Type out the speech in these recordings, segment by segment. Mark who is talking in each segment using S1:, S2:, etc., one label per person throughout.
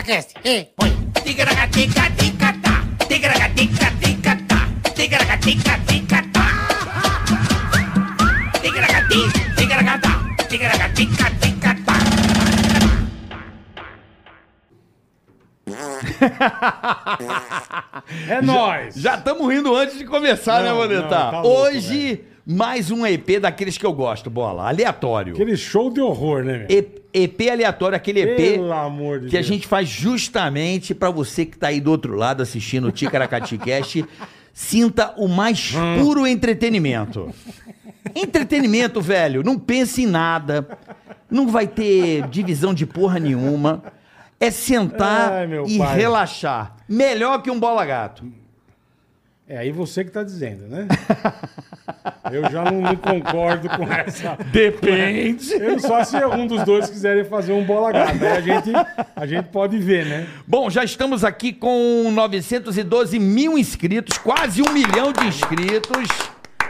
S1: Cast. E põe.
S2: É nóis.
S3: Já estamos rindo antes de começar, né,
S2: Não,
S3: Bonetá?
S2: não, tá louco,
S3: Hoje, mais um EP daqueles que eu gosto, bola. Aleatório.
S2: Aquele show de horror, né, meu?
S3: E- EP aleatório, aquele EP
S2: Pelo amor de
S3: que a
S2: Deus.
S3: gente faz justamente para você que tá aí do outro lado assistindo o Ticaracati Cast, sinta o mais
S2: Hum.
S3: puro entretenimento. Entretenimento, velho. Não pense em nada. Não vai ter divisão de porra nenhuma. É sentar
S2: Ai, meu
S3: e
S2: pai.
S3: relaxar. Melhor que um bola gato.
S2: É aí você que tá dizendo, né? Eu já não, não concordo com essa.
S3: Depende.
S2: Eu só se um dos dois quiserem fazer um bola gata. Aí a gente, a gente pode ver, né?
S3: Bom, já estamos aqui com 912 mil inscritos, quase um milhão de inscritos,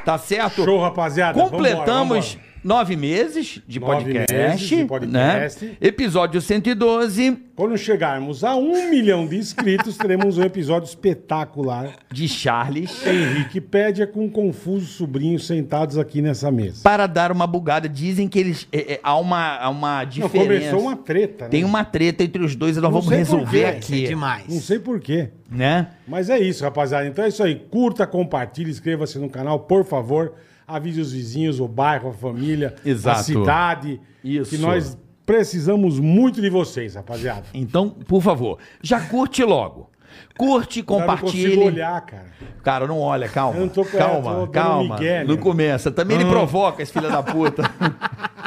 S3: tá certo?
S2: Show, rapaziada.
S3: Completamos
S2: Vambora, vambora.
S3: nove meses de
S2: Nove
S3: podcast,
S2: meses de podcast.
S3: né? Episódio 112
S2: Quando chegarmos a um milhão de inscritos, teremos um episódio espetacular.
S3: de Charles
S2: Henriquepédia com um confuso sobrinho sentados aqui nessa mesa.
S3: para dar uma bugada. Dizem que eles é, é, há uma há uma
S2: Não,
S3: diferença.
S2: começou uma treta, né?
S3: Tem um uma treta entre os dois e nós
S2: Não
S3: vamos
S2: sei por quê.
S3: resolver
S1: Isso é
S3: aqui,
S2: Não
S1: demais.
S2: sei porquê.
S3: né?
S2: Mas é isso, rapaziada. Então é isso aí. Curta, compartilha, inscreva-se no canal, por favor. Avise os vizinhos, o bairro, a família,
S3: Exato.
S2: a cidade.
S3: Isso.
S2: Que nós precisamos muito de vocês, rapaziada.
S3: Então, por favor, já curte logo. Curte,
S2: Eu não consigo
S3: compartilha.
S2: olhar, cara.
S3: Cara, não olha, calma.
S2: Eu não tô com- eu tô
S3: calma,
S2: dando
S3: calma.
S2: migué, né? Ah.
S3: não
S2: meu.
S3: começa. Também ele provoca esse filho da puta.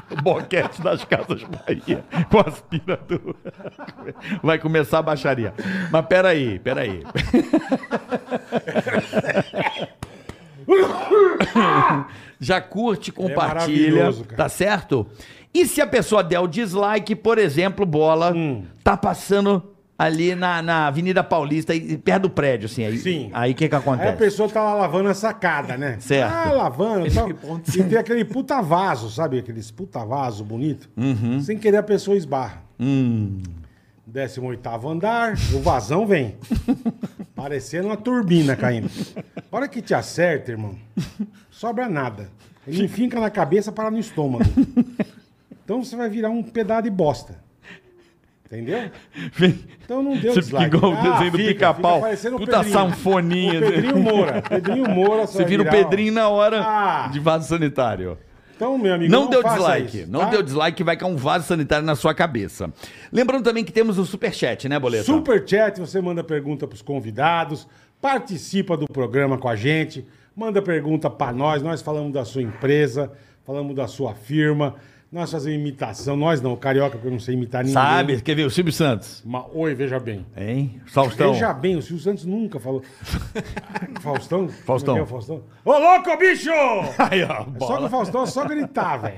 S3: O Boquete das Casas Bahia com aspiradora. Vai começar a baixaria. Mas peraí, peraí. Já curte, compartilha.
S2: é maravilhoso, cara.
S3: tá certo? E se a pessoa der o dislike, por exemplo, bola,
S2: Hum.
S3: tá passando ali na, na Avenida Paulista, e- perto do prédio, assim. Aí,
S2: Sim.
S3: Aí o que que
S2: Aí
S3: acontece?
S2: a pessoa tá lá lavando a sacada, né?
S3: Certo.
S2: Ah, lavando e tal.
S1: ponto.
S2: E tem aquele puta vaso, sabe? Aqueles puta vaso bonito.
S3: Uhum.
S2: Sem querer a pessoa esbarra.
S3: Hum.
S2: Décimo oitavo andar, o vazão vem. Parecendo uma turbina caindo. A hora que te acerta, irmão, sobra nada. Ele enfinca na cabeça para no estômago. Então você vai virar um pedaço de bosta. Entendeu? Então não deu
S3: Você fica
S2: dislike.
S3: igual o desenho do pica-pau.
S2: Ah, parecendo o
S3: Puta sanfoninha,
S2: O
S3: né?
S2: Pedrinho Moura. Pedrinho Moura.
S3: Você
S2: vai
S3: vira o
S2: virar, ó.
S3: Pedrinho na hora
S2: Ah.
S3: de vaso sanitário.
S2: Então, meu amigo,
S3: Não, deu
S2: faça
S3: dislike.
S2: isso,
S3: não
S2: tá?
S3: deu dislike, vai cair um vaso sanitário na sua cabeça. Lembrando também que temos o superchat, né, Boleta?
S2: Super chat, você manda pergunta pros convidados, participa do programa com a gente, manda pergunta pra nós, nós falamos da sua empresa, falamos da sua firma, nós fazemos imitação, nós não, carioca, porque eu não sei imitar ninguém.
S3: Sabe? Quer ver? O Silvio Santos.
S2: Mas, oi, veja bem.
S3: Hein? Faustão.
S2: Veja bem, o Silvio Santos nunca falou. Faustão?
S3: Faustão.
S2: Como é que é o Faustão? Ô, louco, bicho!
S3: Aí, ó,
S2: Só que
S3: bola.
S2: o Faustão é só gritar, velho.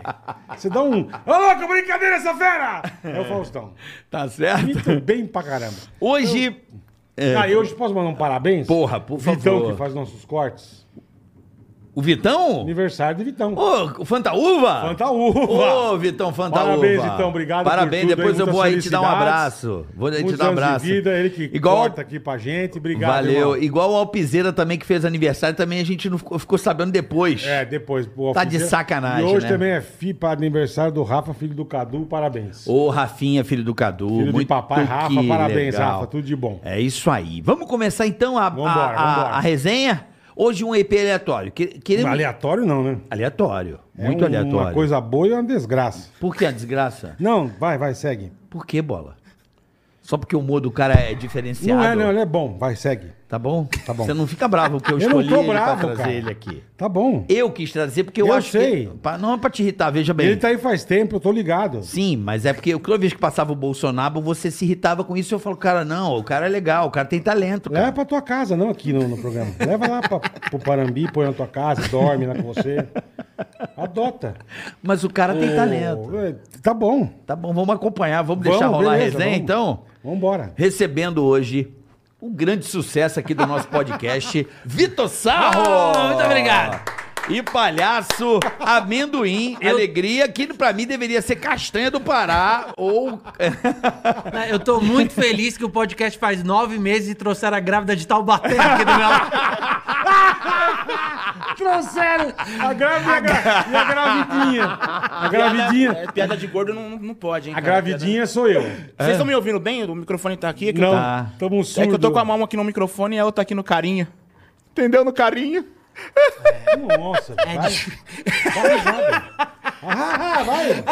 S2: Você dá um. Ô, louco, brincadeira essa fera! É o Faustão.
S3: Tá certo?
S2: Muito bem pra caramba.
S3: Hoje. É,
S2: Ah, e hoje posso mandar um parabéns?
S3: Porra, por
S2: Vitão
S3: favor.
S2: que faz nossos cortes.
S3: O Vitão?
S2: Aniversário de Vitão.
S3: Ô, o Fantaúva?
S2: Fantaúva!
S3: Ô, Vitão Fantaúva.
S2: Parabéns, Vitão, obrigado por
S3: Parabéns,
S2: tudo aí,
S3: depois eu
S2: muitas
S3: vou aí te dar um
S2: felicidades.
S3: abraço. Vou aí te
S2: Muitos
S3: dar um
S2: anos de
S3: abraço.
S2: vida, ele que
S3: Igual
S2: corta aqui pra gente. Obrigado,
S3: Valeu.
S2: irmão.
S3: Igual o Alpizeira também, que fez aniversário, também a gente não ficou, ficou sabendo depois.
S2: É, depois. pô,
S3: Tá de
S2: oficial.
S3: sacanagem,
S2: E hoje
S3: né?
S2: também é FIPA aniversário do Rafa, filho do Cadu, parabéns.
S3: Ô, Rafinha, filho do Cadu.
S2: filho
S3: muito
S2: de papai, Rafa,
S3: que
S2: parabéns,
S3: legal.
S2: Rafa, tudo de bom.
S3: É isso aí. Vamos começar então a,
S2: Vambora,
S3: a- a-
S2: vambora.
S3: a resenha? Hoje um EP aleatório. Que- Queremos...
S2: Aleatório não, né?
S3: Aleatório.
S2: É
S3: Muito
S2: um-
S3: aleatório.
S2: Uma coisa boa e uma desgraça.
S3: Por que a desgraça?
S2: Não, vai, vai, segue.
S3: Por que, bola? Só porque o humor do cara é diferenciado.
S2: Não é, não, ele é bom. Vai, segue.
S3: Tá bom?
S2: Tá bom.
S3: Você não fica bravo porque eu,
S2: Eu não
S3: escolhi
S2: tô
S3: ele pra
S2: bravo,
S3: trazer
S2: cara.
S3: ele aqui.
S2: Tá bom.
S3: Eu quis trazer porque eu,
S2: Eu
S3: acho
S2: sei.
S3: que... pra- Não é pra te irritar, veja bem.
S2: Ele tá aí faz tempo, eu tô ligado.
S3: Sim, mas é porque toda vez que passava o Bolsonaro, você se irritava com isso. Eu falo, cara, não, o cara é legal, o cara tem talento, cara.
S2: Leva pra tua casa, não aqui no, no programa. Leva lá pra, pro Parambi, põe na tua casa, dorme lá com você. Adota.
S3: Mas o cara tem talento.
S2: É. Ô, é, Tá bom.
S3: Tá bom, vamos acompanhar, vamos,
S2: Vamos,
S3: deixar rolar
S2: beleza,
S3: a resenha,
S2: vamos.
S3: então.
S2: Vambora.
S3: Recebendo hoje um grande sucesso aqui do nosso podcast, Vitor Sarro!
S2: Oh,
S1: Ah, muito obrigado.
S3: E palhaço, amendoim, alegria, que pra mim deveria ser castanha do Pará ou.
S4: Mas Eu tô muito feliz que o podcast faz nove meses e trouxeram a grávida de Taubaté aqui do meu lado.
S2: Trouxeram a grávida e a gra- e a gravidinha. A gravidinha.
S5: Piada, piada de gordo não, não pode, hein?
S2: A
S5: cara?
S2: gravidinha sou eu.
S5: Piada- Vocês estão me ouvindo bem? O microfone tá aqui? é que eu-
S2: É. Não,
S3: Tá.
S2: tamo
S5: É
S2: surdo.
S5: que eu tô com a mão aqui no microfone e a outra aqui no carinha. Entendeu? No carinha.
S2: Nossa, vai. Vai, vai. Ah, vai.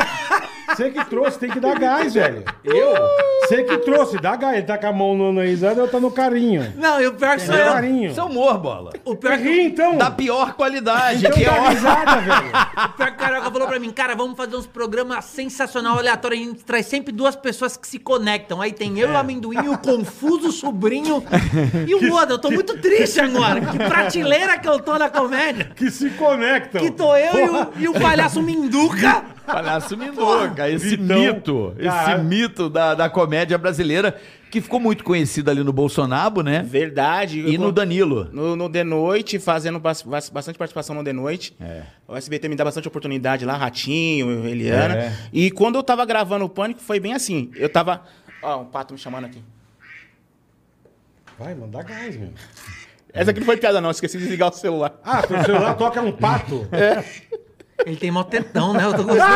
S2: Você que trouxe, tem que dar gás, velho. Eu? Você que trouxe, dá gás. Ele tá com a mão no nariz, eu tô no carinho.
S4: Não, e o pior que sou
S2: No
S4: eu.
S2: carinho.
S3: Seu humor, bola.
S4: O pior que
S2: Ri, então.
S3: Da pior qualidade,
S2: Então
S3: que é
S2: dá
S3: ótimo.
S2: risada, velho.
S4: o pior que o Carioca falou pra mim, cara, vamos fazer uns programas sensacional, aleatório. A gente traz sempre duas pessoas que se conectam. Aí tem eu, o amendoim, o confuso sobrinho e o Moda. Eu tô muito triste agora. Que prateleira que eu tô na comédia.
S2: Que se conectam.
S4: Que tô eu e o, e o palhaço Minduca.
S3: Palhaço Minduca, esse
S2: Vitão.
S3: mito, esse
S2: Caralho.
S3: mito da, da comédia brasileira que ficou muito conhecido ali no Bolsonaro, né?
S5: Verdade.
S3: E
S5: Eu-
S3: no Danilo.
S5: No, no The Noite, fazendo bas- bas- bastante participação no The Noite. O SBT me dá bastante oportunidade lá, Ratinho, Eliana.
S3: É.
S5: E quando eu tava gravando o Pânico, foi bem assim. Eu tava... Ó, um pato me chamando aqui.
S2: Vai, mano, dá gás, meu.
S5: Essa aqui não foi piada não, esqueci de desligar o celular.
S2: Ah, teu celular toca um pato.
S4: Ele tem mó tetão, né? Eu tô gostando.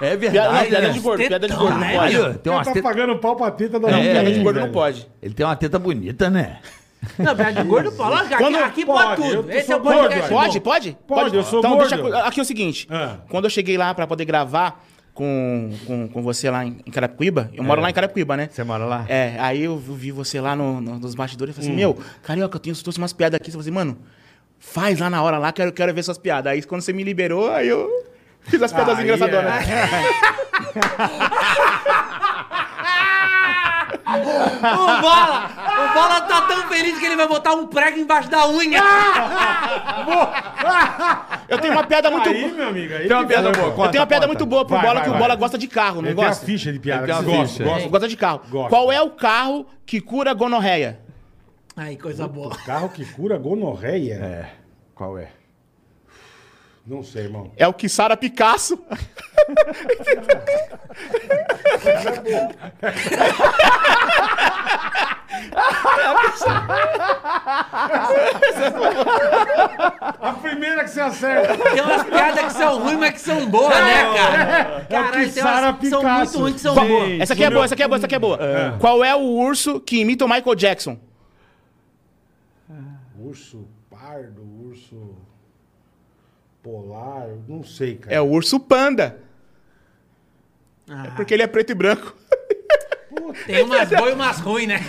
S3: É
S5: Piada, não,
S3: verdade,
S5: piada
S3: né?
S5: de gordo, piada de
S4: Tetão,
S5: gordo, não
S4: né?
S5: pode.
S3: Olha, tem
S2: Ele
S3: umas
S2: tá
S3: teta-
S2: pagando pau pra teta da
S3: É,
S5: Piada de
S2: Raquel,
S5: gordo não
S2: velho.
S5: pode.
S3: Ele tem uma teta bonita, né?
S4: Não, piada de gordo, pô. Lógico, aqui,
S5: Quando-
S4: aqui pode,
S2: pode, eu
S4: tudo.
S2: tô-
S4: Esse
S2: sou
S4: é o podcast.
S2: gordo,
S4: bom.
S5: Pode, pode?
S2: Pode, eu sou
S5: então,
S2: gordo.
S5: deixa eu- Aqui é o seguinte,
S2: Ah.
S5: quando eu cheguei lá pra poder gravar com, com, com você lá em, em Carapicuíba, eu
S2: É.
S5: moro lá em Carapicuíba, né?
S3: mora lá?
S5: É, aí eu vi você lá no, no- nos bastidores e falei assim,
S2: Hum.
S5: meu, carioca, eu tenho, trouxe umas piadas aqui. Você falou assim, mano, faz lá na hora lá, quero, quero ver suas piadas. Aí quando você me liberou, aí eu fiz as piadas
S2: Aí, é.
S5: engraçadoras.
S4: O Bola, o Bola tá tão feliz que ele vai botar um prego embaixo da unha.
S2: Ah!
S5: Eu tenho uma piada muito
S2: Aí,
S5: boa.
S2: meu amigo, aí
S3: Tem uma
S2: que
S3: piada
S2: vai,
S3: boa,
S2: pô.
S5: Eu tenho uma piada
S3: Conta,
S5: muito boa pro
S2: Vai,
S5: Bola,
S2: vai,
S5: que o
S2: vai.
S5: Bola gosta de carro, não
S2: Ele tem a
S5: gosta?
S2: ficha de piada.
S3: Ele tem
S2: que
S3: uma
S2: você
S3: ficha.
S2: gosta,
S5: Ele
S2: gosta.
S5: Gosta de carro.
S2: Gosta.
S5: Qual é o carro que cura gonorreia?
S4: Ai, coisa boa.
S2: Carro que cura gonorreia.
S3: É. Qual é?
S2: Não sei, irmão.
S5: É o que Sara Picasso.
S2: A primeira que você acerta.
S4: Tem umas piadas que são ruins, mas que são boas, né, cara?
S2: É o que
S4: Caralho, tem
S2: Sara
S4: umas que são
S2: Picasso.
S4: muito ruins que são
S2: Gente.
S4: boas.
S5: Essa aqui é boa, essa aqui é boa, essa aqui é boa. Qual é o urso que imita o Michael Jackson?
S2: Urso pardo, urso polar, eu não sei, cara.
S5: É o urso panda.
S4: Ah,
S5: Porque ele é preto e branco.
S4: Tem umas boas e umas ruins, né?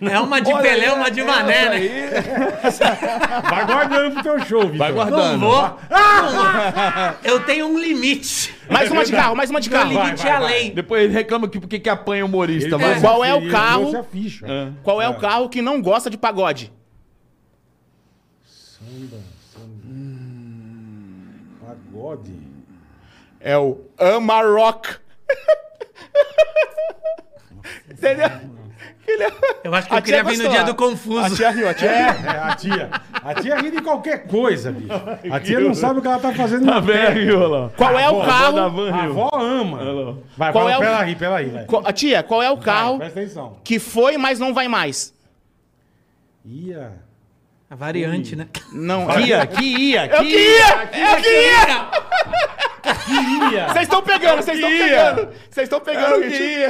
S4: É uma de Pelé, uma de Mané, né?
S2: Vai guardando pro teu show, Vitor.
S3: Vai
S4: Não
S3: guardando.
S4: vou. Não vou. Eu tenho um limite.
S5: Mais uma de carro, mais uma de
S4: Meu
S5: carro.
S2: Ah! Vai,
S4: limite
S2: vai,
S4: é
S2: vai.
S4: além.
S3: Depois ele reclama que porque que apanha o humorista,
S2: Ele
S3: mas.
S2: trouxe
S5: Qual é
S2: a
S5: o
S2: fi-
S5: carro?
S2: Ele trouxe a ficha.
S5: Qual é o carro que não gosta de pagode?
S2: Samba, samba. Pagode.
S5: É o Amarok. Entendeu? Ele é-
S4: Eu acho que eu
S5: A
S4: queria
S5: tia
S4: vir no
S5: gostou,
S4: dia
S5: a-
S4: do
S5: A
S4: Confuso.
S5: tia riu, a tia riu.
S2: É, a tia. A tia ri de qualquer coisa, bicho. A tia não sabe o que ela tá fazendo.
S3: Tá velho, olha lá.
S5: Qual é o
S3: da
S5: carro...
S3: van
S2: A
S3: Rio.
S2: avó ama. Vai,
S5: Tá Qual
S2: vai,
S5: é o-
S2: pela rir, pela rir. vai.
S5: Qual- a Tia, qual é o carro
S2: Vai, Presta atenção.
S5: que foi, mas não vai mais?
S2: Ia.
S4: A variante, né?
S5: Não,
S3: Que ia, que ia,
S5: É o
S3: que
S5: que ia! É o que ia!
S2: Ia.
S5: Vocês estão pegando, vocês estão
S3: ia!
S5: pegando! Vocês estão pegando o que ia!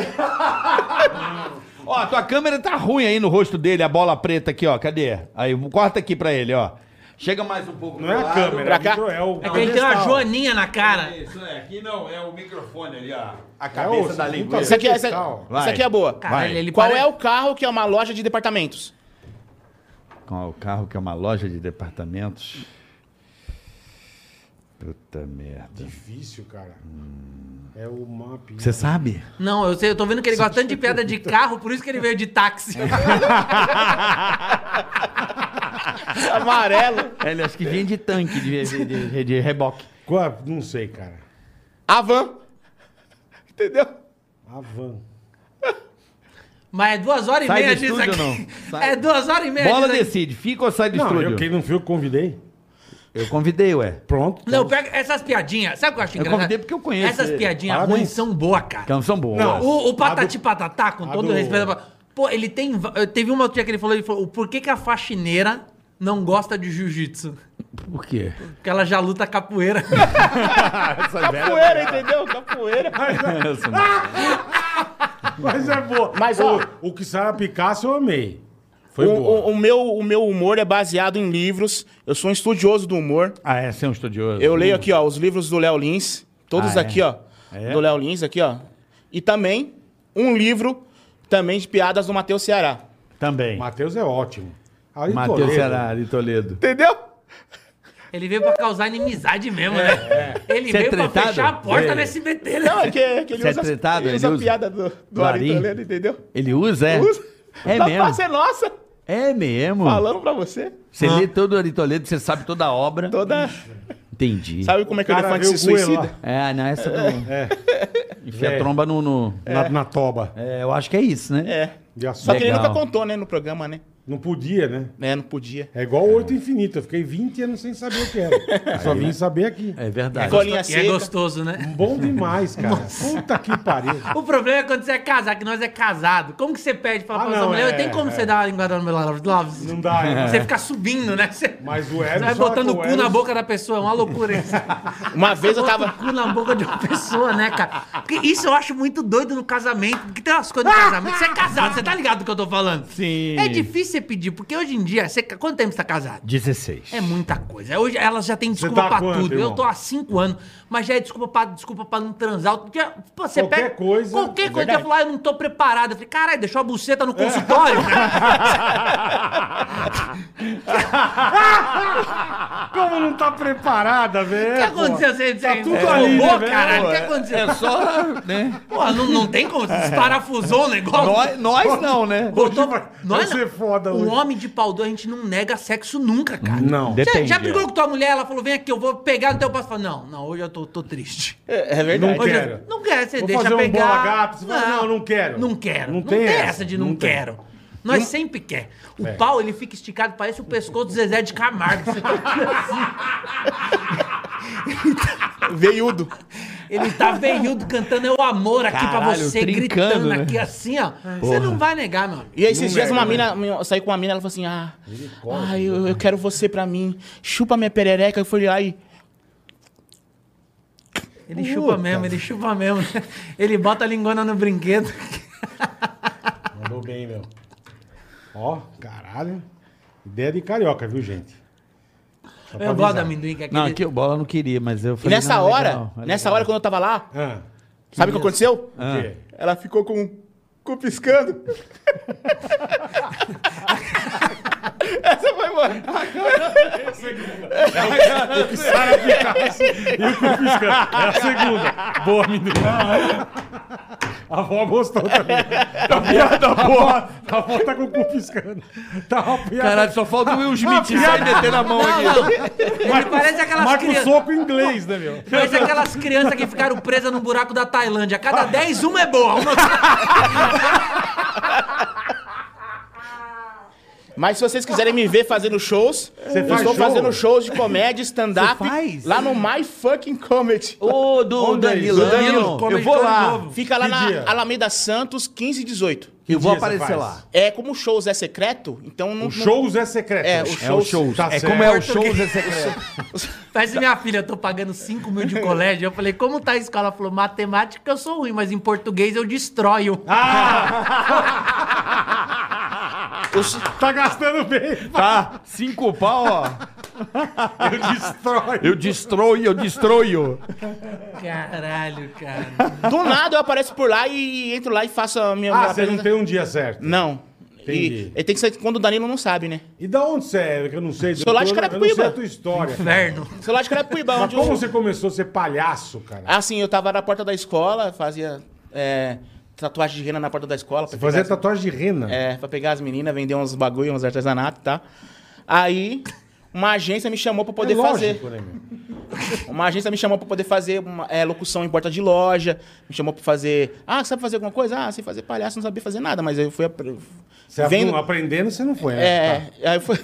S3: Ó, tua câmera tá ruim aí no rosto dele, a bola preta aqui, ó. Cadê? Aí, corta aqui pra ele, ó. Chega mais um pouco.
S2: Não
S3: pro
S2: é a
S3: lado.
S2: câmera,
S5: Pra cá?
S2: Vitor, é o.
S4: É que ele tem uma
S2: pedestal.
S4: joaninha na cara.
S3: Isso é, aqui não, é o microfone ali, ó. A
S2: o-
S3: cabeça da
S2: puta-
S5: Isso
S3: linguiça.
S5: aqui, é- essa,
S3: Vai.
S5: essa aqui é boa.
S4: Caralho,
S3: Vai.
S4: ele
S5: Qual
S4: pare-
S5: é o carro que é uma loja de departamentos?
S3: Ó, o carro que é uma loja de departamentos. Puta merda.
S2: Difícil, cara.
S5: Hum.
S2: É o mapa.
S3: Você sabe?
S4: Não, eu sei, eu tô vendo que ele gosta tanto de piada de carro, por isso que ele veio de táxi.
S1: É.
S5: Amarelo.
S3: Ele acho que vem de tanque, de, de, de- de reboque.
S2: Qual- Não sei, cara.
S5: A van. Entendeu?
S2: A van.
S4: Mas é duas horas e
S1: Sai
S4: meia
S1: do
S4: disso
S1: estúdio
S4: aqui.
S1: ou não? Sai.
S4: É duas horas e meia
S1: Bola
S4: disso aqui.
S1: decide, fica ou sai do
S2: Não,
S1: estúdio?
S2: eu, quem não fui, eu convidei.
S1: Eu convidei, ué.
S2: Pronto.
S4: Não, pega essas piadinhas. Sabe o que eu acho
S1: Eu
S4: engraçado?
S1: convidei porque eu conheço
S4: Essas
S1: ele.
S4: piadinhas
S2: Parabéns.
S4: ruins são boas, cara.
S1: Canção boa.
S2: Não.
S4: O, o
S2: A
S4: Patati Patatá, com
S2: a
S4: todo
S2: do-
S4: respeito. Pô, ele tem. va- eu- Teve uma dia que ele falou, ele falou: por que, que a faxineira não gosta de jiu-jitsu?
S1: Por quê?
S4: Porque ela já luta capoeira.
S1: é
S5: Capoeira, entendeu? Capoeira.
S2: Mas é boa.
S5: Mas,
S2: o,
S5: ó.
S2: o que saiu a Picasso eu amei. Foi
S5: o,
S2: boa.
S5: o- o meu, o meu humor é baseado em livros. Eu sou um estudioso do humor.
S1: Ah, é, você é um estudioso.
S5: Eu leio aqui, ó, os livros do Léo Lins. Todos
S1: Ah, é?
S5: aqui, ó.
S1: É?
S5: Do Léo Lins, aqui, ó. E também um livro também de piadas do Matheus Ceará.
S1: Também.
S2: Matheus é ótimo. Ari
S1: Matheus
S2: Toledo.
S1: Ceará, de Toledo.
S5: Entendeu?
S4: ele veio pra causar inimizade mesmo, né? Ele
S1: Você é
S4: veio pra
S1: tretado?
S4: fechar a porta
S1: É.
S4: no SBT, né?
S5: Não, é que, é que ele
S1: Você é
S5: usa,
S1: tretado,
S5: ele
S1: ele
S5: usa a
S1: usa?
S5: piada do, do
S1: Larim.
S5: Ari Toledo, entendeu?
S1: Ele usa, é?
S5: Usa.
S1: É
S5: Da
S1: mesmo.
S5: face é nossa,
S1: É mesmo.
S5: falando pra você.
S1: Você lê todo o Ari Toledo, você sabe toda a obra.
S5: Toda...
S1: Entendi.
S5: Sabe como é que o
S2: Cara,
S5: elefante
S2: viu
S5: se
S2: o Goelá
S5: suicida?
S1: É, não, essa não.
S2: É.
S1: Enfia
S2: É.
S1: a tromba no... no-
S2: Na, na toba.
S1: É, eu acho que é isso, né?
S5: É.
S2: De açúcar.
S5: Só que ele
S1: Legal.
S5: nunca contou, né, no programa, né?
S2: Não podia, né?
S5: É, não podia.
S2: É igual o oito infinito. Eu fiquei 20 anos sem saber o que era. Só
S5: né?
S2: vim saber aqui.
S1: É verdade.
S4: E
S5: Colinha
S4: é
S5: seca.
S4: gostoso, né?
S2: Bom demais, cara. Puta que pariu.
S4: O problema é quando você é casado, que nós é casado. Como que você pede pra
S2: Ah,
S4: falar pra sua
S2: não,
S4: mulher?
S2: é,
S4: tem como
S2: é.
S4: você dar uma linguada no meu love? love?
S2: Não dá, né?
S4: Você fica subindo, né? Você
S2: Mas o
S4: você
S2: Eros.
S4: vai botando o cu
S2: Eros-
S4: na boca da pessoa, é uma loucura isso.
S5: Uma vez eu
S4: Bota
S5: tava...
S4: o cu na boca de uma pessoa, né, cara? Porque isso eu acho muito doido no casamento. Porque tem umas coisas no casamento. Você é casado, você tá ligado do que eu tô falando?
S1: Sim.
S4: É difícil você pedir, porque hoje em dia, você... quanto tempo você tá casado?
S1: 16.
S4: É muita coisa. Hoje elas já têm desculpa
S2: tá
S4: pra
S2: quanto,
S4: tudo.
S2: irmão?
S4: Eu tô há cinco anos, mas já é desculpa pra, desculpa pra não transar. Porque, pô, você
S2: Qualquer
S4: pega,
S2: coisa,
S4: Qualquer
S2: é
S4: coisa.
S2: verdade.
S4: Você fala, ah, eu não tô preparado. Eu falei, caralho, deixou a buceta no consultório.
S2: Como não tá preparada, velho?
S4: O que aconteceu? Você, você
S2: Tá tudo
S4: você
S2: ali, né,
S4: roubou,
S2: velho?
S4: caralho? O que aconteceu?
S1: É só, né?
S4: Pô, não, não tem como. Você desparafusou o negócio.
S1: Nós, nós não, né?
S4: Botou...
S2: vai-
S4: Nós
S2: vai ser
S4: não-
S2: foda
S4: Um
S2: hoje.
S4: homem de pau doce, a gente não nega sexo nunca, cara.
S2: Não.
S4: Já- Já,
S1: Depende,
S4: brigou
S1: é.
S4: com tua mulher, ela falou, vem aqui, eu vou pegar no teu passo. Eu falei, Não, não, hoje eu tô, tô triste.
S5: É, é verdade.
S2: Não
S4: Hoje eu-
S2: quero.
S4: Não quero, você
S2: Vou
S4: deixa
S2: fazer um
S4: pegar.
S2: bola gato, você fala, não, não quero.
S4: Não quero.
S2: Não
S4: Não,
S2: tem
S4: tem,
S2: essa.
S4: essa, de não,
S2: Não tem. É.
S4: quero. Nós sempre quer. O pau, ele fica esticado, parece o pescoço do Zezé de Camargo. Você tá
S5: Veiudo.
S4: Ele tá veiudo cantando Eu Amor aqui pra
S1: Caralho,
S4: você,
S1: trincando,
S4: gritando
S1: né?
S4: aqui assim, ó. Você não vai negar, meu amigo.
S5: E aí, esses
S1: é
S5: dias,
S2: nega,
S5: uma mina, eu saí com uma mina, ela falou assim: Ah,
S2: corre,
S5: ai, eu, eu quero você pra mim, chupa minha perereca. Eu fui lá e.
S4: Ele chupa mesmo, ele chupa mesmo. Ele bota a lingona no brinquedo.
S2: Mandou bem, meu. Ó, caralho. Ideia de carioca, viu, gente? Só pra
S4: Eu gosto
S2: avisar.
S4: do amendoim, que é aquele...
S1: Não, aqui o Bola não queria, mas eu
S5: E
S1: falei...
S5: nessa
S1: não, é
S5: hora,
S1: legal, é
S5: nessa
S1: legal.
S5: hora, quando eu tava lá,
S2: Ah,
S5: sabe o que aconteceu?
S2: o quê?
S5: Ela ficou com o cu piscando. Essa foi boa.
S2: O que sai é Picasso e o que pisca. É a segunda. Boa, menina. A avó gostou também. Tá piada boa. A avó tá com o cu piscando. Tá uma piada.
S1: Caralho, só falta o Will Smith sair metendo a mão
S4: Não,
S1: aqui.
S4: não. Ele parece aquelas
S2: Marca o
S4: crianças...
S2: soco em inglês, né, meu?
S4: Parece aquelas crianças que ficaram presas no buraco da Tailândia. A cada
S2: Ah.
S4: 10, uma é boa. Uma...
S5: Mas se vocês quiserem me ver fazendo shows, eu
S2: faz show?
S5: estou fazendo shows de comédia, stand-up,
S1: Você faz?
S5: lá no My Fucking Comedy.
S1: Ô, do
S2: Onde é isso?
S1: Danilo.
S2: Do
S5: Danilo,
S1: eu
S4: Comedy
S1: vou
S4: Club
S1: lá.
S4: novo.
S5: Fica lá
S2: Que
S5: na
S2: dia?
S5: Alameda Santos, 15 e 18.
S1: Eu vou
S2: dia você
S1: aparecer
S2: faz?
S1: lá.
S5: É, como o shows é secreto, então não.
S2: O shows é secreto.
S5: É, o
S1: É o
S5: shows.
S1: show.
S2: Tá
S1: é
S2: certo.
S1: como é o show, é secreto.
S4: Parece minha filha, eu tô pagando 5 mil de colégio. Eu falei, como tá a escola? Ela falou, matemática eu sou ruim, mas em português eu destroio.
S3: Ah!
S2: Ah! Tá gastando bem.
S5: Ah!
S3: Ah,
S1: Tá, cinco pau, ó.
S2: Eu destrói.
S1: Eu destruo, eu destruo.
S4: Caralho, cara.
S5: Do nada eu apareço por lá e entro lá e faço a minha.
S2: Ah,
S5: minha
S2: você não
S5: apresenta-
S2: tem um dia certo.
S5: Não.
S2: Entendi.
S5: E, e tem que ser quando o Danilo não sabe, né?
S2: E da onde você é? Que eu não sei.
S5: Sou lá de
S2: Eu não- Eu não sei
S5: Carapicuíba.
S2: a tua história.
S4: Inferno.
S5: Sei lá de Carapicuíba,
S2: Mas
S5: onde
S2: como
S5: eu...
S2: você começou a ser palhaço, cara?
S5: Assim, eu tava na porta da escola, fazia é, tatuagem de rena na porta da escola. pra
S2: Fazer
S5: pegar as-
S2: tatuagem de rena.
S5: É, pra pegar as meninas, vender uns bagulho, uns artesanatos, tá? Aí, uma agência me chamou pra poder
S2: É lógico,
S5: fazer.
S2: né, meu?
S5: Uma agência me chamou pra poder fazer uma, é, locução em porta de loja, me chamou pra fazer. Ah, sabe fazer alguma coisa? Ah, sei fazer palhaço, não sabia fazer nada, mas eu fui. apre-
S2: Você
S5: vendo-
S2: não aprendendo, você não foi. né?
S5: É, aí foi.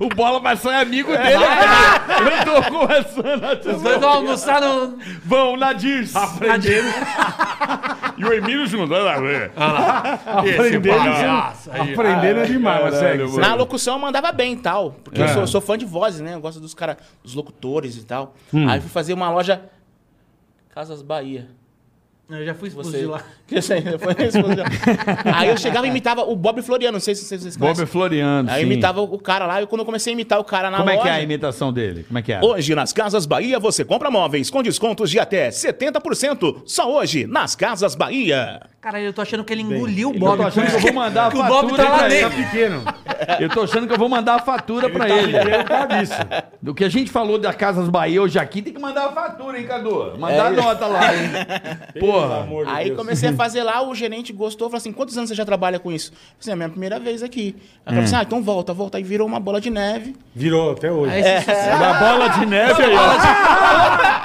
S3: O Bola Maçã é amigo dele. cara. Eu tô conversando.
S4: Os dois vão almoçar no.
S3: Vão na Dirce.
S4: Aprendendo.
S6: E o Emílio junto, olha lá, velho. Esse
S2: Aprendendo,
S6: palhaço aí.
S2: Aprendendo é demais, mas
S6: Caralho,
S2: segue.
S6: mano.
S5: Na locução eu mandava bem e tal. Porque
S3: É.
S5: eu sou, sou fã de vozes, né? Eu gosto dos caras, dos locutores e tal.
S3: Hum.
S5: Aí eu fui fazer uma loja. Casas Bahia.
S4: Eu já fui expulso
S5: Você...
S4: de lá.
S5: Eu sei, eu fui expulso de lá. Aí eu chegava e imitava o Bob Floriano, não sei se vocês
S3: Bob
S5: conhecem.
S3: Floriano.
S5: Aí eu
S3: sim.
S5: imitava o cara lá, e quando eu comecei a imitar o cara na
S3: Como é
S5: loja...
S3: que é a imitação dele? Como é que é?
S5: Hoje, nas Casas Bahia, você compra móveis com descontos de até 70%. Só hoje, nas Casas Bahia.
S4: Caralho, eu tô achando que ele engoliu o Bob.
S3: eu tô achando que eu vou mandar a
S4: que o Bob
S3: fatura
S4: tá lá
S3: pra
S2: Tá
S4: dentro.
S2: pequeno.
S3: Eu tô achando que eu vou mandar a fatura pra ele.
S2: Pequeno tá disso.
S3: Do que a gente falou da Casas Bahia hoje aqui, tem que mandar a fatura, hein, Cadu? Mandar a nota lá, hein? Porra.
S2: amor de
S5: Aí
S2: Deus.
S5: comecei a fazer lá, o gerente gostou, falou assim: quantos anos você já trabalha com isso? Eu falei assim, é a minha primeira vez aqui. Aí falou assim:
S2: É.
S5: ah, então volta, volta. Aí virou uma bola de neve.
S2: Virou até hoje.
S4: Aí esse sucesso.
S3: Da É bola de neve aí, ó. Ah!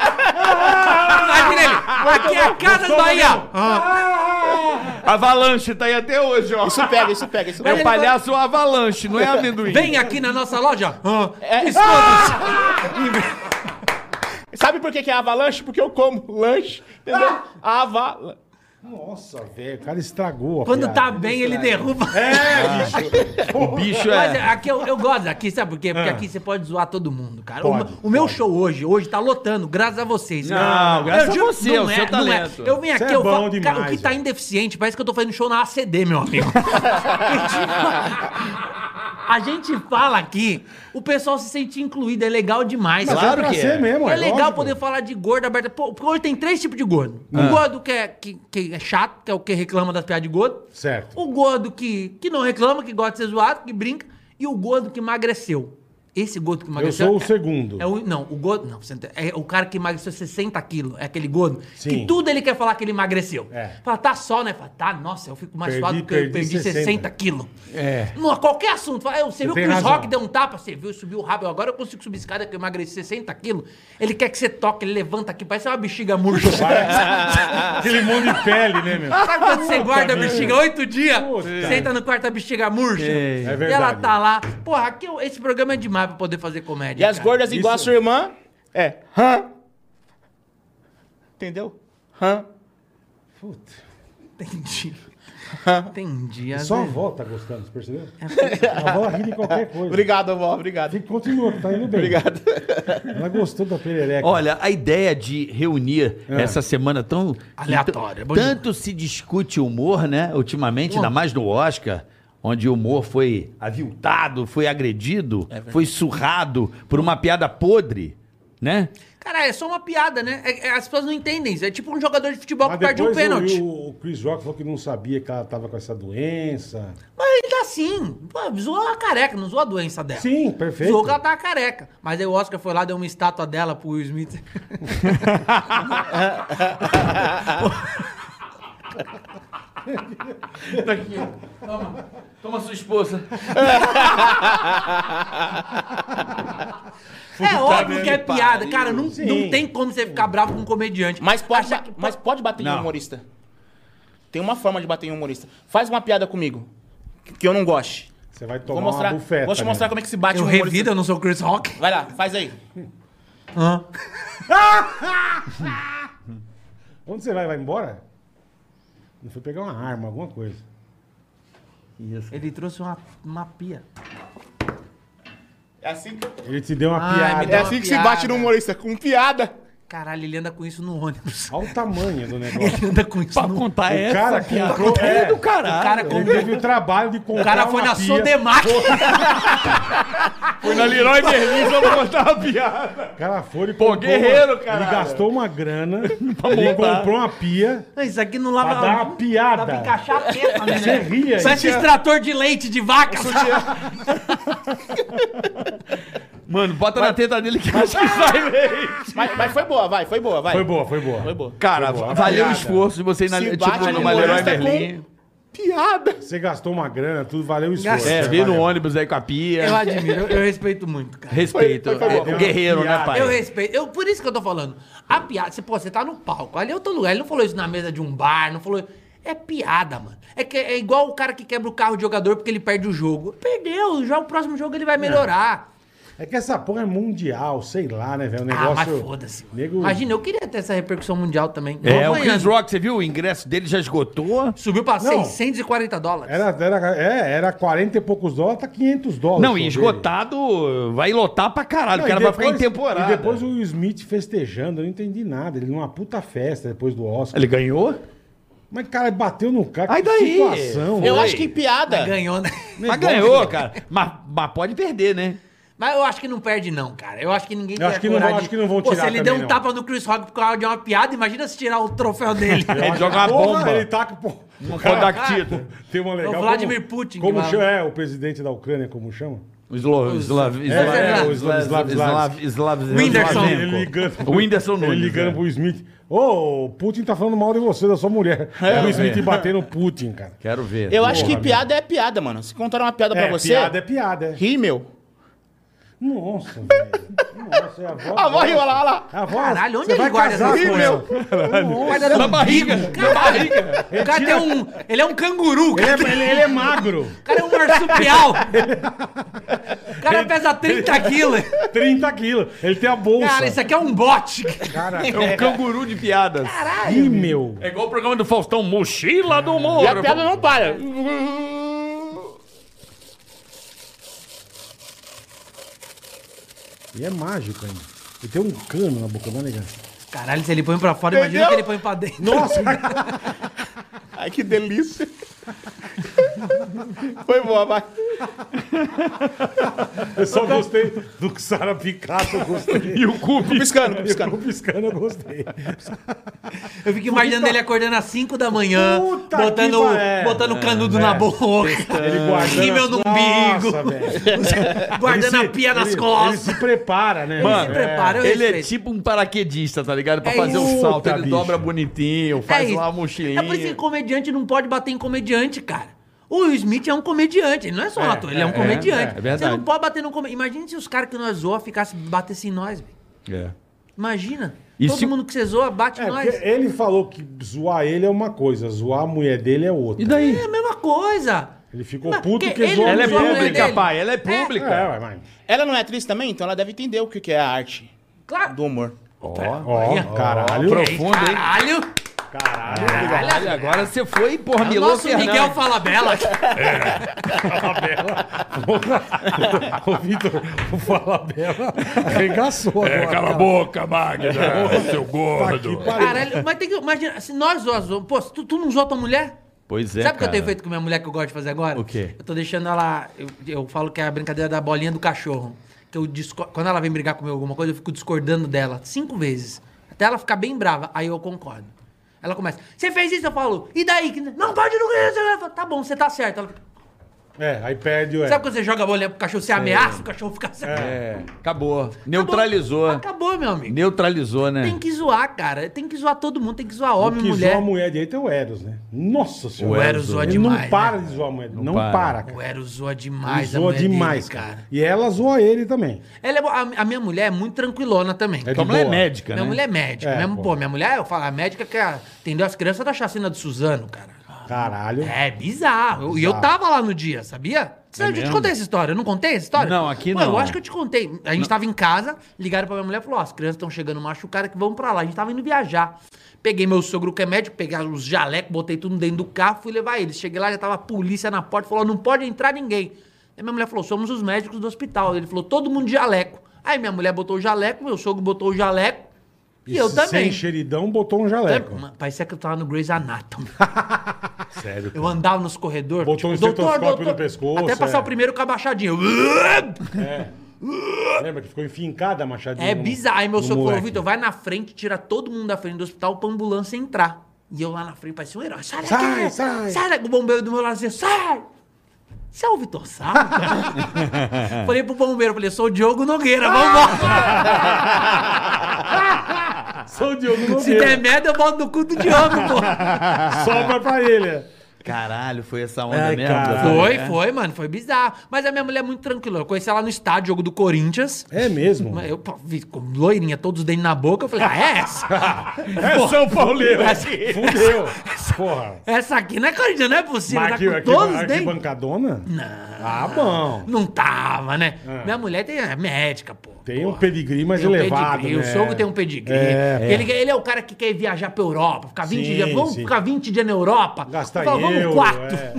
S4: Aqui nele. Aqui é a Casa do Bahia. Ah,
S3: Avalanche tá aí até hoje, ó.
S5: Isso pega, isso pega, isso
S3: É
S5: pega.
S3: o palhaço avalanche, não é amendoim.
S4: Vem aqui na nossa loja. Ah,
S5: É, isso- Sabe por que, que é avalanche? Porque eu como lanche, entendeu?
S2: Ah!
S5: Avalanche.
S2: Nossa, velho, o cara estragou. a
S4: Quando
S2: piada.
S4: tá bem, ele derruba.
S3: É, O bicho
S4: Mas
S3: é.
S4: aqui eu, eu gosto aqui, sabe por quê? Porque aqui você pode zoar todo mundo, cara. O-
S2: Pode,
S4: o, meu show hoje, hoje tá lotando, graças a vocês.
S3: Não,
S4: cara.
S3: graças
S4: Eu
S3: a
S4: juro,
S3: você, é o seu
S4: não
S3: talento.
S4: Eu vim
S2: Você
S4: aqui,
S2: é
S4: eu
S2: bom
S4: falo,
S2: demais,
S4: cara, o que tá
S2: velho.
S4: indeficiente, parece que eu tô fazendo show na ACD, meu amigo. tipo, a gente fala aqui, o pessoal se sente incluído, é legal demais.
S2: Mas
S3: Claro
S2: é pra
S3: que é.
S2: ser mesmo,
S4: É legal
S2: lógico. Ah.
S4: poder falar de gordo aberto. Pô, porque hoje tem três tipos de gordo. O gordo que é, que, que é chato, que é o que reclama das piadas de gordo.
S2: Certo.
S4: O gordo que, que não reclama, que gosta de ser zoado, que brinca. E o gordo que emagreceu. Esse gordo que
S2: Eu
S4: emagreceu.
S2: sou o
S4: é-
S2: segundo.
S4: É o, não, o gordo. Não, você não tem- é o cara que emagreceu 60 quilos. É aquele gordo.
S2: Sim.
S4: Que tudo ele quer falar que ele emagreceu.
S2: É.
S4: Fala, tá só, né? Fala, tá, nossa, eu fico mais
S2: Perdi-
S4: suado porque eu
S2: perdi
S4: perdi 60,
S2: 60
S4: quilos.
S2: É.
S4: Não, qualquer assunto. Fala, eu- você, viu que
S2: tem
S4: o Chris
S2: razão.
S4: Rock deu um tapa? Você viu, subiu rápido. Agora eu consigo subir escada que eu emagreci 60 quilos. Ele quer que você toque, ele levanta aqui, parece uma bexiga murcha.
S2: Aquele monte de pele, né, meu?
S4: Sabe quando você guarda a
S2: vida.
S4: bexiga oito dias?
S2: Puta.
S4: Senta no quarto, a bexiga murcha.
S3: Ei.
S2: É
S4: E ela
S2: verdade.
S4: tá lá. Porra, aqui, eu- esse programa é demais pra poder fazer comédia.
S5: E as
S4: cara.
S5: gordas igual a
S2: isso-
S5: sua irmã é. Hã? Entendeu? Hã?
S4: Entendi. Entendi. Às
S2: Só a
S4: vezes-
S2: avó tá gostando, você
S4: É
S2: percebeu? A avó ri de qualquer coisa.
S5: Obrigado, avó, obrigado.
S2: E continua, que tá indo bem.
S5: Obrigado.
S2: Ela gostou da perereca.
S3: Olha, a ideia de reunir essa semana tão. então,
S4: Aleatória, é bom
S3: Tanto se discute humor, né? Ultimamente, ainda mais no Oscar, onde o humor foi aviltado, foi agredido, foi surrado por uma piada podre, né?
S4: Cara, é só uma piada, né? É- é- as pessoas não entendem. isso. É tipo um jogador de futebol
S2: Mas
S4: que perde um
S2: depois eu
S4: pênalti.
S2: vi o, o Chris Rock falou que não sabia que ela tava com essa doença.
S4: Mas ainda assim, pô, zoou a careca, não zoou a doença dela.
S2: Sim, perfeito.
S4: Zoou que ela tava careca. Mas aí o Oscar foi lá, deu uma estátua dela pro Will Smith.
S3: Tá Toma sua esposa.
S4: é óbvio que é
S3: que pariu.
S4: piada. Cara, não, não
S2: Sim.
S4: tem como você ficar bravo com um comediante.
S5: Mas pode,
S4: Achar
S5: ba-
S4: que-
S5: mas pode bater em
S3: Não.
S5: um humorista. Tem uma forma de bater em um humorista. Faz uma piada comigo, que- que eu não goste.
S2: Você vai
S5: Vou
S2: tomar
S5: mostrar,
S2: uma bufeta. né?
S5: vou te mostrar como é que se bate
S4: Eu
S5: um
S4: revido, eu não sou o Chris Rock.
S5: Vai lá, faz aí.
S2: que... Onde você vai? Vai embora? Não foi pegar uma arma, alguma coisa.
S4: Ele trouxe uma, uma pia.
S5: É assim que,
S2: Ele te deu uma
S4: Ai, me
S5: É
S2: piada.
S4: dá-
S5: assim
S4: piada.
S5: humorista, com piada.
S4: Caralho, ele anda com isso no ônibus.
S2: Olha o tamanho do negócio.
S4: Ele anda com isso
S3: Pra
S4: no
S3: contar
S2: O
S3: essa.
S2: cara
S3: piada.
S2: comprou-
S3: Tá
S2: é.
S3: do caralho.
S4: O cara
S2: Ele
S4: um comprou.
S2: teve o trabalho de comprar
S4: O cara foi
S2: uma
S4: na
S2: pia.
S4: Sodemac.
S3: é
S6: Fui na Leroy Merlin só pra contar uma piada.
S2: O cara foi e
S6: Pô, guerreiro, caralho.
S2: Ele gastou uma grana, ele
S3: montar.
S2: comprou uma pia.
S4: Não, Isso aqui não tá lava.
S2: Pra dar uma piada.
S4: Dá pra encaixar a teta, né?
S2: Você é- ria.
S4: Só esse extrator de leite de vaca.
S3: Mano, bota na teta dele que eu acho que sai meio.
S5: Mas, mas foi boa, vai, foi boa, vai.
S2: Foi boa, foi boa.
S5: Foi boa.
S3: Cara,
S2: Foi boa,
S3: valeu o
S2: obrigada.
S3: esforço de você ir na,
S5: Se
S3: tipo,
S5: bate no
S3: numa Leroy
S5: humorista
S3: Merlin.
S5: com piada.
S2: Você gastou uma grana, tudo valeu o esforço.
S4: Gastei.
S1: É,
S2: né?
S1: veio no
S2: Valeu.
S1: ônibus aí com a pia.
S4: Eu admiro, eu, eu respeito muito, cara.
S1: Respeito.
S5: Foi- foi- foi
S1: É,
S5: bom.
S1: um guerreiro, né, pai?
S4: Eu respeito. Eu, por isso que eu tô falando. A piada. Você, pô, você tá no palco. Ali é outro lugar. Ele não falou isso na mesa de um bar, não falou. É piada, mano. É, que, é igual o cara que quebra o carro do jogador porque ele perde o jogo. Perdeu, já o próximo jogo ele vai melhorar.
S2: É que essa porra é mundial, sei lá, né, velho? O
S4: ah,
S2: negócio.
S4: mas foda-se. mano.
S2: Nego...
S4: Imagina, eu queria ter essa repercussão mundial também. Tô
S1: É, o
S4: apanhando.
S1: Chris Rock, você viu? O ingresso dele já esgotou.
S4: Subiu pra
S2: Não.
S4: 640 dólares.
S2: Era, era, é, era 40 e poucos dólares, tá 500 dólares.
S1: Não, e
S2: o show dele.
S1: esgotado vai lotar pra caralho.
S2: Não,
S1: o cara
S2: e
S1: vai ficar em
S2: depois-
S1: temporada.
S2: E depois o Will Smith festejando, eu não entendi nada. Ele numa puta festa depois do Oscar.
S1: Ele ganhou?
S2: Mas, cara, bateu no cara.
S1: Aí
S2: que
S1: daí?
S2: situação.
S5: Eu
S2: velho.
S5: acho que piada.
S4: Ganhou, né?
S1: Mas ganhou, cara. Mas, mas pode perder, né?
S4: Mas eu acho que não perde, não, cara. Eu acho que ninguém
S2: acho que não vão- acho que não vão
S4: Pô,
S2: tirar
S4: se ele der um
S2: também, não.
S4: tapa no Chris Rock por causa de uma piada, imagina se tirar o troféu dele.
S2: Eu acho-
S1: joga uma
S2: Porra,
S1: bomba.
S2: Ele tá taca, pô.
S1: Um condactito.
S2: Tem uma legal.
S4: É o Vladimir Putin que
S2: Como
S4: fala.
S2: chama, é, o presidente da Ucrânia, como chama?
S1: O Slo- Slav- Slav-
S2: é, o Slav-
S1: Slav-
S2: Slav-
S1: Slav- Slav-
S4: Whindersson.
S1: Slavenko.
S2: Ele ligando.
S1: O Whindersson
S2: Ele
S1: Nunes.
S2: ligando
S1: é.
S2: pro Smith. Ô, o Putin tá falando mal de você, da sua mulher. o Smith
S1: é.
S2: batendo o Putin, cara.
S1: Quero ver.
S5: Eu acho
S2: Porra,
S5: que piada é piada, mano. Se contaram uma piada pra você,
S2: piada é piada. é.
S5: rímel.
S2: Nossa, velho. Nossa, é a avó.
S5: A avó riu, Ah, olha lá, olha lá.
S2: A avó,
S4: Caralho, onde
S2: você
S4: ele
S2: vai
S4: guarda
S2: casar
S4: essas
S2: com
S4: coisas?
S2: ela. Nossa.
S1: Na barriga. Na barriga.
S4: um O cara tem um. Ele é um canguru,
S2: Ele
S4: cara.
S2: é, ele- ele é magro.
S4: O cara é um marsupial. O cara pesa 30 quilos.
S2: 30 quilos. Ele tem a bolsa.
S4: Cara, isso aqui é um bote.
S2: Cara,
S1: É um canguru de piadas.
S2: Ih, meu.
S3: É igual o programa do Faustão, Mochila do Humor.
S5: E a piada não para.
S2: E é mágico ainda. Ele tem um cano na boca, não é legal?
S4: Caralho, se ele põe pra fora, imagina
S5: Entendeu?
S4: que ele põe pra dentro.
S2: Nossa,
S5: Ai, que delícia. Foi boa, vai.
S2: eu só gostei do que Sara Picasso, eu gostei.
S3: E o cu
S5: Piscando,
S2: Eu
S5: piscando.
S2: vou piscando, eu gostei.
S4: Eu fico imaginando ele acordando às 5 da manhã,
S2: Puta
S4: botando,
S2: que é. pariu.
S4: botando canudo na boca,
S2: Ele guardando.
S4: Rímel no umbigo.
S2: Nossa, velho. Ele
S4: guardando
S2: se-
S4: a pia nas
S2: ele- Ele
S4: costas.
S2: se prepara, né?
S1: Mano,
S2: velho?
S4: prepara, eu
S1: Ele é
S4: respeito.
S1: tipo um paraquedista, tá ligado? Pra
S4: É
S1: fazer
S2: isso.
S1: um salto, ele
S2: Puta,
S1: dobra
S2: bicho.
S1: bonitinho, faz
S4: isso.
S1: lá uma
S4: É por isso que
S1: mochilinha.
S4: comediante não pode bater em comediante, cara. O Will Smith é um comediante, ele não é só um ator, ele é um comediante.
S1: é, é
S4: Você
S1: verdade.
S4: não pode bater num comediante. Imagina se os caras que nós zoa ficassem batessem em nós, velho.
S1: É.
S4: Imagina.
S1: E
S4: Todo
S1: se-
S4: mundo que você zoa bate em
S2: É,
S4: nós.
S2: porque ele falou que zoar ele é uma coisa, zoar a mulher dele é outra.
S1: E daí?
S4: É a mesma coisa.
S2: Ele ficou
S4: Mas
S2: puto
S4: que-
S2: que zoou
S4: ele
S1: Ela é
S4: zoa a mulher
S1: pública,
S4: dele.
S1: pai. Ela é pública.
S2: É, mas...
S5: Ela não é atriz também, então ela deve entender o que que é a arte
S4: Claro.
S5: do humor.
S1: Ó,
S2: Ó,
S4: Olha.
S2: caralho.
S1: profundo, hein?
S4: Caralho!
S1: Caralho, agora você foi, porra,
S4: É o
S1: Milô
S4: nosso
S1: Fernandes.
S4: Miguel fala bela.
S2: o Vitor, o Fala Bela, arregaçou
S3: É,
S2: agora.
S4: então.
S3: cala a
S2: cara.
S3: boca, Magda,
S1: É.
S3: seu gordo.
S2: Tá aqui,
S4: Caralho, mas tem que. Imagina, se nós zoamos. Pô, se tu, tu não zoa tua mulher?
S1: Pois é,
S4: Sabe o que eu
S1: cara.
S4: tenho feito com minha mulher que eu gosto de fazer agora?
S1: O quê?
S4: Eu tô deixando ela. Eu, eu falo que é a brincadeira da bolinha do cachorro. Que eu disco- Quando ela vem brigar comigo alguma coisa, eu fico discordando dela cinco vezes. Até ela ficar bem brava. Aí eu concordo. Ela começa, você fez isso? Eu falo, e daí? Que- Não pode, não ganhar. Eu falo, tá bom, você tá certo. Ela,
S2: É, aí perde o...
S4: sabe quando você joga a bolinha pro cachorro, você ameaça, o cachorro fica assim.
S1: É, acabou. Neutralizou.
S4: Acabou, meu amigo.
S1: Neutralizou, né?
S4: Tem que zoar, cara. Tem que zoar todo mundo, tem que zoar homem,
S2: que
S4: mulher.
S2: zoa a mulher direita é o Eros, né? Nossa senhora.
S4: O Eros zoa
S2: Ele
S4: demais.
S2: não para
S4: né?
S2: de zoar a mulher, não,
S1: para.
S2: para.
S4: O
S2: cara.
S4: Eros zoa
S2: Ele
S4: demais a
S2: zoa
S4: mulher dele,
S2: demais, cara. E ela zoa ele também.
S4: Ela é bo- a, a minha mulher é muito tranquilona também.
S2: É de
S1: Tua mulher é
S2: boa.
S1: médica,
S4: minha
S1: né?
S4: mulher é médica.
S2: É,
S4: mesmo, pô.
S2: pô.
S4: minha mulher, eu falo, a médica que a- atendeu as crianças da chacina de Suzano, cara.
S2: Caralho.
S4: É bizarro. Eu- E eu
S2: Bizarro.
S4: tava lá no dia, sabia? Você, eu te
S1: É mesmo?
S4: contei essa história, eu não contei essa história?
S1: Não, aqui
S4: Pô,
S1: não.
S4: Eu acho que eu te contei. A gente tava em casa, ligaram pra minha mulher e falou: ó, as crianças estão chegando machucadas que vão pra lá. A gente tava indo viajar. Peguei meu sogro que é médico, peguei os jalecos, botei tudo dentro do carro, fui levar eles. Cheguei lá, já tava a polícia na porta, falou: não pode entrar ninguém. Aí minha mulher falou: somos os médicos do hospital. Ele falou: todo mundo de jaleco. Aí minha mulher botou o jaleco, meu sogro botou o jaleco. E, eu
S2: se-
S4: também.
S2: Sem cheiridão, botou um jaleco.
S4: Mano, Parecia que eu tava no Grey's Anatomy.
S2: Sério.
S4: Eu andava nos corredores. tipo,
S2: Botou um estetoscópio no pescoço,
S4: Até passar
S2: é.
S4: o primeiro com a baixadinha.
S2: Lembra que ficou enfincada a machadinha?
S4: É
S2: no-
S4: bizarro. Aí meu
S2: no
S4: sogro falou,
S2: Um moleque.
S4: Vitor, vai na frente, tira todo mundo da frente do hospital pra ambulância entrar. E eu lá na frente, parecia um herói. Sai daqui!
S2: Sai, sai.
S4: Sai daqui! O bombeiro do meu lado dizia, sai! Você é o Vitor Sá? falei pro bombeiro, falei, sou o Diogo Nogueira,
S2: Ah!
S4: vambora!
S2: Sou o Diogo
S4: Se der
S2: Nogueira.
S4: merda, eu boto no cu do Diogo, pô!
S2: Sobra pra ele.
S1: Caralho, foi essa onda
S2: Ai,
S1: mesmo?
S2: cara.
S1: Davi?
S4: Foi,
S1: É.
S4: foi, mano. Foi bizarro. Mas a minha mulher é muito tranquila. Eu conheci ela no estádio, jogo do Corinthians.
S2: É mesmo.
S4: Mas Eu pô, vi com loirinha, todos os dentes na boca. Eu falei, ah, é essa?
S3: É São Paulino.
S4: essa,
S2: Fudeu. Porra.
S4: essa aqui não é corinthians, não é possível.
S3: Mas
S4: tá
S3: aqui-
S4: com
S3: aqui-
S4: todos os
S2: Arquibancadona?
S4: dentes.
S2: bancadona? Ah, bom.
S4: Não tava, né? Minha mulher tem, é médica, pô.
S2: Ah. Tem
S4: Porra.
S2: um pedigree mais
S4: Tem um
S2: elevado,
S4: pedigree,
S2: né?
S4: O sogro tem um pedigree.
S2: É, é.
S4: Ele, ele é o cara que quer viajar pra Europa, ficar 20
S2: Sim,
S4: dias. Vamos
S2: sim.
S4: ficar 20 dias na Europa?
S2: Gastar
S4: Eu falo,
S2: em euro,
S4: vamos quatro.
S2: é.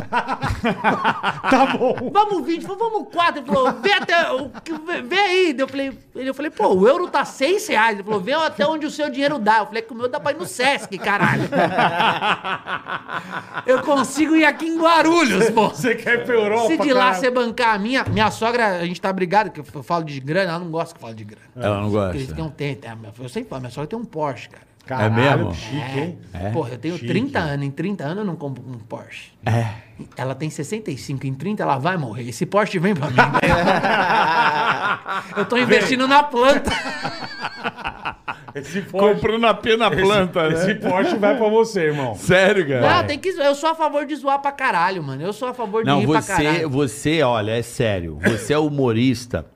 S2: tá bom.
S4: Vamos 20, falou, vamos 4. Ele falou, vê até. o que- vê- Vê aí. Daí Eu falei, ele- eu falei, pô, o euro tá 6 reais. Ele falou, vê até onde o seu dinheiro dá. Eu falei, "É que o meu dá pra ir no Sesc, caralho. Eu consigo ir aqui em Guarulhos, pô.
S2: Você quer ir pra Europa,
S4: Se de lá
S2: cara?
S4: você bancar a minha, minha sogra, a gente tá brigado, que eu falo de grana, ela não gosta que eu falo de grana.
S3: Ah,
S1: Ela não
S4: Porque eles
S1: gosta.
S4: têm um tem, tem- eu sempre falo, minha sogra tem um Porsche, cara.
S2: Caralho,
S1: É mesmo?
S2: que Chique, hein?
S4: É. Porra, eu tenho
S2: Chique.
S4: 30 anos. Em 30 anos eu não compro um Porsche.
S1: É.
S4: Ela tem 65. Em 30 ela vai morrer. Esse Porsche vem pra mim. né? eu tô investindo na planta. É.
S2: Esse Porsche,
S3: Comprando a pena planta, né?
S2: esse Porsche vai pra você, irmão.
S1: Sério, cara?
S4: Não, Ah, tem que zoar. Eu sou a favor de zoar pra caralho, mano. Eu sou a favor de
S1: Não,
S4: rir pra
S1: você,
S4: caralho.
S1: você, olha, é sério. Você é humorista,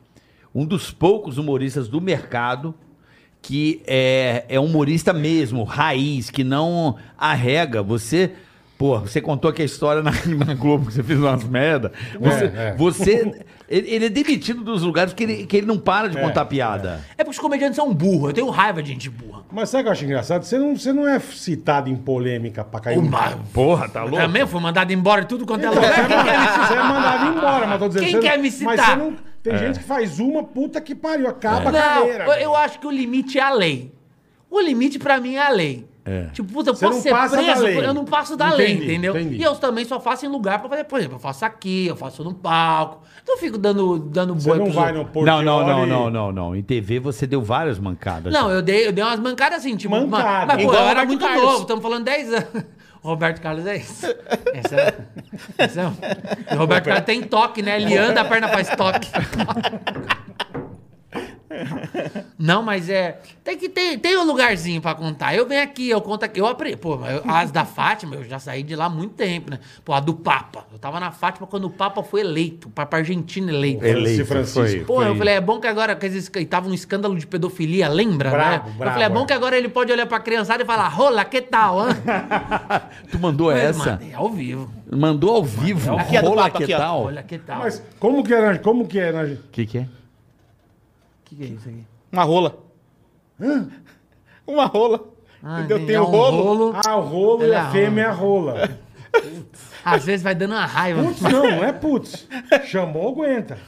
S1: um dos poucos humoristas do mercado que é, é humorista mesmo, raiz, que não arrega. Você, pô, você contou aqui a história na, na Globo, que você fez umas merda. Você,
S2: é.
S1: você- ele, ele é demitido dos lugares que ele, que ele não para de contar piada.
S4: É porque os comediantes são burros. Eu tenho raiva de gente burra.
S2: Mas sabe o que eu acho engraçado? Você não, você não é citado em polêmica pra cair.
S4: O
S2: no-
S4: ma-
S3: Porra, tá
S1: É
S3: louco?
S4: Também fui mandado embora de tudo quanto é
S2: Então, Você, é
S4: lugar.
S2: mandado, você é mandado embora, mas tô dizendo.
S4: Quem
S2: você
S4: quer
S2: não-
S4: me
S2: Mas você
S4: citar?
S2: não, tem
S1: É.
S2: gente que faz uma puta que pariu, acaba a
S4: Não,
S2: carreira.
S4: eu, eu acho que o limite é a lei. O limite pra mim é a lei. Tipo, puta, eu
S2: Você não
S4: posso ser
S2: passa da
S4: preso,
S2: lei.
S4: eu não passo da
S2: Entendi,
S4: lei, entendeu?
S2: entendi.
S4: E eu também só faço em lugar pra fazer, por exemplo, eu faço aqui, eu faço no palco. Não fico dando, dando
S2: Você
S4: boi
S2: não
S4: pros
S2: vai
S4: outros.
S2: no Porto
S1: Não, não, não, não, não, não. Em TV você deu várias mancadas.
S4: Não, eu dei, eu dei umas mancadas assim, tipo,
S2: Mancada.
S4: ma- mas pô,
S5: Igual
S4: eu era
S5: Roberto
S4: muito
S5: Carlos.
S4: novo, estamos falando 10 anos. Roberto Carlos é isso. Esse é, esse é um. E o Roberto Carlos tem toque, né? Ele anda, a perna faz toque. Não, mas é. Tem que ter tem um lugarzinho pra contar. Eu venho aqui, eu conto aqui. Eu aprendi. Pô, eu- as da Fátima, eu já saí de lá há muito tempo, né? Pô, a do Papa. Eu tava na Fátima quando o Papa foi eleito, o Papa Argentino eleito.
S2: Eleito, Francisco.
S4: Pô, eu falei, é bom que agora. que esses- E tava um escândalo de pedofilia, lembra?
S2: Brabo,
S4: né?
S2: brabo,
S4: eu falei, é
S2: é.
S4: bom que agora ele pode olhar pra criançada e falar, rola, que tal? hã?"
S1: Tu mandou
S4: Mas,
S1: essa?
S4: mano, é ao vivo.
S1: Mandou ao vivo.
S5: Aqui é do
S1: Rola,
S5: papo,
S1: que
S5: aqui, ó.
S1: tal?
S4: Olha, que tal?
S2: Mas como que é na. Como que é na.
S1: O que, que é?
S4: O que, que é isso aqui?
S5: Uma rola. Uma rola.
S4: Ah,
S5: Entendeu?
S4: entendi.
S5: Tem
S4: É
S5: o
S4: um
S5: rolo.
S2: Ah, o rolo e
S4: Ele é
S2: a
S4: a
S2: fêmea é a rola.
S4: Às vezes vai dando uma raiva.
S2: Putz, não, não é putz. Chamou, aguenta.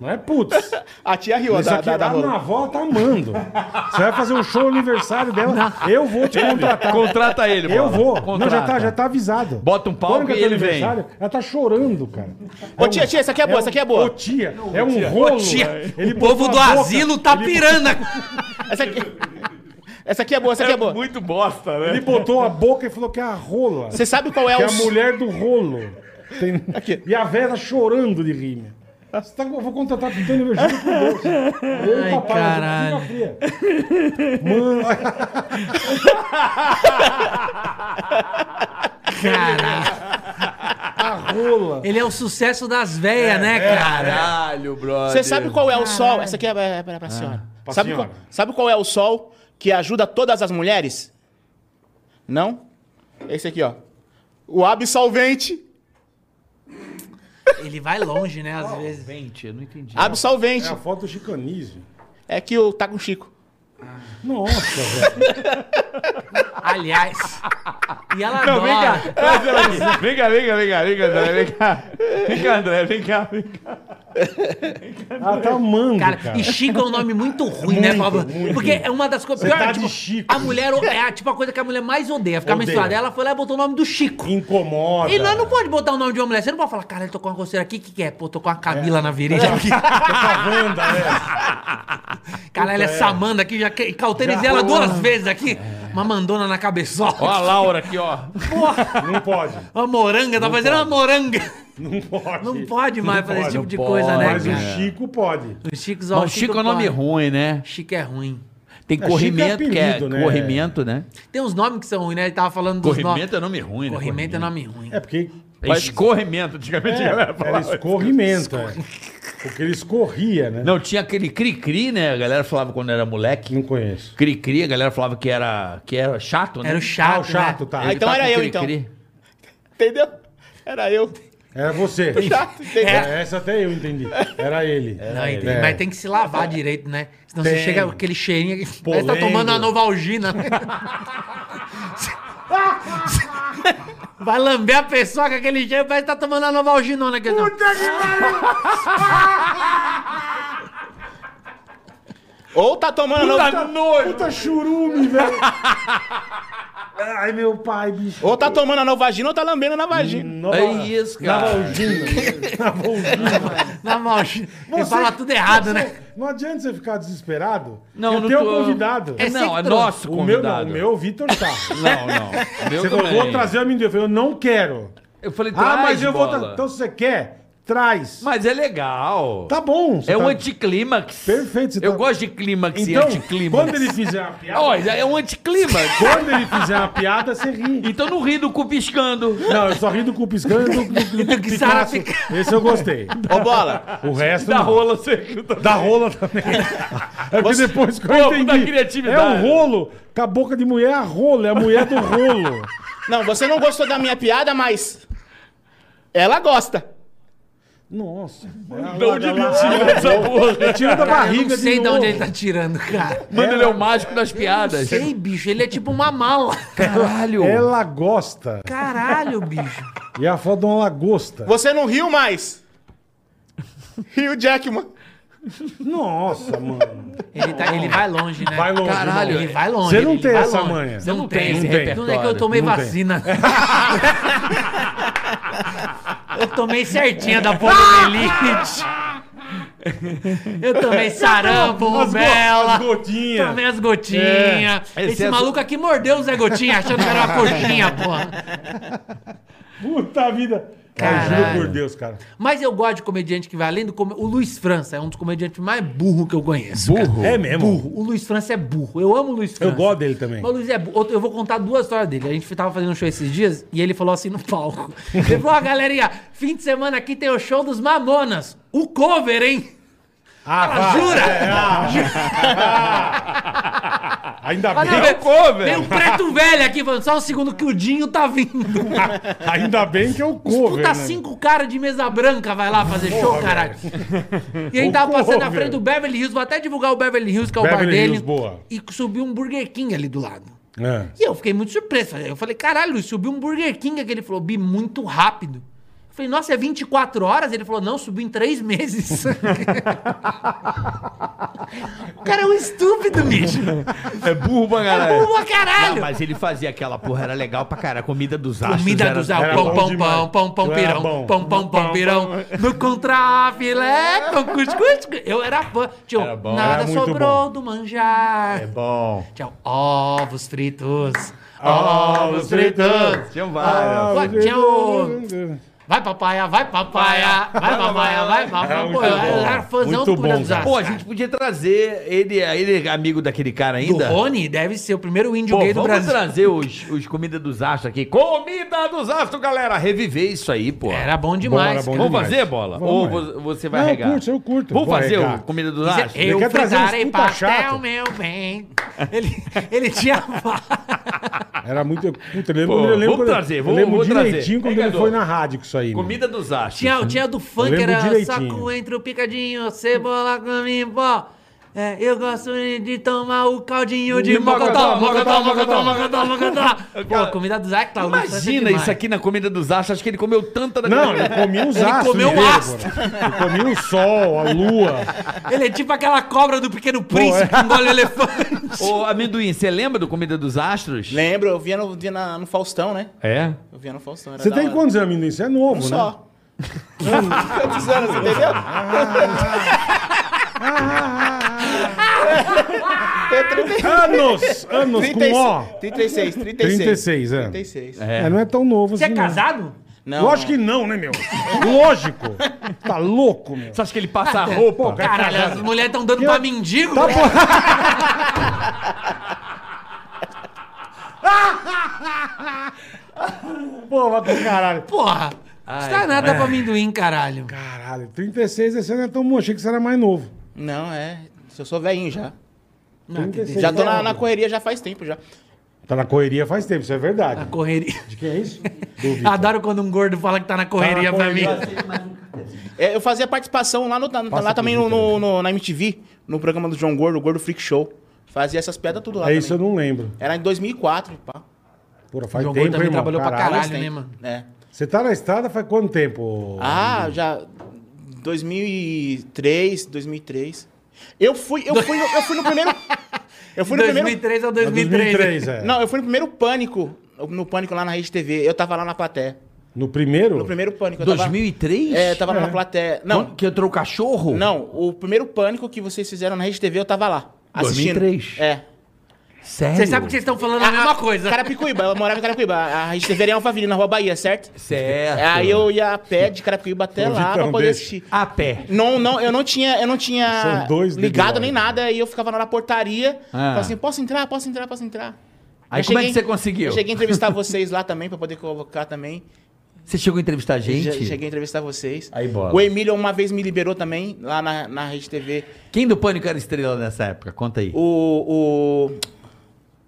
S2: Não é putz.
S5: A tia riu
S2: Isso
S5: da,
S2: aqui
S5: da, da
S2: a minha
S5: rola.
S2: avó tá amando. Você vai fazer o show aniversário dela, eu vou te contratar.
S1: Contrata ele,
S2: Eu
S1: Bola.
S2: vou. Não,
S1: Contrata.
S2: já tá, já tá avisado.
S1: Bota um palco
S2: Quando que é
S1: e
S2: teu
S1: ele vem.
S2: aniversário? Ela tá chorando, cara.
S5: Ô, tia, tia, essa aqui é boa,
S2: um-
S5: essa aqui é boa.
S2: Ô, tia, é um rolo.
S4: Tia,
S2: Ele
S4: o povo
S2: botou
S4: do
S2: a boca,
S4: asilo tá
S2: ele-
S4: pirando.
S5: Essa aqui... Essa aqui é boa, essa aqui é
S2: tá.
S5: boa.
S3: Muito bosta, né?
S2: Ele botou a boca e falou que é a rola.
S4: tá
S5: Você sabe qual é
S2: Que é
S5: o...
S2: a mulher do rolo. Tem-
S5: Aqui.
S2: E a Vera tá chorando de rir, meu. Você tá- eu vou contratar pro Tony Virgílio com Deus. Eu e
S4: Ai,
S2: o papai,
S4: caralho.
S2: mas fica fria. Mano,
S4: Caralho.
S2: a rola.
S4: Ele é o sucesso das velhas, né, cara?
S1: Caralho, brother.
S5: Você sabe qual é o sol? Essa aqui é pra, pra, pra senhora.
S2: Pra
S5: sabe,
S2: senhora.
S5: Qual, sabe qual é o sol que ajuda todas as mulheres? Não? Esse aqui, ó. O absolvente.
S4: Ele vai longe, né, às vezes.
S1: Gente, eu não entendi.
S3: Ah,
S2: É
S5: Absolvente.
S2: a foto do chicanismo.
S5: É que o tá com o Chico.
S2: Nossa, velho.
S4: Aliás. E ela
S3: Não, vem cá.
S4: adora.
S3: Traz ela aqui. Vem cá, vem cá, vem cá, vem cá, André, vem cá. Vem cá, André, vem cá, vem cá.
S2: Ela tá amando, cara.
S4: Cara, e Chico é um nome muito ruim, né, Pablo? Porque é uma das coisas.
S2: Você
S4: pior,
S2: tá
S4: é,
S2: de
S4: tipo,
S2: Chico.
S4: A mulher é a, tipo a coisa que a mulher mais odeia, ficar
S2: Odeia.
S4: menstruada. Ela foi lá e botou o nome do Chico.
S2: Incomoda.
S4: E nós não pode botar o nome de uma mulher. Você não pode falar, cara, ele tocou uma coceira aqui, o que, que é? Pô, tocou uma Camila na virilha aqui.
S2: A Wanda, né?
S4: Caralho, essa Amanda aqui, É. já É. que- cauterizei ela duas vezes aqui. Uma mandona na
S1: Ó a
S4: cabeçola.
S1: Laura aqui, ó.
S2: né? Não pode.
S4: Uma moranga, tá fazendo uma moranga.
S2: Não pode.
S4: Não pode mais fazer esse tipo de
S1: pode.
S4: coisa, né,
S2: Mas o
S4: cara?
S2: Chico pode.
S3: um
S4: O Chico,
S1: Mas o Chico é nome
S4: pode.
S1: ruim, né?
S4: Chico é ruim.
S3: Tem
S2: É,
S3: corrimento,
S2: Chico é apelido,
S3: que é
S2: né?
S3: corrimento, né?
S4: Tem uns nomes que são ruins, né? Ele tava falando dos nomes.
S3: Corrimento é nome ruim, né?
S4: Corrimento é nome ruim.
S2: É porque
S3: É
S7: Escorrimento, antigamente a
S3: né?
S7: galera
S2: É, era
S7: falava.
S2: escorrimento. é. Porque ele escorria, né?
S3: Não, tinha aquele cri-cri, né? A galera falava quando era moleque.
S2: Não conheço.
S3: Cri-cri, a galera falava que era, que era chato, né?
S4: Era o chato,
S2: Ah, o chato,
S4: né?
S2: tá.
S5: Então
S3: com
S5: era eu,
S3: cri-cri.
S5: Entendeu? Era eu.
S2: Era você.
S5: Chato, entendeu?
S2: É, essa até eu entendi. Era ele.
S4: Não, Ah, entendi.
S2: É.
S4: Mas tem que se lavar direito, né? Senão você
S2: Tem.
S4: chega com aquele cheirinho. que Parece que tá
S2: Polengo.
S4: tomando uma novalgina. né? Vai lamber a pessoa com aquele cheiro, parece que tá tomando uma novalginona. Que não.
S5: Ou tá tomando
S7: Puta
S5: novo.
S7: nojo!
S2: É. Puta churume, velho. Ai, meu pai, bicho.
S5: Ou tá tomando a novagina ou tá lambendo na vagina.
S2: Nova-
S3: É isso, cara.
S2: Navalgina. Navalgina.
S4: Novalgina. Ele
S2: Você-
S4: fala tudo errado,
S2: você-
S4: né?
S2: Não adianta você ficar desesperado.
S3: Não,
S2: eu
S3: não
S2: tenho
S3: tô-
S2: um convidado.
S3: É, não, é
S4: sempre
S3: nosso
S2: O meu não,
S3: convidado.
S2: o meu é o Vitor Sá.
S3: Não, não. O meu
S2: Você falou,
S3: também.
S2: vou trazer o amendoim. Eu falei, eu não quero.
S3: Eu falei, traz,
S2: Ah, mas eu vou.
S3: bola.
S2: tra- Então, se você quer, traz.
S3: Mas é legal.
S2: Tá bom. você
S3: é um
S2: tá-
S3: anticlímax.
S2: Perfeito, você
S3: Eu
S2: tá-
S3: gosto de clímax
S2: Então,
S3: e anticlímax.
S2: quando ele fizer uma piada.
S3: Ó, é um anticlímax.
S2: Quando ele fizer uma piada, você ri.
S3: então não ri do cu piscando.
S2: Não, eu só ri do cu piscando e do, do, do, do
S4: que
S2: Picasso.
S4: sarapica.
S2: Esse eu gostei.
S5: Ô, bola.
S2: O resto.
S7: Da
S2: não.
S7: rola, você.
S2: Da rola também. É porque depois que eu
S7: Pouco da
S2: entendi.
S7: criatividade.
S2: É o rolo. Com a boca de mulher é a rola. É a mulher do rolo.
S5: Não, você não gostou da minha piada, mas. Ela gosta.
S2: Nossa.
S7: De onde ele tira essa porra?
S2: Tira da
S4: Eu
S2: barriga
S4: não sei de,
S2: novo.
S4: onde ele tá tirando, cara.
S3: Mano, ele é o mágico das piadas.
S4: Sei, bicho. Ele é tipo uma mala.
S3: Caralho.
S2: Ela gosta.
S4: Caralho, bicho.
S2: E a foto de uma lagosta.
S5: Você não riu mais. Rio Jackman.
S2: Nossa, mano.
S4: Ele, tá- ele vai longe, né?
S2: Vai longe,
S3: Caralho.
S4: Ele vai longe.
S2: Você não
S4: ele
S2: tem
S4: vai
S2: essa
S4: longe.
S2: manha.
S4: Não,
S3: Não tem
S4: tem.
S3: esse
S4: Não tem. Não é que eu
S3: repertório.
S4: tomei
S2: Não tem.
S4: vacina. eu tomei certinha da poliomielite. Eu tomei sarampo, rubela.
S2: As gotinhas.
S4: Tomei as gotinhas.
S3: É.
S4: Esse
S3: Excesso-
S4: maluco aqui mordeu o Zé Gotinha, achando que era uma coxinha, porra.
S2: Puta vida. Cara,
S4: Caralho.
S2: juro por Deus, cara.
S4: Mas eu gosto de comediante que vai além do... come- O Luiz França é um dos comediantes mais burro que eu conheço. Burro?
S2: É mesmo?
S4: burro. O Luiz França é burro. Eu amo o Luiz França.
S2: Eu gosto dele também.
S4: Mas o Luiz é burro. Eu vou contar duas histórias dele. A gente tava fazendo um show esses dias e ele falou assim no palco. Ele falou, ó, galerinha, fim de semana aqui tem o show dos Mamonas. O cover, hein?
S2: Ah, vai.
S4: Jura? ah,
S2: Ainda
S4: Olha,
S2: bem,
S7: cover.
S4: Tem um preto velho aqui falando, só um segundo que o Dinho tá vindo.
S2: ainda bem que é o cover,
S4: Puta
S2: né?
S4: cinco caras de mesa branca vai lá fazer show, caralho. E a gente tava passando na
S2: cover.
S4: frente do Beverly Hills, vou até divulgar o Beverly Hills, que é o bar
S2: Beverly
S4: dele.
S2: Hills, boa.
S4: E subiu um Burger King ali do lado.
S2: É.
S4: E eu fiquei muito surpreso. Eu falei, caralho, Luiz, subiu um Burger King aqui. Ele falou, Bi, muito rápido. Eu falei, nossa, é 24 horas? Ele falou, não, subiu em 3 meses. o cara é um estúpido, bicho.
S3: É burro pra
S4: É burro pra
S3: Não,
S4: caralho.
S3: mas ele fazia aquela porra, era legal pra caralho. Comida dos astros.
S4: Comida
S3: era-
S4: do Zé,
S2: era
S4: pão,
S2: bom
S4: pão,
S2: demais.
S4: pão, pão, pão,
S2: Era
S4: pirão,
S2: bom.
S4: pão, pão, pão, pirão, no contra filé, com cuscuz, cuscuz. eu era fã, tio,
S3: Era bom.
S4: nada
S2: Era muito
S4: sobrou
S2: bom.
S4: do manjar,
S3: É bom.
S4: tchau, ovos fritos,
S2: Ovos
S4: ovos fritos,
S2: fritos.
S3: Tinha várias.
S4: Vai, tinha o- Vai papaya, vai papaya, vai papaya, vai
S2: Era
S4: papaya.
S2: É muito
S4: Pô, eu era
S2: bom.
S4: fãzão do
S2: Muito
S4: Comida
S2: bom,
S4: dos
S2: cara.
S4: Astros.
S3: Pô, a gente podia trazer ele, ele é amigo daquele cara
S4: O
S3: ainda.
S4: Rony deve ser o primeiro índio
S3: Pô,
S4: gay do
S3: vamos
S4: Brasil.
S3: trazer os, os Comida dos Astros aqui. Comida dos Astros, galera! Reviver isso aí, pô.
S4: Era bom demais.
S2: um- Bom, era
S4: cara.
S2: bom
S3: Vamos
S2: demais.
S3: fazer, bola?
S2: Vamos,
S3: Ou
S2: é.
S3: vo- você vai
S2: Não, eu
S3: regar?
S2: curto, eu curto.
S3: Vamos
S2: Vou
S3: fazer
S2: regar.
S3: o Comida dos
S4: Dizer,
S3: Astros?
S4: é- Eu
S2: quer trazer uns
S4: fritarei
S2: puta
S4: pastel,
S2: chato?
S4: meu bem. Ele, ele tinha
S2: Era muito. Puta, eu lembro,
S3: Pô,
S2: eu lembro
S3: vamos
S2: quando-
S3: trazer,
S2: eu
S3: vamos-
S2: lembro
S3: vamos trazer.
S2: direitinho quando
S3: Pegador.
S2: ele foi na rádio com isso aí. né? mano.
S3: Comida dos Astros.
S4: Tinha, tinha do funk,
S2: lembro
S4: era
S2: direitinho.
S4: só coentro picadinho, cebola com mipó. É, eu gosto de- de tomar o caldinho de
S3: De
S4: mocotó,
S3: mocotó,
S4: mocotó, mocotó, mocotó, mocotó. Pô, comida do Zé é Claudio.
S3: Imagina isso aqui na Comida dos Astros. Acho que ele comeu tanta da
S2: Não, ele comia os
S4: Ele
S2: astros.
S4: comeu
S2: dele,
S4: o astro.
S2: cara. Ele comia o sol, a lua.
S4: Ele é tipo aquela cobra do Pequeno Príncipe que engole o elefante.
S3: Ô, amendoim, você lembra do Comida dos Astros?
S5: Lembro, eu via no, via na- no Faustão, né?
S3: É.
S5: Eu via no Faustão. Era
S2: Você
S5: da
S2: tem
S5: hora.
S2: quantos anos, menino? Isso é novo, né?
S5: Um só. Quantos anos, entendeu? Tem 30
S2: né? Anos! Anos com
S5: 36,
S2: O.
S5: 36, 36.
S2: 36, é.
S5: 36.
S2: É, não é tão novo
S4: Você é
S2: não.
S4: casado?
S5: Não,
S2: Lógico
S5: não.
S2: que não, né, meu? Lógico. Tá louco, meu.
S3: Você acha que ele passa a roupa?
S4: Caralho, as mulheres estão dando pra mendigo, velho.
S2: Pô, vai pro caralho.
S4: Porra! Isso não é nada pra amendoim, caralho.
S2: Caralho, 36 esse ano é tão bom. Achei que você era mais novo.
S5: Não, é. Eu sou velhinho já.
S2: 36
S5: Já tô na,
S2: é
S5: na
S2: novo.
S5: correria já faz tempo já.
S2: Tá na correria faz tempo, isso é verdade.
S4: A correria.
S2: De quem é isso? Do Vitor.
S4: Adoro quando um gordo fala que tá na correria
S2: Tá na
S4: pra mim.
S5: É, eu fazia participação lá, no, na- lá
S2: pro
S5: também no,
S2: Vitor,
S5: no- no- na MTV, no programa do João Gordo, o Gordo Freak Show. Fazia essas pedras tudo lá.
S2: É isso eu
S5: também.
S2: não lembro.
S5: Era em 2004, pá.
S2: Porra, faz
S4: João Gordo
S2: tempo,
S4: também
S2: irmão.
S4: trabalhou pra
S2: caralho.
S4: caralho.
S5: Faz tempo.
S4: né, mano?
S5: É.
S2: Você tá na estrada faz quanto tempo?
S5: Ah, já. 2003, 2003. Eu fui, eu fui, no, eu fui no primeiro. Eu fui no primeiro.
S4: 2003 ou 2003.
S2: 2003, é.
S5: Não, eu fui no primeiro pânico. No pânico lá na Rede TV. Eu tava lá na plateia.
S2: No primeiro?
S5: No primeiro pânico. Eu tava-
S1: 2003?
S5: É, eu tava lá na plateia. Não,
S1: Que entrou o cachorro?
S5: não. O primeiro pânico que vocês fizeram na Rede TV, eu tava lá. Assistindo.
S1: 2003.
S5: É.
S1: Sério?
S4: Vocês sabem que vocês estão falando a
S1: Ah,
S4: mesma coisa.
S5: Ah, Carapicuíba, eu morava em Carapicuíba. A Rede TV era em Alphaville, na Rua Bahia, certo?
S1: Certo.
S5: É, Aí eu ia a pé de Carapicuíba até
S2: Ô,
S5: lá pra
S2: Vitão,
S5: poder
S2: deixa.
S5: assistir.
S1: A pé.
S5: Não, não, eu não tinha, eu não tinha
S2: São dois
S5: ligado
S2: debilóides.
S5: nem nada, aí eu ficava lá na portaria, falava assim, posso entrar, posso entrar, posso entrar.
S1: Ah. Aí
S5: Eu
S1: como é
S5: cheguei-
S1: que você conseguiu?
S5: Eu cheguei a entrevistar vocês lá também, pra poder colocar também.
S1: Você chegou a entrevistar a
S5: Já-
S1: gente?
S5: Cheguei a entrevistar vocês.
S1: Aí, bola.
S5: O Emílio uma vez me liberou também, lá na, na Rede TV.
S1: Quem do Pânico era estrela nessa época? Conta aí. O,
S5: O, o,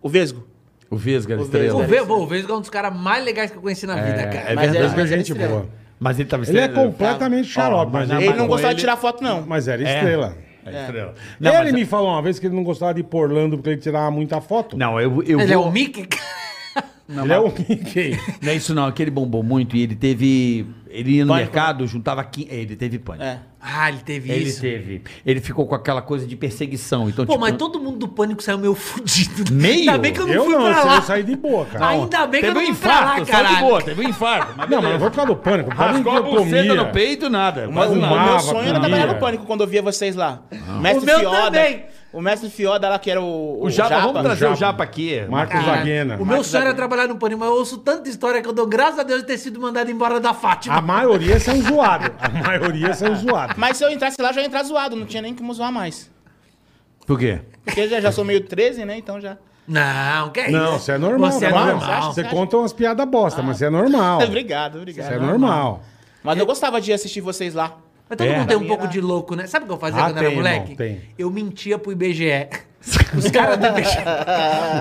S5: o Vesgo.
S1: Vesgo era
S5: o
S1: é estrela.
S5: Vesgo.
S4: O Vesgo, o Vesgo é um dos caras mais legais que eu conheci na vida, cara.
S1: É
S5: Mas
S1: verdade.
S5: era-
S2: Mas
S5: mas era
S2: gente
S5: estrela.
S2: Ah, boa.
S1: Mas ele tava
S2: Ele é
S1: estrela.
S2: completamente xarope, mas,
S1: mas
S2: ele-
S5: Ele
S1: Ah, mas
S5: não
S1: com
S5: gostava
S1: ele-
S5: de tirar foto, não.
S2: mas era
S1: É.
S2: estrela.
S1: É estrela.
S2: Não,
S1: Não,
S2: ele
S1: mas-
S2: me
S4: é-
S2: falou uma vez que ele não gostava de ir pra Orlando porque ele tirava muita foto.
S1: Não, eu,
S3: tipo-
S1: eu
S4: Ele é
S1: vou...
S4: o Mickey?
S2: ele é o Mickey.
S1: Não é isso não, é que ele bombou muito e ele teve... Ele ia no
S5: Pânico,
S1: mercado, juntava... Quin... é, Ele teve pânico.
S5: É.
S4: Ah, ele teve
S1: Ele
S4: isso.
S1: teve. Ele ficou com aquela coisa de perseguição. Então,
S4: Pô,
S1: tipo,
S4: mas todo mundo do pânico saiu meio fudido.
S1: Meio?
S4: Ainda bem que eu não
S2: Eu
S4: fui
S2: não,
S4: pra
S2: eu
S4: lá.
S2: saí de boa, cara.
S4: Ainda bem que eu
S1: teve
S4: não
S1: um
S4: fui pra lá,
S1: infarto, só de
S4: caralho.
S1: boa, teve um infarto. Mas
S2: Não, mas
S1: beleza.
S2: não foi por causa do pânico. O pânico
S3: Rasgou a
S2: eu
S3: buceta
S2: comia.
S3: no peito, nada.
S5: Mas o,
S3: Quase
S5: o
S3: nada.
S2: Arrumava,
S5: meu sonho era trabalhar
S2: comia.
S5: no pânico quando eu via vocês lá. O
S4: O
S5: mestre
S4: meu
S5: Fioda.
S4: também.
S5: O mestre Fioda lá, que era o.
S3: O Japa, vamos trazer
S2: Japa.
S3: o Japa aqui.
S2: Marcos
S4: Caralho.
S2: Zaguena.
S4: O meu sonho era trabalhar no Pânico, mas eu ouço tanta história que eu dou graças a Deus de ter sido mandado embora da Fátima.
S2: A maioria são zoados. A maioria são zoados.
S5: Mas se eu entrasse lá, eu já ia entrar zoado, não tinha nem como zoar mais.
S1: Por quê?
S5: Porque eu já, já sou meio 13, né? Então já.
S4: Não, que é isso.
S2: Não, você é normal.
S4: Você é
S2: cara.
S4: normal. Ah,
S2: Você conta umas piadas bosta, mas você é normal. Isso
S5: obrigado, obrigado.
S2: é normal.
S5: Mas eu gostava de assistir vocês lá.
S4: Mas todo
S1: É.
S4: mundo tem um
S5: Pra mim
S4: pouco
S5: era-
S4: de louco, né? Sabe o que eu fazia
S2: Ah,
S4: quando eu era
S2: tem,
S4: moleque?
S2: irmão, tem.
S4: Eu mentia pro IBGE. Os caras do IBGE.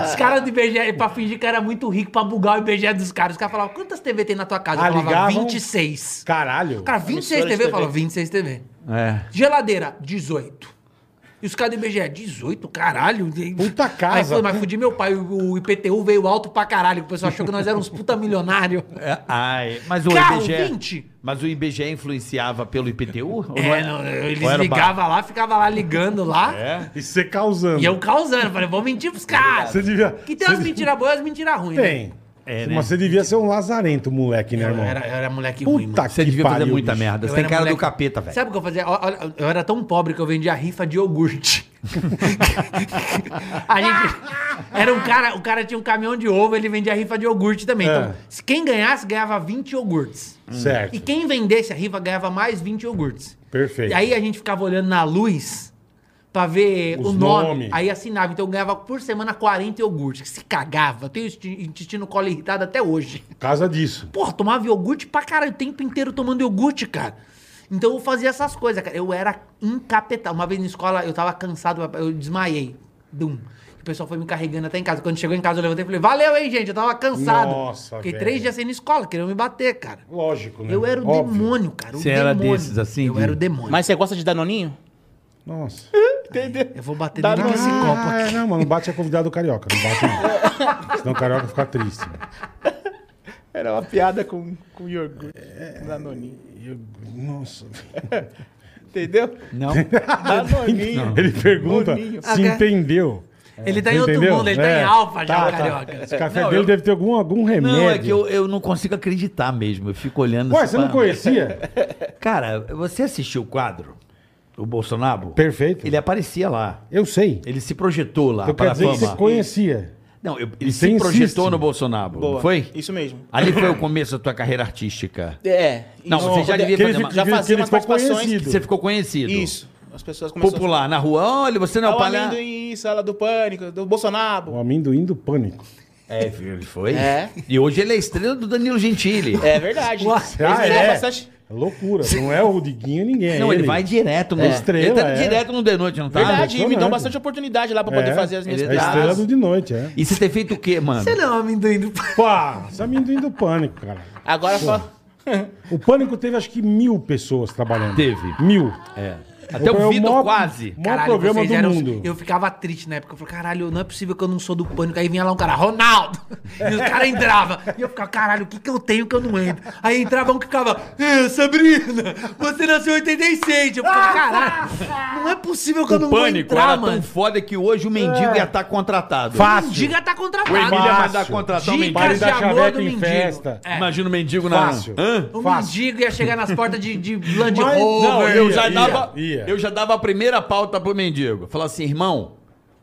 S4: Os caras do IBGE, pra fingir que era muito rico, pra bugar o IBGE dos caras. Os caras falavam, quantas TV tem na tua casa?
S2: Ah,
S4: eu falava,
S2: ligavam?
S4: 26.
S2: Caralho.
S4: Cara, 26
S5: Emissora de
S4: TV? Eu
S5: TV.
S4: falava, 26 TV.
S1: É.
S4: Geladeira, 18. E os caras do IBGE, 18, caralho.
S2: Puta casa.
S4: Aí foi, mas fudi meu pai, o o IPTU veio alto pra caralho. O pessoal achou que nós éramos puta milionário.
S1: É, ai, mas o
S4: Carro,
S1: IBGE.
S4: 20.
S1: é- Mas o IBGE influenciava pelo IPTU? Ou
S4: É,
S1: era-
S4: não,
S1: ou
S4: eles
S1: era o ba-
S4: ligavam lá, ficava lá ligando lá.
S1: É?
S2: E você causando.
S4: E eu causando, falei, vou mentir pros caras.
S2: Você devia...
S4: Que tem umas
S2: você-
S4: mentiras boas e umas mentiras ruins. né?
S2: Tem.
S1: É, né?
S2: Mas você devia ser um lazarento, moleque, né,
S4: Eu
S2: irmão?
S4: era, eu era moleque ruim,
S2: Puta
S4: mano.
S2: que
S1: Você devia fazer
S2: pariu,
S1: muita
S2: bicho.
S1: merda.
S4: Eu
S1: Você tem
S4: era
S1: cara do
S4: moleque-
S1: capeta, velho.
S4: Sabe o que eu fazia? Ó, olha, Eu era tão pobre que eu vendia rifa de iogurte. a gente. Era um cara. O cara tinha um caminhão de ovo, ele vendia rifa de iogurte também. Então,
S2: É.
S4: se quem ganhasse, ganhava 20 iogurtes.
S2: Certo.
S4: E quem vendesse a rifa ganhava mais 20 iogurtes.
S2: Perfeito.
S4: E aí a gente ficava olhando na luz pra ver
S2: Os
S4: o nome.
S2: nome.
S4: Aí assinava. Então eu ganhava por semana 40 iogurtes. Que se cagava. Eu tenho inti- intestino colo irritado até hoje.
S2: Por causa disso.
S4: Porra, tomava iogurte pra caralho, o tempo inteiro tomando iogurte, cara. Então eu fazia essas coisas, cara. Eu era encapetado. Uma vez na escola eu tava cansado, eu desmaiei. Dum. O pessoal foi me carregando até em casa. Quando chegou em casa, eu levantei e falei, valeu, hein, gente? Eu tava cansado.
S2: Nossa,
S4: Fiquei
S2: velho.
S4: três dias sem ir na escola, queriam me bater, cara.
S2: Lógico, né?
S4: Eu era o
S2: Óbvio.
S4: demônio, cara. o
S1: Você era
S4: demônio.
S1: desses, assim,
S4: Eu
S1: de-
S4: era o demônio.
S5: Mas você gosta de Danoninho?
S2: Nossa.
S5: Entendeu?
S4: Eu vou bater
S5: Dá
S4: dentro desse
S5: nome.
S4: copo
S2: Ah, é,
S4: aqui.
S2: não, mano, não bate é convidado do carioca. Não bate, não. Senão o carioca fica triste. mano.
S5: Era uma piada com, com iogurte. Danoninho.
S2: Eu- Nossa.
S5: Entendeu?
S1: Não.
S5: Danoninho.
S2: Ele pergunta
S5: Boninho.
S2: se entendeu.
S4: Ele tá em outro
S2: Entendeu?
S4: mundo, ele tá
S2: É.
S4: em alfa já,
S2: Tá,
S4: o
S2: tá.
S4: carioca.
S2: Esse café
S1: Não,
S2: dele
S1: eu-
S2: deve ter algum, algum remédio.
S1: Não, é que eu, eu não consigo acreditar mesmo. Eu fico olhando.
S2: Ué,
S1: assim
S2: você não
S1: pra-
S2: conhecia?
S1: Cara, você assistiu o quadro? O Bolsonaro?
S2: Perfeito.
S3: é-
S1: Ele aparecia lá.
S2: Eu sei.
S1: Ele se projetou lá
S2: Eu
S1: para
S2: quero
S1: a
S2: dizer que
S1: fama.
S2: você conhecia.
S3: Não, eu- ele
S2: Você
S3: se
S1: é
S2: insiste.
S3: projetou no Bolsonaro, não
S5: Boa.
S3: foi?
S5: Isso mesmo.
S3: Ali foi o começo da tua carreira artística.
S5: É.
S3: Não,
S5: isso.
S3: você já devia
S2: Que ele
S3: fazer uma-
S2: fi-
S5: Já
S2: que ele-
S5: fazia
S2: que ele
S5: umas
S2: ficou
S5: participações
S2: conhecido.
S3: Você ficou conhecido.
S5: Isso. As pessoas começaram a
S3: Popular, na rua, olha, você não é o
S5: falar. "Ah, O
S3: palhaço.
S5: amendoim, isso, ela do pânico, do Bolsonaro.
S2: O amendoim do pânico.
S3: É, viu, ele foi.
S5: É.
S3: E hoje ele é estrela do Danilo Gentili.
S5: É verdade.
S4: Ué,
S5: Eles
S2: ah,
S5: fizeram
S2: é?
S5: bastante-
S2: É loucura. Não é o Diguinho, ninguém. é
S3: Não, ele, vai direto no.
S2: É estrela,
S3: ele tá
S2: é.
S3: direto no The Noite, não tá?
S5: Verdade, e me dão
S2: impressionante.
S5: bastante oportunidade lá pra poder
S2: É,
S5: fazer as minhas
S3: ele-
S2: É a estrela do de noite, é.
S3: E você ter feito o quê, mano?
S4: Você não é um amendoim do
S2: Pá, esse amendoim do pânico, cara.
S5: Agora só.
S2: O pânico teve acho que mil pessoas trabalhando.
S3: Teve.
S2: Mil.
S3: É. Até
S2: Foi
S3: o Vitor
S2: maior-
S3: quase.
S2: maior programa
S4: vocês
S2: do
S4: eram-
S2: mundo.
S4: Eu ficava triste na época. Eu falei, caralho, não é possível que eu não sou do pânico. Aí vinha lá um cara, Ronaldo! E os caras entravam. E eu ficava, caralho, o que, que eu tenho que eu não entro? Aí entrava um que ficava, "Ê, Sabrina, você nasceu em 86. Eu ficava, caralho, não é possível que eu não
S3: O pânico
S4: vou entrar,
S3: era tão
S4: mano.
S3: foda que hoje o mendigo ia estar contratado. Ah,
S4: Diga tá
S8: O Emílio
S4: contratado.
S8: ia mandar
S2: Fácil.
S8: contratar o
S4: Dicas
S8: mendigo.
S2: Para
S4: de
S2: dar
S4: amor
S2: chaveco
S4: do
S2: em
S4: mendigo.
S2: festa.
S4: É.
S3: Imagina o mendigo na.
S2: Fácil.
S3: Hã?
S4: O
S2: Fácil.
S4: mendigo ia chegar nas portas de, de Land
S2: Mas-
S4: Rover.
S3: Não,
S2: Ia,
S3: eu já,
S2: ia,
S3: dava,
S2: ia.
S3: eu já dava a primeira pauta pro mendigo. Falar assim, irmão,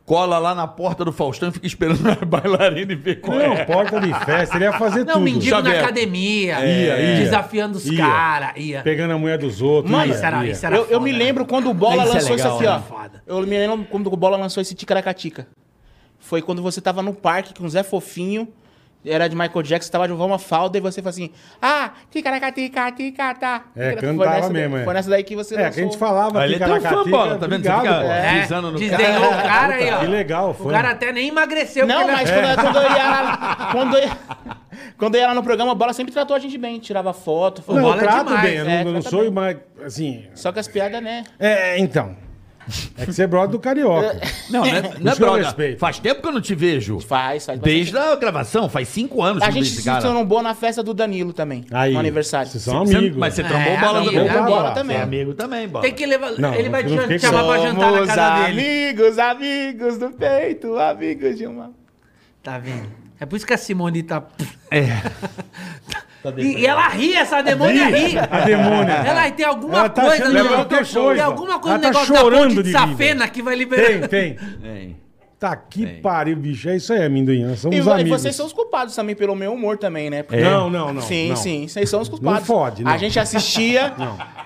S3: cola lá na porta do Faustão e fica esperando a bailarina e ver qual é.
S2: Não, porta de festa, ele ia fazer
S4: Não,
S2: tudo.
S4: mendigo na
S3: Chaveco.
S4: academia.
S2: Ia, ia.
S4: Desafiando os
S2: Ia.
S4: caras. Ia.
S2: Pegando a mulher dos outros.
S4: Mano,
S2: ia,
S4: isso era,
S2: ia.
S3: é
S4: isso era
S5: Eu, eu me
S4: foda,
S5: lembro quando o Bola
S3: Isso é
S5: lançou
S3: legal,
S5: isso
S3: né?
S5: aqui, ó.
S4: Foda.
S5: Eu me lembro quando o Bola lançou esse Ticaracatica. Foi quando você tava no parque com o Zé Fofinho, era de Michael Jackson, tava de uma falda e você falou assim: Ah, Ticaracatica, Ticatá.
S2: É,
S5: Foi
S2: cantava
S5: nessa daí-
S2: mesmo, é.
S5: Foi nessa daí que você
S2: É, que a gente falava
S3: Ele é teu fã,
S2: Ticaracatica,
S3: bola, tá vendo? Você
S2: obrigado,
S3: fica
S2: pô.
S3: é, pisando no cara.
S4: Desenhou o cara aí, ó.
S2: Que legal, foi.
S4: O cara até nem emagreceu.
S5: Não,
S4: porque ele-
S5: mas
S2: É.
S5: quando, eu- quando eu ia lá, quando eu, ia- quando eu ia lá no programa, a Bola sempre tratou a gente bem. Tirava foto, foi
S2: Não, eu
S4: Bola é
S2: trato
S4: demais,
S2: bem, eu não,
S5: é,
S2: eu não
S5: trata
S2: sou,
S5: bem.
S2: mas assim...
S5: Só que as piadas, né?
S2: É, então. É que você é brother do carioca.
S3: Não, não é, não é
S2: Com seu
S3: brother.
S2: respeito.
S3: Faz tempo que eu não te vejo.
S5: Faz, faz bastante
S3: Desde a gravação, faz cinco anos
S5: A
S3: que eu não
S5: gente
S3: vejo
S5: se
S3: esse cara.
S5: tornou boa na festa do Danilo também.
S2: Aí,
S5: no aniversário.
S2: Vocês são
S3: Você-
S2: amigos.
S3: Mas você
S4: É,
S3: trombou bola
S4: amigo,
S3: também.
S4: é,
S3: Bola
S5: bola
S3: também.
S5: também.
S3: É amigo também, bola.
S4: Tem que levar.
S2: Não,
S4: ele vai
S2: não fica
S4: te
S2: só.
S4: chamar pra jantar na
S5: Somos
S4: casa dele.
S5: amigos, amigos do peito, amigos de uma...
S4: Tá vendo? É por isso que a Simone tá.
S3: É.
S4: E, e ela ri, essa demônia ri.
S2: A demônia.
S4: Ela tem alguma
S2: Ela tá
S4: coisa
S2: achando
S4: no
S2: que ela
S4: negócio.
S2: tem coisa.
S4: Tem alguma coisa
S2: Ela
S4: no
S2: tá
S4: negócio da
S2: chorando
S4: ponte de
S2: de vida.
S4: safena que vai liberar.
S2: Tem, tem. Tá que pariu, bicho. É isso aí, amendoim. Nós Somos
S5: E, vo- e
S2: amigos.
S5: vocês são os culpados também pelo meu humor também, né? Porque-
S3: É.
S2: Não, não, não.
S5: sim,
S2: não.
S5: sim, vocês são os culpados.
S2: Não fode, não.
S5: A gente assistia...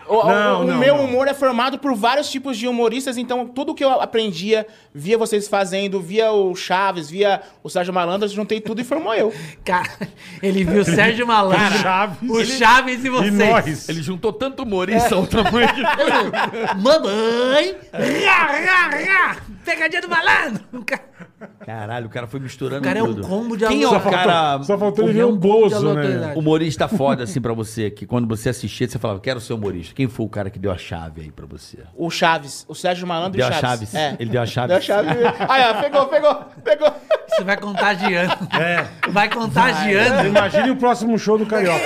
S5: O, o-
S2: Não,
S5: o
S2: não,
S5: meu
S2: não.
S5: humor é formado por vários tipos de humoristas, então tudo que eu aprendia, via vocês fazendo, via o Chaves, via o Sérgio Malandro, eu juntei tudo e formou eu.
S4: Cara, ele viu o Sérgio Malandro,
S2: O Chaves.
S4: o
S2: Ele-
S4: Chaves e
S2: E
S4: vocês.
S2: nós?
S3: Ele juntou tanto humorista ao tamanho que
S4: Eu não. Mamãe! Rá, rá, rá! Pegadinha do malandro!
S3: Caralho, o cara foi misturando
S4: O cara é um
S3: tudo.
S4: combo de
S3: Quem é
S4: aluno.
S3: o cara...
S2: Só faltou
S4: o
S2: ele ver um
S4: meu povo de
S2: bozo, né?
S4: aleatoriedade.
S3: Humorista foda, assim, pra você, que quando você assistia, você falava, quero ser humorista. Quem foi o cara que deu a chave aí pra você?
S5: O Chaves, o Sérgio Malandro
S3: Deu
S5: e
S3: a
S5: o
S3: Chaves?
S5: Chaves. É.
S3: Ele deu a Chaves?
S5: Deu a chave. Aí, ó, pegou, pegou, pegou.
S4: Você vai contagiando. É. Vai contagiando.
S2: Imagine o próximo show do Carioca.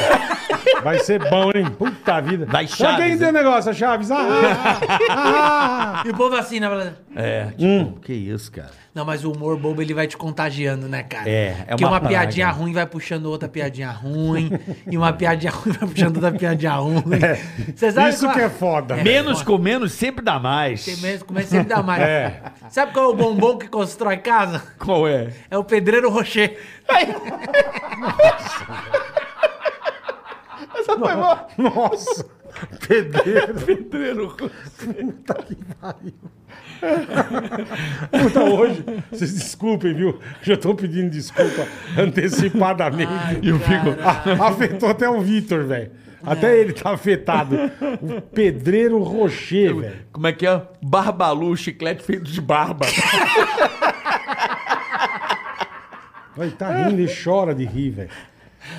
S2: Vai ser bom, hein? Puta vida.
S3: Vai,
S2: Só
S3: Chaves,
S2: quem tem
S3: hein?
S2: negócio, Chaves. Ah, ah, ah, ah.
S4: E o povo assim, né? falando,
S3: É, tipo,
S2: Hum.
S3: que isso, cara.
S4: Não, mas o humor bobo ele vai te contagiando, né, cara?
S3: É, é
S4: Porque
S3: uma
S4: uma,
S3: praga.
S4: piadinha ruim vai puxando outra piadinha ruim. e uma piadinha ruim vai puxando outra piadinha ruim. Você sabe
S2: É. Isso
S4: qual-
S2: que é foda.
S3: Menos com menos sempre dá mais.
S4: Tem mesmo, começa sempre dá mais.
S2: É.
S4: Sabe qual é o bombom que constrói casa?
S3: Qual é?
S4: É o pedreiro Rocher.
S5: Essa foi boa.
S2: ah. Nossa. Pedreiro.
S3: Pedreiro.
S2: Puta, hoje, vocês desculpem, viu? Já tô pedindo desculpa antecipadamente.
S3: Eu fico...
S2: A- afetou até o Vitor, velho. Até ele tá afetado. O pedreiro Rocher, velho.
S3: Como é que é? Barbalu, chiclete feito de barba.
S2: Ele tá rindo e chora de rir, velho.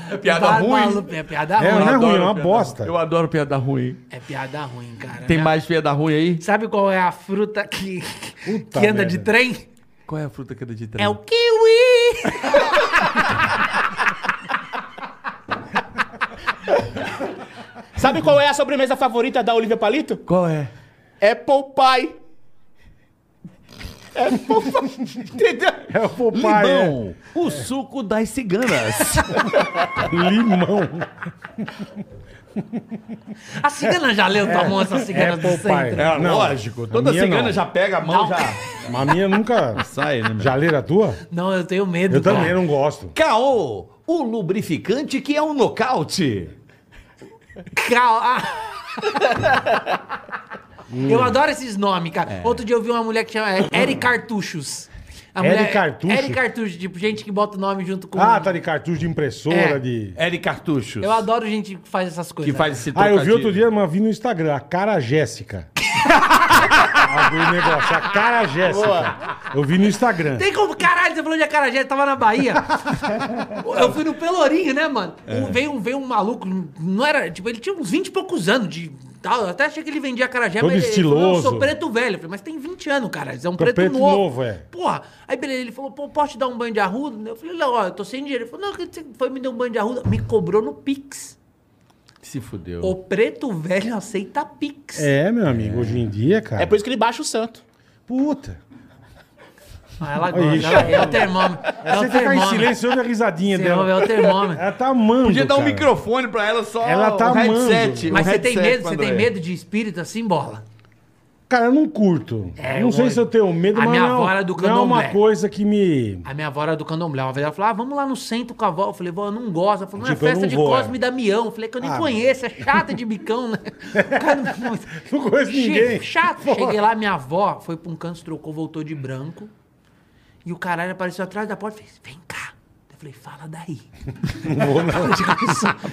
S3: É piada ruim.
S4: É piada
S2: É,
S4: ruim.
S2: né? ruim, é
S3: Adoro
S2: uma
S3: piada
S2: bosta.
S3: Eu adoro piada ruim.
S4: É piada ruim, cara.
S3: Tem
S4: Né?
S3: mais piada ruim aí?
S4: Sabe qual é a fruta que,
S2: Puta
S4: que anda
S2: merda.
S4: de trem?
S3: Qual é a fruta que é de trem?
S4: É o kiwi!
S5: Sabe qual é a sobremesa favorita da Olivia Palito?
S3: Qual é?
S5: Apple Pie. Apple Pie. Entendeu?
S2: É o Popeye. é.
S3: Limão, o suco das ciganas.
S2: Limão.
S4: A cigana já leu tua mão, essa cigana
S2: é
S4: do
S2: Popeye.
S4: centro.
S3: É,
S2: Não,
S3: lógico.
S2: a
S3: Toda
S2: minha
S3: cigana
S2: não.
S3: já pega a mão,
S4: Não.
S3: já
S2: Mas a minha nunca.
S3: sai, né? meu?
S2: Já leram a tua?
S4: Não, eu tenho medo.
S2: Eu também
S4: cara.
S2: não gosto.
S1: Caô, o lubrificante que é um nocaute.
S4: Cal- Ah.
S2: Hum.
S4: Eu adoro esses nomes, cara.
S2: É.
S4: Outro dia eu vi uma mulher que chama é, Eri Cartuchos. A
S2: Eri
S4: mulher- é
S2: Cartucho?
S4: Eri Cartucho, tipo, gente que bota o nome junto com.
S2: Ah, tá de cartucho de impressora,
S4: É.
S2: de.
S3: Eric Cartuchos.
S4: Eu adoro gente que faz essas coisas.
S3: Que faz esse
S2: Ah, eu vi
S3: trocadilho.
S2: outro dia, mas vi no Instagram, a cara Jéssica. Abriu o negócio, a cara Jéssica. Eu vi no Instagram.
S4: Tem como, caralho, você falou de acarajé, tava na Bahia. Eu fui no Pelourinho, né, mano?
S2: É.
S4: Um- veio, um, veio um maluco, não era, tipo, ele tinha uns 20 e poucos anos de tal. Eu até achei que ele vendia acarajé,
S2: Todo
S4: ele, ele falou, eu
S2: estiloso.
S4: sou preto velho. Eu falei, mas tem 20 anos, cara, você é um
S2: Tô
S4: preto,
S2: preto
S4: novo.
S2: novo, é.
S4: Porra, aí beleza, ele falou, pô, posso te dar um banho de arruda? Eu falei, não, ó, eu tô sem dinheiro. Ele falou, não, que você foi me deu um banho de arruda, me cobrou no Pix.
S3: Se fudeu.
S4: O preto velho aceita Pix.
S2: É, meu amigo, hoje em dia, cara.
S5: É por isso que ele baixa o santo.
S2: Puta.
S4: Ah, ela
S2: Olha
S4: gosta,
S2: isso.
S4: ela- é o termômetro. É
S2: Você
S4: o
S2: ficar em
S4: termômetro.
S2: silêncio, ouve a risadinha
S4: Você
S2: dela.
S4: É o termômetro.
S2: Ela tá amando.
S3: Podia dar um
S2: cara.
S3: microfone pra ela só.
S2: Ela tá
S3: um headset.
S2: amando.
S3: um
S4: Mas você tem
S3: headset
S4: medo,
S3: pro
S4: você
S2: é.
S4: tem
S3: André.
S4: medo de espírito assim, bola?
S2: Cara, eu não curto.
S4: É,
S2: não
S4: eu-
S2: sei se eu tenho medo,
S4: A
S2: mas
S4: minha
S2: não,
S4: avó era do
S2: não é uma
S4: candomblé.
S2: coisa que me.
S4: A minha avó era do candomblé. Uma vez ela falou, ah, vamos lá no centro com a avó. Eu falei, vó, eu não gosto. Ela falou, não,
S2: Tipo,
S4: é
S2: eu
S4: festa
S2: não
S4: de
S2: vou,
S4: Cosme
S2: é.
S4: e Damião. Eu falei, que eu nem
S2: Ah.
S4: conheço, é chata de bicão, né? O cara não-
S2: Não conheço
S4: Che-
S2: ninguém.
S4: Chato. Cheguei lá, minha avó foi pra um canto, trocou, voltou de branco. E o caralho apareceu atrás da porta e fez, vem cá. Eu falei, fala daí.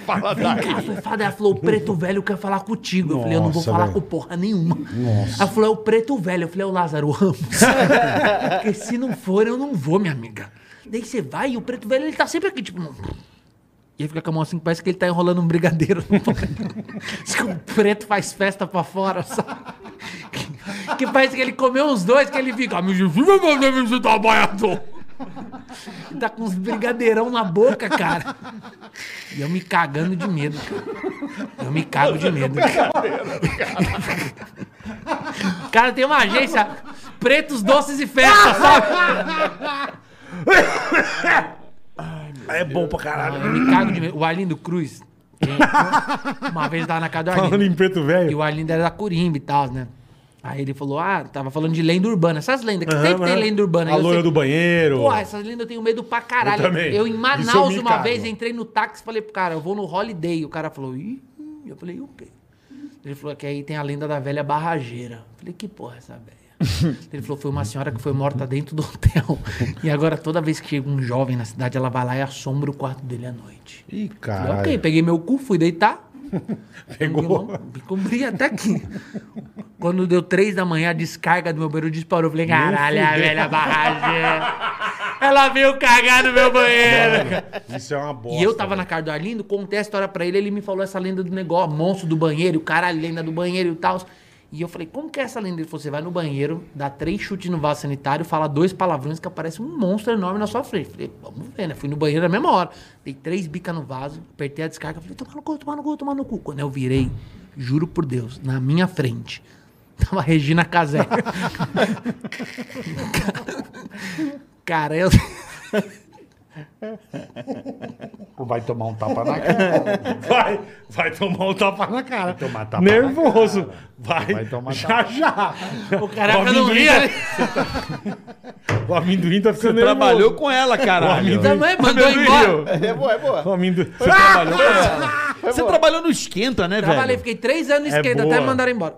S3: Fala daí.
S4: Ela foi fada, ela falou, o preto velho quer falar contigo. eu falei, eu não vou
S2: Nossa,
S4: falar
S2: velho.
S4: com porra nenhuma. Ela falou, é o preto velho. Eu falei, é o Lázaro Ramos. Porque se não for, eu não vou, minha amiga. Daí você vai e o preto velho, ele tá sempre aqui, tipo... E aí fica com a mão assim, parece que ele tá enrolando um brigadeiro. no pau. Diz que o preto faz festa pra fora, sabe? Que- Que parece que ele comeu uns dois, que ele fica... "Ah, "Me desculpa, mas eu me sinto trabalhador." E Tá com uns brigadeirão na boca, cara. E eu me cagando de medo, cara. Eu me cago de medo. Cara. cara, tem uma agência Pretos, Doces e Festas, sabe?
S2: É bom pra caralho.
S4: Eu me cago de medo. O Arlindo Cruz, quem- uma vez tava na casa do
S2: Falando
S4: Arlindo.
S2: em preto
S4: E
S2: velho.
S4: o Arlindo era da Corimba e tal, né? Aí ele falou, ah, tava falando de lenda urbana. Essas lendas, que sempre tem lenda urbana.
S2: A
S4: Eu
S2: loira do
S4: sei-
S2: banheiro.
S4: Porra, essas lendas eu tenho medo pra caralho.
S2: Eu também.
S4: em
S2: Isso é um
S4: Manaus,
S2: eu me
S4: uma
S2: cago.
S4: vez, entrei no táxi e falei pro cara, eu vou no Holiday. O cara falou, ih, eu falei, o quê? Ele falou que aí tem a lenda da velha barrageira. Eu falei, que porra é essa velha? Ele falou, foi uma senhora que foi morta dentro do hotel. E agora, toda vez que chega um jovem na cidade, ela vai lá e assombra o quarto dele à noite.
S2: Ih,
S4: Eu falei,
S2: caralho.
S4: ok, peguei meu cu, fui deitar.
S2: Pegou.
S4: Me cobri até aqui. Quando deu três da manhã, a descarga do meu banheiro disparou. Eu Falei, caralho, a
S2: fudeu."
S4: velha barrageira. Ela veio cagar no meu banheiro.
S2: Isso é uma bosta.
S4: E eu tava na casa do Arlindo, contei a história pra ele, ele me falou essa lenda do negócio, monstro do banheiro, o caralho, lenda do banheiro e tal. E eu falei, como que é essa lenda? Ele falou, você vai no banheiro, dá três chutes no vaso sanitário, fala dois palavrões que aparece um monstro enorme na sua frente. Falei, vamos ver, né? Fui no banheiro na mesma hora. Dei três bicas no vaso, apertei a descarga, falei, toma no cu, toma no cu, toma no cu. Quando eu virei, juro por Deus, na minha frente, tava a Regina Casé. Cara, eu...
S1: Vai tomar um tapa na cara.
S2: Vai, vai tomar um tapa na cara. Vai
S1: tomar tapa
S2: Nervoso. Vai,
S1: Vai tomar
S2: já, já.
S4: O caraca
S2: O
S4: não
S2: amendoim
S4: ria,
S2: tá-
S4: né?
S2: O amendoim tá ficando nervoso.
S3: Trabalhou com ela, caralho.
S2: amigo.
S4: Também mandou
S3: Amendoim
S4: embora.
S3: Rio.
S5: É boa, é boa.
S2: O amendoim... Ah!
S3: Trabalhou com ela.
S1: Você trabalhou no esquenta, né,
S4: Trabalhei,
S1: velho?
S4: fiquei três anos no
S2: É
S4: esquerda
S2: boa.
S4: até me mandaram embora.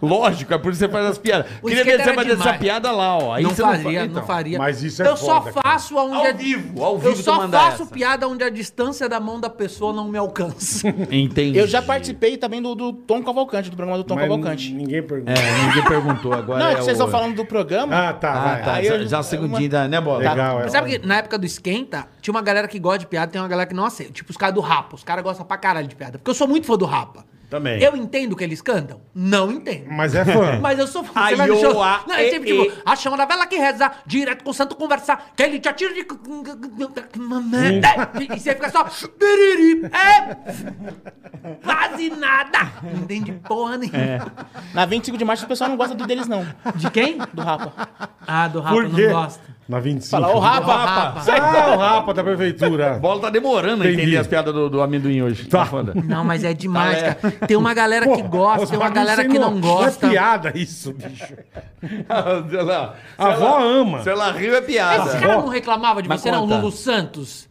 S3: Lógico, é por isso que você faz as piadas.
S4: O
S3: Queria
S4: esquenta
S3: ver você
S4: era
S3: fazer essa
S4: demais.
S3: piada lá, ó. Aí
S4: não
S3: você
S4: faria, não,
S3: fa- então.
S4: faria.
S2: Mas isso é
S4: Eu só
S2: foda, cara.
S4: faço onde
S3: Ao
S4: a-
S3: vivo, ao vivo
S4: Eu
S3: tu
S4: só
S3: manda
S4: faço
S3: essa.
S4: piada onde a distância da mão da pessoa não me alcança.
S1: Entendi.
S5: Eu já participei também do, do Tom Cavalcante, do programa do Tom
S2: Mas
S5: Cavalcante.
S2: Ninguém pergunta.
S1: É, ninguém perguntou agora.
S5: Não, é
S1: é
S5: que vocês
S1: o-
S5: estão falando do programa.
S2: Ah, tá,
S1: Ah,
S2: vai.
S1: tá.
S5: Aí
S1: já,
S3: é
S5: eu-
S1: já a segundinha, da- né, Bola?
S3: Tá.
S2: Legal, é.
S4: Mas sabe que na época do esquenta, tinha uma galera que gosta de piada, tem uma galera que não aceita. Tipo os caras do Rapa, os caras gostam pra caralho de piada. Porque eu sou muito fã do Rapa.
S1: Também.
S4: Eu entendo o que eles cantam? Não entendo.
S2: Mas é fã.
S4: Mas eu sou fã.
S1: Ai,
S4: Você vai no show.
S1: eu, a,
S4: Não, é
S1: e,
S4: sempre
S1: e.
S4: tipo, a chama da vela que reza, direto com o santo conversar, que ele te atira de. E você fica só. "Biriri", É. Quase nada. Não entende porra nenhuma.
S2: É.
S5: Na 25 de março o pessoal não gosta do deles, não.
S4: De quem?
S5: Do Rapa.
S4: Ah, do Rafa
S2: Por quê?
S4: não gosta.
S2: Na 25.
S5: Fala, ô Rafa, Rafa.
S2: Ah, o Rapa da prefeitura.
S9: bola tá demorando a
S2: Entendi.
S9: entender as piadas do, do amendoim hoje. Tá. foda.
S4: Não, mas é
S1: Ah,
S4: demais, cara. Tem uma galera que
S2: Pô,
S4: gosta,
S2: os
S4: tem uma
S2: bagulho
S4: galera
S2: sem
S4: que
S2: no-
S4: não
S2: É
S4: gosta.
S2: piada isso, bicho.
S9: Sei lá,
S2: A avó ama.
S9: sei lá, rio é
S4: Esse
S9: piada.
S4: cara não reclamava de
S3: Mas
S4: você, não,
S3: conta.
S4: Lulu Santos?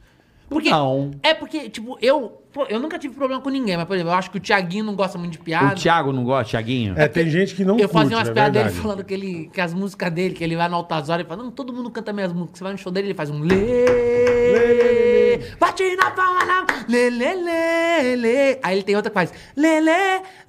S4: Porque
S3: Não.
S4: É porque, tipo, eu. pô, eu nunca tive problema com ninguém, mas, por exemplo, eu acho que o Thiaguinho não gosta muito de piada.
S3: O Thiago não gosta, Thiaguinho?
S2: É, tem gente que não
S4: eu
S2: curte,
S4: fazia umas
S2: é
S4: piadas dele
S2: verdade.
S4: falando que, ele, que as músicas dele, que ele vai no Altas Horas e fala: Não, todo mundo canta minhas músicas. Você vai no show dele, ele faz um lê. Bate na palma, na. Lê, lê, lê, lê. Aí ele tem outra que faz lê, lê,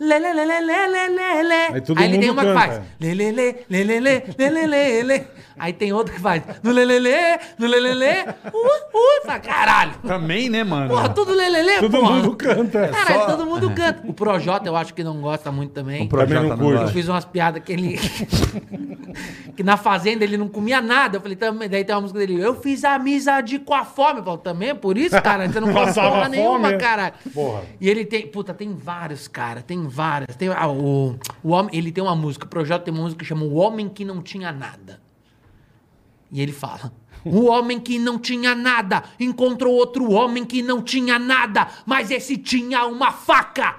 S4: lê, lê, lê, lê, lê, lê, lê, lê.
S2: Aí todo
S4: ele
S2: mundo
S4: tem uma que
S2: canta.
S4: faz lê, lê, lê, lê, lê, lê, lê, lê, lê, lê. Aí tem outra que faz no lê, lê, lê, no lê, lê, lê. Uh, uh, fala, caralho.
S3: Também, né, mano?
S4: Porra, tudo lelele,
S2: Todo
S4: porra.
S2: mundo canta.
S4: Caralho, todo mundo canta. O Projota eu acho que não gosta muito
S3: Um
S4: também.
S2: Também não
S4: Eu
S2: curte.
S4: fiz umas piadas que ele. que na fazenda ele não comia nada. Eu falei, também. Daí tem uma música dele. Eu fiz amizade com a fome. Eu falo, também? é Por isso, cara? Você não gosta
S2: Passava
S4: porra
S2: fome,
S4: nenhuma,
S2: é?
S4: caralho.
S2: Porra.
S4: E ele tem. Puta, tem vários, cara. Tem várias. Tem, ah, o, o homem, ele tem uma música. O Projota tem uma música que chama O Homem Que Não Tinha Nada. E ele fala. O homem que não tinha nada encontrou outro homem que não tinha nada, mas esse tinha uma faca.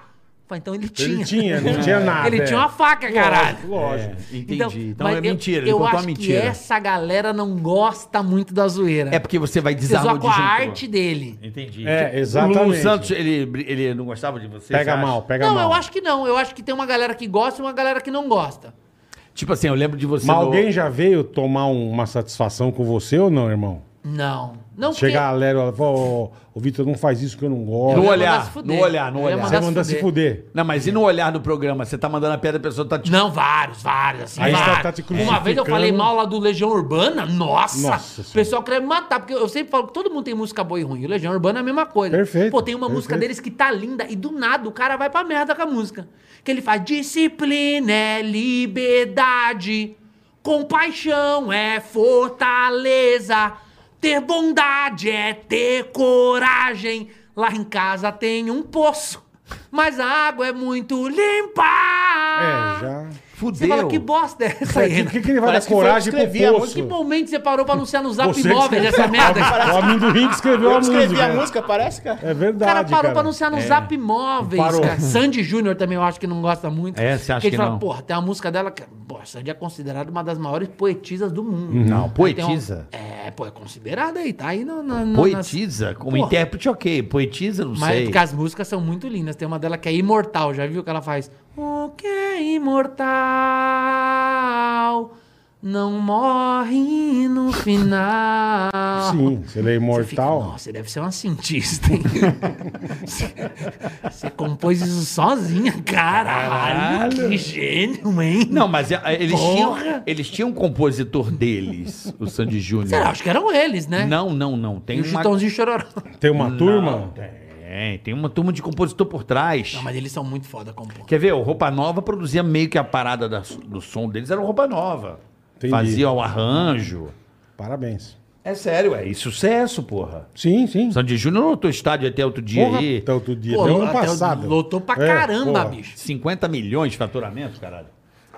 S4: Fala, Então ele tinha.
S2: Ele tinha, não tinha nada.
S4: Ele
S2: é.
S4: tinha uma faca, caralho.
S2: Lógico.
S3: Tá, Entendi.
S4: Então,
S3: Então,
S4: mas
S3: é
S4: eu-
S3: mentira, ele
S4: Eu
S3: contou
S4: acho
S3: uma mentira.
S4: que essa galera não gosta muito da zoeira.
S3: É porque você vai
S4: Você
S3: desarmar
S4: zoa
S3: o
S4: com a
S3: disjuntor.
S4: arte dele.
S3: Entendi.
S2: É,
S3: O Lulu
S2: exatamente.
S3: Santos, ele, ele não gostava de você? você
S2: Pega
S3: acha?
S2: mal, pega
S4: não,
S2: mal.
S4: eu acho que não. Eu acho que tem uma galera que gosta e uma galera que não gosta.
S3: Tipo assim, eu lembro de você
S2: Mas
S3: no-
S2: alguém já veio tomar um, uma satisfação com você ou não, irmão?
S4: Não. Não
S2: Chega a
S4: porque-
S2: galera e fala, "Ô, ô, Vitor, não faz isso que eu não gosto.
S3: No
S4: Eu ia
S3: olhar,
S4: mandar se fuder.
S3: no olhar, no
S4: Eu ia
S3: olhar.
S2: Você
S4: mandar
S2: manda se fuder.
S3: Não, mas e no olhar do programa? Você tá mandando a pedra, a pessoa tá te...
S4: Não, vários, vários. Assim,
S2: Aí você
S4: vários.
S2: tá te
S4: Uma
S2: crucificando.
S4: vez eu falei mal lá do Legião Urbana. Nossa!
S2: Nossa
S4: o pessoal quer me matar, porque eu sempre falo que todo mundo tem música boa e ruim. O Legião Urbana é a mesma coisa.
S2: Perfeito,
S4: Pô, tem uma música
S2: perfeito.
S4: deles que tá linda e do nada o cara vai pra merda com a música. Que ele faz disciplina é liberdade, compaixão é fortaleza, ter bondade é ter coragem. Lá em casa tem um poço, mas a água é muito limpa. Ah.
S2: É, já.
S3: Fudeu.
S4: Você fala, que bosta é essa
S2: Por
S4: aí?
S2: que, que ele vai dar
S5: Parece que foi eu que
S2: coragem pro
S5: escrevi a
S2: poço?
S4: Que momento você parou pra anunciar no Zap
S2: Você que
S4: Imóveis
S2: escreveu.
S4: essa merda?
S2: O amendoim que escreveu
S5: Eu
S2: a
S5: escrevi
S2: música.
S5: a música, parece, cara?
S2: É
S4: O
S2: verdade,
S4: cara parou
S2: cara.
S4: pra anunciar
S3: É.
S4: no Zap Imóveis,
S2: Parou.
S4: cara. Sandy Júnior também eu acho que não gosta muito.
S3: É, você acha
S4: Porque
S3: que
S4: ele fala,
S3: não?
S4: porra, tem uma música dela que... Pô, a Sandy é considerada uma das maiores poetisas do mundo.
S3: Não,
S4: Aí tem uma-
S3: poetisa?
S4: É, pô, é considerada aí, tá aí no... na- na-
S3: Poetisa? Como
S4: Porra.
S3: Um intérprete, ok. Poetisa, não
S4: nas- Mas
S3: sei.
S4: porque as músicas são muito lindas. Tem uma dela que é imortal, já viu que ela faz? O que é imortal não morre no final.
S2: Sim, se ele é
S4: Você fica,
S2: imortal.
S4: Nossa, você deve ser uma cientista. hein?" você, você compôs isso sozinha, caralho. Que gênio, hein?
S3: Não, mas é- eles
S4: Porra.
S3: tinham, eles tinham um compositor deles, o Sandy
S4: Será?
S3: Júnior.
S4: Acho que eram eles, né?
S3: Não, não, não. Tem
S4: E o
S3: uma...
S4: Chitãozinho e Chororó.
S2: Tem uma turma?
S3: Tem, tem uma turma de compositor por trás.
S4: Não, mas eles são muito foda compor.
S3: Quer ver? O Roupa Nova produzia meio que a parada da- do som deles, era o Roupa Nova.
S2: Entendi.
S3: Fazia o arranjo.
S2: Parabéns.
S3: É sério, é. E sucesso, porra.
S2: Sim, sim.
S3: Sandy Júnior lotou estádio até outro dia
S2: Porra, então
S3: aí.
S2: até outro dia,
S4: Pô,
S2: até o ano
S4: até
S2: passado.
S4: Lotou pra
S2: É,
S4: caramba,
S2: porra.
S4: bicho.
S3: 50 milhões de faturamento, caralho.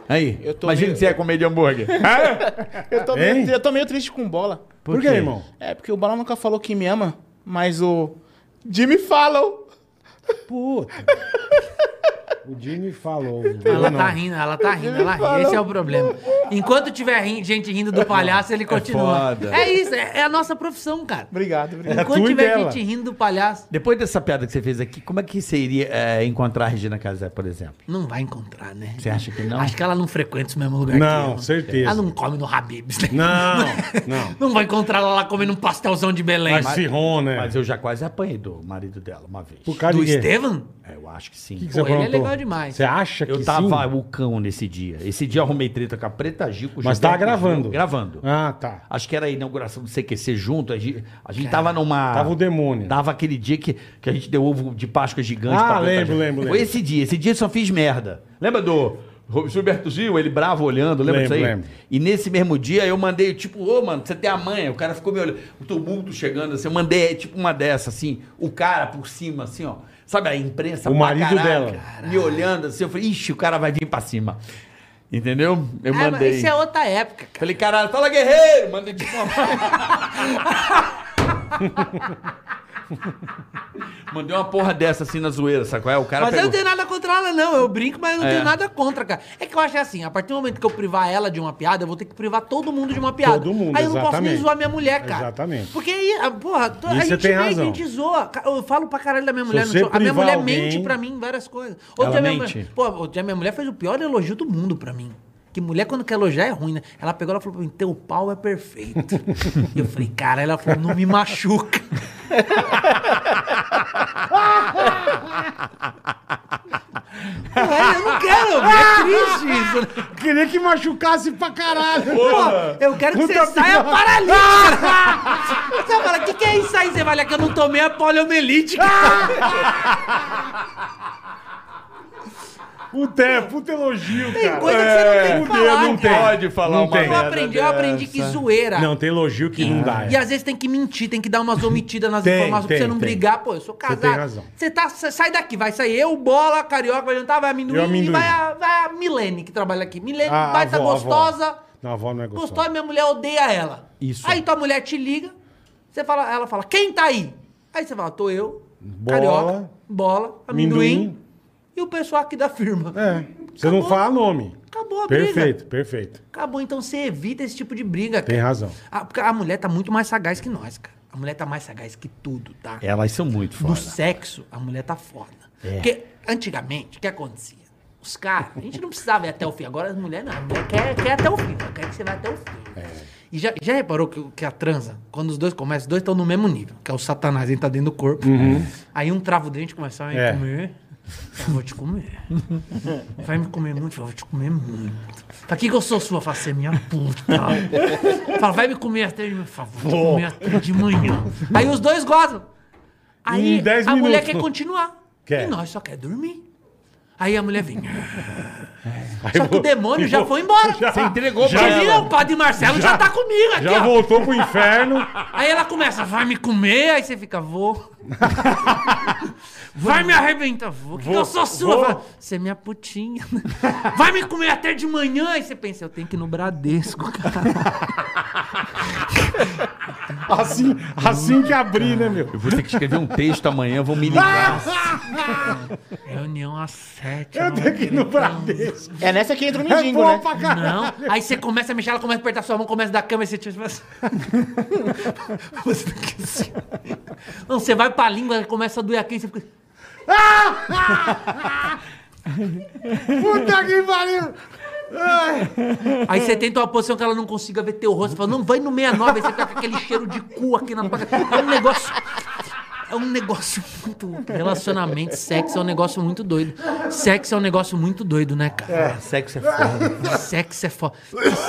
S3: Aí,
S5: Eu tô
S3: imagina
S5: meio-
S3: que você ia comer de hambúrguer.
S5: Eu tô,
S2: Hein?
S5: meio, eu tô meio triste com o bola.
S2: Por, quê, irmão?
S5: É, porque o Bola nunca falou que me ama, mas o Jimmy Fallon.
S2: Puta. O Jimmy falou.
S4: Ela tá rindo, ela tá rindo, ela ri. Esse é o problema. Enquanto tiver ri- gente rindo
S2: É,
S4: do palhaço, ele continua.
S3: foda.
S4: É, isso, é, é a nossa profissão, cara.
S5: Obrigado, obrigado.
S2: É tua
S4: Enquanto
S2: e
S4: tiver
S2: dela.
S4: gente rindo do palhaço,
S3: Depois dessa piada que você fez aqui, como é que você iria eh, encontrar a Regina Casé, por exemplo?
S4: não vai encontrar, né?
S3: Você acha que não?
S4: Acho que ela não frequenta o mesmo lugar que eu,
S2: Não,
S4: né?
S2: certeza.
S4: Ela não come no Habib's, né?
S2: Não, não.
S4: Não vai encontrar ela lá comendo um pastelzão de Belém.
S2: Mas Cirrona, né?
S3: Mas eu já quase apanhei do marido dela uma vez.
S2: Por causa
S4: Do
S2: de quê?
S4: Estevam?
S3: É, Eu acho que sim.
S2: O que que
S4: Pô, ele é
S2: aprontou?
S4: legal demais.
S2: Você acha que
S3: Eu tava
S2: sim?
S3: o cão nesse dia. Esse dia eu arrumei treta com a Preta Gil. Com o
S2: Mas
S3: Gilberto
S2: tava
S3: Gil.
S2: gravando.
S3: Gravando.
S2: Ah, tá.
S3: Acho que era a inauguração do CQC junto. A gente, a gente tava numa...
S2: Tava o demônio.
S3: Dava aquele dia que, que a gente deu ovo de Páscoa gigante Preta
S2: Ah, lembro,
S3: Gil.
S2: lembro,
S3: Foi
S2: lembro.
S3: esse dia. Esse dia eu só fiz merda. Lembra do... Ro- Gilberto Gil, ele bravo olhando, lembra
S2: Lembro,
S3: disso aí?
S2: lembro.
S3: E nesse mesmo dia eu mandei, tipo, ô mano, você tem a manha. O cara ficou me olhando, o tumulto chegando assim. Eu mandei, tipo, uma dessa, assim, o cara por cima, assim, ó. Sabe, a imprensa
S2: O
S3: pra
S2: marido dela.
S3: me olhando assim. Eu falei, ixi, o cara vai vir pra cima. Entendeu? Eu
S4: Ah, mas
S3: mandei.
S4: isso é outra época, cara.
S3: Falei, caralho, fala guerreiro! Mandei tipo uma. Mandei uma porra dessa assim na zoeira, sabe qual é? O cara
S4: Mas eu não
S3: pegou.
S4: tenho nada contra ela, não. Eu brinco, mas eu não
S3: É.
S4: tenho nada contra, cara. É que eu acho assim, a partir do momento que eu privar ela de uma piada, eu vou ter que privar todo mundo de uma piada.
S2: Todo mundo,
S4: Aí eu não posso nem
S2: exatamente.
S4: zoar minha mulher, cara.
S2: Exatamente.
S4: Porque aí, ah, porra, to-
S2: E
S4: a
S2: você
S4: gente
S2: tem
S4: vem,
S2: razão.
S4: a gente zoa. Ca- Eu falo pra caralho da minha mulher.
S2: você
S4: no show. A minha
S2: privar
S4: mulher
S2: alguém-
S4: mente pra mim várias coisas.
S3: Ela
S4: Outro dia minha
S3: mente?
S4: mulher- Pô, outro dia minha mulher fez o pior elogio do mundo pra mim. Que mulher, quando quer elogiar, é ruim, né? Ela pegou ela falou pra mim, teu pau é perfeito. E eu falei, cara, ela falou, não me machuca. Pô, eu não quero, é triste isso. né?
S2: Queria que machucasse pra caralho.
S4: Pô, eu quero que
S2: Puta
S4: você saia
S2: piada.
S4: paralítico. Você fala, o que, que é isso aí? Você fala que eu não tomei a poliomielite.
S2: Puta, é, puta elogio, cara.
S4: Tem coisa que você não tem que
S2: É, fudeu,
S4: falar,
S2: não
S4: cara.
S2: tem.
S3: Pode falar
S2: Não
S3: uma
S2: tem.
S4: Eu
S3: merda
S4: aprendi, eu aprendi que zoeira.
S2: É.
S4: Hum.
S2: Não, tem elogio que não dá. é.
S4: Ah. E às vezes tem que mentir, tem que dar umas omitidas nas
S2: Tem,
S4: informações pra
S2: tem,
S4: você não
S2: tem.
S4: brigar. Pô, eu sou casado.
S2: tem razão.
S4: Você tá, cê- sai daqui, vai sair eu, bola, carioca, vai jantar, vai amendoim,
S2: Eu, amendoim. Ah,
S4: e vai a, vai a Milene que trabalha aqui. Milene,
S2: A- a
S4: vai tá
S2: avó, a avó.
S4: gostosa.
S2: Não, a avó não é
S4: Gostosa,
S2: gostosa.
S4: minha mulher odeia ela.
S1: Isso.
S4: Aí tua mulher te liga, você fala, ela fala, quem tá aí? Aí você fala, tô eu,
S2: Bola.
S4: carioca, bola, amendoim,
S2: Amendoim.
S4: e o pessoal aqui da firma.
S2: É, você não
S4: Acabou.
S2: fala nome.
S4: Acabou a briga.
S2: Perfeito, perfeito.
S4: Acabou, então você evita esse tipo de briga,
S2: Tem
S4: cara.
S2: razão.
S4: A, porque a mulher tá muito mais sagaz que nós, cara. A mulher tá mais sagaz que tudo, tá?
S1: Elas são muito
S4: No
S1: fodas.
S4: sexo, a mulher tá foda. Porque antigamente, o que acontecia? Os caras, a gente não precisava ir até o fim. Agora as mulheres não. A mulher quer, quer até o fim. Ela quer que você vá até o fim. E já, já reparou que, o- que a transa, quando os dois começam, os dois estão no mesmo nível. Que é o satanás, ele tá dentro do corpo. Aí um trava o dente e começa a me
S2: É.
S4: comer. Eu vou te comer. Vai me comer muito? Eu vou te comer muito. Pra que, que eu sou sua? Fala, você é minha puta. Fala, vai me comer até de manhã. Fala, vou te comer até de manhã. Aí os dois gozam. Aí
S2: Em 10
S4: a mulher
S2: minutos.
S4: quer continuar.
S2: Quer.
S4: E nós só quer dormir. Aí a mulher vem.
S2: eu
S4: Só que
S2: vou-
S4: o demônio
S2: eu
S4: já
S2: vou-
S4: foi embora.
S2: Já- Você
S3: entregou
S4: já
S3: pra
S4: viu?
S3: ela.
S4: O padre Marcelo já, tá comigo aqui,
S2: Já
S4: ó.
S2: voltou pro inferno.
S4: Aí ela começa, vai me comer, aí você fica, vou. vai me arrebentar, vou. Que, que eu sou sua?
S2: vou.
S4: Fala, Você é minha putinha. vai me comer até de manhã. Aí você pensa, eu tenho que ir no Bradesco, cara.
S2: Assim, assim que abrir, né, meu?
S3: Eu vou ter que escrever um texto amanhã, vou me ligar.
S4: Reunião às sete.
S2: Eu
S4: não
S2: tenho que ir no
S4: acredito.
S2: Bradesco.
S5: É nessa que entra o
S2: É
S5: mendigo,
S2: boa
S5: né?
S2: pra caralho.
S4: Não. Aí você começa a mexer, ela começa a apertar sua mão, começa a dar câmera e você tipo assim. Você fica assim. Não, você vai pra língua, ela começa a doer aqui, você fica. assim.
S2: Puta que pariu.
S4: Aí você tenta uma posição que ela não consiga ver teu rosto. Você fala, não, vai no 69. Aí você tá com aquele cheiro de cu aqui na boca. É um negócio. É um negócio muito. Relacionamento, sexo é um negócio muito doido. Sexo é um negócio muito doido, né, cara?
S1: Sexo é foda.
S4: Sexo é foda.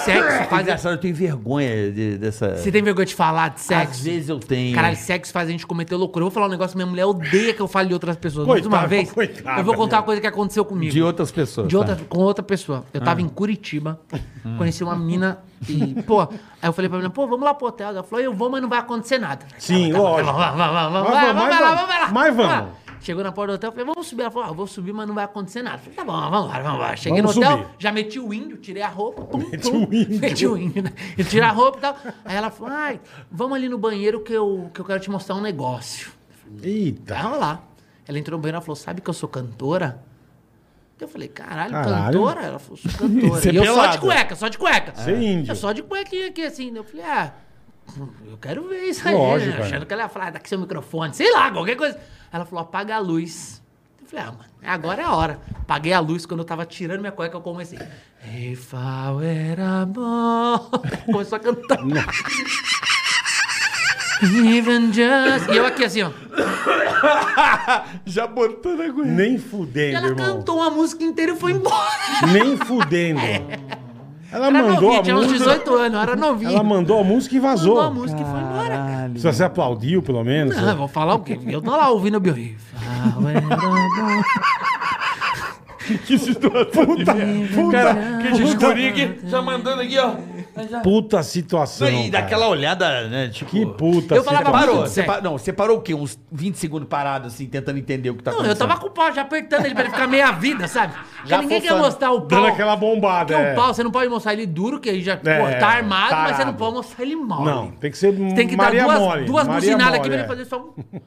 S4: Sexo faz. a-
S1: Engraçado, eu tenho vergonha de- dessa.
S4: Você tem vergonha de falar de sexo?
S1: Às vezes eu tenho.
S4: Caralho, sexo faz a gente cometer loucura. Eu vou falar um negócio, minha mulher odeia que eu fale de outras pessoas. Mais uma
S2: Coitada,
S4: vez,
S2: coitada,
S4: eu vou contar
S2: meu.
S4: uma coisa que aconteceu comigo.
S1: de outras pessoas.
S4: De outra,
S1: tá?
S4: com outra pessoa. Eu tava em Curitiba,
S2: Hum.
S4: conheci uma mina e, pô, aí eu falei pra menina, pô, vamos lá pro hotel. Ela falou, eu vou, mas não vai acontecer nada.
S2: Sim,
S4: Tá bom, tá bom,
S2: lógico.
S4: Vamos lá,
S2: Mas vamos, mas
S4: vamos lá, vamos lá, vamos lá,
S2: vamos.
S4: vamos lá.
S2: Mas
S4: lá.
S2: vamos.
S4: Chegou na porta do hotel, eu falei, vamos subir. Ela falou, ah, eu vou subir, mas não vai acontecer nada. Eu falei, tá bom, vamos lá, vamos lá. Cheguei
S2: Vamos
S4: no hotel,
S2: subir.
S4: já meti o índio, tirei a roupa, pum,
S2: Meti
S4: pum.
S2: o É um índio.
S4: Meti o índio, né? E tirei a roupa e tal. Aí ela falou, ai, vamos ali no banheiro que eu, que eu quero te mostrar um negócio.
S2: Eita.
S4: Tava lá. Ela entrou no banheiro e falou: Sabe que eu sou cantora? Eu falei: Caralho,
S2: Caralho. é
S4: cantora? Ela falou: Sou cantora.
S3: Você
S4: e eu só
S3: pelada.
S4: de cueca, só de cueca.
S2: Você é índio.
S4: Eu só de cuequinha aqui assim. né? Eu falei: Ah, eu quero ver isso aí.
S2: Lógico,
S4: né?
S2: cara.
S4: Achando que ela ia falar: "Ah, Dá aqui seu microfone, sei lá, qualquer coisa. Ela falou: Apaga a luz. Eu falei: Ah, mano, agora é a hora. Apaguei a luz quando eu tava tirando minha cueca. Eu comecei: If I were a boy." Começou a cantar. Even just. E eu aqui assim, ó.
S3: Já botando a agulha.
S2: Nem
S4: E
S2: fudendo,
S4: ela
S2: irmão.
S4: cantou uma música inteira e foi embora.
S2: Nem fudendo. Ela
S4: É. Era
S2: mandou
S4: novinha,
S2: a
S4: tinha uns
S2: música.
S4: 18 anos, era novinha.
S2: Ela mandou a música e
S4: Mandou a
S2: vazou.
S4: música e foi embora. cara.
S2: Se você aplaudiu, pelo menos.
S4: Não, eu Ah, vou falar o quê? Eu tô lá ouvindo o Bill Riff.
S2: Ah, Que situação. Puta, puta.
S3: Que descurinha aqui, já mandando aqui, ó.
S2: Puta situação.
S3: E
S2: cara.
S3: daquela olhada, né? Tipo,
S2: Que puta
S4: Eu falava
S3: Você
S4: Tava
S3: parou,
S4: muito
S3: você
S4: sério.
S3: pa- não, você parou o quê? Uns 20 segundos parado, assim, tentando entender o que tá
S4: Não, eu
S3: acontecendo.
S4: tava com o pau já apertando ele pra ele ficar meia vida, sabe?
S5: Já
S4: Já ninguém quer
S5: fofando.
S4: mostrar o pau.
S2: Dando aquela bombada.
S4: Porque
S2: é.
S4: o um pau, você não pode mostrar ele duro, que aí já
S2: É,
S4: pô, tá armado, mas você
S2: tarado.
S4: não pode mostrar ele mal.
S2: Não, tem que ser
S4: Você tem que
S2: Maria
S4: dar duas,
S2: Mole.
S4: duas
S2: Maria
S4: buzinadas
S2: Mole,
S4: aqui pra
S2: é.
S4: ele fazer só um.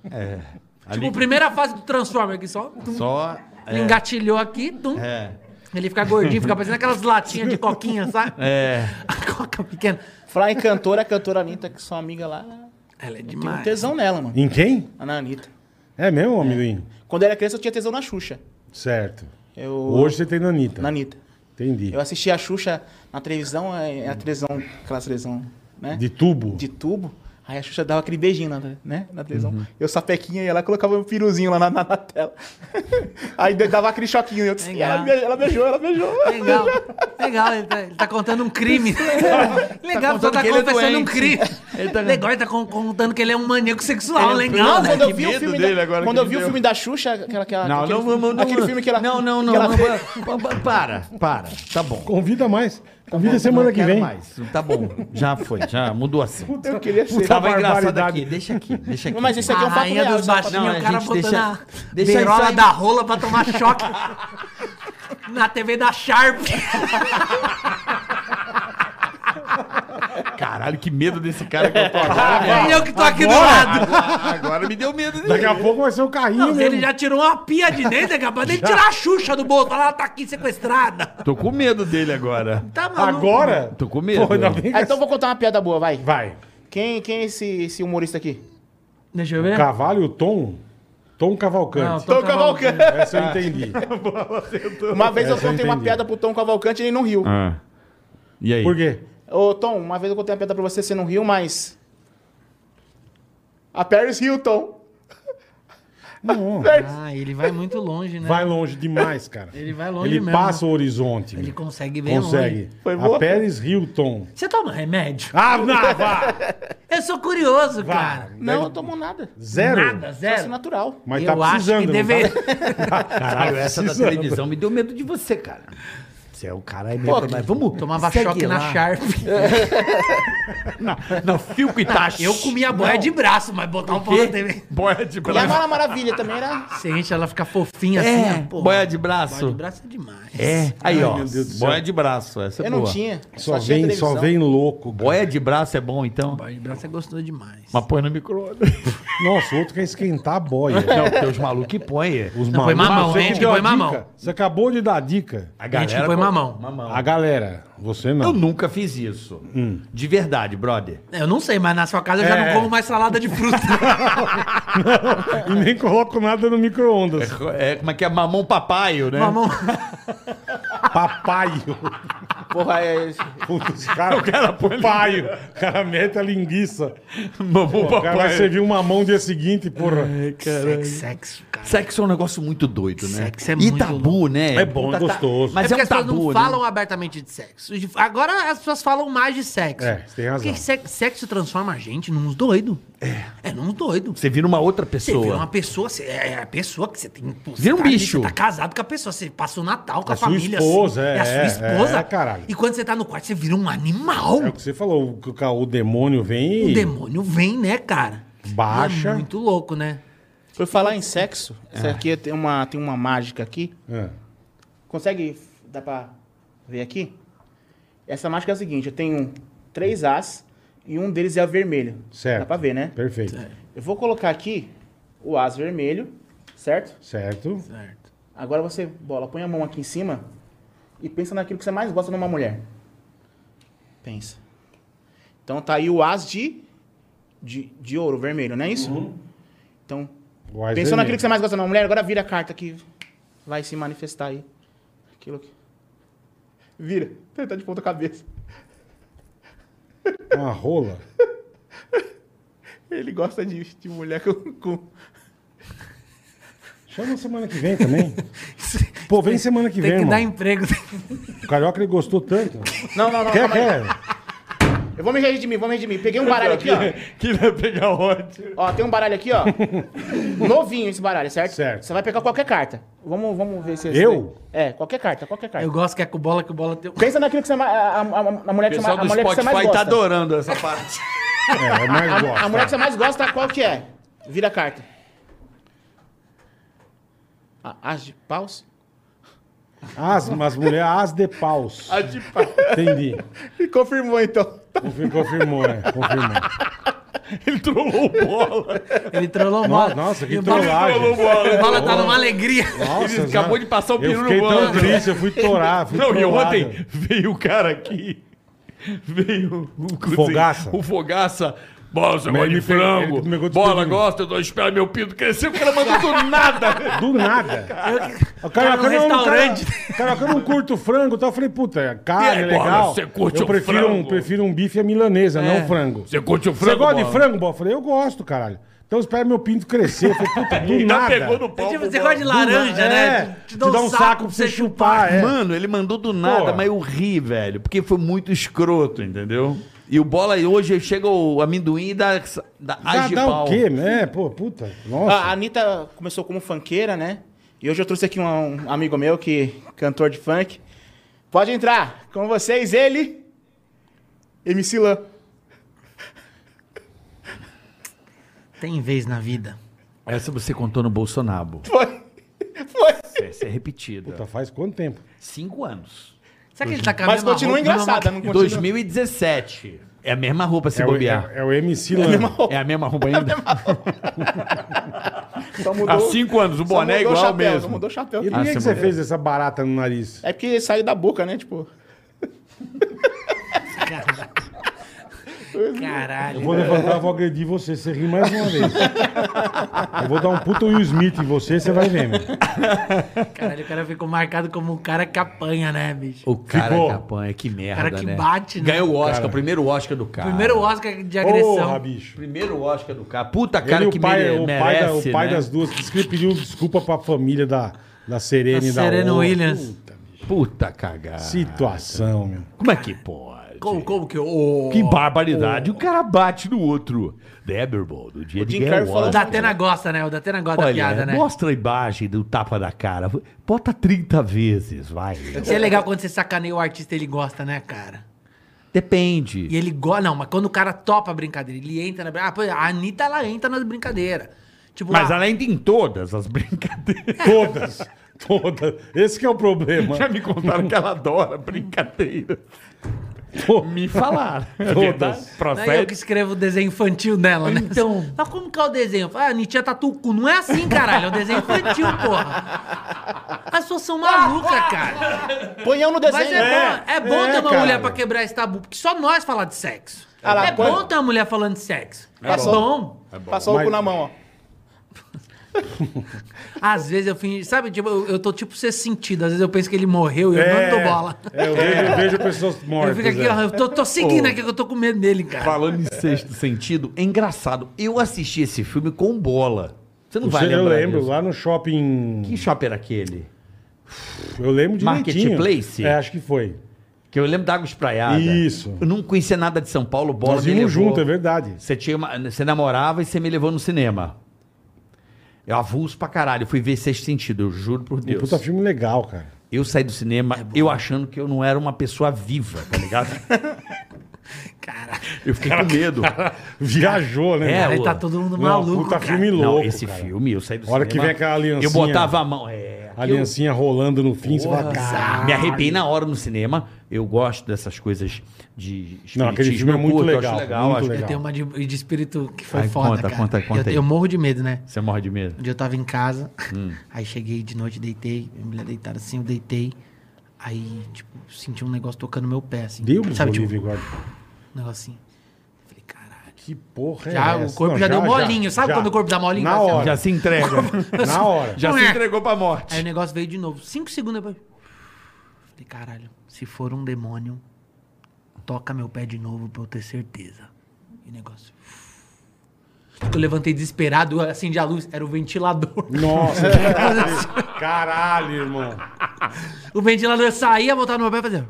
S3: Ali-
S4: Tipo, primeira fase do Transformer aqui, só. tum,
S3: Só.
S2: É.
S4: Ele engatilhou aqui, tum.
S3: É.
S4: Ele fica gordinho, fica parecendo aquelas latinhas de coquinha, sabe?
S3: É.
S4: A coca pequena.
S5: Falar em cantora, a cantora Anitta, que sua amiga lá,
S4: Ela é
S5: tem um
S4: demais.
S5: tesão nela, mano.
S2: Em quem?
S5: Na Anitta.
S2: É mesmo, amendoim?
S5: Quando eu era criança, eu tinha tesão na Xuxa.
S2: Certo.
S5: Eu...
S2: Hoje você tem na Anitta.
S5: Na Anitta.
S2: Entendi.
S5: Eu assisti a Xuxa na televisão, é, é a televisão, aquela televisão, né?
S2: De tubo?
S5: De tubo. Aí a Xuxa dava aquele beijinho na, né? na televisão.
S3: Uhum.
S5: Eu sapequinha e ela colocava um piruzinho lá na, na- na tela. Aí de- dava aquele choquinho. Eu disse,
S4: Legal.
S5: ela, be- ela beijou, ela beijou.
S4: Legal, legal, ele tá, ele tá contando um crime. Legal, só
S3: contando
S4: tá
S3: que ele é
S4: confessando um
S3: doente.
S4: crime.
S3: Ele tá-
S4: Legal, ele tá con- contando que ele é um maníaco sexual,
S3: Ele é um
S4: legal,
S5: Não,
S4: né?
S5: quando eu
S3: que
S5: vi o
S3: medo
S5: filme
S10: dele
S5: da,
S10: agora
S5: quando
S10: que
S5: eu vi
S10: ele
S5: o
S10: deu.
S5: filme da Xuxa, aquela, aquela,
S3: Não,
S5: aquele,
S3: não, não, não.
S5: aquele filme que ela
S3: Não, não, não.
S5: que ela-
S3: não, pa- pa- pa- para, para. Tá bom.
S2: Convida mais. Convida
S3: Tá Não
S2: semana que
S3: quero
S2: vem.
S3: mais. Tá bom. Já foi, já mudou assim.
S5: Eu queria ser.
S3: Tava engraçado
S2: barbaridade.
S3: aqui. Deixa aqui, deixa aqui.
S5: Mas esse aqui é
S4: A
S5: um fato
S4: rainha
S5: real.
S4: dos
S5: isso é um fato-
S4: baixinhos,
S3: Não,
S4: o
S3: a
S4: cara
S3: gente
S4: botando
S3: deixa-
S4: a
S3: deixa isso
S4: beirola
S3: aí.
S4: da rola pra tomar choque. Na TV da Sharp.
S5: é-
S3: Caralho, que medo desse cara que eu tô agora.
S4: E eu que tô aqui do lado.
S3: Agora me deu medo dele.
S2: Daqui a pouco vai ser o né? carrinho
S4: Não, se
S2: mesmo.
S4: ele já tirou uma pia de dentro, é capaz dele tirar a Xuxa do bolso. Ela tá aqui sequestrada.
S3: Tô com medo dele agora.
S4: Tá maluco.
S2: Agora?
S3: Tô com medo.
S2: Pô, ainda bem que
S5: Ah, então vou contar uma piada boa, vai.
S2: Vai.
S5: Quem, quem é esse, esse humorista aqui?
S4: Deixa eu ver.
S2: Cavalho o Tom? Tom
S4: Não,
S2: Cavalcante.
S4: Tom Cavalcante.
S2: Essa eu entendi.
S5: um Uma vez eu
S2: Essa eu
S5: contei uma
S2: É, entendi.
S5: piada pro Tom Cavalcante e ele não riu.
S10: Ah. E aí?
S2: Por quê?
S5: Ô, Tom, uma vez eu contei uma piada pra você, você não riu, mas. A Paris Hilton.
S2: Não.
S4: Ah, ele vai muito longe, né?
S2: Vai longe demais, cara.
S4: Ele vai longe
S2: Ele
S4: mesmo,
S2: passa o horizonte.
S4: Ele
S2: meu.
S4: consegue ver
S2: Hum. Consegue.
S4: longe.
S5: Foi
S2: A
S5: boa?
S2: Pérez Hilton.
S4: Você toma remédio?
S2: Ah, não, vá.
S4: Eu sou curioso,
S2: Vá.
S4: cara.
S5: Não, não tomou nada.
S2: Zero.
S4: Nada,
S5: Isso
S4: zero.
S5: natural.
S2: Mas
S4: eu
S2: tá precisando.
S4: acho que
S2: não
S4: deveria.
S2: tá?
S3: Caralho, essa da
S2: precisando.
S3: televisão me deu medo de você, cara. Você é o cara aí mesmo.
S5: Pô,
S3: Mas vamos.
S4: Tomava
S3: segue
S4: choque na
S3: lá.
S4: Sharp.
S3: Não, Filco e Tacho.
S4: Eu comia boia de braço, mas botar um pau na TV.
S3: Boia de
S5: E a
S3: braço.
S5: Mara Maravilha também era.
S4: Você enche, ela fica fofinha assim,
S3: É,
S4: ó, pô.
S3: boia de braço.
S4: Boia de braço é demais.
S3: É, aí
S2: Ai,
S3: ó.
S2: meu Deus do
S3: Boia
S2: céu.
S3: de braço, essa é
S5: Eu
S3: boa.
S5: não tinha.
S2: Só
S5: tinha
S2: vem, só
S5: televisão.
S2: vem louco. cara.
S3: Boia de braço é bom então?
S4: Boia de braço é gostoso demais.
S3: Mas põe no micro-ondas.
S2: Nossa, o outro quer esquentar a boia.
S3: Não, porque os malucos É, que põem. é.
S2: Os
S4: Não, põe
S2: malucos-
S4: mamão,
S2: Você
S4: hein?
S2: que
S4: Põe
S2: deu a
S4: mamão.
S2: dica. Você acabou de dar a dica.
S3: A
S4: gente põe
S3: co-
S4: mamão.
S3: Ah.
S2: A galera, você não.
S3: Eu nunca fiz isso. De verdade, brother.
S4: Eu não sei, mas na sua casa eu já
S2: É.
S4: não como mais salada de fruta.
S2: E nem coloco nada no micro-ondas.
S3: É, como é que é? Mamão papaio, né?
S4: Mamão.
S2: Papaio.
S5: Porra, é.
S2: Puta, Os caras. O cara põe paio. O cara mete a linguiça.
S3: Mamão
S2: O cara vai
S3: papaio.
S2: servir uma mão dia seguinte, porra.
S4: Sexo, sexo, cara.
S3: Sexo é um negócio muito doido, né?
S4: Sexo é
S3: e
S4: muito
S3: tabu, né?
S2: É bom, é
S3: Puta, tá-
S2: gostoso.
S3: Mas
S4: é
S3: é,
S4: porque
S3: um
S4: as pessoas
S3: tabu,
S4: não
S3: né?
S4: falam abertamente de sexo. Agora as pessoas falam mais de sexo.
S2: É, você tem razão.
S4: Porque sexo, sexo transforma a gente num doido. É. É num doido.
S3: Você vira uma outra
S4: Você
S3: pessoa.
S4: vira uma pessoa, você- é a pessoa que você tem. pô, você
S3: Vira um
S4: tá ali,
S3: bicho.
S4: Você tá casado com a pessoa, você passa o Natal com
S2: É
S4: a
S2: sua
S4: família.
S2: esposa,
S4: assim,
S2: é,
S4: é a
S2: é,
S4: sua esposa.
S2: é, caralho.
S4: E quando você tá no quarto, você vira um animal.
S2: É o que você falou, o, ca- o demônio vem
S4: O
S2: e
S4: demônio vem, né, cara?
S2: baixa.
S4: É muito louco, né?
S5: Por falar em sexo, essa aqui tem uma, tem uma mágica aqui.
S2: É.
S5: Consegue. Dá pra ver aqui? Essa mágica é a seguinte: eu tenho três As e um deles é o vermelho.
S2: Certo.
S5: Dá pra ver, né?
S2: Perfeito.
S5: Eu vou colocar aqui o As vermelho, certo?
S2: Certo.
S4: Certo.
S5: Agora você, bola, põe a mão aqui em cima e pensa naquilo que você mais gosta numa mulher. Pensa. Então tá aí o as de, de, de ouro vermelho, não é isso? Então,
S2: O Ás
S5: pensou
S2: vermelho.
S5: naquilo que você mais gosta numa mulher, agora vira a carta que vai se manifestar aí. Aquilo que... Vira. Tá de ponta cabeça.
S2: Uma Ah, rola.
S5: Ele gosta de, de mulher com... com...
S2: Chama semana que vem também. Pô, vem semana que
S4: Tem
S2: vem,
S4: que dar
S2: mano.
S4: emprego.
S2: O Carioca, ele gostou tanto.
S5: Não, não, não.
S2: quer,
S5: calma aí.
S2: quer?
S5: Eu vou me redimir, vou me redimir. Peguei um baralho aqui, ó.
S11: Que vai pegar onde?
S5: Ó, tem um baralho aqui, ó. Novinho esse baralho, certo?
S2: Certo.
S5: Você vai pegar qualquer carta. Vamos, vamos ver se é esse
S2: Eu?
S5: daí. É, qualquer carta, qualquer carta.
S4: Eu gosto que é com bola, que bola tem.
S5: Pensa naquilo que você mais. A, a, a- a mulher
S3: O
S5: que você mais,
S3: pessoal
S5: a
S3: do
S5: mulher que você mais
S3: Spotify tá
S5: gosta.
S3: adorando essa parte.
S2: É, eu mais gosto.
S5: a mulher que você mais gosta, qual que é? Vira a carta. A as de paus?
S2: As, mas mulher, as de paus. Entendi.
S5: E confirmou então.
S2: Confir- Confirmou, é. Confirmou.
S11: Ele trollou o bola.
S4: Ele trollou o bola.
S2: Nossa, nossa, é que
S4: E o bola-
S2: trollagem.
S11: trollou o bola.
S4: O bola tá numa alegria.
S2: Nossa,
S11: Ele acabou
S2: já-
S11: de passar o peru
S2: Eu
S11: no
S2: fiquei tão
S11: bola.
S2: triste, eu fui torar. Fui
S11: Não, e
S2: trollado.
S11: ontem veio o cara aqui. Veio o cozinheiro,
S2: Fogaça.
S11: O Fogaça. Bola, você
S2: Mas
S11: gosta
S2: ele
S11: de
S2: pegou-
S11: frango.
S2: ele pegou de
S11: Bola,
S2: tudo.
S11: gosta, eu tô esperando meu pinto crescer. O cara mandou do nada.
S2: Do nada. O
S4: Tá
S2: cara,
S4: num
S2: eu não-
S4: restaurante.
S2: Cara, cara, eu não curto frango. Então eu falei, puta, é carne,
S11: E aí,
S2: legal.
S11: Bola, você curte
S2: eu
S11: o
S2: prefiro Um,
S11: frango? É.
S2: prefiro um bife à milanesa, não frango.
S11: Você curte o
S2: Você
S11: frango?
S2: gosta de
S11: Bola?
S2: frango, Bola? Eu falei, eu gosto, caralho. Então espera meu pinto crescer. Eu falei, puta, do
S11: Ainda
S2: nada.
S11: pegou no
S4: É
S11: pau.
S4: tipo,
S11: pro
S4: você
S11: Bola.
S4: gosta de laranja,
S2: Do na-
S4: né?
S2: é, te dá um saco pra você chupar, é.
S3: Mano, ele mandou do nada,
S2: Porra.
S3: mas eu ri, velho. Porque foi muito escroto, entendeu? E o bola hoje chega o amendoim e dá, dá
S2: Dá, dá
S3: agipau.
S2: o quê? É, pô, puta.
S5: A
S11: Ah,
S2: Nossa.
S5: Anitta começou como funkeira, né? E hoje eu trouxe aqui um, um amigo meu que cantor de funk. Pode entrar com vocês, ele. MC Lan.
S4: Tem vez na vida.
S3: Essa você contou no Bolsonaro.
S5: Foi. Foi.
S3: Essa é repetida.
S2: Puta, faz quanto tempo?
S3: Cinco anos.
S4: Será que ele tá com a
S5: Mas
S4: mesma
S5: continua
S4: roupa,
S5: engraçada, não
S3: Em
S5: continua.
S3: 2017. É a mesma roupa se
S2: É o,
S3: bobear.
S2: é, é o MC Lan.
S3: É a mesma roupa ainda?
S5: Só mudou,
S11: Há cinco anos, o
S5: só
S11: boné é
S5: mudou
S11: igual
S5: o chapéu,
S11: mesmo.
S5: Só mudou o chapéu.
S2: E
S3: Ah,
S2: por que,
S3: você
S2: que você
S3: mudou.
S2: fez essa barata no nariz?
S5: É porque saiu da boca, né? Tipo.
S2: Eu
S4: Caralho.
S2: vou levantar, vou agredir você. Você ri mais uma vez. Eu vou dar um puto Will Smith em você, você vai ver, meu.
S4: Caralho, o cara ficou marcado como um cara que apanha, né, bicho?
S3: O cara
S2: Ficou.
S3: que apanha, que merda,
S4: Cara que
S3: né?
S4: bate, né?
S3: Ganhou o Oscar,
S2: Cara.
S3: o primeiro Oscar do cara.
S4: Primeiro Oscar de agressão.
S2: Porra, bicho.
S3: Primeiro Oscar do cara. Puta
S2: Ele
S3: cara
S2: e
S3: que
S2: o pai,
S3: mere-
S2: o pai,
S3: merece,
S2: da- o pai
S3: né?
S2: das duas disse que ele pediu desculpa pra família da, da Serena
S4: Da
S2: e da
S4: Serena
S2: outra.
S4: Williams.
S2: Puta, bicho.
S3: Puta cagada.
S2: Situação, meu.
S3: Como é que pode?
S4: Como, como que o.
S3: Que barbaridade. O cara bate no outro. Né, Deberbol, do dia
S5: O
S3: de
S5: Jim
S3: ganhar um
S5: Carrey falou
S4: O
S3: Oscar.
S4: Datena gosta, né? O Datena gosta da
S3: Olha,
S4: piada, né?
S3: mostra a imagem do tapa na cara. Bota 30 vezes, vai.
S4: Isso é legal quando você sacaneia o artista, ele gosta, né, cara?
S3: Depende.
S4: E ele gosta. Não, mas quando o cara topa a brincadeira, ele entra na brincadeira. Ah, pô, a Anitta, ela entra nas brincadeiras. Tipo,
S3: Mas
S4: ah,
S3: além de em todas as brincadeiras.
S2: Todas. Todas. Esse que é o problema.
S11: Já me contaram que ela adora brincadeira.
S2: Pô,
S3: Me falaram. É verdade?
S2: Todas.
S4: não é eu que
S11: Procede.
S4: escrevo o desenho infantil dela, né?
S3: Então.
S4: Mas como que é o desenho? Eu falo, Ah, a Anitta tá tucu. Não é assim, caralho. É um desenho infantil, porra. As pessoas são malucas, cara.
S5: Põe eu no desenho.
S4: Mas é, bom, é bom
S2: é,
S4: ter uma
S2: cara.
S4: mulher pra quebrar esse tabu, porque só nós falar de sexo.
S5: Ah lá,
S4: é
S5: quando-
S4: bom ter uma mulher falando de sexo. É,
S5: Passou.
S4: bom.
S5: Passou
S2: Mas-
S5: o cu na mão, ó.
S4: Às vezes eu fingi, sabe, tipo, eu, eu tô tipo ser sentido. Às vezes eu penso que ele morreu e eu
S2: é,
S4: não dou bola.
S2: é, eu vejo, eu vejo pessoas
S4: Eu
S2: mortas.
S4: fico aqui,
S2: é.
S4: ó, eu tô, tô seguindo aqui que eu tô com medo dele, cara.
S3: Falando em sexto sentido, é engraçado. Eu assisti esse filme com bola. Você não vai
S2: Você- eu
S3: lembrar
S2: lembro,
S3: disso.
S2: lá no shopping.
S3: Que shopping era aquele?
S2: Eu lembro direitinho.
S3: Marketplace?
S2: É, acho que foi.
S3: Que eu lembro da Água Espraiada.
S2: Isso.
S3: Eu não conhecia nada de São Paulo, bola
S2: Nós
S3: me
S2: vimos
S3: levou.
S2: junto, é verdade.
S3: Você, tinha uma- você namorava e você me levou no cinema. Eu avulso pra caralho. Eu fui ver Sexto Sentido, eu juro por
S2: Um
S3: Deus.
S2: puta filme legal, cara.
S3: Eu saí do cinema, eu achando que eu não era uma pessoa viva, tá ligado?
S4: Cara,
S3: Eu fiquei com medo.
S2: Viajou, né?
S3: É,
S2: mano?
S4: aí tá todo mundo
S2: Não,
S4: maluco,
S2: puta
S4: cara.
S2: filme louco.
S3: não, esse
S2: cara.
S3: filme, eu saí do
S2: A hora
S3: cinema.
S2: que vem aquela aliancinha.
S3: Eu botava a mão. É,
S2: A aliancinha rolando no fim, você fala,
S3: Ah,
S2: cara.
S3: Me arrepiei na hora no cinema. Eu gosto dessas coisas de espiritismo.
S2: Não, aquele filme é
S3: eu
S2: muito
S3: curto, eu
S2: legal,
S3: Acho legal,
S2: muito
S3: acho-
S2: legal.
S4: Eu tenho uma de, de espírito que foi
S3: Ai,
S4: foda,
S3: conta,
S4: cara.
S3: conta, conta
S4: eu,
S3: aí.
S4: eu morro de medo, né?
S3: Você morre de medo?
S4: Um dia eu tava em casa,
S3: Hum.
S4: aí cheguei de noite, deitei, minha mulher deitada assim, eu deitei. Aí, tipo, senti um negócio tocando meu pé, assim.
S2: Deus
S4: Sabe, tipo,
S2: Bolívia, agora.
S4: um negocinho. Eu falei, caralho.
S2: Que porra
S4: Já,
S2: é
S4: o
S2: essa?
S4: corpo já deu molinho. Sabe quando o corpo dá molinho?
S2: Na
S4: Assim, ó.
S2: hora,
S3: Já se entrega.
S2: na hora.
S11: Já
S4: Não
S11: se
S4: é.
S11: entregou pra morte.
S4: Aí o negócio veio de novo. Cinco segundos depois. Falei, caralho, se for um demônio, toca meu pé de novo pra eu ter certeza. E o negócio. Eu levantei desesperado, acendi a luz, era o ventilador.
S2: Nossa, caralho, irmão.
S4: O ventilador saía, voltava no meu pé e fazia.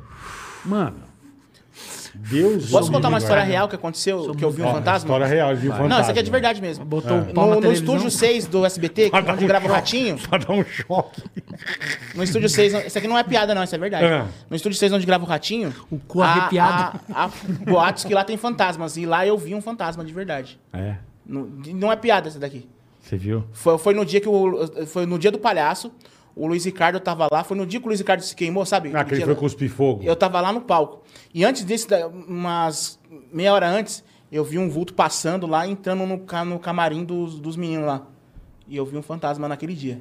S3: Mano,
S2: Deus
S5: Posso contar uma
S2: me
S5: história
S2: livre.
S5: real que aconteceu, que eu vi um
S2: Ó,
S5: fantasma?
S2: História real, de fantasma.
S5: Não, isso aqui é de verdade mesmo.
S2: um
S4: Botou o pau na
S5: No, no
S4: televisão.
S5: estúdio 6 do SBT,
S2: Pra dar
S5: que é
S2: um
S5: grava o
S2: choque.
S5: Ratinho,
S2: Pra dar um choque.
S5: no estúdio 6, não- isso aqui não é piada não, isso é verdade.
S2: É.
S5: No estúdio 6 onde grava o Ratinho,
S4: O cu arrepiado.
S5: Há, há- há boatos que lá tem fantasmas, e lá eu vi um fantasma de verdade.
S3: É,
S5: Não, não é piada essa daqui.
S3: você viu?
S5: Foi, foi no dia que o, foi no dia do palhaço, o Luiz Ricardo tava lá, foi no dia que o Luiz Ricardo se queimou, sabe?
S2: Ah, que ele
S5: Aquele-
S2: foi cuspir fogo.
S5: Eu tava lá no palco. E antes disso, da- umas meia hora antes, eu vi um vulto passando lá, entrando no, ca- no camarim dos, dos meninos lá. E eu vi um fantasma naquele dia.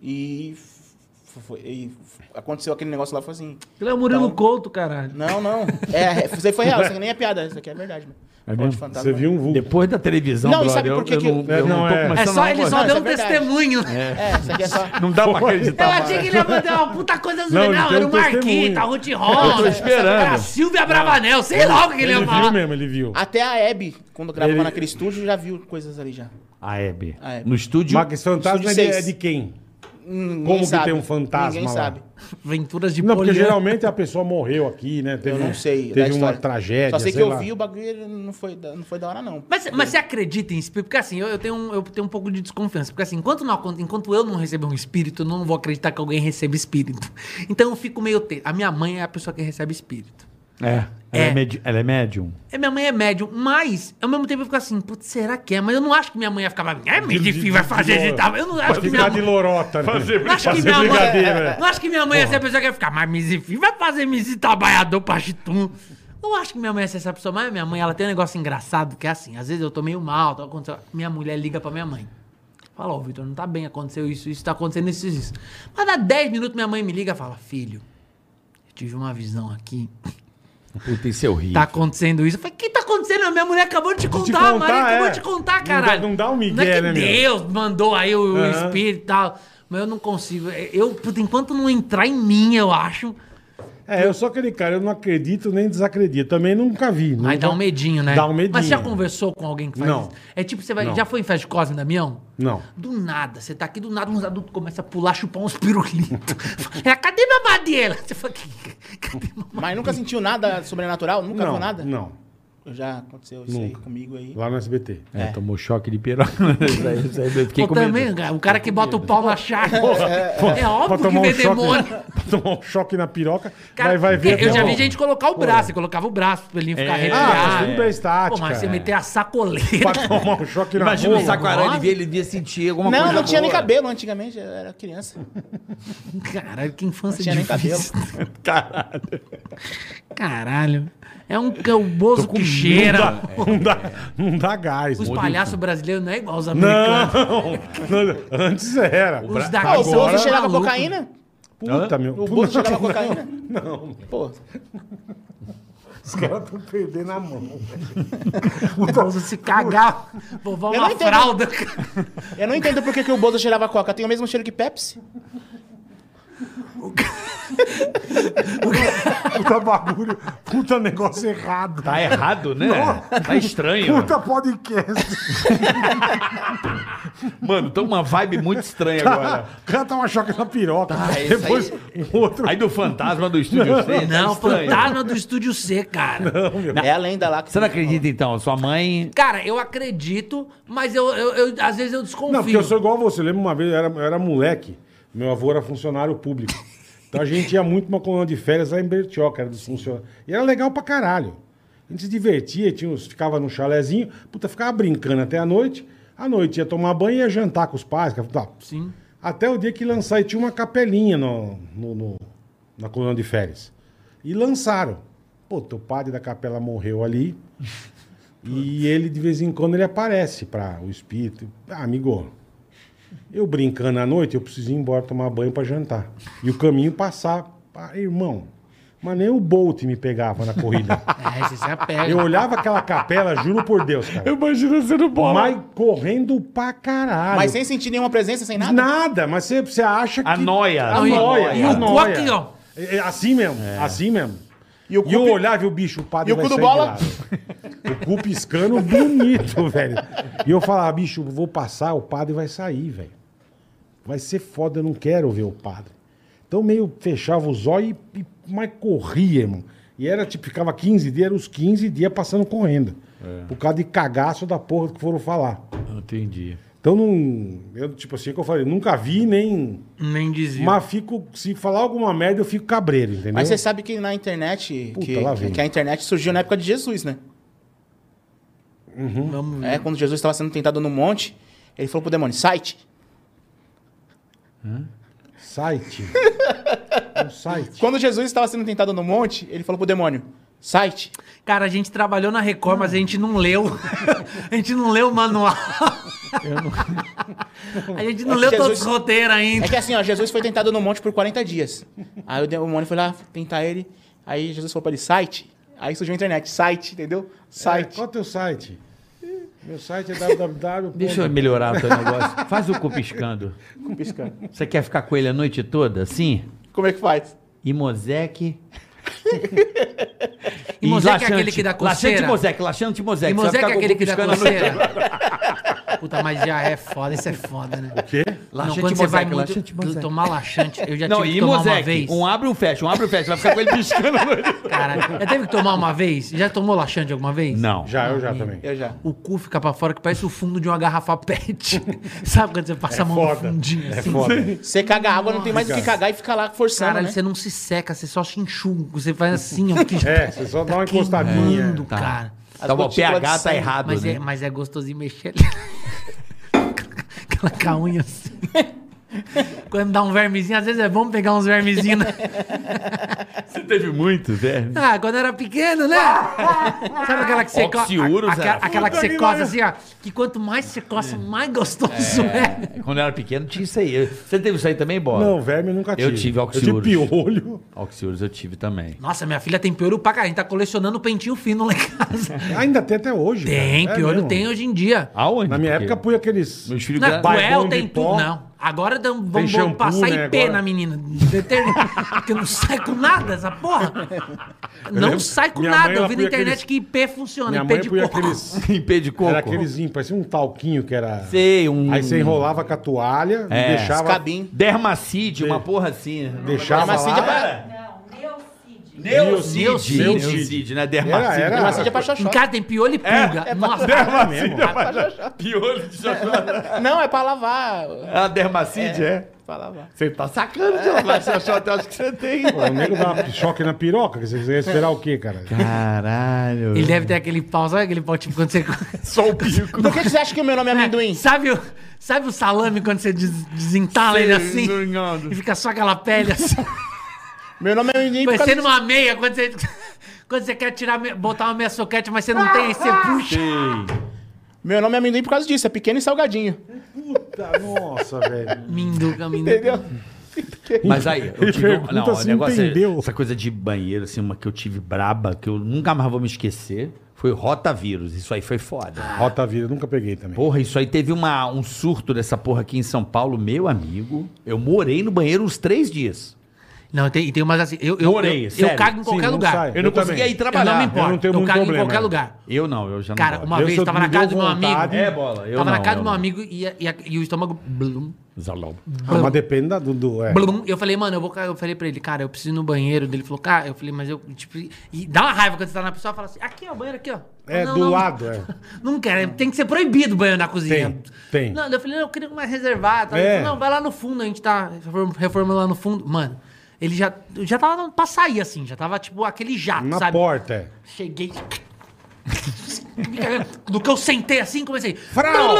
S5: E, f- foi- e f- aconteceu aquele negócio lá, foi assim...
S4: Ele é o Murilo
S5: Então-
S4: Couto, caralho.
S5: Não, não. É, é, isso aí foi real, isso aqui nem é piada, isso aqui é verdade. Mano. Falou de
S3: mesmo?
S5: fantasma.
S2: Você viu um vulto.
S3: Depois da televisão,
S5: Não, e
S3: brother,
S5: sabe
S3: eu-
S5: por que
S3: eu
S5: que-
S3: não-
S2: É,
S3: eu
S2: não,
S3: não tô
S2: é.
S4: É
S3: começando
S4: só,
S3: a
S4: ele só
S3: gostar.
S5: isso
S4: deu
S5: é
S4: um
S5: verdade.
S4: testemunho.
S5: É, isso aqui é só...
S3: Não dá pra
S4: Eu
S3: acreditar.
S4: achei que ele ia mandar uma puta coisa
S2: Não,
S4: zoeira.
S2: ele
S4: Não,
S2: deu
S4: era
S2: um
S4: o Marquinhos,
S2: testemunho.
S4: a Ruth Rosa.
S3: Eu tô esperando.
S4: Era a Silvia Bravanel. Sei lá o que ele ia
S2: Ele viu
S4: falar.
S2: mesmo, ele viu.
S5: Até a Hebe, quando gravava
S2: Ele-
S5: naquele estúdio, já viu coisas ali já.
S3: A Hebe.
S5: A Hebe.
S3: No estúdio.
S2: Mas esse fantasma é de,
S5: seis.
S2: é de quem?
S5: Ninguém
S2: Como que tem um fantasma
S5: Ninguém
S2: lá?
S5: sabe.
S4: Aventuras de
S2: Não, porque
S4: Poliana.
S2: geralmente a pessoa morreu aqui, né? Teve,
S5: Eu não
S2: um-
S5: sei. da
S2: Teve uma
S5: história.
S2: tragédia.
S5: Só sei, que
S2: sei
S5: eu
S2: lá.
S5: vi o bagulho ele não foi da, não foi da hora, não.
S4: Mas, mas você acredita em espírito? Porque assim, eu, eu tenho um, eu tenho um pouco de desconfiança. Porque assim, enquanto, não, enquanto eu não receber um espírito, eu não vou acreditar que alguém recebe espírito. Então eu fico meio... Te... A minha mãe é a pessoa que recebe espírito.
S3: É. Ela é,
S4: É.
S3: medi- ela é médium.
S4: É, minha mãe é médium, mas ao mesmo tempo eu fico assim, putz, será que é? Mas eu não acho que minha mãe ia ficar, é meio
S2: de-
S4: difícil, vai
S2: de-
S4: fazer
S2: de-
S4: de tal. Eu não acho que minha
S2: Ficar de
S4: mãe...
S2: lorota, né?
S4: Não acho, que
S2: fazer
S4: minha mãe,
S2: brigadeiro, é.
S4: não acho que minha mãe ia ser a pessoa que ia ficar, mas Mizifi vai fazer Mizi trabalhador pra chitum. Não acho que minha mãe ia ser essa pessoa, mas minha mãe, ela tem um negócio engraçado que é assim, às vezes eu tô meio mal, tá acontecendo- minha mulher liga pra minha mãe. Fala, ô Vitor, não tá bem, aconteceu isso, isso, tá acontecendo isso, isso. isso. Mas dá 10 minutos minha mãe me liga e fala, filho, eu tive uma visão aqui,
S1: Puta,
S3: é
S1: isso eu ri.
S4: tá acontecendo isso. Eu falei, o que tá acontecendo? A minha mulher acabou de te contar,
S2: contar,
S4: a Maria acabou
S2: é.
S4: de te contar,
S2: Não dá-
S4: caralho.
S2: não dá um migué,
S4: é que
S2: né, meu?
S4: Deus mandou aí o, o
S2: Aham.
S4: espírito e tal. Mas eu não consigo. Eu, puta, enquanto não entrar em mim, eu acho,
S2: É, eu sou aquele cara, eu não acredito nem desacredito. Também nunca vi.
S4: aí
S2: nunca-
S4: dá um medinho, né?
S2: Dá um medinho.
S4: Mas você já conversou com alguém que faz
S2: Não.
S4: isso? É tipo, você vai,
S2: Não.
S4: já foi em festa de Cosme, Damião?
S2: Não.
S4: Do nada, você tá aqui, do nada uns adultos começam a pular, chupar uns pirulitos. Fala, Cadê minha madeira? Você fala, "Que- cadê minha
S5: Mas nunca sentiu nada sobrenatural? Nunca
S2: Não,
S5: viu nada?
S2: não.
S5: Eu Já aconteceu isso aí
S2: Nunca.
S5: comigo aí.
S2: Lá no SBT.
S3: É, tomou choque de piroca. Isso aí- isso aí eu fiquei
S4: Pô,
S3: com
S4: também,
S3: medo.
S4: cara, o cara que bota o pau na chácara. É, óbvio que vem demônio.
S2: um choque, pra tomar um choque na piroca,
S4: Cara,
S2: vai, vai ver.
S4: Eu já
S2: até
S4: vi
S2: o-
S4: gente colocar o braço, você colocava o braço pra ele ficar
S3: É.
S2: Ah, mas
S4: arrepiado.
S2: tudo bem, estática.
S4: Pô, mas você
S2: é.
S4: meter a sacoleira.
S2: Pra tomar um choque na
S1: Imagina o
S2: rola.
S1: saco ele via, ele devia sentir alguma
S5: não,
S1: coisa.
S5: não tinha nem
S1: boa.
S5: cabelo antigamente, eu era criança.
S4: Caralho, que
S5: Não
S4: infância
S5: tinha nem
S4: difícil. Caralho. É um é o bozo que cheira.
S2: Não dá, não dá gás.
S4: Os
S2: né?
S4: palhaços brasileiros não é igual os americanos.
S2: Não, não, antes era.
S4: Os
S5: Ah,
S4: daqui
S5: o
S4: são
S5: Bozo cheirava
S4: malucos.
S5: cocaína?
S2: Puta, meu.
S5: O Bozo cheirava cocaína? Não. Pô,
S2: Os caras estão perdendo a mão.
S4: O Bozo se cagar. Vovó
S5: Eu
S4: uma
S5: não entendo. É
S4: fralda.
S5: eu não entendo por que, que o Bozo cheirava coca. Tem o mesmo cheiro que Pepsi?
S2: Puta bagulho. Puta negócio errado.
S3: Tá errado, né? Tá estranho.
S2: Puta podcast.
S3: Mano, tá uma vibe muito estranha agora.
S2: O cara toma choque na piroca.
S1: isso aí-
S2: Depois um outro.
S3: Aí do fantasma do estúdio tá 6.
S4: Não, fantasma do Estúdio C, cara.
S5: É a lenda lá. Que
S3: Você não acredita então? Sua mãe.
S4: Cara, eu acredito, mas eu, eu- eu- às vezes eu desconfio.
S2: Não, porque eu sou igual a você. Lembra uma vez, eu era, eu era moleque. Meu avô era funcionário público. Então a gente ia muito pra coluna de férias lá em Bertioca, era dos funcionários. E era legal pra caralho. A gente se divertia, tinha uns, ficava num chalezinho, puta, ficava brincando até a noite. À noite ia tomar banho e ia jantar com os pais. que- Tá.
S4: Sim.
S2: Até o dia que lançaram, e tinha uma capelinha no, no- no- na coluna de férias. E lançaram. Pô, o padre da capela morreu ali. e ele, de vez em quando, ele aparece para o espírito. Ah, amigo, eu brincando à noite, eu preciso ir embora tomar banho para jantar. E o caminho passar. Ah, irmão, mas nem o Bolt me pegava na corrida.
S4: É, você se apega.
S2: eu olhava aquela capela, juro por Deus, cara.
S3: imagino sendo
S2: Mas correndo pra caralho.
S5: Mas sem sentir nenhuma presença, sem nada?
S2: Nada, mas você, você acha que.
S3: A noia.
S2: A
S4: Não, e-
S2: noia.
S4: e
S2: a
S4: o cu
S2: noia.
S4: aqui, ó.
S2: É, é assim mesmo, assim mesmo. E,
S5: o cu
S2: eu
S5: pi-
S2: olhava e o bicho, o padre
S5: E o
S2: vai
S5: cu do
S2: sair de
S5: bola?
S2: lado. O cu piscando bonito, velho. E eu falava, bicho, vou passar, o padre vai sair, velho. Vai ser foda, eu não quero ver o padre. Então meio fechava os olhos e, e- mas corria, irmão. E era tipo, ficava 15 dias, era os 15 dias passando correndo. Por causa de cagaço da porra que foram falar.
S3: Entendi.
S2: Então, não, eu, tipo assim, é que eu falei, nunca vi nem.
S4: Nem dizia.
S2: Mas fico, se falar alguma merda, eu fico cabreiro, entendeu?
S5: Mas você sabe que na internet.
S2: Puta,
S5: que,
S2: lá
S5: que-
S2: vem.
S5: que a internet surgiu na época de Jesus, né?
S4: Vamos ver.
S5: É, quando Jesus estava sendo tentado no monte, ele falou pro demônio: site.
S2: Site. um site.
S5: Quando Jesus estava sendo tentado no monte, ele falou pro demônio: site.
S4: Cara, a gente trabalhou na Record, mas a gente não leu. a gente não leu o manual. a gente não
S5: É que
S4: leu todos
S5: Jesus-
S4: os roteiros ainda.
S5: É que assim, ó, Jesus foi tentado no monte por 40 dias. Aí o demônio foi lá tentar ele. Aí Jesus falou pra ele, site. Aí surgiu a internet, site, entendeu?
S2: É,
S5: Site.
S2: qual é o teu site? Meu site é www.
S3: Deixa eu melhorar o teu negócio. Faz o cu piscando.
S5: Piscando.
S3: Você quer ficar com ele a noite toda, assim?
S5: Como é que faz?
S3: E Mosec.
S4: E Mosaic é aquele que dá
S3: Laxante
S4: coceira.
S3: e Mosec, laxante e Mosec.
S4: E
S3: Você vai
S4: Mosaic
S3: ficar
S4: é
S3: com o
S4: aquele
S3: cu
S4: que dá
S3: piscando a noite
S4: coceira. Puta, mas já é foda, isso é foda, né? O quê? Não,
S3: Laxante
S4: quando você vai
S3: Mosaic,
S4: muito...
S3: laxante Mosaic.
S4: Tomar laxante, eu já
S3: Não,
S4: tive que
S3: e
S4: tomar uma
S3: Mosec.
S4: vez.
S3: Um abre e um fecha, um abre e um fecha. Vai ficar com ele piscando a noite
S4: Cara, já teve que tomar uma vez? Já tomou laxante alguma vez?
S3: Não.
S2: Já, eu já também.
S5: Eu já.
S4: O cu fica pra fora que parece o fundo de uma garrafa pet. Sabe quando você passa a mão no
S2: foda.
S4: fundinho
S2: É
S4: assim?
S2: foda.
S5: Você caga água, não tem mais o que
S2: Obrigado.
S5: cagar e fica lá forçando,
S4: Caralho,
S5: né?
S4: você não se seca, você só se enxuga. Você faz assim, ó. Porque
S2: É, você só dá uma encostadinha.
S4: queimando,
S3: Tá.
S4: cara.
S5: As
S3: Tá bom, o
S5: gotículas
S3: pH
S5: de
S3: tá
S5: sangue.
S3: errado,
S4: tipo Mas,
S3: né?
S4: é, mas é gostosinho mexer ali. Aquela caunha assim. Quando dá um vermezinho, às vezes é bom pegar uns vermezinhos. né?
S3: Você teve é. muito, velho.
S4: Ah, quando era pequeno, né? Sabe aquela que é. você coça?
S3: Oxiurus era
S4: Aquela que
S2: foda
S4: você coça
S2: demais.
S4: assim, ó. Que quanto mais você coça, mais gostoso é.
S3: Quando eu era pequeno tinha isso aí. Você teve isso aí também, Bola?
S2: Não, verme eu nunca tive.
S3: Eu tive
S2: Eu
S3: oxiúrus.
S2: tive piolho.
S3: Oxiuros eu tive também.
S4: Nossa, minha filha tem piolho pra caralho. A gente tá colecionando pentinho fino lá em casa.
S2: Ainda tem até hoje.
S4: Tem,
S2: cara. É
S4: piolho
S2: mesmo.
S4: tem hoje em dia.
S3: Aonde?
S2: Na minha
S3: Porque
S2: época, põe aqueles.
S3: Meus filhos...
S4: Não,
S3: gra-
S4: Coel
S2: Bomb,
S4: tem tudo,
S2: pó.
S4: não. Agora dão- vão, vão
S2: shampoo,
S4: passar
S2: né,
S4: IP
S2: agora?
S4: na menina. Deter- Porque não sai com nada essa porra. Não
S2: lembro-
S4: sai com
S2: minha
S4: nada.
S2: mãe,
S4: Eu
S2: ela
S4: vi na
S2: punha
S4: internet
S2: aqueles-
S4: que IP funciona,
S2: Minha
S4: IP
S2: mãe
S4: de
S2: põe
S4: coco.
S2: aqueles.
S3: Em pé de coco.
S2: Era aquelesinho, parecia um talquinho que era.
S3: Sei, um...
S2: Aí você enrolava com a toalha
S3: É.
S2: e deixava.
S5: Escabim.
S3: Dermacide, uma porra assim. né?
S2: Deixava
S5: Dermacide
S2: lá.
S5: é
S12: Não, Neucid.
S3: Neocid.
S4: Neocid.
S3: Neocid, né? Dermacide.
S2: Era,
S5: Mas
S2: era.
S5: é pra
S4: Em
S5: xoxó.
S4: casa tem piolho e
S2: É,
S4: pulga. Nossa,
S3: Dermacide é pra... Piolho de xoxota.
S5: Não, é pra lavar.
S3: Ah, dermacide, é?
S5: Pra lavar.
S3: Você tá sacando de lavar xoxota, eu acho que você tem.
S2: Pô, o nego dava choque na piroca. que Você ia esperar o quê, cara?
S3: Caralho.
S4: ele deve ter aquele pau, sabe aquele pau tipo quando você.
S3: Só o pico.
S5: Por que que você acha que o meu nome é amendoim?
S4: sabe, o, sabe o salame quando você des- desentala ele assim?
S2: um
S4: E fica só aquela pele assim.
S5: Meu nome é amendoim por causa
S4: Parecendo uma meia quando você. Quando você quer tirar, me- botar uma meia soquete, mas você não tem, aí você
S5: Ah!
S4: puxa.
S5: disso. Meu nome é amendoim por causa disso, é pequeno e salgadinho.
S2: Puta, nossa, velho.
S4: Minduca, minduca.
S5: Entendeu?
S3: Mas aí, eu
S2: Ele
S3: tive um,
S2: pergunta
S3: não, o
S2: se
S3: negócio é,
S2: entendeu.
S3: essa coisa de banheiro, assim, uma que eu tive braba, que eu nunca mais vou me esquecer, foi rotavírus. Isso aí foi foda.
S2: Rota vida, nunca peguei também.
S3: Porra, isso aí teve uma, um surto dessa porra aqui em São Paulo, meu amigo. Eu morei no banheiro uns três dias.
S4: Não, tem, tem umas assim. Eu, eu,
S3: Morei,
S4: eu, eu
S3: sério.
S4: cago em
S2: Sim,
S4: qualquer
S2: não
S4: lugar.
S2: sai.
S3: Eu não
S2: Eu também.
S3: conseguia ir
S4: Eu
S3: trabalhar.
S4: não me
S2: Eu não
S4: importo.
S2: tenho
S4: Eu,
S2: muito
S4: cago em
S2: problema,
S4: qualquer
S2: né?
S4: lugar.
S3: Eu não, eu já não.
S4: Cara,
S3: gosto.
S4: uma
S2: Eu
S4: vez
S2: sou-
S4: eu tava na
S2: me
S4: casa
S2: deu
S4: do meu
S2: vontade.
S4: amigo.
S3: É, bola. Eu
S4: tava
S3: não,
S4: na casa
S3: eu
S4: do meu
S3: não.
S4: amigo e, e, e o estômago. Blum,
S3: Zalão.
S2: Ah, mas depende da, do. do é.
S4: blum. Eu falei, mano, eu vou. ca- Eu falei pra ele, cara, eu preciso ir no banheiro. Ele falou, cara, eu falei, mas eu. Tipo, e dá uma raiva quando você tá na pessoa e fala assim: aqui, ó, o banheiro aqui, ó.
S2: É,
S4: Não,
S2: do
S4: não,
S2: lado, é.
S4: Não quero, tem que ser proibido o banheiro na cozinha.
S2: Tem, tem.
S4: Não, eu falei, não, eu queria mais reservado. Tá?
S2: É.
S4: Ele falou, não, vai lá no fundo, a gente tá reform- reformando lá no fundo. Mano, ele já, eu já tava pra sair, assim, já tava tipo aquele jato,
S2: Na
S4: sabe?
S2: porta, é.
S4: Cheguei. Me cagando. Do que eu sentei assim, comecei.
S2: Frau!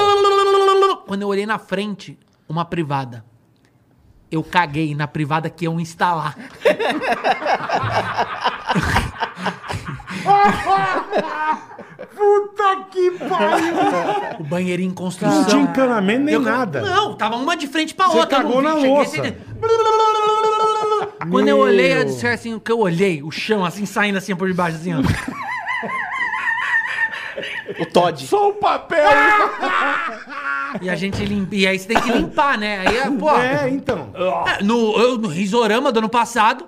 S4: Quando eu olhei na frente, uma privada. Eu caguei na privada que iam instalar.
S2: Puta que pariu!
S4: O banheirinho em construção.
S2: Não tinha um encanamento nem
S4: Eu-
S2: nada.
S4: Não, tava uma de frente pra
S2: Você
S4: outra. eu
S2: cagou
S4: não
S2: na
S4: cheguei,
S2: louça.
S4: cheguei. Quando eu
S2: Meu.
S4: olhei, eu disse assim, o que eu olhei, o chão assim, saindo assim por debaixo, assim, ó.
S5: O Todd.
S3: Só o papel!
S4: E a gente limpa. E aí você tem que limpar, né? Aí, pô.
S2: É, então.
S4: É, No, eu, no Risorama do ano passado,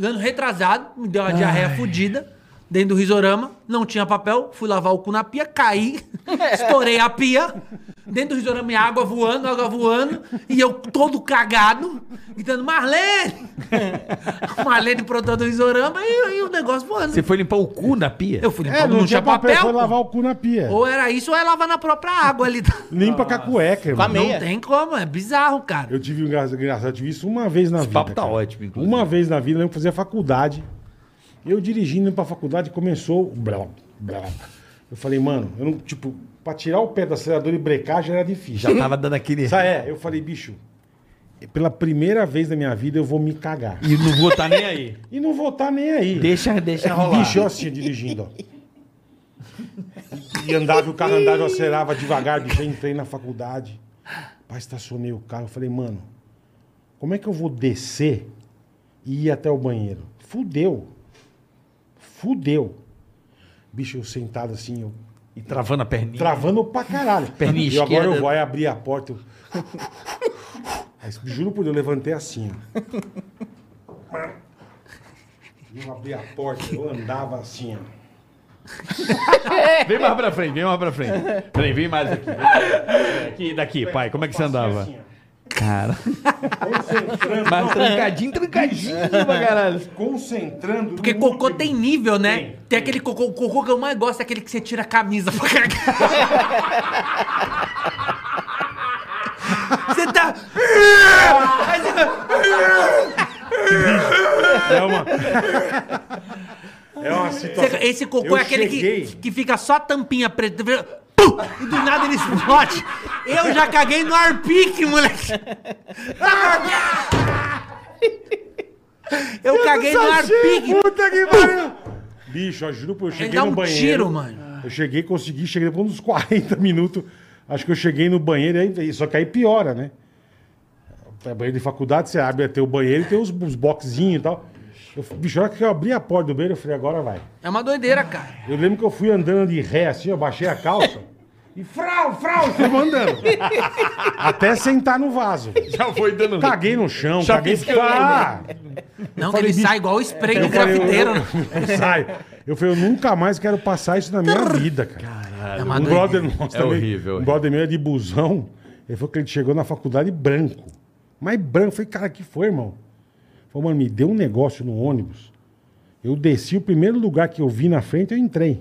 S4: ano retrasado, me deu uma diarreia fodida dentro do Risorama, não tinha papel, fui lavar o cu na pia, caí, estourei a pia, dentro do risorama, água voando, água voando, e eu todo cagado, gritando, Marlene! Marlene produtora do risorama e, e o negócio voando.
S3: Você foi limpar o cu na pia?
S4: Eu fui limpar,
S2: É,
S4: não, tinha papel.
S2: foi lavar o cu na pia.
S4: Ou era isso, ou é lavar na própria água ali.
S2: Limpa com a cueca, irmão.
S5: Com a meia.
S4: Não tem como, é bizarro, cara.
S2: Eu tive um engra- engraçado, eu tive isso uma vez na
S3: Esse
S2: vida.
S3: papo tá
S2: cara.
S3: ótimo, inclusive.
S2: Uma vez na vida, eu lembro que fazia faculdade. Eu dirigindo pra faculdade, começou. o blá, blá. Eu falei, mano, eu não, tipo, pra tirar o pé do acelerador e brecar já era difícil.
S3: Já tava dando aquele.
S2: Sabe, é, eu falei, bicho, pela primeira vez na minha vida eu vou me cagar.
S3: E não vou tá nem aí.
S2: E não vou tá nem aí.
S3: Deixa, deixa
S2: É que
S3: rolar.
S2: bicho eu assim, dirigindo, ó. E andava, e o carro andava, eu acelerava devagar, bicho. Eu entrei na faculdade. Pai, estacionei o carro. Eu falei, mano, como é que eu vou descer e ir até o banheiro? Fudeu. Fudeu. Bicho, eu sentado assim, eu
S3: E travando a perninha.
S2: travando pra caralho.
S3: Perninha
S2: e agora
S3: esquerda.
S2: eu vou aí abrir a porta. Eu... Aí, juro por Deus, eu levantei assim. ó. Eu abri a porta, eu andava assim, ó.
S3: Vem mais pra frente, vem mais pra frente. Peraí, vem mais aqui. vem mais aqui. Aqui, daqui, pai. Como é que você andava?
S2: Assim,
S3: Cara.
S2: ó, concentrando,
S3: Mas trancadinho, trancadinho pra caralho.
S2: concentrando. no
S4: Porque cocô
S2: último.
S4: tem nível, né?
S2: Tem,
S4: Tem, aquele cocô, o cocô que eu mais gosto é aquele que você tira a camisa pra cagar. você tá. Aí você-
S2: É uma. É uma situação.
S4: Esse cocô
S2: Eu
S4: é aquele
S2: cheguei-
S4: que, que fica só a tampinha preta. Pum! E do nada ele explode. Eu já caguei no arpique, moleque. Eu, caguei no arpique.
S2: Puta que pariu! Bicho, eu juro por eu cheguei
S4: dá
S2: no
S4: um
S2: banheiro.
S4: tiro, mano.
S2: Eu cheguei, consegui, cheguei depois uns 40 minutos. Acho que eu cheguei no banheiro, aí, só que aí piora, né? É banheiro de faculdade, você abre até o banheiro e tem os, os boxinhos e tal. Eu, bicho, a hora que eu abri a porta do banheiro, eu falei, agora vai.
S4: É uma doideira, cara.
S2: Eu lembro que eu fui andando de ré assim, eu baixei a calça e frau, frau, fui andando. Até sentar no vaso.
S3: Já foi dando. um
S2: Caguei no chão,
S3: Já
S2: caguei.
S3: piscou. né? Tá
S2: Ah!
S4: Não, que
S2: falei,
S4: ele
S2: bicho,
S4: sai igual o spray do
S2: Eu falei, eu-
S4: grafiteiro. né?
S2: eu- eu saio. Eu falei, eu nunca mais quero passar isso na minha vida, cara.
S4: É uma
S2: Um
S4: doideira.
S2: brother nosso
S3: É
S2: também,
S3: horrível,
S2: Um brother meu é de busão. Ele falou que ele chegou na faculdade branco. Mas branco. Eu falei, cara, que foi, irmão? Ele Falou, mano, me deu um negócio no ônibus. Eu desci, o primeiro lugar que eu vi na frente, eu entrei.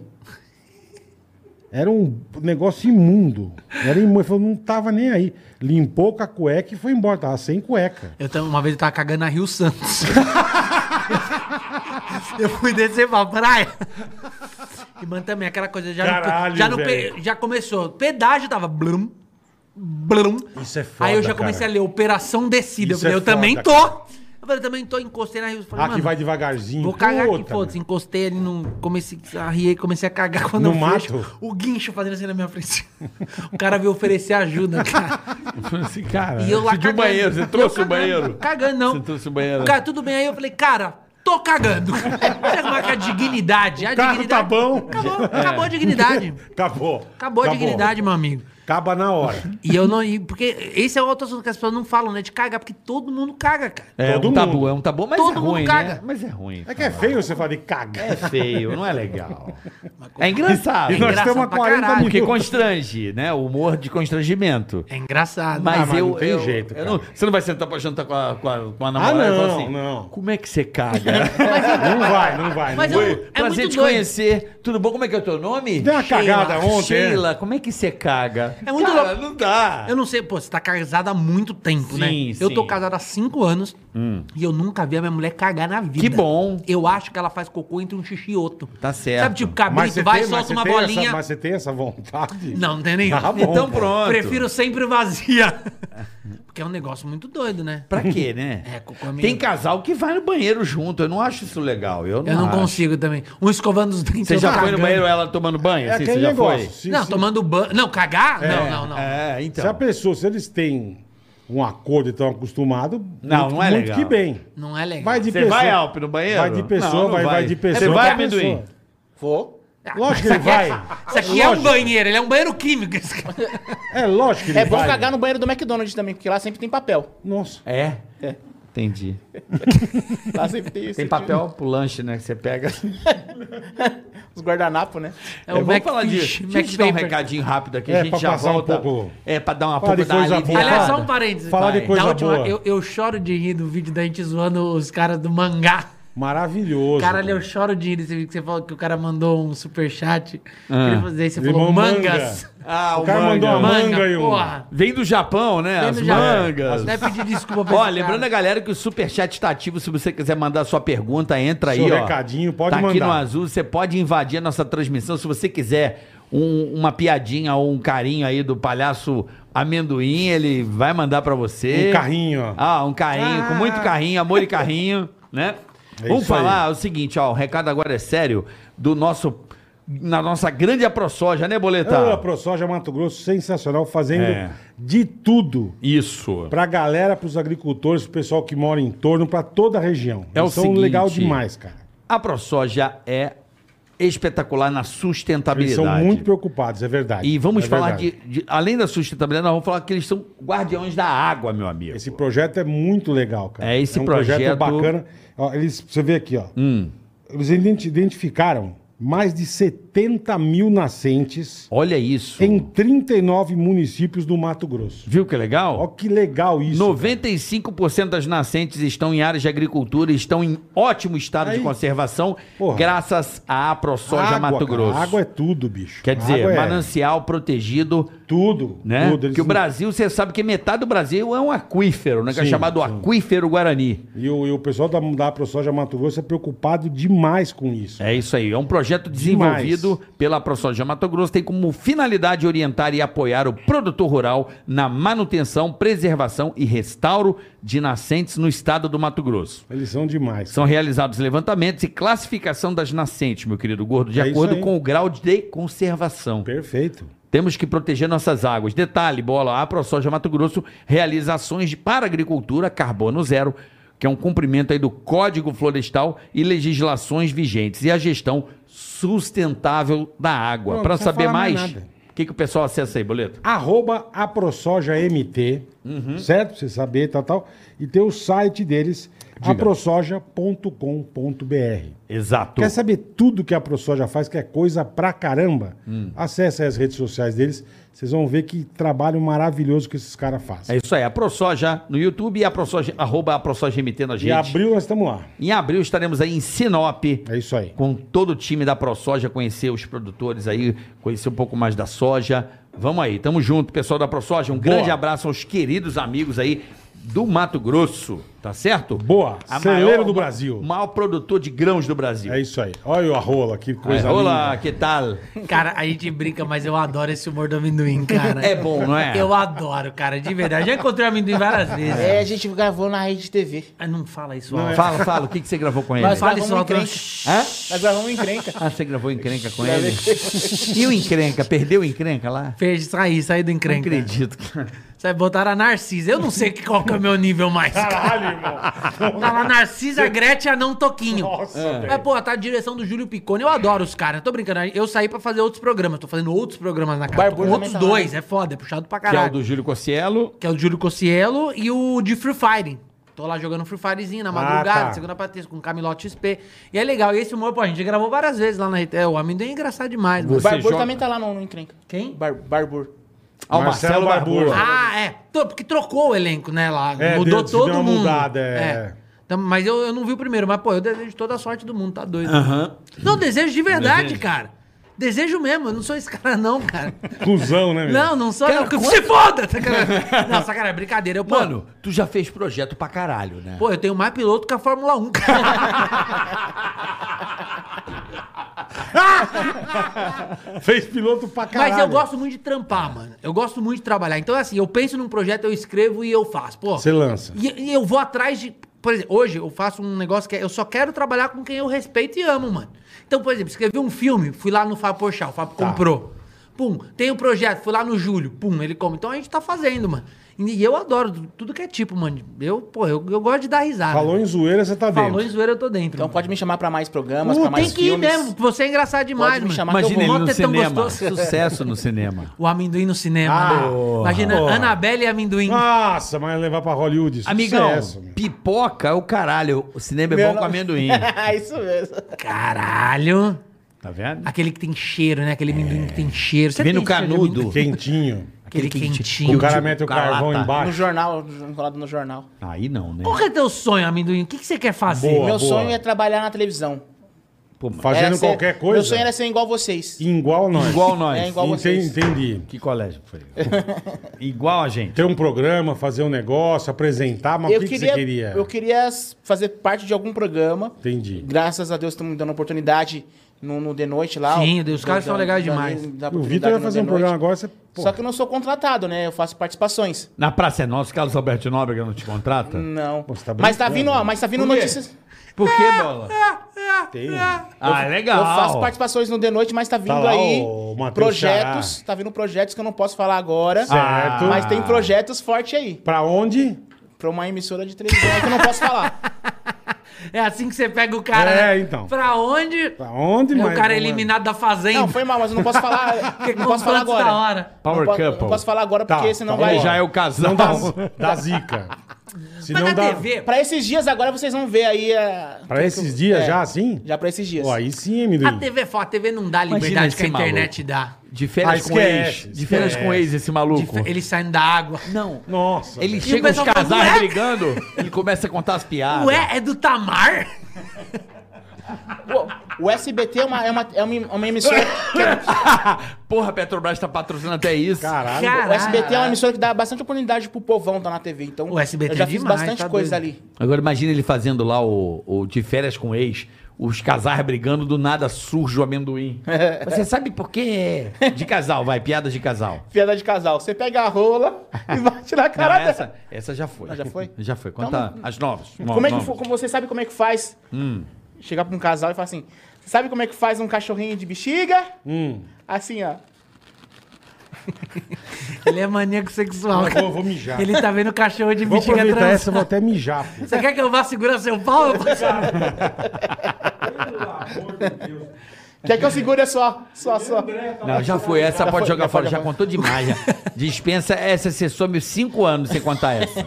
S2: Era um negócio imundo. Era imundo. Ele falou, não tava nem aí. Limpou com a cueca e foi embora. Tava sem cueca.
S4: Eu tam- uma vez eu tava cagando na Rio Santos. eu fui descer pra praia. E, mano, também aquela coisa. Já,
S2: Caralho,
S4: não, já, não pe-
S2: velho.
S4: já começou. Pedágio tava. Blum, blum.
S2: Isso é foda,
S4: Aí eu já comecei
S2: cara.
S4: a ler Operação Descida.
S2: Isso
S4: eu falei,
S2: é
S4: eu também
S2: foda,
S4: tô.
S2: cara.
S4: Eu falei, eu também tô. Encostei na Rio Santos. Falei,
S2: Ah, que vai devagarzinho.
S4: Vou cagar aqui,
S2: Puta,
S4: foda-se. Encostei ali, não comecei a rir e comecei a cagar quando
S2: No
S4: eu vejo
S2: mato?
S4: O guincho fazendo assim na minha frente. o cara veio oferecer ajuda, cara.
S3: Esse assim, cara.
S4: E eu lá
S3: pediu o
S4: cagando.
S3: banheiro, você
S4: Eu
S3: trouxe o
S4: cagando,
S3: banheiro.
S4: Cagando, não.
S3: Você trouxe o banheiro.
S4: Cara, tudo bem. Aí eu falei, cara, tô cagando. Você marca a dignidade. A
S2: carro
S4: dignidade.
S2: tá bom.
S4: Acabou, acabou a dignidade.
S2: Acabou.
S4: Acabou a dignidade, meu amigo.
S2: Acaba na hora.
S4: E eu não. e- porque esse é outro assunto que as pessoas não falam, né? De cagar, porque todo mundo caga, cara.
S3: É
S2: Todo
S3: um tabu,
S2: mundo.
S3: é um tabu, mas
S4: Todo
S3: é
S4: mundo
S3: ruim,
S4: caga.
S3: né? Mas é ruim.
S2: É que é feio você falar de cagar.
S3: É feio, não é legal. É engraçado.
S2: E nós
S4: engraçado
S2: temos a
S4: pra
S2: 40
S4: caralho.
S3: Porque
S2: minutos.
S3: constrange, né? O humor de constrangimento.
S4: É engraçado.
S3: Mas,
S2: Ah, mas
S3: eu.
S2: não tem
S3: eu-
S2: jeito,
S3: eu
S2: cara. Ah,
S3: não- você não vai sentar pra jantar com a, com a, com a namorada e falar
S2: não,
S3: assim:
S2: não.
S3: Como é que você caga?
S2: Não vai, não vai.
S4: Mas
S2: não
S4: eu-
S2: vai.
S4: É muito
S3: Prazer te
S4: doido.
S3: conhecer. Tudo bom? Como é que é o teu nome?
S2: Deu uma
S4: Sheila,
S2: cagada ontem. é?
S3: Sheila, como é que você caga?
S4: É muito
S3: Cara,
S4: louco.
S3: não dá.
S4: Eu não sei, pô, você tá casada há muito tempo,
S3: Sim,
S4: né? Eu tô
S3: sim.
S4: casada há cinco anos e eu nunca vi a minha mulher cagar na vida.
S3: Que bom.
S4: Eu acho que ela faz cocô entre um xixi e outro.
S3: Tá certo.
S4: Sabe, tipo,
S2: Mas você tem-
S4: cabrito, vai,
S2: mas
S4: solta
S2: você
S4: uma
S2: tem essa-
S4: bolinha.
S2: mas você tem essa vontade?
S4: Não, não tem nenhum.
S2: Tá bom,
S3: Então
S2: cara.
S3: pronto.
S4: Prefiro sempre vazia. Porque é um negócio muito doido, né?
S3: Pra quê, né?
S4: É, cocô é meio-
S3: Tem casal que vai no banheiro junto. Eu não acho isso legal. Eu não,
S4: Eu não
S3: acho.
S4: consigo também. Um escovando os dentes.
S3: Você
S4: eu
S3: já foi
S4: cagando.
S3: no banheiro ela tomando banho?
S2: É
S3: Assim,
S2: aquele
S3: você já
S2: negócio.
S3: foi?
S2: Se,
S4: não,
S2: se-
S4: tomando banho. Não, cagar? Não, não, não.
S3: É,
S2: se a
S3: então.
S2: pessoa, se eles têm um acordo e estão acostumados,
S3: Não, não é legal.
S2: que bem.
S4: Não é legal.
S2: Vai de
S3: Você
S2: pessoa.
S3: vai, Alpe, no banheiro?
S2: Vai de pessoa,
S3: Não, não
S2: vai, vai de pessoa.
S3: Você vai,
S2: pra
S3: amendoim?
S2: pessoa.
S5: Vou.
S2: Lógico que ele vai.
S4: Ah, Isso aqui é um
S2: Lógico.
S4: banheiro, ele é um banheiro químico. esse cara.
S2: É lógico que ele
S5: É bom
S2: vai.
S5: cagar no banheiro do McDonald's também, porque lá sempre tem papel.
S2: Nossa.
S3: É? Entendi.
S5: Lá sempre tem tipo isso.
S3: tipo- Tem papel pro lanche, né? Que você pega.
S5: Os guardanapos, né?
S4: É
S3: É,
S4: o
S3: vamos falar
S4: Macfish,
S3: disso. Deixa eu te dar um
S4: Macpaper.
S3: recadinho rápido aqui,
S2: É,
S3: a gente
S2: pra
S3: já
S2: passar um
S3: volta.
S2: pouco-
S3: É, pra dar uma
S2: Falar de
S3: pouco da
S2: coisa boa.
S4: Aliás, só
S3: aliviada.
S4: um parênteses.
S2: Falar de
S4: pai.
S2: coisa
S4: Da última,
S2: boa.
S4: Eu, eu choro de rir do vídeo da gente zoando os caras do mangá.
S2: Maravilhoso.
S4: Caralho, eu
S2: cara.
S4: choro de rir desse vídeo que você falou que o cara mandou um superchat.
S3: Ah.
S4: Queria fazer, você
S2: Limão
S4: falou mangas.
S2: manga.
S3: Ah,
S2: O cara mandou uma manga,
S4: Manga,
S2: e um...
S4: porra.
S3: Vem do Japão, né?
S4: Vem
S3: As
S4: do Japão.
S3: mangas.
S4: Deve pedir desculpa pra
S3: Ó,
S4: esse
S3: lembrando a
S4: cara.
S3: galera que o Superchat tá ativo. Se você quiser mandar sua pergunta, entra aí,
S2: Seu
S3: ó.
S2: recadinho, pode
S3: tá aqui
S2: mandar.
S3: no azul, você pode invadir a nossa transmissão. Se você quiser um- uma piadinha ou um carinho aí do palhaço amendoim, ele vai mandar pra você.
S2: Um carrinho, ó.
S3: Ah, um carrinho, com muito carrinho, amor e carrinho, né?
S2: É
S3: Vamos
S2: isso aí.
S3: falar o seguinte, ó, o recado agora é sério do nosso... Na nossa grande aprosoja, né, Boleta?
S2: Ah, ProSoja Mato Grosso, sensacional, fazendo
S3: É.
S2: de tudo
S3: Isso.
S2: pra galera, pros agricultores, pro pessoal que mora em torno, pra toda a região.
S3: É o
S2: Eles são legal
S3: seguinte,
S2: demais, cara.
S3: A ProSoja é espetacular na
S2: Eles
S3: sustentabilidade.
S2: são muito preocupados, é verdade.
S3: E vamos
S2: É
S3: falar
S2: verdade.
S3: de, de- além da sustentabilidade, nós vamos falar que eles são guardiões da água, meu amigo.
S2: Esse projeto é muito legal, cara.
S3: É esse
S2: um
S3: projeto- Hum.
S2: bacana. Ó, eles, você vê aqui, ó. Eles identi- identificaram mais de 70 mil nascentes
S3: Olha isso.
S2: em 39 municípios do Mato Grosso.
S3: Viu que
S2: Olha
S3: legal?
S2: que legal isso.
S3: 95% das nascentes estão em áreas de agricultura, e estão em ótimo estado
S2: Aí.
S3: de conservação,
S2: Porra.
S3: graças à ProSoja
S2: Água,
S3: Mato
S2: cara,
S3: Grosso.
S2: Água é tudo, bicho.
S3: Quer dizer,
S2: Água é
S3: manancial protegido,
S2: tudo,
S3: né?
S2: tudo. Eles
S3: que o
S2: não-
S3: Brasil, você sabe que metade do Brasil é um aquífero, né? que é
S2: Sim,
S3: chamado
S2: sim.
S3: aquífero Guarani.
S2: E o, e o pessoal da, da ProSoja Mato Grosso é preocupado demais com isso.
S3: É isso aí. É um projeto desenvolvido pela ProSoja Mato Grosso. Tem como finalidade orientar e apoiar o produtor rural na manutenção, preservação e restauro de nascentes no estado do Mato Grosso.
S2: Eles são demais.
S3: São realizados levantamentos e classificação das nascentes, meu querido gordo, de
S2: É isso
S3: acordo
S2: aí.
S3: com o grau de conservação.
S2: Perfeito.
S3: Temos que proteger nossas águas. Detalhe, bola, a ProSoja Mato Grosso realiza ações de- para agricultura carbono zero, que é um cumprimento aí do Código Florestal e legislações vigentes e a gestão sustentável da água.
S2: Não,
S3: Para
S2: não precisa
S3: saber
S2: falar mais
S3: mais,
S2: nada.
S3: o que, que o pessoal acessa aí, boleto?
S2: arroba a ProSojaMT,
S3: Uhum.
S2: certo? Pra você saber, tal, tal. E tem o site deles, aprosoja.com.br.
S3: Exato.
S2: Quer saber tudo que a ProSoja faz, que é coisa pra caramba?
S3: Hum.
S2: Acesse aí as redes sociais deles, vocês vão ver que trabalho maravilhoso que esses caras
S3: É
S2: fazem.
S3: isso aí, a ProSoja no YouTube e a ProSoja, arroba a ProSoja MT na gente.
S2: e abril nós estamos lá.
S3: Em abril estaremos aí em Sinop.
S2: É isso aí.
S3: com todo o time da ProSoja, conhecer os produtores aí, conhecer um pouco mais da soja. Vamos aí, tamo junto, pessoal da ProSoja. Um grande abraço aos queridos amigos aí do Mato Grosso, tá certo?
S2: Boa,
S3: A
S2: celeiro
S3: maior-
S2: do Brasil.
S3: O maior produtor de grãos do Brasil.
S2: É isso aí. Olha a rola, que coisa
S3: Olá,
S2: linda.
S3: que tal?
S4: Cara, a gente brinca, mas eu adoro esse humor do amendoim, cara.
S3: É bom, não é?
S4: Eu adoro, cara, de verdade. Já encontrei o amendoim várias vezes.
S5: É, a gente gravou na rede TV.
S4: Ah, Não fala isso, não,
S3: Fala, fala, o é que, que você gravou com ele?
S4: Mas fala
S5: Nós
S4: isso,
S5: vamos
S4: alto.
S5: em
S3: Hã?
S5: Nós gravamos encrenca.
S3: Ah, você gravou encrenca com ele? E o encrenca? Perdeu o encrenca lá?
S4: Fez, saí, saí do
S3: Não
S4: encrenca.
S3: acredito. é cara.
S4: Sabe, botaram a Narcisa. Eu não sei que- qual que é o meu nível mais.
S2: Caralho, irmão.
S4: Tá lá Narcisa, Gretchen, Anão Toquinho.
S2: Nossa,
S3: É.
S4: Mas,
S2: velho.
S4: pô, tá a direção do Júlio Picone. Eu adoro os caras. Tô brincando. Eu saí pra fazer outros programas. Tô fazendo outros programas na casa.
S5: Barbudo
S4: Com outros
S5: também tá lá,
S4: dois. É foda, é puxado pra
S3: Que é o
S4: caralho.
S3: do Júlio Cocielo.
S4: Que é o do Júlio Cocielo e o de Free Fire. Tô lá jogando Free Firezinho na madrugada,
S2: tá.
S4: segunda pra terça, com Camilote XP. E é legal. E esse humor, pô, a gente gravou várias vezes lá na rede. É, o Amendoim é engraçado demais, mano.
S5: O Barbur
S3: joga-
S5: também tá lá no, no encrenca.
S4: Quem?
S5: Bar- Barbur.
S3: Ah, o
S2: Marcelo
S3: Marcelo,
S2: Barbosa.
S3: Barbosa.
S4: Ah, é. Tô- porque trocou o elenco, né? Lá.
S2: É,
S4: Mudou
S2: deu- se
S4: todo
S2: deu uma
S4: mundo.
S2: mudada, é.
S4: Então, mas eu, eu não vi o primeiro, mas, pô, eu desejo toda a sorte do mundo, tá doido. Não, desejo de verdade, cara. Desejo mesmo, eu não sou esse cara, não, cara.
S2: Cusão, né, meu?
S4: Não, não sou. não, que se foda! tá sacanagem. Não, sacanagem, brincadeira. Eu, pô,
S3: Mano, tu já fez projeto pra caralho, né?
S4: pô, eu tenho mais piloto que a Fórmula 1, cara.
S2: Fez piloto pra caralho.
S4: Mas eu gosto muito de trampar, mano. Eu gosto muito de trabalhar. Então, assim, eu penso num projeto, eu escrevo e eu faço. Pô,
S2: Você lança.
S4: E, e eu vou atrás de. Por exemplo, hoje eu faço um negócio que é, eu só quero trabalhar com quem eu respeito e amo, mano. Então, por exemplo, escrevi um filme, fui lá no Fábio Porchat, o
S2: Tá.
S4: Fábio comprou. Pum, tem um projeto, fui lá no Júlio, pum, ele come. Então a gente tá fazendo, mano. E e eu adoro tu- tudo que é tipo, mano. Eu, pô, eu, eu gosto de dar risada.
S2: Falou em zoeira, você tá dentro.
S4: Falou em zoeira, eu tô dentro.
S5: Então
S4: mano.
S5: pode me chamar pra mais programas,
S4: Uh,
S5: pra mais
S4: tem que ir
S5: filmes.
S4: mesmo, você é engraçado demais,
S5: me
S4: mano.
S5: chamar.
S3: Imagina
S4: Mas eu
S3: ele
S4: vou-
S3: no
S4: é tão
S3: cinema.
S4: gostoso.
S3: Sucesso no cinema.
S4: O amendoim no cinema.
S2: Ah,
S4: né? Imagina,
S2: porra. Ah.
S4: Anabelle e amendoim.
S2: Nossa, mas levar pra Hollywood. Sucesso,
S3: Amigão,
S2: meu.
S3: pipoca é o caralho. O cinema é
S5: Meu
S3: bom com
S5: nome-
S3: amendoim.
S5: Isso mesmo.
S4: Caralho.
S1: Tá vendo?
S4: Aquele que tem cheiro, né? Aquele amendoim que tem cheiro. Você
S1: Vem no
S4: tem cheiro de
S1: canudo.
S2: Quentinho.
S4: Aquele
S1: Aquele que-
S4: quentinho.
S2: o cara mete o
S1: cara
S2: carvão
S1: lá tá.
S5: No
S2: embaixo.
S5: jornal, enrolado no jornal.
S1: Aí não, né?
S4: Qual que é teu sonho, amendoim? O que, que você quer fazer?
S2: Boa.
S5: Meu sonho é trabalhar na televisão.
S1: Pô, mano.
S2: Fazendo
S5: Era ser-
S2: qualquer coisa.
S5: Meu sonho era ser igual vocês.
S2: Igual nós.
S1: Igual nós.
S5: É, igual
S2: Entendi,
S5: vocês.
S2: entendi.
S1: Que colégio foi? Igual a gente.
S2: Ter um programa, fazer um negócio, apresentar, mas o
S5: Eu
S2: que, que
S5: queria,
S2: você queria?
S5: eu queria s- fazer parte de algum programa.
S2: Entendi.
S5: Graças a Deus estão me dando oportunidade no, no The Noite lá.
S4: Sim,
S5: O-
S4: Deus, os caras
S5: da-
S4: são legais
S5: da-
S4: demais.
S2: O
S5: da oportunidade
S2: Vitor vai
S5: no
S2: fazer um
S5: The Noite.
S2: programa agora, você. Pô,
S5: Só que eu não sou contratado, né? Eu faço participações.
S1: Na Praça é Nossa, Carlos Alberto Nóbrega não te contrata?
S5: Não.
S2: Pô, você tá
S5: mas tá
S2: brincando,
S5: vindo, ó, mas tá vindo
S1: Por quê?
S5: notícias.
S1: Por que, Bola?
S2: tem.
S1: Ah, é legal.
S5: Eu faço participações no The Noite, mas tá vindo
S2: lá
S5: aí
S2: o Matheus
S5: projetos.
S2: Ceará.
S5: Tá vindo projetos que eu não posso falar agora.
S1: Ah.
S2: Certo.
S5: Mas tem projetos fortes aí.
S2: Pra onde?
S5: Pra uma emissora de televisão aí que eu não posso falar.
S4: É assim que você pega o cara.
S2: É,
S4: né?
S2: então.
S4: Pra onde?
S2: Pra onde,
S4: E o
S2: mas-
S4: cara é eliminado da fazenda.
S5: Não, foi mal, mas eu não posso falar.
S4: Porque
S2: Ah,
S5: não posso falar
S4: confrontos da
S5: agora.
S4: hora.
S1: Power
S5: não po-
S1: Couple.
S5: Não posso falar agora
S2: Tá,
S5: porque
S2: tá
S5: senão
S3: então
S5: vai.
S1: Ele
S2: bom.
S1: já é o casal.
S2: Não dá, dá zica. Se
S4: Mas
S2: não
S4: na
S2: dá. tá
S4: TV,
S5: Pra esses dias agora vocês vão ver aí. a-
S2: Pra esses dias
S5: É,
S2: já assim?
S5: Já pra esses dias.
S2: Pô, aí sim, hein,
S4: a
S2: menino.
S4: TV é foda, a TV não dá a
S1: Imagina
S4: liberdade que a
S1: esse maluco.
S4: internet dá.
S3: De
S2: Ah,
S3: férias com
S2: esquece,
S3: ex. De férias
S2: esquece.
S3: com ex, esse
S4: De-
S3: maluco.
S4: Ele saindo da água.
S3: Não.
S2: Nossa.
S3: Ele
S2: velho.
S3: chega os
S4: pessoal fala,
S3: casais
S4: "Ué?"
S3: brigando, ele começa a contar as piadas.
S4: Ué, é do Tamar?
S5: O, o SBT é uma, é uma, é uma, é uma emissora.
S3: Porra, a Petrobras tá patrocinando até isso.
S2: Caralho.
S4: Cara.
S5: o SBT é uma emissora que dá bastante oportunidade pro povão tá na TV. Então,
S4: O SBT
S5: eu já
S4: é
S5: fiz
S4: demais,
S5: bastante
S4: tá
S5: coisa
S4: doido.
S5: ali.
S3: Agora imagina ele fazendo lá o, o de férias com ex, os casais brigando, do nada surge o amendoim. Você sabe por quê? De casal, vai, piadas de casal.
S5: Piada de casal. Você pega a rola e bate na
S3: Não,
S5: cara dela.
S3: essa, essa já foi.
S5: Ah, já foi?
S3: Já foi. Conta as novas.
S5: Como é que
S3: novas.
S5: fo- como você sabe como é que faz?
S3: Hum.
S5: Chegar pra um casal e falar assim: "Você sabe como é que faz um cachorrinho de bexiga? Assim, ó.
S4: Ele é maníaco sexual.
S2: Eu Vou, vou mijar.
S4: Ele tá vendo o cachorro de
S2: Vou
S4: bexiga
S2: aproveitar
S4: transando.
S2: essa, eu vou até mijar. pô.
S4: Você quer que eu vá segurar seu pau? Eu posso-
S5: Quer que eu segure a sua, sua, sua.
S3: Não, já foi. Essa
S5: Já
S3: pode
S5: foi,
S3: jogar
S5: já
S3: fora,
S5: foi,
S3: já
S5: já foi.
S3: contou demais. Já. Dispensa essa, você some os cinco anos sem contar essa.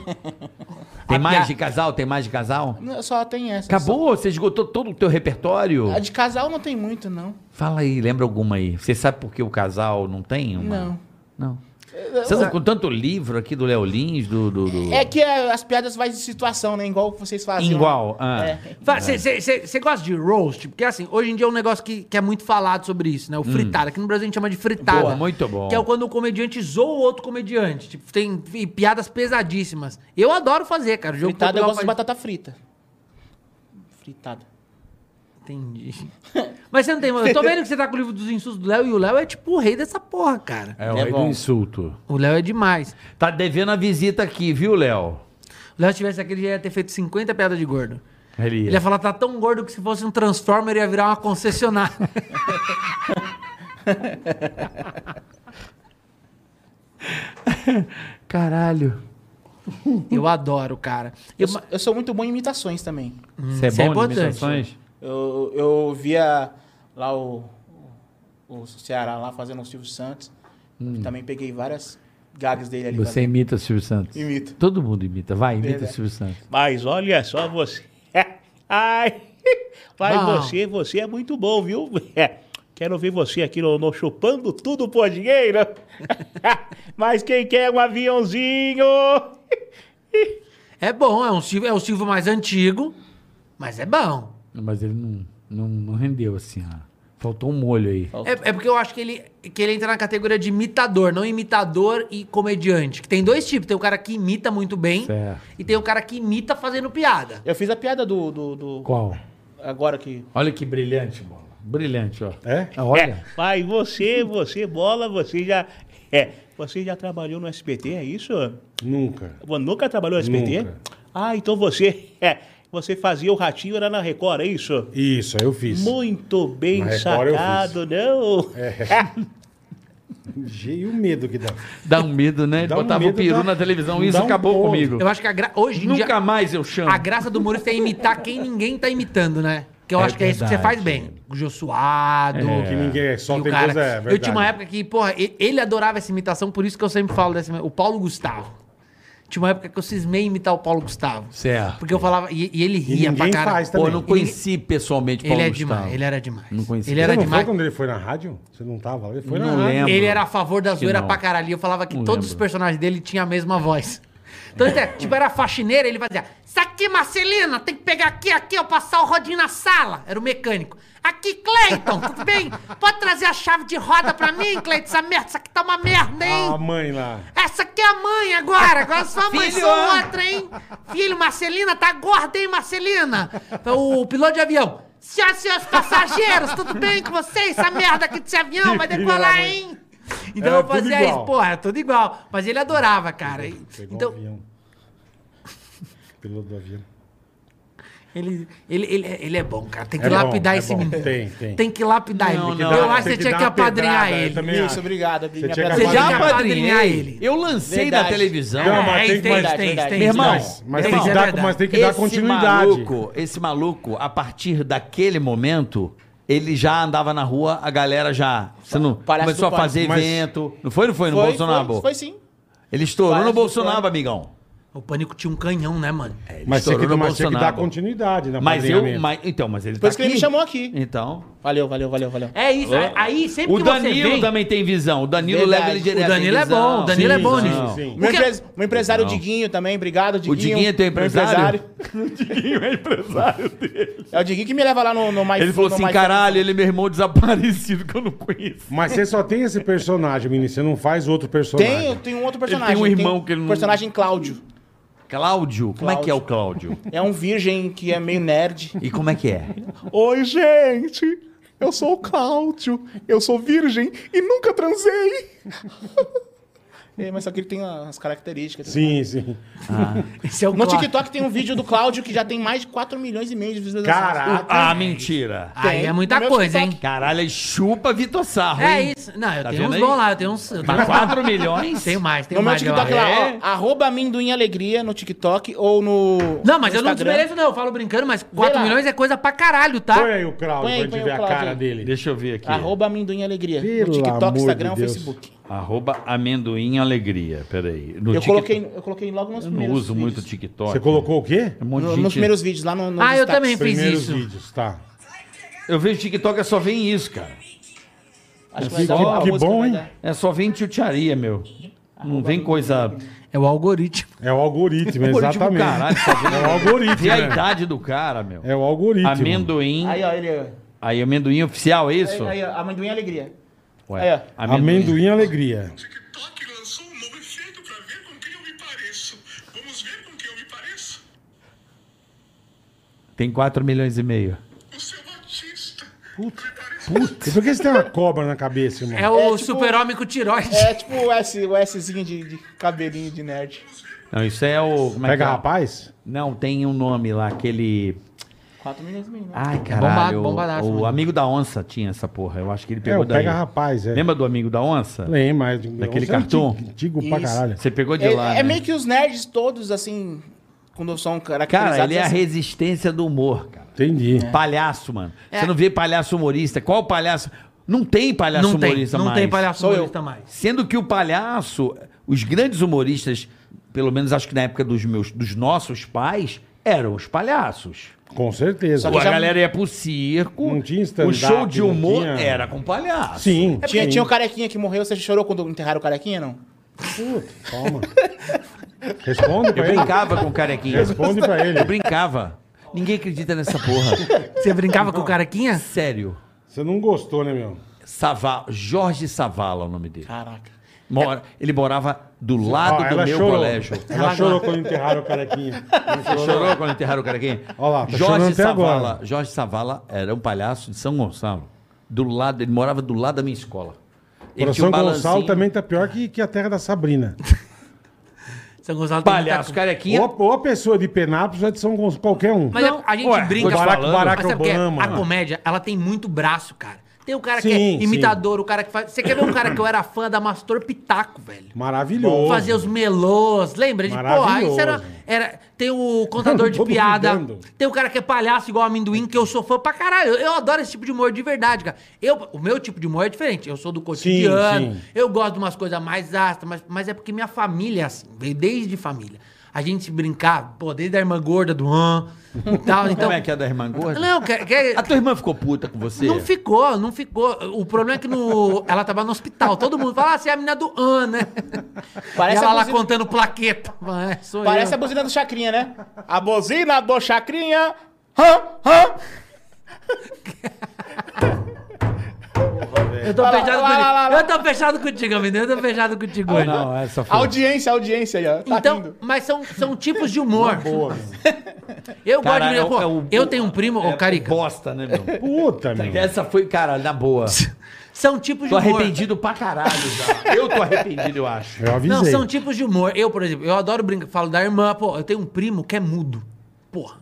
S3: Tem mais de casal? Tem mais de casal?
S5: Não, Só tem essa.
S3: Acabou? Você esgotou todo o teu repertório?
S5: Só- A de casal não tem muito, não.
S3: Fala aí, lembra alguma aí. Você sabe por que o casal não tem uma?
S5: Não.
S3: Não. Você anda com tanto livro aqui do Léo Lins, do... do, do...
S5: É que é, as piadas vai de situação, né? É. Igual que vocês fazem.
S3: Igual. ah.
S4: Você gosta de roast? Porque assim, hoje em dia é um negócio que, que é muito falado sobre isso, né? O fritada. Aqui no Brasil a gente chama de fritada.
S3: Hum. Boa, muito bom.
S4: Que é quando o comediante zoa o outro comediante. Tipo, tem e piadas pesadíssimas. Eu adoro fazer, cara. O jogo
S5: Fritada, eu
S4: cultural
S5: gosto de
S4: faz-
S5: batata frita. Fritada.
S4: Entendi. Mas você não tem. Eu tô vendo que você tá com o livro dos insultos do Léo e o Léo é tipo o rei dessa porra, cara.
S3: É o
S5: É
S3: rei do
S5: bom.
S3: insulto.
S4: O Léo é demais.
S3: Tá devendo a visita aqui, viu, Léo?
S4: O Léo se tivesse aqui, ele já ia ter feito 50 piadas de gordo.
S3: Ele... é.
S4: Ele ia falar, tá tão gordo que se fosse um Transformer ia virar uma concessionária.
S3: Caralho.
S4: Eu adoro, cara.
S5: Eu,
S4: Eu,
S5: sou- eu sou muito bom em imitações também.
S3: Você é
S4: isso é
S3: bom de
S4: importante.
S3: imitações?
S5: Eu, eu via lá o, o Ceará lá fazendo o Silvio Santos. Também peguei várias gags dele ali.
S3: Hum. Você imita o Silvio Santos?
S5: Imito.
S3: Todo mundo imita. Vai, imita o
S5: Verdade.
S3: Silvio Santos.
S12: Mas olha só você. Ai, mas
S4: Bom.
S12: você, você é muito bom, viu? Quero ver você aqui no, no Chupando Tudo por Dinheiro. mas quem quer um aviãozinho?
S4: É bom, é, um Silvio, é o Silvio mais antigo, mas é bom.
S3: Mas ele não, não, não rendeu assim, ó. Faltou um molho aí.
S4: É, é porque eu acho que ele, que ele entra na categoria de imitador, não imitador e comediante. Que tem dois tipos. Tem o cara que imita muito bem
S3: Certo.
S4: e tem o cara que imita fazendo piada.
S5: Eu fiz a piada do. do, do-
S3: Qual?
S5: agora que.
S3: Olha que brilhante, bola. Brilhante, ó.
S2: É?
S3: Olha.
S12: Mas você, você, bola, você já. É, você já trabalhou no SBT, é isso?
S2: Nunca.
S12: Você nunca trabalhou no SBT?
S2: Nunca.
S12: Ah, então você. É, você fazia o ratinho era na Record, é isso?
S2: Isso, aí eu fiz.
S12: Muito bem
S2: Na Record eu É.
S12: sacado, não?
S2: E o medo que dá.
S3: Dá um medo, né? Ele
S2: Dá um
S3: Botava o
S2: medo,
S3: peru
S2: dá-
S3: na televisão.
S2: dá
S3: Isso
S2: um
S3: acabou
S2: ponto.
S3: comigo.
S4: Eu acho que a gra- hoje em
S3: Nunca
S4: dia
S3: mais eu chamo.
S4: a graça do humorista é imitar quem ninguém tá imitando, né? Que eu
S3: É
S4: acho que é isso que você
S3: verdade. É.
S4: faz bem. O Jô Suado.
S2: Que ninguém só
S4: e o
S2: tem
S4: cara-
S2: coisa. É,
S4: eu tinha
S2: verdade.
S4: uma época que, porra, e- ele adorava essa imitação, por isso que eu sempre falo dessa. O Paulo Gustavo. Tinha uma época que eu cismei em imitar o Paulo Gustavo.
S3: Certo.
S4: Porque eu falava. E, e ele
S2: E
S4: ria pra
S2: ninguém
S4: cara.
S2: faz
S3: Pô,
S2: também.
S3: eu não conheci pessoalmente
S4: Ele
S3: Paulo
S4: é
S3: Gustavo.
S4: demais, ele era demais.
S3: Não conheci.
S4: Ele
S2: Você
S4: era
S2: não foi
S4: demais.
S2: quando ele foi na rádio? Você não tava? Ele foi na
S3: Não
S2: rádio.
S3: lembro.
S4: Ele era a favor da zoeira
S3: não.
S4: pra caralho. E eu falava que
S3: Não
S4: todos
S3: lembro.
S4: os personagens dele tinham a mesma voz. Então, ele, tipo, era faxineiro, ele fazia. Isso aqui, Marcelina, tem que pegar aqui, aqui, eu passar o rodinho na sala. Era o mecânico. Aqui, Cleiton, tudo bem? Pode trazer a chave de roda pra mim, Cleiton? Essa merda, isso aqui tá uma merda, hein?
S2: A Ah, mãe lá.
S4: Essa aqui é a mãe agora, agora sua mãe,
S1: Filho!
S2: é.
S4: sou outra, hein? Filho, Marcelina, tá gorda, hein, Marcelina? Então, O piloto de avião. Senhoras e senhores passageiros, tudo bem com vocês? Essa merda aqui desse avião vai
S2: Filho da
S4: decolar,
S2: mãe.
S4: hein? Então
S2: Era
S4: eu fazia
S2: tudo
S4: isso,
S2: igual.
S4: porra, tudo igual. Mas ele adorava, cara. E-
S2: Pegou o
S4: Então,
S2: avião. Piloto do avião.
S4: ele, ele, ele, é- ele é bom, cara. Tem que
S2: É bom,
S4: lapidar
S2: é
S4: esse
S2: bom.
S4: menino.
S2: Tem, tem.
S4: que lapidar
S3: Não,
S4: ele.
S3: não,
S4: eu
S3: não.
S4: acho
S2: Tem
S4: que você
S2: que
S4: tinha
S2: dar
S4: que
S2: uma
S4: apedrada,
S2: pedrada, eu
S4: ele.
S2: também
S5: Isso,
S2: acho.
S5: obrigado. Minha
S2: tinha
S5: pedra-
S4: Você
S2: Tem que
S4: já
S3: apadrinhei.
S4: apadrinhar ele.
S3: é Eu É, lancei
S5: Verdade. um
S3: na televisão.
S2: Não, mas tem que- mas-
S4: tem.
S3: Meu irmão,
S4: Mas-
S2: Mas
S4: Tem,
S2: tem, que
S4: é
S2: dar,
S4: verdade.
S2: mas tem que dar continuidade.
S3: Maluco, esse maluco, a partir daquele momento, ele já andava na rua, a galera já você não,
S5: Palhaço
S3: começou a
S5: do Pânico.
S3: fazer
S2: Mas-
S3: evento. Não foi, não foi no
S5: Foi,
S3: Bolsonaro?
S5: Foi, foi sim.
S3: Ele estourou
S5: Palhaço
S3: no
S5: do
S3: Bolsonaro,
S5: Pânico.
S3: amigão.
S4: O pânico tinha um canhão, né, mano?
S3: Ele
S2: Mas tem que,
S3: estourou no
S2: mas tinha que dar
S3: Bolsonaro.
S2: continuidade na
S3: Mas eu,
S2: padrinhamento.
S3: mas, então, mas ele
S5: Por
S3: tá
S5: isso que ele me chamou aqui.
S3: Então,
S5: Valeu, valeu, valeu, valeu.
S4: É isso. Aí sempre
S3: o
S4: que você
S3: Danilo
S4: vem,
S3: também tem visão. O Danilo
S5: Verdade.
S3: leva ele direto.
S4: O Danilo
S3: tem
S4: é
S3: visão.
S4: bom, o Danilo
S2: é bom
S3: sim,
S2: nisso.
S3: sim.
S2: Sim.
S5: Meu,
S4: Porque-
S5: empre- meu empresário
S3: Não.
S5: Diguinho também, obrigado, Diguinho. um
S3: Diguinho é teu
S5: Meu
S3: empresário?
S5: é o Diguinho que me leva lá no, no mais
S3: Ele falou assim, caralho, ele é meu irmão desaparecido que eu não conheço.
S2: Mas você só tem esse personagem, menino. Você não faz outro personagem.
S5: Tem, tem um outro personagem.
S3: Ele tem um irmão que ele não-
S5: Personagem Cláudio.
S3: Cláudio? Como é que é o Cláudio?
S5: É um virgem que é meio nerd.
S3: E como é que é?
S12: Oi, gente! Eu sou o Cláudio, eu sou virgem e nunca transei.
S5: É, mas só que ele tem as características.
S2: Sim, sim.
S4: esse é o
S5: No
S4: Clá-
S5: TikTok tem um vídeo do Cláudio que já tem mais de 4 milhões e meio de visualizações.
S2: Caraca.
S3: Ah, mentira.
S4: Aí
S5: Tem.
S4: é muita
S5: No meu
S4: coisa,
S5: TikTok.
S4: hein?
S3: Caralho, ele chupa Vitor Sarro,
S4: É
S3: hein?
S4: isso. Não, eu
S3: Tá
S4: tenho
S3: vendo
S4: uns
S3: aí?
S4: bons lá, eu tenho uns. Eu tenho,
S3: Mas 4 milhões?
S4: tenho mais, tenho
S5: Tá No meu
S4: mais. eu
S5: Tiktok
S4: acho.
S5: lá,
S3: é?
S5: ó, arroba amendoim alegria no TikTok ou no
S4: Não, mas
S5: no
S4: eu não
S5: Instagram.
S4: desmereço, não. Eu falo brincando, mas 4
S5: lá.
S4: milhões é coisa pra caralho, tá?
S2: Põe aí o Cláudio
S5: Põe
S2: pra
S5: aí, põe
S2: gente
S5: o
S2: ver a
S5: Cláudio.
S2: cara dele.
S3: Deixa eu ver aqui. Arroba,
S5: Arroba amendoim alegria
S2: Pelo
S5: no TikTok,
S2: amor
S5: Instagram,
S2: de Deus.
S5: Facebook.
S3: amendoim alegria, peraí. No
S5: Eu
S3: Tik-
S5: coloquei, eu coloquei logo nos
S3: Eu não
S5: primeiros
S3: uso
S5: vídeos.
S3: muito o TikTok.
S2: Você colocou o quê?
S3: É um monte de
S5: No-
S3: gente-
S5: Nos primeiros vídeos lá no, no
S4: Ah, eu
S5: destaques.
S4: também. fiz
S2: Primeiros
S4: isso.
S2: vídeos, tá.
S3: Eu vejo TikTok, é só vem isso, cara.
S5: Acho
S3: Que-
S5: uma
S3: que
S5: música,
S2: bom,
S5: vai
S2: hein?
S5: dar.
S3: É só vem tchutcharia, meu. Não vem coisa...
S4: É o algoritmo.
S2: É o algoritmo,
S3: Algoritmo,
S2: exatamente.
S3: caralho, só vem-
S2: é o algoritmo.
S3: Vê a
S2: Né?
S3: idade do cara, meu.
S2: É o algoritmo.
S3: Amendoim.
S5: Aí, ó, ele... ó.
S3: Aí, amendoim oficial, é isso?
S5: Aí, ó, amendoim e alegria.
S3: Ué,
S5: Aí, ó.
S2: Amendoim alegria.
S13: TikTok lançou um novo efeito para ver com quem eu me pareço. Vamos ver com quem eu me pareço?
S3: Tem 4 milhões e meio.
S13: O seu Batista.
S2: E por que você tem uma cobra na cabeça, irmão?
S4: É o
S5: tipo-
S4: super-homem com tiroide.
S5: É tipo o, S, o Szinho de, de cabelinho de nerd.
S3: Não, isso é o... Como é
S2: Pega
S3: que é?
S2: rapaz?
S3: Não, tem um nome lá, aquele...
S5: 4 milhões e meio, né?
S3: Ai, caralho.
S4: Bombado, bombadaço,
S3: o
S4: mano.
S3: amigo da onça tinha essa porra. Eu acho que ele
S2: É,
S3: pegou
S2: o
S3: daí.
S2: pega rapaz, é.
S3: Lembra do amigo da onça?
S2: Lembra, mas...
S3: Daquele
S2: Você é
S3: cartoon?
S2: antigo- Antigo pra
S5: Isso.
S2: caralho.
S3: Você pegou de
S5: É,
S3: lá, né?
S5: é meio que os nerds todos, assim, quando são caracterizados...
S3: Cara, ele é a
S5: assim,
S3: resistência do humor, cara.
S2: Entendi.
S3: É. Palhaço, mano. Você não vê palhaço humorista. Qual palhaço? Não tem
S5: É.
S3: palhaço
S4: Não tem,
S3: humorista
S4: não
S3: mais.
S4: tem palhaço
S5: Sou eu.
S4: humorista mais.
S3: Sendo que o palhaço, os grandes humoristas, pelo menos acho que na época dos meus, dos nossos pais, eram os palhaços.
S2: Com certeza.
S5: Só que
S3: a
S5: já-
S3: galera ia pro circo.
S2: Não tinha
S3: o
S2: stand-up,
S3: show de
S2: não
S3: humor
S2: tinha-
S3: era com palhaço.
S2: Sim,
S5: É porque
S2: sim.
S5: tinha o carequinha que morreu, você chorou quando enterraram o carequinha, não?
S2: Puta, calma. Responde
S3: Eu
S2: pra ele.
S3: brincava com o carequinha.
S2: Responde pra ele.
S3: Eu brincava. Ninguém acredita nessa porra.
S4: Você brincava com o carequinha?
S3: Sério.
S2: Você não gostou, né, meu?
S3: Saval, Jorge Savala é o nome dele.
S5: Caraca.
S3: Mora- ele morava do lado
S2: Ó,
S3: Ah, do meu
S2: Ah, chorou.
S3: colégio.
S2: Ela, chorou quando enterraram o carequinha. Não
S3: Você
S2: chorou?
S3: chorou quando enterraram o carequinha?
S2: Ó Tá lá, tá chorando
S3: Jorge
S2: até
S3: Savala.
S2: agora.
S3: Jorge Savala era um palhaço de São Gonçalo. Do lado, ele morava do lado da minha escola. Ele tinha
S2: Coração
S3: um
S2: Gonçalo
S3: balancinho.
S2: também tá pior que, que a terra da Sabrina.
S4: São Gonçalo tem
S3: Palhaço,
S4: muita-
S3: carequinha.
S2: Ou a, ou a pessoa de Penápolis ou de São Gonçalo, qualquer um.
S4: Mas é
S3: Não,
S4: a, a gente
S3: ué,
S4: brinca
S3: Barack-
S4: falando.
S2: Barack
S4: mas sabe o que é?
S2: Obama.
S4: A comédia, ela tem muito braço, cara. Tem o cara que
S2: Sim,
S4: é imitador, o cara que faz. Você quer ver um cara que eu era fã da Mastor Pitaco, velho?
S2: Maravilhoso.
S4: Fazer os melôs, lembra? De, porra,
S2: Maravilhoso.
S4: isso era, era- Tem o contador de
S2: Todo
S4: piada.
S2: mudando.
S4: Tem o cara que é palhaço igual amendoim, que eu sou fã pra caralho. Eu, eu adoro esse tipo de humor de verdade, cara. Eu, o meu tipo de humor é diferente. Eu sou do cotidiano,
S2: sim.
S4: eu gosto de umas coisas mais astras, mas, mas é porque minha família é assim, veio desde família. A gente se brincar, pô, desde a irmã gorda do Han e tal. Então,
S3: Como é que é da irmã gorda?
S4: Não, quer, quer,
S3: A tua irmã ficou puta com você?
S4: não ficou, não ficou. O problema é que no, ela tava no hospital. Todo mundo fala, ah, você é a menina do An, né?
S5: Parece
S4: e ela
S5: a
S4: lá
S5: buzina-
S4: contando plaqueta. Mas é, sou
S5: Parece a
S4: eu.
S5: buzina do Chacrinha, né? A buzina do Chacrinha. Hã? Hã?
S4: Eu tô
S5: Lá, lá,
S4: fechado
S5: lá,
S4: contigo.
S5: lá, lá, lá.
S4: Eu tô fechado contigo, amendoim. Eu tô fechado contigo hoje.
S3: Não, é. essa foi.
S5: Audiência, audiência aí, ó. Tá
S4: então,
S5: rindo.
S4: mas são, são tipos de humor. eu gosto de
S3: Cara, é
S4: menina.
S3: o-
S4: pô,
S3: é o-
S4: eu tenho um primo, ô Carica.
S3: Bosta, né, meu?
S2: Puta, meu.
S3: Essa foi, cara, na boa.
S4: São tipos de
S3: Tô
S4: humor.
S3: arrependido pra caralho já. Eu tô arrependido, eu acho.
S2: Eu avisei.
S4: Não, são tipos de humor. Eu, por exemplo, eu adoro brincar. Falo da irmã, pô, eu tenho um primo que é mudo. Porra,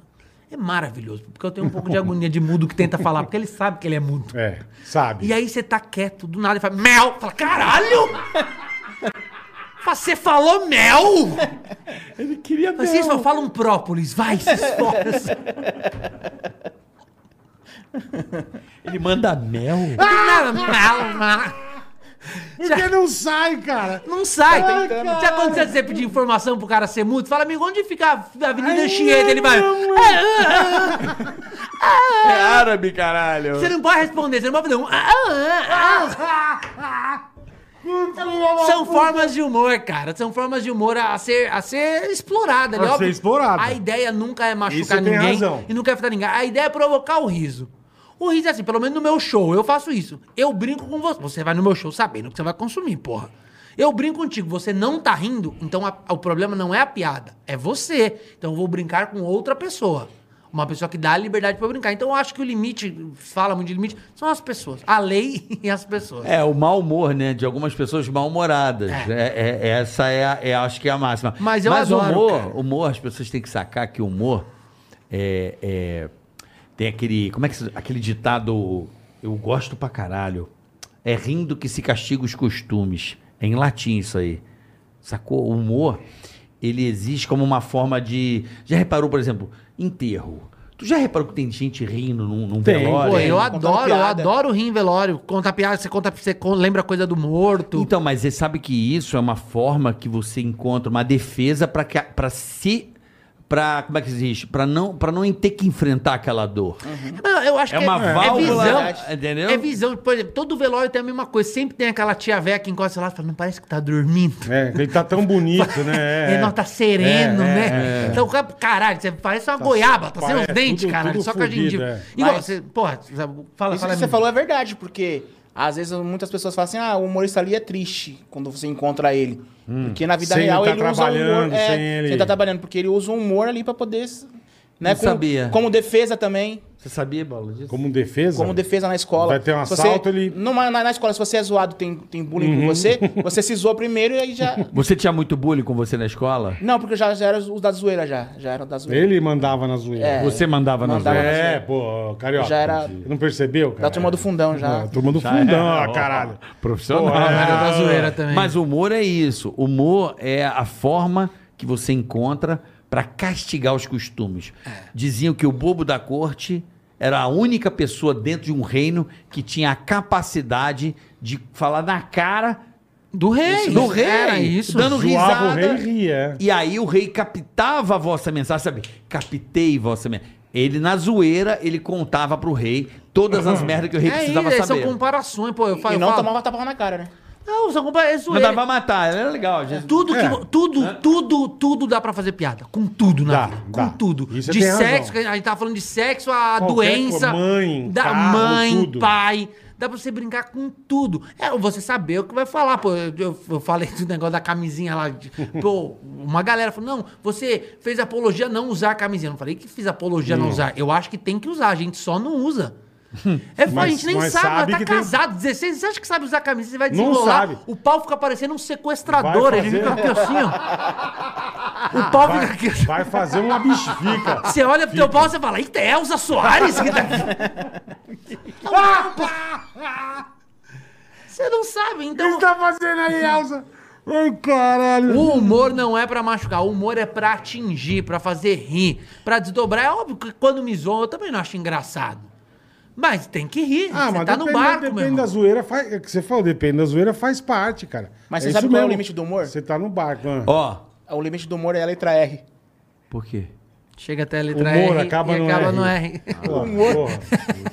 S4: é maravilhoso. Porque eu tenho um pouco de agonia de mudo que tenta falar, porque ele sabe que ele é mudo.
S2: É, sabe.
S4: E aí você tá quieto, do nada, ele fala, mel! Fala, caralho! Fala, Você falou mel?
S2: Ele queria
S4: Fala, Vocês só falam própolis, vai, se esforça.
S3: Ele manda mel.
S4: Não, não, não.
S2: Porque não sai, cara.
S4: Não sai.
S2: Ai,
S4: Já
S2: cara.
S4: aconteceu de você pedir informação pro cara ser mudo? Fala, amigo, onde fica a Avenida Anchieta?
S2: não,
S4: Ele vai...
S2: não.
S3: É árabe, caralho.
S4: Você não pode responder, você não pode fazer um. "Ah, ah, ah, ah". São formas de humor, cara. São formas de humor a ser, a ser explorada. né?
S2: A ser
S4: Óbvio,
S2: explorada.
S4: A ideia nunca é
S2: Isso
S4: machucar
S2: tem
S4: ninguém
S2: razão.
S4: e nunca é afetar ninguém. A ideia é provocar o riso. O riso é assim, pelo menos no meu show, eu faço isso. Eu brinco com você. Você vai no meu show sabendo que você vai consumir, porra. Eu brinco contigo, você não tá rindo, então a- o problema não é a piada, é você. Então eu vou brincar com outra pessoa. Uma pessoa que dá a liberdade pra eu brincar. Então eu acho que o limite, fala muito de limite, são as pessoas. A lei e as pessoas.
S3: É, o mau humor, né? De algumas pessoas mal-humoradas. É, é- essa é, a- é, acho que é a máxima.
S4: Mas eu
S3: o
S4: adoro,
S3: humor,
S4: cara.
S3: humor, as pessoas têm que sacar que o humor é, é- tem aquele, como é que se- aquele ditado eu gosto pra caralho. É rindo que se castiga os costumes. É em latim isso aí. Sacou? O humor, ele existe como uma forma de, já reparou, por exemplo, enterro. Tu já reparou que tem gente rindo num, num
S2: Tem.
S3: velório?
S4: Pô, eu
S5: contar
S4: adoro, eu
S5: piada.
S4: adoro rir em velório. Contar piada, você conta, você con- lembra coisa do morto.
S3: Então, mas você sabe que isso é uma forma que você encontra uma defesa pra que para se pra como é que se diz? Pra não para não ter que enfrentar aquela dor.
S4: Não, eu Uhum. acho
S3: É
S4: que
S3: uma válvula,
S4: visão.
S3: entendeu?
S4: É visão. Por exemplo, todo velório tem a mesma coisa. Sempre tem aquela tia velha que encosta lá e fala, não parece que tá dormindo.
S2: É, ele tá tão bonito, né?
S4: Ele não tá sereno,
S2: É, é,
S4: né? Então, cara- caralho, você parece uma goiaba, tá sem os
S2: parece
S4: dentes,
S2: tudo-
S4: caralho.
S2: tudo
S4: Só que a gente.
S2: fudido, é.
S4: Igual,
S5: Mas-
S4: você, porra, fala, fala.
S5: Isso que você
S4: amigo.
S5: falou é verdade, porque às vezes muitas pessoas falam assim, ah, o humorista ali é triste quando você encontra ele.
S3: Hum.
S5: Porque na vida
S2: Sem
S5: real
S2: ele tá
S5: ele usa o humor.
S2: trabalhando,
S5: É,
S2: sem ele-
S5: sem tá trabalhando, porque ele usa o humor ali pra poder. Né,
S3: Não
S5: como,
S3: sabia.
S5: como defesa também.
S3: Você sabia, Paulo, disso?
S2: Como um defesa?
S5: Como defesa na escola.
S2: Vai ter um
S5: Se
S2: assalto, Uhum.
S5: você,
S2: ele-
S5: Numa, na, na escola, se você é zoado, tem, tem bullying com você, você se zoa primeiro e aí já.
S3: Você tinha muito bullying com você na escola?
S5: Não, porque eu já, já era os da zoeira, já. Já era da zoeira.
S2: Ele mandava na zoeira.
S5: É.
S3: Você mandava nas
S5: Mandava.
S3: zoeira.
S2: É, pô, carioca.
S5: Já era-
S2: Não percebeu, cara?
S5: Da turma do fundão
S2: Ah,
S5: já.
S2: a turma do fundão, ah, caralho.
S3: Profissional.
S2: Pô, é.
S4: Era da zoeira também.
S3: Mas o humor é isso. O humor é a forma que você encontra pra castigar os costumes.
S4: É.
S3: Diziam que o bobo da corte era a única pessoa dentro de um reino que tinha a capacidade de falar na cara
S4: Do rei.
S3: do rei,
S4: Era isso.
S3: dando
S2: Zoava o
S3: risada.
S2: rei e ria. é.
S3: E aí o rei captava a vossa mensagem, sabe? Captei vossa mensagem. Ele, na zoeira, ele contava pro rei todas
S2: Uhum.
S3: as merdas que o rei
S4: É isso,
S3: precisava
S4: aí são
S3: saber.
S4: comparações, pô. Eu falo,
S5: E não
S4: eu falo-
S5: tomava tapa na cara, né?
S4: Não, são é comparações.
S3: Mandava matar, era legal. gente.
S4: Tudo, que
S2: É.
S4: vo- tudo, tudo, tudo dá pra fazer piada. Com tudo, na
S2: Dá,
S4: vida. Com
S2: dá.
S4: tudo.
S2: Isso
S4: de
S2: tem razão.
S4: sexo, que a gente tava falando de sexo, a
S2: Qualquer
S4: doença.
S2: coisa, mãe,
S4: da
S2: carro,
S4: mãe,
S2: tudo.
S4: pai. Dá pra você brincar com tudo. É você saber o que vai falar. Pô, eu, eu- eu falei do negócio da camisinha lá. de- pô, uma galera falou: não, você fez apologia a não usar a camisinha. Eu não falei que fiz apologia a não usar. Eu acho que tem que usar, a gente só não usa. É,
S2: Mas-
S4: a gente nem
S2: mas
S4: sabe,
S2: sabe
S4: tá
S2: que tem- um
S4: casado, 16, você acha que sabe usar a camisa, você vai
S2: Não
S4: desenrolar,
S2: sabe.
S4: o pau fica parecendo um sequestrador,
S2: Vai
S4: ele fica
S2: fazer-
S4: aqui assim, ó. O pau fica aqui. assim.
S2: Vai fazer uma bichifica.
S4: Você olha pro teu pau e você fala, eita, é Elza Soares que tá aqui. Você não sabe,
S2: O que
S4: então.
S2: você tá fazendo aí, Elza? Ai, caralho.
S4: O humor não é pra machucar, o humor é pra atingir, pra fazer rir, pra desdobrar. É óbvio que quando me zoam, eu também não acho engraçado. Mas tem que rir.
S2: Ah,
S4: você
S2: mas
S4: tá
S2: depende,
S4: no barco, meu
S2: depende
S4: irmão.
S2: da zoeira, faz, é o que você falou, depende da zoeira, faz parte, cara.
S5: Mas você
S2: isso
S5: sabe qual é o
S2: mesmo.
S5: limite do humor?
S2: Você tá no barco, né?
S3: Ó,
S5: O limite do humor é a letra R.
S14: Por quê?
S4: Chega até a letra
S2: Humor
S4: R
S2: acaba
S4: e
S2: no
S4: acaba
S2: R.
S4: no R.
S2: Porra, porra.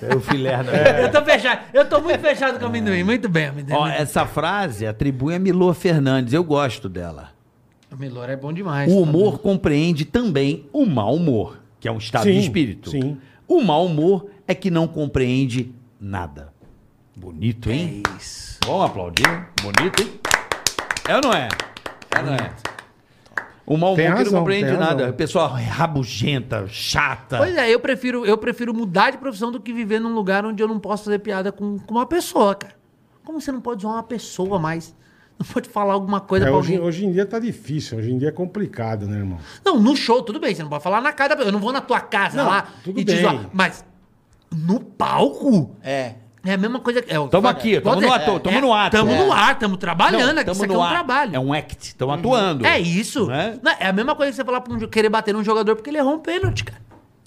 S3: é o filé da
S4: Eu tô fechado, eu tô muito fechado com o amendoim. Muito bem, amendoim.
S3: Ó, essa frase atribui a Milor Fernandes, eu gosto dela.
S4: O Milor é bom demais.
S3: O humor compreende também o mau humor, que é um estado
S2: Sim,
S3: de espírito.
S2: sim.
S3: O mau humor é que não compreende nada. Bonito, hein?
S4: É isso.
S3: Vamos aplaudir. Bonito, hein? É ou não é? É ou não é? O mau humor
S2: Tem
S3: que não
S2: razão,
S3: compreende
S2: tem
S3: nada.
S2: razão.
S3: O pessoal é rabugenta, chata.
S4: Pois é, eu prefiro, eu prefiro mudar de profissão do que viver num lugar onde eu não posso fazer piada com, com uma pessoa, cara. Como você não pode zoar uma pessoa mais? Não pode falar alguma coisa
S2: É,
S4: pra
S2: hoje,
S4: alguém.
S2: hoje em dia tá difícil, hoje em dia é complicado, né, irmão?
S4: Não, no show, tudo bem, você não pode falar na cara da pessoa. Eu não vou na tua casa
S2: Não,
S4: lá
S2: tudo
S4: e te
S2: bem.
S4: zoar. Mas no palco
S5: É.
S4: é a mesma coisa. que- É,
S3: Tamo aqui, tamo no ato- tamo no ato.
S4: Tamo
S3: É.
S4: no ar, tamo trabalhando aqui. Isso
S3: estamos
S4: aqui é um trabalho.
S3: É um act, estão atuando.
S4: É isso.
S3: Não é?
S4: Não, é a mesma coisa que você falar pra um, jo- querer bater num jogador porque ele errou um pênalti, cara.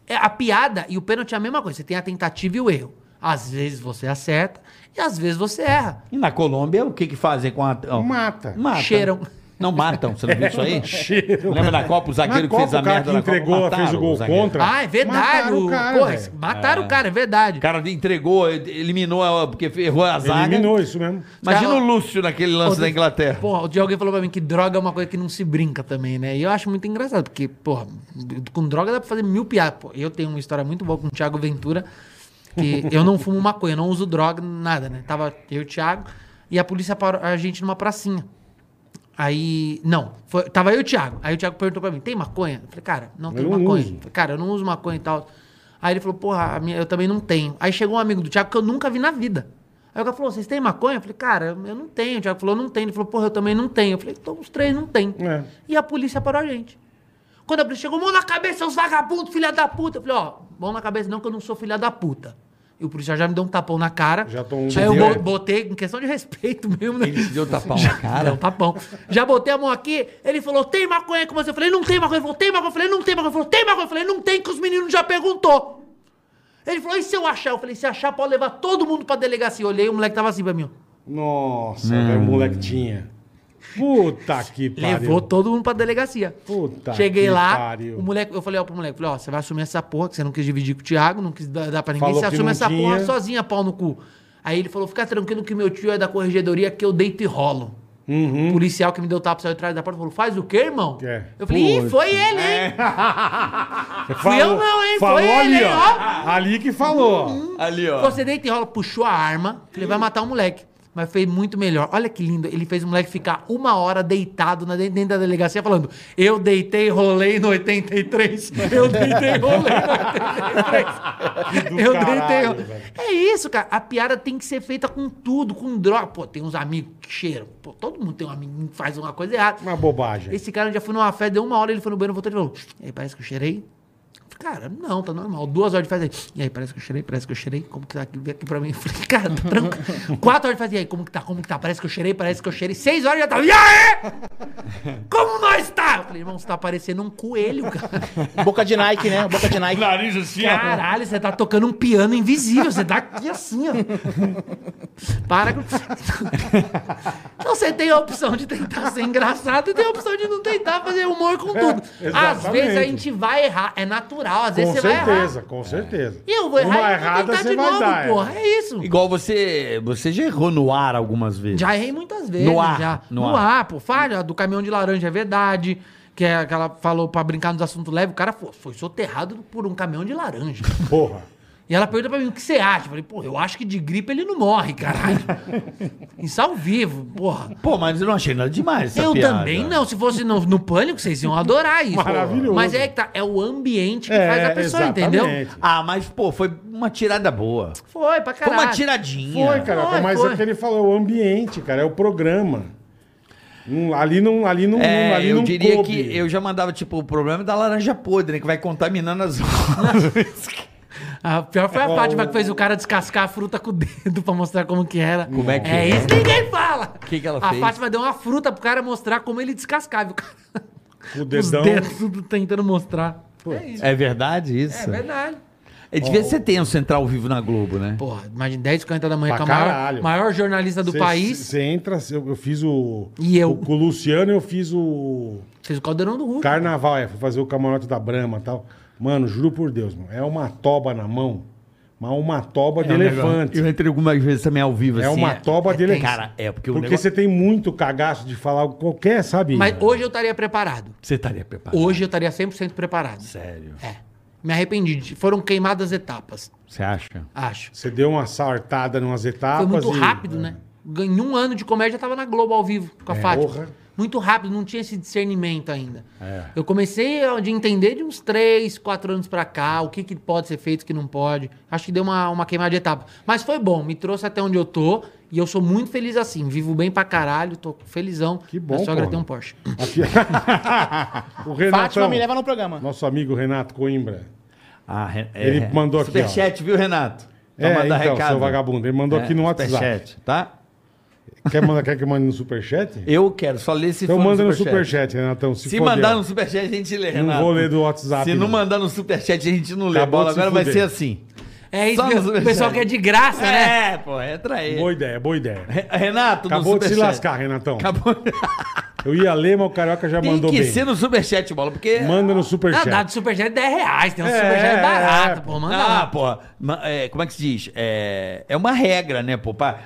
S4: É, a piada e o pênalti é a mesma coisa. Você tem a tentativa e o erro. Às vezes você acerta e às vezes você erra.
S3: E na Colômbia, o que que fazem com a... ó,
S2: Mata.
S3: Matam.
S4: Cheiram.
S3: Não matam, você não viu isso aí?
S2: Cheiram.
S3: Lembra da Copa, o zagueiro
S2: Na
S3: que fez
S2: Copa,
S3: a
S2: o cara
S3: merda
S2: que
S3: na Copa?
S2: entregou,
S3: mataram
S2: fez o gol
S3: o zagueiro.
S2: contra.
S4: Ah, é verdade.
S2: Mataram
S4: Mataram
S2: o
S4: o
S2: cara,
S4: cara,
S2: velho.
S4: mataram o cara, é
S3: O
S4: verdade.
S3: cara entregou, eliminou, porque errou a zaga.
S2: Eliminou isso mesmo.
S3: Imagina
S4: Cara,
S3: o Lúcio naquele lance da Inglaterra.
S4: Porra, o dia alguém falou pra mim que droga é uma coisa que não se brinca também, né? E eu acho muito engraçado, porque, porra, com droga dá pra fazer mil piadas. Pô, eu tenho uma história muito boa com o Thiago Ventura, que eu não fumo maconha, eu não uso droga, nada, né? Tava eu e o Thiago, e a polícia parou a gente numa pracinha. Aí, não, foi- tava eu e o Thiago. Aí o Thiago perguntou pra mim: tem maconha? Eu falei, cara, não tem
S2: não
S4: maconha.
S2: uso.
S4: Eu falei, cara, eu não uso maconha e tal. Aí ele falou, porra, a minha- eu também não tenho. Aí chegou um amigo do Thiago que eu nunca vi na vida. Aí o cara falou, vocês têm maconha? Eu falei, cara, eu não tenho. O Thiago falou, não tenho. Ele falou, porra, eu também não tenho. Eu falei, então os três não tem.
S2: É.
S4: E a polícia parou a gente. Quando a polícia chegou, mão na cabeça, seus vagabundos, filha da puta. Eu falei, ó, mão na cabeça não, que eu não sou filha da puta. E o policial já me deu um tapão na cara.
S2: Já tomou um
S4: Aí eu
S2: deu,
S4: bo-
S2: é.
S4: botei, em questão de respeito mesmo, né?
S3: Ele te deu tapão na cara?
S4: Deu um tapão. Já botei a mão aqui, ele falou, tem maconha com você? Eu falei, não tem maconha. Ele falou, tem maconha? Eu falei, não tem maconha. Ele falou, tem maconha? Eu falei, não tem, que os meninos já perguntou. Ele falou, e se eu achar? Eu falei, se achar, pode levar todo mundo pra delegacia. Eu olhei, o moleque tava assim pra mim, ó.
S2: Nossa, velho, moleque tinha. Puta que pariu.
S4: Hum. Levou todo mundo pra delegacia.
S2: Puta
S4: Cheguei
S2: que
S4: lá,
S2: pariu.
S4: o moleque, eu falei, ó, pro moleque, falei, ó, você vai assumir essa porra, que você não quis dividir com o Thiago, não quis dar, dar pra ninguém,
S2: Falou
S4: você
S2: que
S4: assume
S2: não
S4: essa
S2: tinha.
S4: porra sozinha, pau no cu. Aí ele falou, fica tranquilo que meu tio é da corregedoria que eu deito e rolo. O policial que me deu tapa saiu atrás da porta falou, faz o quê, irmão?
S2: Uhum. É.
S4: Eu falei, ih, foi ele, hein? Fui eu não, hein?
S2: Falou
S4: Foi
S2: ali,
S4: ele, hein?
S2: ó. Ali que falou.
S3: Ali, ó.
S4: Você deita e rola, puxou a arma, que ele vai matar o moleque. Mas fez muito melhor. Olha que lindo. Ele fez o moleque ficar uma hora deitado na, dentro da delegacia falando: Eu deitei e rolei no 83. Eu deitei e rolei no 83.
S2: do
S4: Eu
S2: caralho,
S4: deitei e rolei.
S2: velho.
S4: É isso, cara. A piada tem que ser feita com tudo, com droga. Pô, tem uns amigos que cheiram. Pô, todo mundo tem um amigo que faz uma coisa errada.
S2: Uma bobagem.
S4: Esse cara já foi numa festa, deu uma hora, ele foi no banheiro, voltou e falou: E aí, parece que eu cheirei? Eu falei, Cara, não, tá normal. Duas horas de festa. ele, E aí, parece que eu cheirei, parece que eu cheirei. Como que tá aqui? Vem aqui pra mim. Eu falei, cara, tá tranquilo. Quatro horas de festa. E aí, como que tá? Como que tá? Parece que eu cheirei, parece que eu cheirei. Seis horas já tá. E aí? Como nós tá? Eu falei, irmão, você tá parecendo um coelho, cara.
S5: Boca de Nike, né? Boca de Nike.
S14: Nariz assim,
S4: Caralho, você tá tocando um piano invisível. Você tá aqui assim, ó. Para com. Então você tem a opção de tentar ser engraçado e tem a opção de não tentar fazer humor com tudo. às
S2: É, exatamente.
S4: vezes a gente vai errar. É natural, às vezes
S2: Com
S4: você vai errar.
S2: certeza, com certeza.
S4: E eu vou errar
S2: Uma
S4: e vou
S2: errada
S4: tentar
S2: você
S4: de
S2: vai
S4: novo,
S2: dar. é.
S4: porra. É isso.
S3: Igual você, você já errou no ar algumas vezes.
S4: Já errei muitas vezes.
S3: No ar,
S4: já.
S3: no
S4: No,
S3: ar.
S4: ar. pô. Falha do caminhão de laranja, é verdade. Que é aquela falou pra brincar nos assuntos leves. O cara foi, foi soterrado por um caminhão de laranja.
S2: Porra.
S4: E ela pergunta pra mim, o que você acha? Eu falei, pô, eu acho que de gripe ele não morre, caralho. Isso ao vivo, porra.
S3: Pô, mas eu não achei nada demais essa
S4: eu
S3: piada.
S4: também não. Se fosse no, no pânico, vocês iam adorar isso.
S2: Maravilhoso.
S4: Mas é que tá, é o ambiente que
S2: É,
S4: faz a pessoa,
S2: exatamente.
S4: entendeu?
S3: Ah, mas, pô, foi uma tirada boa.
S4: Foi, pra
S3: Foi
S4: caralho.
S3: uma tiradinha.
S2: Foi, cara.
S4: Foi,
S2: mas
S4: foi.
S2: é o que ele falou, é o ambiente, cara, é o programa. Não- ali não, ali não,
S3: É,
S2: ali
S3: eu
S2: não
S3: diria
S2: coube.
S3: que eu já mandava, tipo, o problema é da laranja podre, né? Que vai contaminando as
S4: A pior foi a
S2: É,
S4: Fátima que fez o cara descascar a fruta com o dedo pra mostrar como que era. Como
S3: é que
S4: é?
S3: é?
S4: isso que ninguém fala.
S3: Que que ela
S4: a
S3: fez?
S4: Fátima deu uma fruta pro cara mostrar como ele descascava. e O cara...
S2: Com o
S4: Os
S2: dedão.
S4: dedos tudo tentando mostrar. É isso.
S3: É verdade isso?
S2: Tá.
S4: É verdade.
S3: É, devia ser tenso entrar ao vivo na Globo, né?
S4: Porra, imagina 10 e 40 da manhã
S2: Pra
S4: com a maior,
S2: caralho.
S4: maior jornalista do país.
S2: Você entra, cê- eu, eu fiz o.
S4: E eu?
S2: o- com o Luciano eu fiz o.
S4: Fez o caldeirão do Hulk.
S2: Carnaval, é, fui fazer o camarote da Brahma e tal. Mano, juro por Deus, mano. É uma toba na mão, mas uma toba
S3: É um
S2: de elefante.
S3: Eu entrei algumas vezes também ao vivo
S2: É
S3: assim.
S2: uma toba de elefante.
S3: Cara, é porque, o
S2: Porque
S3: negócio...
S2: você tem muito cagaço de falar qualquer, sabe?
S4: Mas hoje eu estaria preparado.
S3: Você estaria preparado.
S4: Hoje eu estaria 100% preparado.
S3: Sério.
S4: É. Me arrependi. de- Foram queimadas etapas,
S3: Você acha?
S4: acho.
S2: Você deu uma sartada em umas
S4: Foi
S2: etapas.
S4: muito
S2: e-
S4: rápido, né? Ganhei um ano de comédia, tava na Globo ao vivo com a
S2: É,
S4: Fátima.
S2: porra. É.
S4: Muito rápido, não tinha esse discernimento ainda. Eu comecei a de entender de uns 3, 4 anos pra cá, o que, que pode ser feito, o que não pode. Acho que deu uma, uma queimada de etapa. Mas foi bom, me trouxe até onde eu tô e eu sou muito feliz assim. Vivo bem pra caralho, tô felizão.
S2: Que bom,
S4: Minha sogra
S2: porra.
S4: tem um Porsche.
S2: É. Aqui- o Renato,
S5: Fátima me leva no programa.
S2: nosso amigo Renato Coimbra.
S3: Ah, Ren- é,
S2: Ele
S3: Ren-
S2: mandou aqui,
S3: Superchat, viu, Renato? Pra
S2: é,
S3: mandar
S2: então, seu vagabundo. Ele mandou
S3: É,
S2: aqui no WhatsApp.
S3: Superchat, tá?
S2: Quer, mandar, quer que eu mande no superchat?
S3: Eu quero só ler se
S2: então
S3: for
S2: manda no superchat, Renatão.
S3: Se,
S2: Se, fodeu.
S3: mandar no superchat, a gente lê,
S2: Não
S3: Renato.
S2: vou ler do WhatsApp.
S3: Se não mandar no superchat, a gente não lê.
S2: Acabou
S3: bola
S2: de se
S3: agora vai
S2: fuder.
S3: ser assim.
S4: É isso,
S3: Só
S4: meu,
S3: nos
S4: o pessoal
S3: superchat.
S4: quer de graça, né?
S3: É, pô, entra aí.
S2: Boa ideia, boa ideia.
S3: Re- Renato, no
S2: Acabou de se
S3: superchat.
S2: lascar, Renatão.
S3: Acabou.
S2: Eu ia ler, mas o Carioca já
S3: Tem
S2: mandou
S3: que
S2: bem.
S3: ser no tá superchat, bola, porque...
S2: Manda no
S4: Ah,
S2: superchat.
S4: dá do superchat 10 reais, tem um
S2: É,
S4: superchat
S2: é,
S4: barato,
S2: é.
S4: pô, manda
S3: Ah,
S4: lá.
S3: pô, ma- é, como é que se diz? É, é uma regra, né, pô? pra-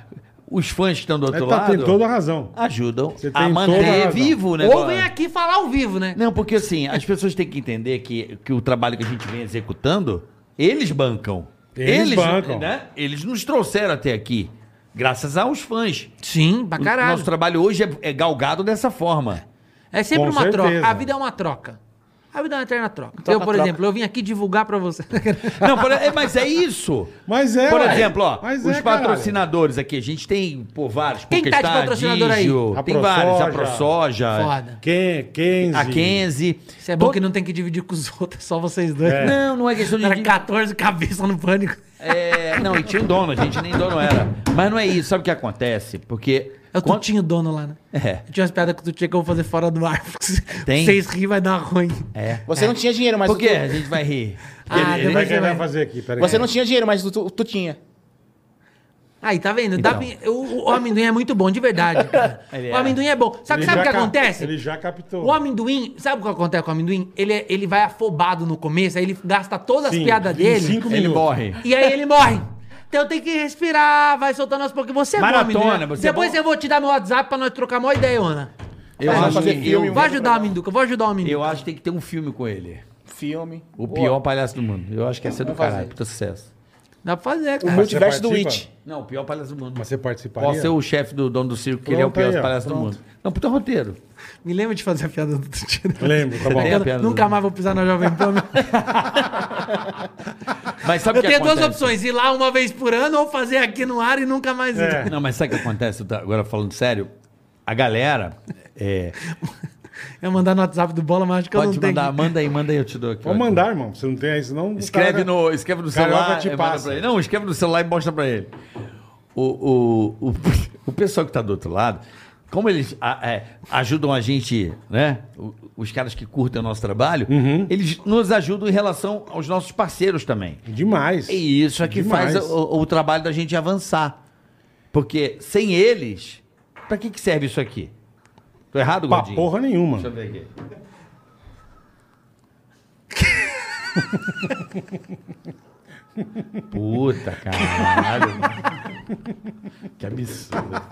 S3: os fãs que estão do outro
S2: É, tá,
S3: lado
S2: tem toda a razão.
S3: ajudam
S2: Você
S3: a
S2: tem toda a
S3: manter
S2: razão.
S3: vivo o negócio.
S4: Ou vem aqui falar ao vivo, né?
S3: Não, porque assim, as pessoas têm que entender que, que o trabalho que a gente vem executando, eles bancam.
S2: Eles bancam.
S3: Né? Eles nos trouxeram até aqui, graças aos fãs.
S4: Sim, pra
S3: O
S4: caralho.
S3: nosso trabalho hoje é, é galgado dessa forma.
S4: É sempre
S2: Com
S4: uma
S2: certeza.
S4: troca. A vida é uma troca. A vida é uma eterna troca. eu, por
S5: troca.
S4: exemplo, eu vim aqui divulgar pra você.
S3: Não, por- é, mas é isso.
S2: Mas é,
S3: Por
S2: ué.
S3: exemplo, ó,
S2: Mas
S3: os
S2: é, caralho.
S3: patrocinadores aqui, a gente tem, pô, vários.
S4: Quem tá de
S3: Pokestar,
S4: patrocinador aí?
S3: Digio,
S2: A
S3: Tem
S2: ProSoja.
S3: vários, a ProSoja,
S4: Foda.
S2: Quem? Kenzie.
S3: a Kenzie.
S4: Isso é bom
S3: To-
S4: que não tem que dividir com os outros, só vocês dois.
S2: É.
S3: Não, não é questão de...
S4: Era 14 cabeças no pânico.
S3: É, não, e tinha um dono, a gente nem dono era. Mas não é isso, sabe o que acontece? Porque.
S4: É o
S3: quando-
S4: Tutinho dono lá, né?
S3: É.
S4: Eu tinha umas piadas com o Tutinho que eu vou fazer fora do ar. porque se
S3: Tem?
S4: vocês rirem, vai dar ruim.
S3: É.
S5: Você não tinha dinheiro, mas...
S3: Por
S5: o
S3: quê?
S5: Tu-
S3: A gente vai rir.
S4: Ah,
S2: Ele vai,
S4: depois
S2: ele vai
S4: você vai.
S2: fazer aqui, peraí.
S5: Você não tinha dinheiro, mas o tu, tu tinha.
S4: Aí, tá vendo?
S3: Então.
S4: Dá pra- o, o amendoim é muito bom, de verdade. cara.
S3: Ele é.
S4: O amendoim é bom. Sabe
S2: Ele
S4: sabe o que
S2: já cap-
S4: acontece?
S2: Ele já captou.
S4: O amendoim, sabe o que acontece com o amendoim? Ele, é- ele vai afobado no começo, aí ele gasta todas
S2: Sim,
S4: as piadas
S2: em
S4: dele.
S2: Cinco
S3: Ele
S2: minutos.
S3: morre.
S4: E aí ele morre. Então tem que respirar, vai soltando aos pouquinhos. Você é
S3: Maratona,
S4: bom, amendoim. né?
S3: você é
S4: Depois
S3: bom.
S4: eu vou te dar meu WhatsApp pra nós trocar uma ideia, Ana.
S3: Eu
S5: Vai
S3: acho,
S5: fazer
S3: que,
S5: filme,
S3: eu,
S4: Vou ajudar o Amenduca, vou ajudar o
S3: eu
S4: Amenduca.
S3: acho que tem que ter um filme com ele.
S5: Filme.
S3: O
S5: Boa.
S3: pior palhaço do mundo. Eu acho que essa é do
S5: Vamos fazer.
S3: caralho, puta sucesso.
S4: Dá pra fazer,
S5: O
S4: cara.
S5: multiverso do
S2: participa?
S5: It.
S3: Não, o pior palhaço do mundo.
S2: Mas você participaria?
S3: Posso ser o chefe do dono do circo, que ele é o
S2: Pronto
S3: pior
S2: aí, ó.
S3: palhaço do
S2: Pronto.
S3: mundo. Não, puta roteiro.
S4: Me lembra de fazer a piada do Tino.
S2: Lembro, tá bom.
S3: Tem a piada
S4: Nunca
S3: do-
S4: mais vou pisar na Jovem Pan.
S3: Mas sabe
S4: Eu
S3: o que
S4: tenho duas
S3: acontece?
S4: opções: ir lá uma vez por ano ou fazer aqui no ar e nunca mais ir.
S2: É.
S3: Não, mas sabe o que acontece? Eu tô- Agora falando sério, a galera. é,
S4: Eu mandar no WhatsApp do Bola, mas acho que eu
S3: pode
S4: não tenho.
S3: mandar, manda aí, manda aí, eu te dou aqui.
S2: Vou
S3: ó.
S2: mandar, irmão. Você não tem aí, senão... o
S3: Escreve
S2: cara-
S3: no, escreve no
S2: Carioca
S3: celular
S2: te
S3: e manda
S2: passa.
S3: pra ele. Não, escreve no celular e mostra pra ele. O, o, o, o pessoal que tá do outro lado, como eles a- é, ajudam a gente, né? o- Os caras que curtem o nosso trabalho,
S2: Uhum.
S3: eles nos ajudam em relação aos nossos parceiros também.
S2: Demais.
S3: E isso é que
S2: Demais.
S3: faz o, o trabalho da gente avançar. Porque sem eles, pra que, que serve isso aqui? Tô errado,
S2: Pra
S3: Gordinho?
S2: porra nenhuma.
S3: Deixa eu ver aqui. Puta, caralho. que absurdo.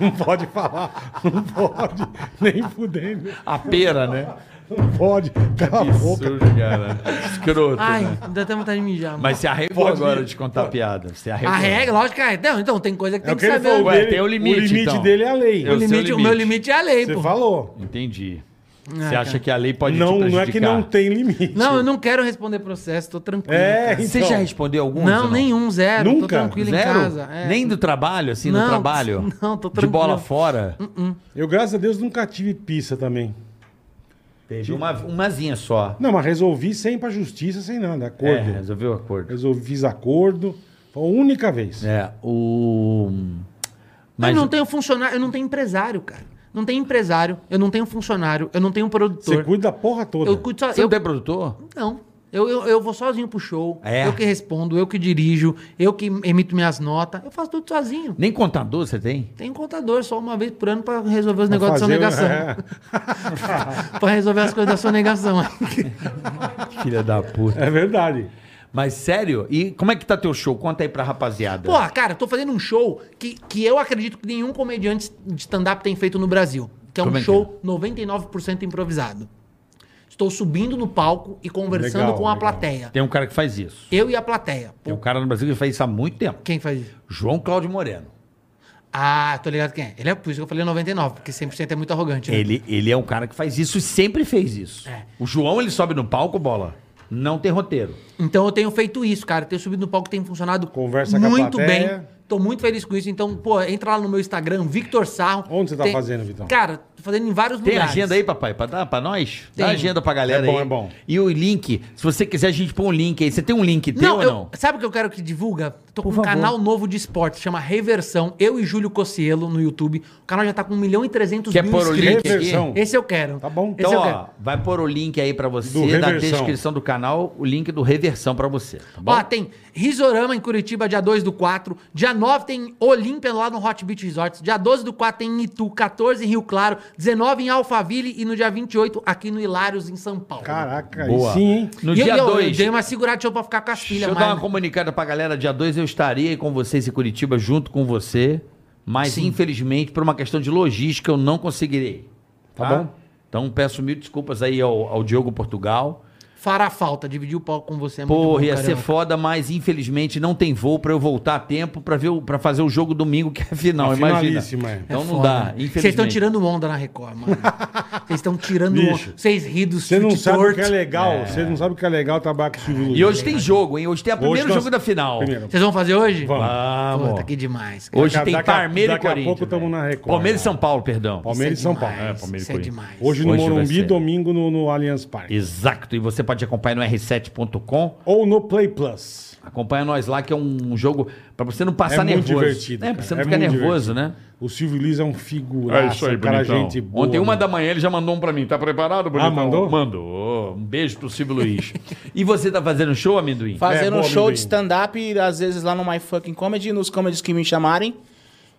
S2: Não pode falar. Não pode. Nem fudendo.
S3: A pera, né?
S2: Não pode. Cala a boca.
S3: Absurdo, cara. Escroto,
S4: Ai,
S3: né?
S4: dá até vontade de mijar. mano.
S3: Mas se arregou
S2: Pode-
S3: agora de contar a piada. Se arregou.
S4: A regra, lógico que é. Não, então tem coisa que
S2: É
S4: tem
S2: o
S4: que
S2: que ele
S4: saber.
S2: falou.
S3: Ué,
S2: dele-
S3: tem o limite,
S2: O limite
S3: então.
S2: dele é a lei.
S4: O
S3: Eu-
S4: limite-
S3: seu
S4: O meu
S3: limite.
S4: limite é a lei,
S2: Você
S4: pô.
S2: falou.
S3: Entendi. Você
S4: Ah, cara.
S3: acha que a lei pode
S2: Não,
S3: te
S2: não é que
S3: prejudicar?
S2: não tem limite.
S4: Não, eu não quero responder processo, tô tranquilo.
S2: É,
S4: cara.
S2: então.
S3: Você já respondeu algum?
S4: Não, nenhum, zero. Tô
S2: Nunca?
S4: tranquilo
S3: Zero?
S4: em casa. é.
S3: Nem do trabalho, assim, no
S4: Não,
S3: trabalho?
S4: não, tô
S3: De bola
S4: tranquilo.
S3: fora?
S2: Eu, graças a Deus, nunca tive pizza também.
S3: Teve uma, umazinha só.
S2: Não, mas resolvi sem ir pra justiça, sem nada. Acordo.
S3: É, resolveu o acordo.
S2: Resolvi, fiz acordo. Foi a única vez.
S3: É, o. Mas
S4: eu não tenho funcionário, eu não tenho empresário, cara. Não tenho empresário, eu não tenho funcionário, eu não tenho produtor.
S2: Você cuida da porra toda.
S4: Eu cuido só.
S3: você
S4: Eu,
S3: não tem produtor?
S4: Não. Eu, eu, eu vou sozinho pro show.
S3: É?
S4: Eu que respondo, eu que dirijo, eu que emito minhas notas. Eu faço tudo sozinho.
S3: Nem contador você tem?
S4: Tem um contador só uma vez por ano pra resolver os
S2: Pra
S4: negócios da
S2: fazer-
S4: sonegação.
S2: é.
S4: Pra resolver as coisas da sonegação.
S3: Filha da puta.
S2: É, verdade.
S3: Mas sério? E como é que tá teu show? Conta aí pra rapaziada.
S4: Porra, cara, eu tô fazendo um show que, que eu acredito que nenhum comediante de stand-up tem feito no Brasil. Que é um
S3: Como é que
S4: show 99% improvisado. Estou subindo no palco e conversando
S2: Legal,
S4: com a
S2: legal.
S4: plateia.
S3: Tem um cara que faz isso.
S4: Eu e a plateia. Pô,
S3: Tem um cara no Brasil que faz isso há muito tempo.
S4: Quem faz isso?
S3: João Cláudio Moreno.
S4: Ah, tô ligado quem é. Ele é por isso que eu falei 99, porque 100% é muito arrogante. né?
S3: Ele, ele é um cara que faz isso e sempre fez isso.
S4: É.
S3: O João, ele sobe no palco, bola. Não tem roteiro.
S4: Então eu tenho feito isso, cara. Eu Tenho subido no palco, tem funcionado
S2: Conversa com a
S4: muito
S2: plateia.
S4: bem. Tô muito feliz com isso. Então, pô, entra lá no meu Instagram, Victor Sarro.
S2: Onde você tá fazendo, Vitão?
S4: Cara, tô fazendo em vários
S3: Tem
S4: lugares.
S3: agenda aí, papai, pra dar pra nós? Dá
S4: Tem.
S3: agenda pra galera
S2: É bom,
S3: aí.
S2: é bom.
S3: E o link, se você quiser, a gente põe um link aí. Você tem um link teu
S4: Não,
S3: ou
S4: eu-
S3: não?
S4: sabe o que eu quero que divulga? Tô com um canal novo de esporte, chama Reversão. Eu e Júlio Cocielo no YouTube. O canal já tá com 1 milhão e 300
S3: Quer
S4: mil
S3: pôr o link
S4: inscritos.
S2: Reversão.
S4: Esse eu quero.
S2: Tá bom.
S4: Esse é
S3: Então,
S4: eu
S3: ó,
S4: quero.
S3: vai pôr o link aí pra
S2: Do
S3: você, na
S2: Reversão.
S3: descrição do canal, o link do Reversão pra você, tá bom?
S4: Ó, tem Risorama em Curitiba, dia 2 do 4. Dia 9 tem Olímpia lá no Hot Beach Resorts. Dia 12 do 4 tem em Itu, 14 em Rio Claro, 19 em Alphaville e no dia 28 aqui no Hilários, em São Paulo.
S2: Caraca,
S3: Boa.
S2: aí sim, hein?
S3: No
S4: E eu-
S3: dia
S4: eu- Eu
S3: 2.
S4: dei uma segurada de show pra ficar com as
S3: Deixa
S4: filhas,
S3: eu
S4: mas...
S3: dar uma comunicada pra galera. Dia 2 eu estarei com vocês em Curitiba, junto com você. Mas, infelizmente, por uma questão de logística, eu não conseguirei. Tá,
S2: Tá bom.
S3: Então, peço mil desculpas aí ao, ao Diogo Portugal.
S4: Fará falta, dividir o palco com você é muito
S3: Porra,
S4: bom,
S3: ia ser
S4: caramba.
S3: foda, mas infelizmente não tem voo pra eu voltar a tempo pra, ver, o- pra fazer o jogo domingo, que é a final,
S2: A
S3: imagina.
S2: finalíssima, é.
S3: Então
S4: É
S3: não
S4: foda.
S3: dá, infelizmente.
S4: Vocês estão tirando onda na Record, mano. Vocês estão tirando
S2: Bicho,
S4: onda. Vocês ri do
S2: Você não
S4: chute
S2: sabe o
S4: torto.
S2: que é legal. Você não sabe o que é legal trabalhar com o Silvio
S3: E
S2: Luiz.
S3: hoje tem jogo, hein? Hoje tem o primeiro
S2: nós-
S3: jogo da final.
S2: Primeiro.
S4: Vocês vão fazer hoje?
S3: Vamos.
S4: Pô, tá aqui demais, cara.
S3: Hoje
S2: Daqui a-
S3: tem
S2: daqui a-
S3: Parmeira e
S2: daqui a
S3: Corinthians.
S2: pouco tamo
S3: velho.
S2: na Record.
S3: Palmeiras e São Paulo, perdão.
S2: Palmeiras e São Paulo.
S4: demais,
S3: É, Palmeiras e
S4: Isso é
S3: Corinthians.
S4: demais.
S2: Hoje no
S3: Hoje vai
S2: Morumbi,
S3: ser.
S2: domingo no, no Allianz Parque.
S3: Exato. E você pode acompanhar no r7.com.
S2: Ou no Play Plus.
S3: Acompanha nós lá, que é um jogo pra você não passar
S2: É muito
S3: nervoso.
S2: divertido,
S3: É,
S2: cara.
S3: pra você não
S2: É
S3: ficar
S2: muito
S3: nervoso, né?
S2: O Silvio Luiz é um figuraça.
S3: É isso aí,
S2: um cara
S3: bonitão.
S2: gente boa. né?
S3: Ontem, uma
S2: mano.
S3: da manhã, ele já mandou um pra mim. Tá preparado, bonitão?
S2: mandou?
S3: Mandou. Um beijo pro Silvio Luiz. e você tá fazendo show, amendoim?
S5: Fazendo
S2: É,
S5: um
S2: boa,
S5: show
S2: amendoim.
S5: de stand-up, às vezes lá no My Fucking Comedy, nos comedies que me chamarem.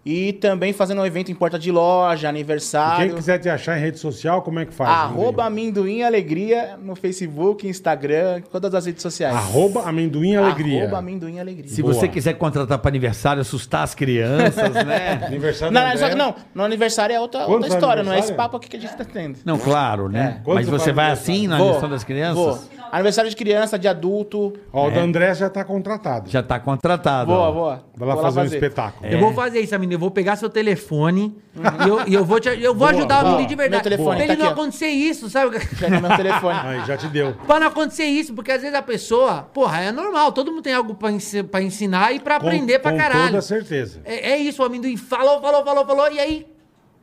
S5: E também fazendo um evento em porta de loja, aniversário.
S2: Quem quiser te achar em rede social, como é que faz?
S5: Arroba
S2: amendoim?
S5: Amendoim Alegria no Facebook, Instagram, todas as redes sociais.
S2: Arroba Amendoim Alegria.
S5: Arroba Amendoim Alegria.
S3: Se
S2: Boa.
S3: você quiser contratar pra aniversário, assustar as crianças, né?
S2: Aniversário
S5: Não,
S2: do
S5: não,
S2: tá André.
S5: só que não, no aniversário é outra, outra
S2: Quantos
S5: história, não é esse
S2: aniversário?
S5: papo aqui que a gente tá tendo.
S3: Não, claro, né?
S2: Quando
S3: Mas
S2: tu
S3: você
S2: faz
S3: vai
S2: aniversário?
S3: assim na
S5: Vou,
S3: missão das crianças?
S5: vou. Aniversário de criança, de adulto.
S2: Ó, o do André já tá contratado.
S3: Já tá contratado.
S5: Boa, boa.
S2: Vai lá
S5: Vou
S2: fazer, um espetáculo.
S4: Eu
S5: É.
S4: vou fazer isso, menino. Eu vou pegar seu telefone e eu, e eu vou, te, eu vou ajudar o
S5: boa.
S4: menino de verdade.
S5: Meu telefone
S4: pra
S5: tá
S4: ele não
S5: aqui, ó.
S4: acontecer isso, sabe?
S5: Pega meu telefone.
S2: Aí, já te deu.
S4: pra não acontecer isso, porque às vezes a pessoa... Porra, é normal. Todo mundo tem algo pra, ensi- pra ensinar e pra
S2: Com-
S4: aprender pra
S2: com
S4: caralho.
S2: toda certeza.
S4: É, é isso, o amendoim falou, falou, falou, falou, e aí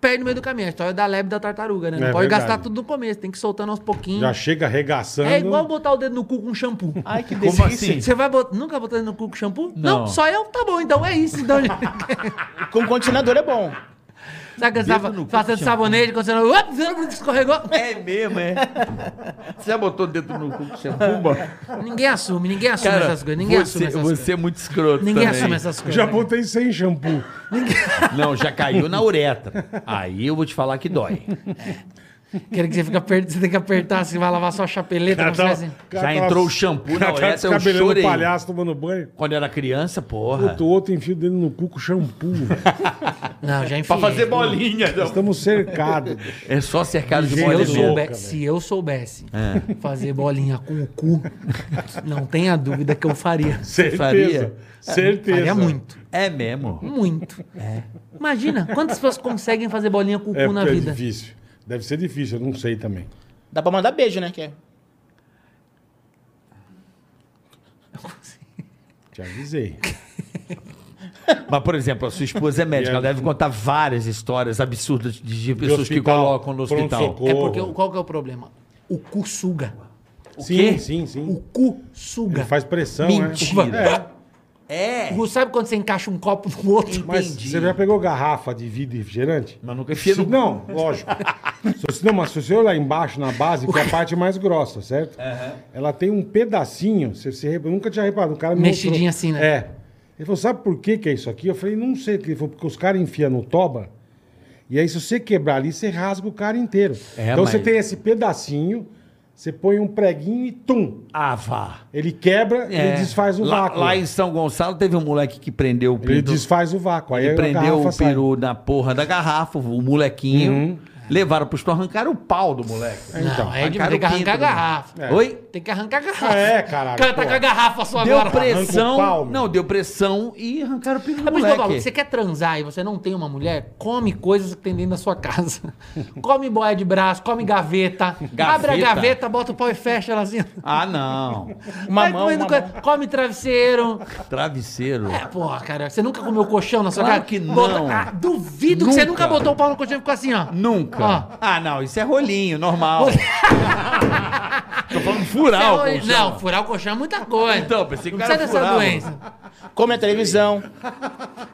S4: perde no meio do caminho. A história da lebre da tartaruga, né? Não
S2: É
S4: pode
S2: verdade.
S4: gastar tudo no começo, tem que ir soltando aos pouquinhos.
S2: Já chega arregaçando.
S4: É igual botar o dedo no cu com shampoo.
S5: Ai, que
S3: Como
S5: delícia.
S3: assim?
S4: Você vai botar, nunca botar o dedo no cu com shampoo?
S3: Não.
S4: só eu? Tá bom, então é isso. Então...
S5: Com condicionador é bom.
S4: Sabe que você tava fazendo sabonete, quando você não... Op, escorregou.
S3: É mesmo, é. Você já botou dentro no cu que você fuma?
S4: Ninguém assume, ninguém assume
S3: Cara,
S4: essas coisas, ninguém assume
S3: você,
S4: essas
S3: você é muito escroto
S4: coisas. Ninguém
S3: também.
S4: assume essas coisas.
S2: Já
S4: né?
S2: botei sem shampoo.
S3: Não, já caiu na uretra. Aí eu vou te falar que dói.
S4: Quero que você, fica aper... você tem que apertar, você vai lavar sua chapeleta,
S2: Cara, tá-
S4: não fica
S2: tava-
S4: assim.
S2: cara,
S3: Já
S2: tava-
S3: entrou o shampoo na
S2: cara, tava
S3: uretra, eu
S2: descabelando o
S3: chorei. Ah.
S2: palhaço tomando banho.
S3: Quando eu era criança, porra.
S2: Puta, o outro enfia o dedo no cu com shampoo, velho.
S4: Não, já enfim.
S3: Pra fazer bolinha. não.
S2: Estamos cercados. bicho.
S3: É só cercado de
S2: Se
S4: Se eu,
S3: bolinha.
S2: Olha,
S4: soube-
S3: mesmo.
S2: louca,
S4: se eu soubesse
S2: É.
S4: fazer bolinha com o cu, não tenha dúvida que eu faria.
S2: Certeza.
S3: faria?
S2: Certeza.
S4: Faria muito,
S3: É mesmo.
S4: muito. Imagina, quantas pessoas conseguem fazer bolinha com o
S2: É,
S4: cu na
S2: porque é
S4: vida?
S2: difícil. Deve ser difícil, eu não sei também.
S5: Dá pra mandar beijo, né? Que é-
S2: Te avisei.
S3: Mas, por exemplo, a sua esposa é médica. Ela deve contar várias histórias absurdas de, de pessoas que
S2: hospital,
S3: colocam no hospital.
S2: pronto-socorro.
S4: É porque, o- qual que é o problema? O cu suga.
S2: Sim, sim, sim.
S4: O cu suga.
S2: Ele faz pressão,
S4: Mentira.
S2: né? É.
S1: É.
S4: O- Sabe quando você encaixa um copo no outro?
S2: Mas você já pegou garrafa de vidro e refrigerante?
S1: Mas nunca
S2: Se- Não, lógico. Se você- não, mas se você olhar embaixo na base, que é a parte mais grossa, certo? Ela tem um pedacinho, você, você eu nunca tinha reparado, o cara me
S4: Mexidinho
S2: mostrou.
S4: assim, né?
S2: É. Ele falou, sabe por que que é isso aqui? Eu falei, não sei, ele falou, porque os caras enfiam no toba, e aí se você quebrar ali, você rasga o cara inteiro.
S3: É,
S2: então você
S3: mas-
S2: tem esse pedacinho, você põe um preguinho e tum,
S3: Ah, vá.
S2: ele quebra,
S3: É.
S2: ele desfaz o
S3: lá,
S2: vácuo.
S3: Lá em São Gonçalo teve um moleque que prendeu o
S2: Ele
S3: peru.
S2: desfaz o vácuo, aí
S3: Ele
S2: a
S3: prendeu
S2: garrafa
S3: o
S2: sai. Uhum.
S3: peru na porra da garrafa, o molequinho. Levaram pro store, arrancaram o pau do moleque.
S2: É, Então,
S4: Não, é de
S3: arrancaram
S4: tem que
S3: o
S4: arrancar a
S3: pinto, né?
S4: garrafa.
S2: É.
S3: Oi?
S4: Tem que arrancar a garrafa.
S2: Ah, é, caralho,
S4: O cara tá
S2: pô.
S4: com a garrafa só
S3: Deu
S4: agora.
S3: pressão.
S2: Arranca o pau, meu. Ah,
S3: não, deu pressão e arrancaram o peru do
S4: É por isso que eu falo,
S3: moleque.
S4: você quer transar e você não tem uma mulher, come coisas que tem dentro da sua casa. come boia de braço, come gaveta, Abre a
S3: Gaveta?
S4: gaveta, bota o pau e fecha ela assim.
S3: Ah, não.
S4: Vai
S5: Mamão,
S4: comendo
S5: mamão.
S4: coisa, Come travesseiro.
S3: Travesseiro.
S4: É, porra, cara. Você nunca comeu colchão na sua
S3: Claro
S4: casa?
S3: que não.
S4: Ah, duvido que você
S3: Nunca.
S4: nunca botou o pau no colchão e ficou assim, ó.
S3: Nunca.
S4: Ó.
S3: Ah, não, isso é rolinho, normal. Tô falando furar o
S4: Você- é
S3: colchão.
S4: Não, furar o colchão é muita coisa.
S3: Então, pensei que
S4: Não
S3: o cara
S4: precisa dessa
S3: furava.
S4: doença.
S5: Come a televisão.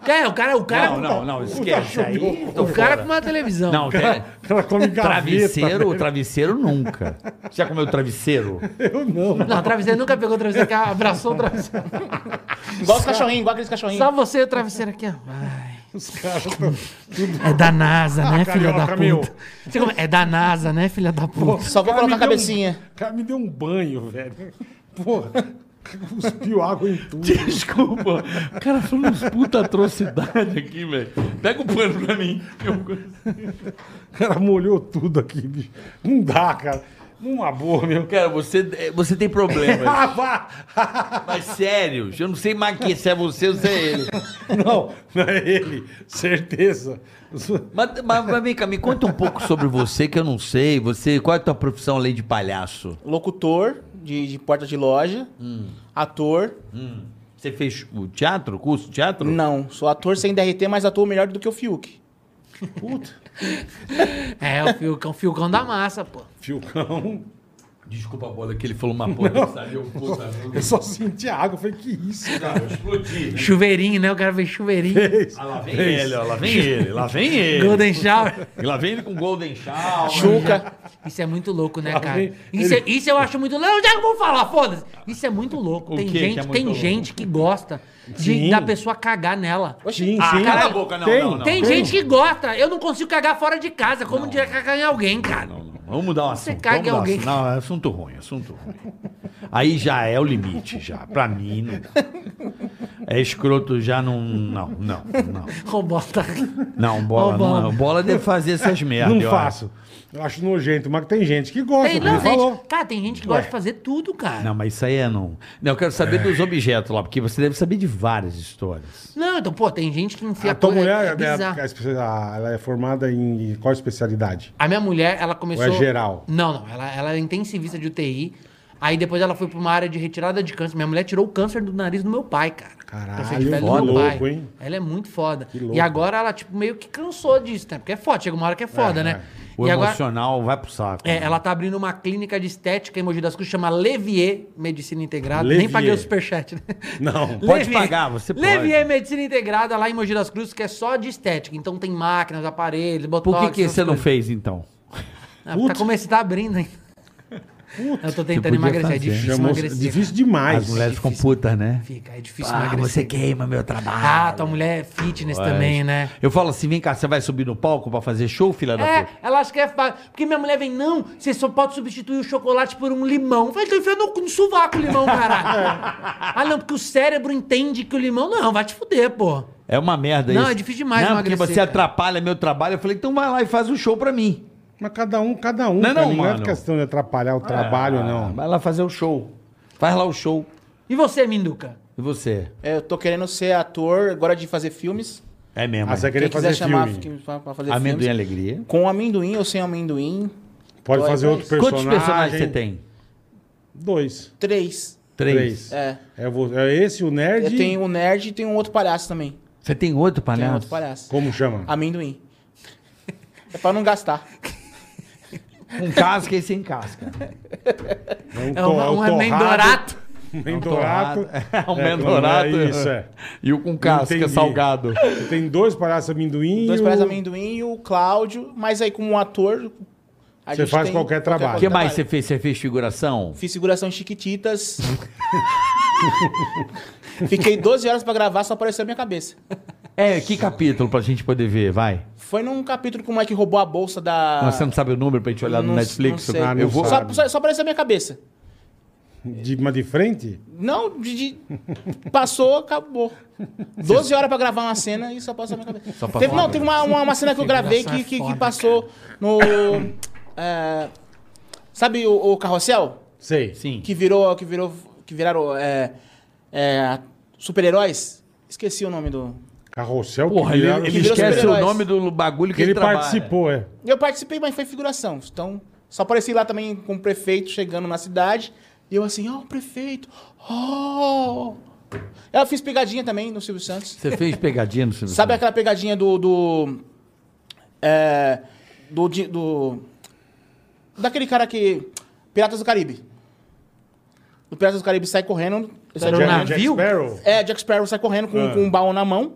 S4: Cara, o cara, o cara,
S3: Não, não, não, esquece. Aí, tô
S4: o cara com
S3: fora.
S4: uma televisão.
S3: Não, tra-
S2: Ela come gaveta.
S3: travesseiro, travesseiro nunca. Você já comeu travesseiro?
S2: Eu não.
S4: Não, travesseiro nunca pegou o travesseiro, que abraçou o travesseiro.
S5: Igual os cachorrinhos, igual aqueles cachorrinhos.
S4: Só você e o travesseiro aqui, ó. Ai,
S2: Os caras tão-
S4: é da NASA,
S3: Ah,
S4: né, filha da
S2: Carioca, meu.
S4: puta? Você come- É da NASA, né, filha da puta?
S5: Só vou
S2: O cara
S5: colocar a
S2: me deu um-
S5: cabecinha.
S2: O cara me deu um banho, velho. Porra, cuspiu água em tudo.
S3: Desculpa. O cara falou uns puta atrocidade aqui, velho. Pega o pano pra mim.
S2: O cara molhou tudo aqui, bicho. Não dá, cara. Numa boa, meu.
S3: Cara, você, eh, você tem problemas.
S2: Ah, vá!
S3: mas sérios. Eu não sei mais quem, se é você ou se é ele.
S2: Não, não é ele. Certeza.
S3: Mas, mas- mas vem cá, me conta um pouco sobre você, que eu não sei. Você, qual é a tua profissão além de palhaço?
S5: Locutor de, de porta de loja.
S2: Hum.
S5: Ator.
S3: Você fez o teatro, curso de teatro?
S5: Não, sou ator sem DRT, mas atuo melhor do que o Fiuk.
S4: É, o Fiocão, Fiocão da massa, pô.
S2: Filcão.
S3: Desculpa a bola que ele falou uma porra, sabe? Eu, puta,
S2: Eu só senti a água. Eu falei, que isso, cara?
S3: explodi.
S4: Chuveirinho, né? O cara fez chuveirinho.
S3: Ah, lá vem ele, ó, lá vem ele, lá vem ele.
S4: Golden Shower.
S3: E lá vem ele com Golden Shower.
S5: Chuca.
S4: Isso é muito louco, né,
S2: Lá
S4: cara?
S2: vem
S4: Isso,
S2: ele-
S4: isso eu acho muito louco. Já vou falar, foda-se. Isso é muito louco.
S3: O
S4: Tem
S3: quê que
S4: gente,
S3: é muito
S4: tem
S3: louco?
S4: gente que gosta de,
S2: Sim.
S4: da pessoa cagar nela.
S2: Sim,
S3: Ah,
S2: sim.
S3: cala a boca, não,
S2: Tem.
S3: não, não.
S4: tem gente que gosta. Eu não consigo cagar fora de casa. Como diria cagar em alguém, cara?
S3: Não, não, Vamos mudar o assunto.
S4: Você caga
S3: vamos
S4: em
S3: mudar o assunto.
S4: alguém.
S3: Não, é assunto ruim, assunto ruim. Aí já é o limite, já. Pra mim, não dá. É escroto já não. Não, não, não.
S4: Robota.
S3: Não, bola.
S4: Ô, Bola.
S3: Não, bola deve fazer essas merdas.
S2: Não
S3: eu
S2: faço. Eu acho nojento, mas tem gente que gosta.
S4: Tem,
S2: como
S4: não,
S2: ele falou.
S4: gente, cara, tem gente que gosta de fazer tudo, cara.
S3: Não, mas isso aí é não. Não, eu quero saber dos objetos lá, porque você deve saber de várias histórias.
S4: Não, então, pô, tem gente que enfia é
S2: A tua
S4: coisa-
S2: mulher, né,
S4: bizarro.
S2: a- ela é formada em qual especialidade?
S4: A minha mulher, ela começou.
S2: Ou é geral?
S4: Não, não. Ela, ela é intensivista de UTI. Aí depois ela foi pra uma área de retirada de câncer. Minha mulher tirou o câncer do nariz do meu pai, cara.
S2: Caralho,
S4: Ou seja, velho do
S2: foda.
S4: meu pai.
S2: louco, hein?
S4: Ela é muito foda.
S2: louco.
S4: E agora ela, tipo, meio que cansou disso, né? Porque é foda, chega uma hora que é foda, né?
S3: O
S4: e agora.
S3: emocional vai pro saco.
S4: É, ela tá abrindo uma clínica de estética em Mogi das Cruzes, chama Levier Medicina Integrada. Nem
S2: Levier.
S4: paguei o superchat, né?
S2: Não.
S3: Pode pagar, você pode.
S4: Levier Medicina Integrada lá em Mogi das Cruzes, que é só de estética. Então tem máquinas, aparelhos,
S3: Por
S4: botox...
S3: que, que
S4: essas
S3: você não
S4: coisas.
S3: fez, então?
S4: Ah, tá começando, tá abrindo ainda. Eu tô tentando
S3: Você podia
S4: emagrecer,
S3: fazer.
S4: é difícil
S2: Chamou
S4: emagrecer.
S2: difícil demais.
S3: As mulheres ficam putas, né?
S4: Fica, é difícil
S3: Ah,
S4: emagrecer.
S3: você queima meu trabalho.
S4: Ah, tua mulher é fitness também, né?
S3: Eu falo assim, vem cá, você vai subir no palco pra fazer show, filha da
S4: É,
S3: puta?
S4: ela acha que é fácil. Porque minha mulher vem, não, você só pode substituir o chocolate por um limão. Vai então enfia no, no sovaco o limão, caralho. ah, não, porque o cérebro entende que o limão. Não, vai te fuder, pô.
S3: É uma merda
S4: Não,
S3: isso.
S4: é difícil demais
S3: Não, porque
S4: emagrecer,
S3: você
S4: cara.
S3: atrapalha meu trabalho. Eu falei, então vai lá e faz um show pra mim.
S2: Mas cada um, cada um.
S3: Não é
S2: cara,
S3: não, mano.
S2: é questão de atrapalhar o trabalho,
S3: Ah,
S2: não.
S3: Vai lá fazer o show. Faz lá o show.
S4: E você, Minduca?
S3: E você?
S5: É, Eu tô querendo ser ator agora de fazer filmes.
S3: É mesmo.
S2: Ah, você
S3: é.
S2: queria
S5: Quem quiser
S2: fazer
S5: chamar
S2: filme.
S5: fi- pra, pra fazer
S3: Amendoim é
S5: filmes.
S3: Alegria.
S5: Com amendoim ou sem amendoim?
S2: Pode
S5: Dois,
S2: fazer
S5: dois.
S2: outro personagem.
S3: Quantos personagens você tem?
S2: Dois.
S5: Três.
S3: Três.
S2: Três.
S5: É.
S2: É, vo- é esse, o nerd.
S5: Eu tenho um nerd e tenho um outro palhaço também.
S3: Você tem outro
S5: Tem
S3: palhaço?
S5: um outro palhaço.
S2: Como chama?
S5: Amendoim. É pra não gastar.
S1: Com casca e sem casca.
S2: um,
S4: É uma-
S2: to-
S4: um amendorato.
S2: Um mendorato.
S3: É um
S2: É,
S3: mendorato.
S2: é isso, é.
S3: E o com casca,
S2: Entendi.
S3: salgado.
S2: Tem dois palhaços amendoim.
S5: Dois
S2: e um o-
S5: pares de amendoim e o Cláudio, mas aí como um ator. a
S2: Você
S5: gente
S2: faz qualquer trabalho.
S3: O que mais você fez? Você fez figuração?
S5: Fiz figuração em Chiquititas. Fiquei 12 horas pra gravar, só apareceu a minha cabeça.
S3: É, que capítulo pra gente poder ver? Vai.
S5: Foi num capítulo que o moleque roubou a bolsa da.
S3: Mas Você não sabe o número pra gente olhar no
S5: Ah. Não-
S3: Netflix?
S5: não sei.
S2: Ah, não
S3: Eu vou.
S2: sabe.
S5: só, só, só apareceu a minha cabeça.
S2: De, mas de frente?
S5: Não, de, de- passou, acabou. 12 horas pra gravar uma cena e só passou a minha cabeça.
S3: Só passou
S5: teve,
S3: uma
S5: não, teve uma, uma, uma cena que eu gravei
S4: Figuração é
S5: que, que, que
S4: foda,
S5: passou no. é, sabe o, o carrossel?
S2: Sei.
S3: Sim.
S5: Que virou. Que virou. Que viraram é, é, super-heróis? Esqueci o nome do.
S2: Carrossel que
S3: Porra, ele,
S2: viraram-
S3: ele
S5: virou
S3: esquece o
S5: super-heróis.
S3: nome do bagulho que
S2: que
S3: ele,
S2: é um ele
S3: trabalha.
S2: participou, é.
S5: Eu participei, mas foi figuração. Então, só apareci lá também com o prefeito chegando na cidade. E eu assim, ó, o prefeito. Oh! Eu fiz pegadinha também no Silvio Santos.
S3: Você fez pegadinha no Silvio
S5: Sabe
S3: Santos?
S5: aquela pegadinha do. Do. É, do, di- do- Daquele cara que. Piratas do Caribe. O Piratas do Caribe sai correndo. sai
S4: Era um
S5: correndo.
S2: Jack- Jack
S4: navio?
S2: Sparrow?
S5: É, Jack Sparrow sai correndo com,
S2: Ah.
S5: com um baú na mão,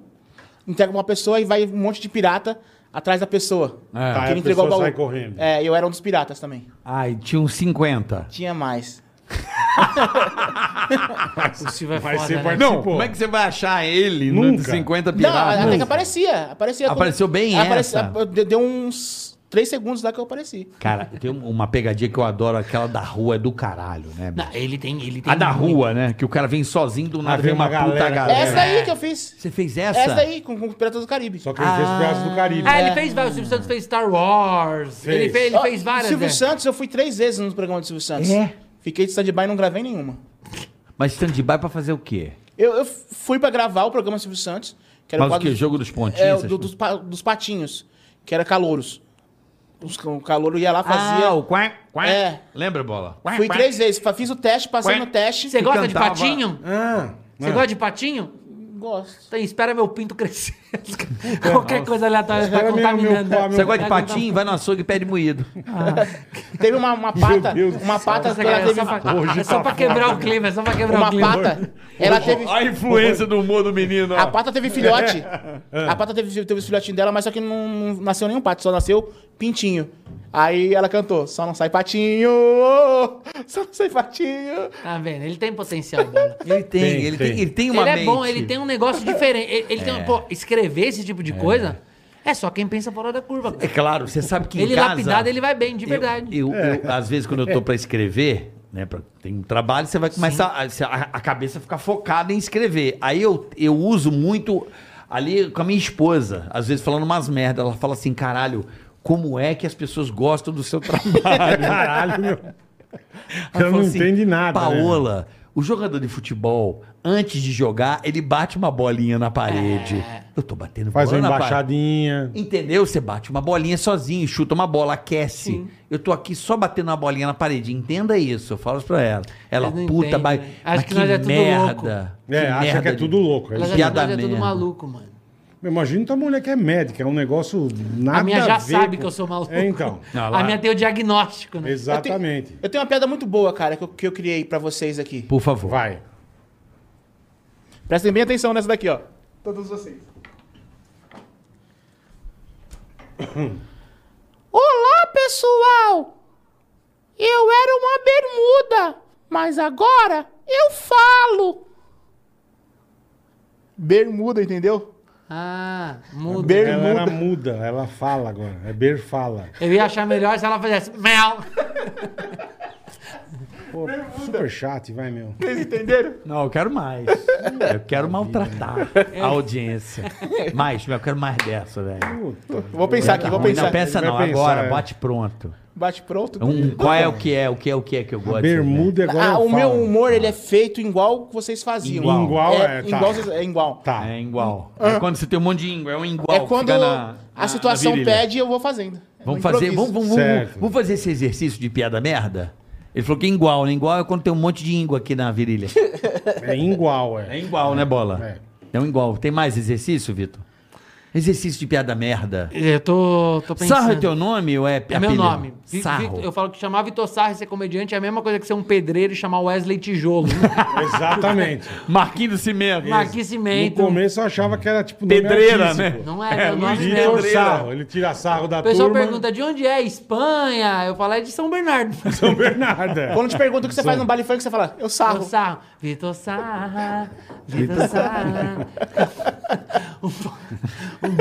S5: entrega pra uma pessoa e vai um monte de pirata atrás da pessoa.
S3: É.
S2: Tá,
S5: Que
S2: aí a
S5: ele entregou o
S2: pessoa
S5: baú.
S2: sai correndo.
S5: É, eu era um dos piratas também.
S3: Ai, tinha uns 50.
S5: Tinha mais.
S4: O Silvio é
S2: Mas
S4: foda,
S2: você
S4: né?
S2: participou.
S3: Não, como é que você vai achar ele no
S2: Nunca.
S3: 50
S5: Não,
S3: piratas?
S5: até que aparecia. aparecia ah,
S3: Apareceu bem essa?
S5: de- Deu uns três segundos lá que eu apareci.
S3: Cara, tem um, uma pegadinha que eu adoro, aquela da rua é do caralho, né? bicho?
S4: Não, ele tem, ele tem.
S3: A da rua, né? Que o cara vem sozinho do nada,
S2: Ah,
S3: vem
S2: vem
S3: uma,
S2: uma
S3: puta
S2: galera.
S3: galera. né?
S5: Essa aí que eu fiz.
S3: Você fez essa?
S5: Essa aí, com, com os Piratas do Caribe.
S2: Só que ele fez o braço do Caribe.
S4: Ah, ele fez vários. O Silvio Santos fez Star Wars. Ele
S2: Fez.
S4: fez, ele
S5: Ó,
S4: fez várias.
S5: Ah, Silvio
S4: né?
S5: Santos, eu fui três vezes no programa do Silvio Santos.
S3: É?
S5: Fiquei de stand-by e não gravei nenhuma.
S3: Mas stand-by pra fazer o quê?
S5: Eu, eu fui pra gravar o programa Silvio Santos. Que era
S3: Mas o
S5: quadro-
S3: quê? Jogo dos pontinhos?
S5: É, o
S3: essas
S5: do-
S3: coisas?
S5: dos, pa- dos patinhos, que era calouros. Os, o calouro ia lá, fazia.
S3: Ah, o quá, quá.
S5: É.
S3: Lembra, Bola?
S5: Fui três vezes, fa- fiz o teste, passei
S3: Quack.
S5: no teste.
S4: Você gosta de
S3: cantava.
S4: patinho?
S2: Ah,
S4: Você
S2: ah.
S4: gosta de patinho?
S5: Gosto.
S4: Então espera meu pinto crescer. Qualquer coisa aleatória tá
S2: Espera meu-
S4: contaminando.
S2: meu- meu-
S3: Você gosta de
S4: Vai
S3: patinho? Vai no açougue e pede moído.
S5: Teve uma, uma pata,
S2: Deus do
S5: uma
S2: céu.
S5: pata que ela
S4: É
S5: teve. um
S4: só pra,
S2: Hoje
S4: é só
S2: tá
S4: pra quebrar o clima, é só pra quebrar o
S5: Uma
S4: clima.
S5: pata, ela teve.
S3: a influência do humor do menino.
S5: A pata teve filhote. A pata teve, teve os filhotinhos dela, mas só que não, não nasceu nenhum pato, só nasceu pintinho. Aí ela cantou: Só não sai patinho, só não sai patinho.
S4: Tá vendo? Ele tem potencial, bola.
S3: Ele tem,
S2: Tem,
S3: ele tem,
S2: tem.
S3: ele tem uma
S4: Ele é
S3: mente.
S4: bom, ele tem um negócio diferente. Ele, ele tem um- pô, escrever esse tipo de coisa é só quem pensa fora da curva.
S3: É claro, você sabe que em
S4: Ele
S3: casa...
S4: lapidado, ele vai bem, de
S3: Eu-
S4: verdade.
S3: Eu,
S2: É.
S3: eu, às vezes, quando eu tô pra escrever, né? pra- tem um trabalho, você vai começar. A, você- a- a cabeça fica focada em escrever. Aí eu, eu uso muito ali com a minha esposa, às vezes falando umas merdas. Ela fala assim, caralho. Como é que as pessoas gostam do seu trabalho?
S2: Caralho, meu.
S3: Ela
S2: Eu
S3: falou
S2: não entende nada, né?
S3: Paola, o jogador de futebol, antes de jogar, ele bate uma bolinha na parede.
S4: É.
S3: Eu tô batendo
S2: Faz uma
S3: bola na parede.
S2: embaixadinha.
S3: Entendeu? Você bate uma bolinha sozinho, chuta uma bola, aquece. Eu tô aqui só batendo uma bolinha na parede. Entenda isso, eu falo isso pra ela. Ela,
S4: Eles não
S3: puta,
S4: entendem,
S3: mas,
S4: né? Acho
S3: mas
S4: que
S3: que,
S4: nós é tudo louco.
S3: merda.
S2: É, acha
S3: merda
S2: que é
S3: de-
S2: tudo louco.
S4: Ela
S2: É.
S4: já
S3: piada
S4: é tudo
S3: mesmo.
S4: maluco, mano.
S2: Imagina tua mulher que é médica, é um negócio nada
S4: a minha já
S2: ver
S4: sabe
S2: com-
S4: que eu sou maluco.
S2: É, então.
S3: Ah, lá.
S4: a minha tem o diagnóstico, né?
S2: Exatamente.
S5: Eu tenho uma piada muito boa, cara, que eu, que eu criei pra vocês aqui.
S3: Por favor.
S2: Vai.
S5: Prestem bem atenção nessa daqui, ó. Todos vocês. Olá, pessoal! Eu era uma bermuda, mas agora eu falo. Bermuda, entendeu?
S4: Ah, muda.
S2: Ela
S5: Bermuda.
S2: era muda, ela fala agora. É berfala.
S4: Eu ia achar melhor se ela fizesse mel.
S2: Pô, super chato, vai, meu.
S5: Vocês entenderam?
S3: Não, eu quero mais. eu quero maltratar
S4: É.
S3: a audiência. Mais, eu quero mais dessa, velho.
S2: Puta.
S5: Vou pensar aqui, vou
S3: Não, não
S5: pensar.
S3: pensa
S2: Ele vai
S3: não,
S2: pensar,
S3: agora,
S2: é.
S3: bate pronto.
S5: Bate pronto.
S3: Um, qual é o que é, o que é, o que é que eu gosto?
S2: Bermuda agora.
S5: Ah,
S2: eu
S5: o meu
S2: falo.
S5: humor ele é feito igual que vocês faziam.
S3: Igual.
S2: Igual, é, tá.
S5: Igual, vocês- é igual.
S2: Tá.
S3: né? É igual. É quando você tem um monte de igual, é um igual.
S5: É
S3: que
S5: quando
S3: fica na- na-
S5: a situação
S3: na virilha.
S5: pede, eu vou fazendo.
S3: Vamos
S5: Eu
S3: fazer,
S5: improviso.
S3: vamos, vamos, vamos,
S2: É, um Certo.
S3: vamos fazer esse exercício de piada merda? Ele falou que é igual, né? Igual é quando tem um monte de íngua aqui na virilha.
S2: É igual, é.
S3: É igual, né, Bola? É.
S2: É.
S3: um igual. Tem mais exercício, Vitor? Exercício de piada merda.
S4: Eu tô, tô
S3: Sarra é
S4: pensando.
S3: teu nome ou é
S4: É meu
S3: apelido?
S4: nome. Vi-
S3: Sarro.
S4: Vi- eu falo que chamar Vitor Sarro e ser comediante é a mesma coisa que ser um pedreiro e chamar Wesley Tijolo.
S2: Exatamente.
S3: Marquinhos do Cimento.
S4: Marquinhos
S2: No
S4: Cimento.
S2: começo eu achava que era tipo nome
S3: Pedreira,
S2: artístico.
S3: né?
S4: Não é, é, o
S2: Luiz
S4: nome mesmo.
S2: Vitor Sarro. Ele tira sarro da
S4: O pessoal
S2: turma.
S4: pergunta de onde é? Espanha? Eu falo, é de São Bernardo.
S2: São Bernardo. é.
S5: Quando te perguntam o que você faz no baile funk, você fala, eu sarro.
S4: Vitor Sarro. Vitor Sarra. Vitor Sarra.
S2: Eu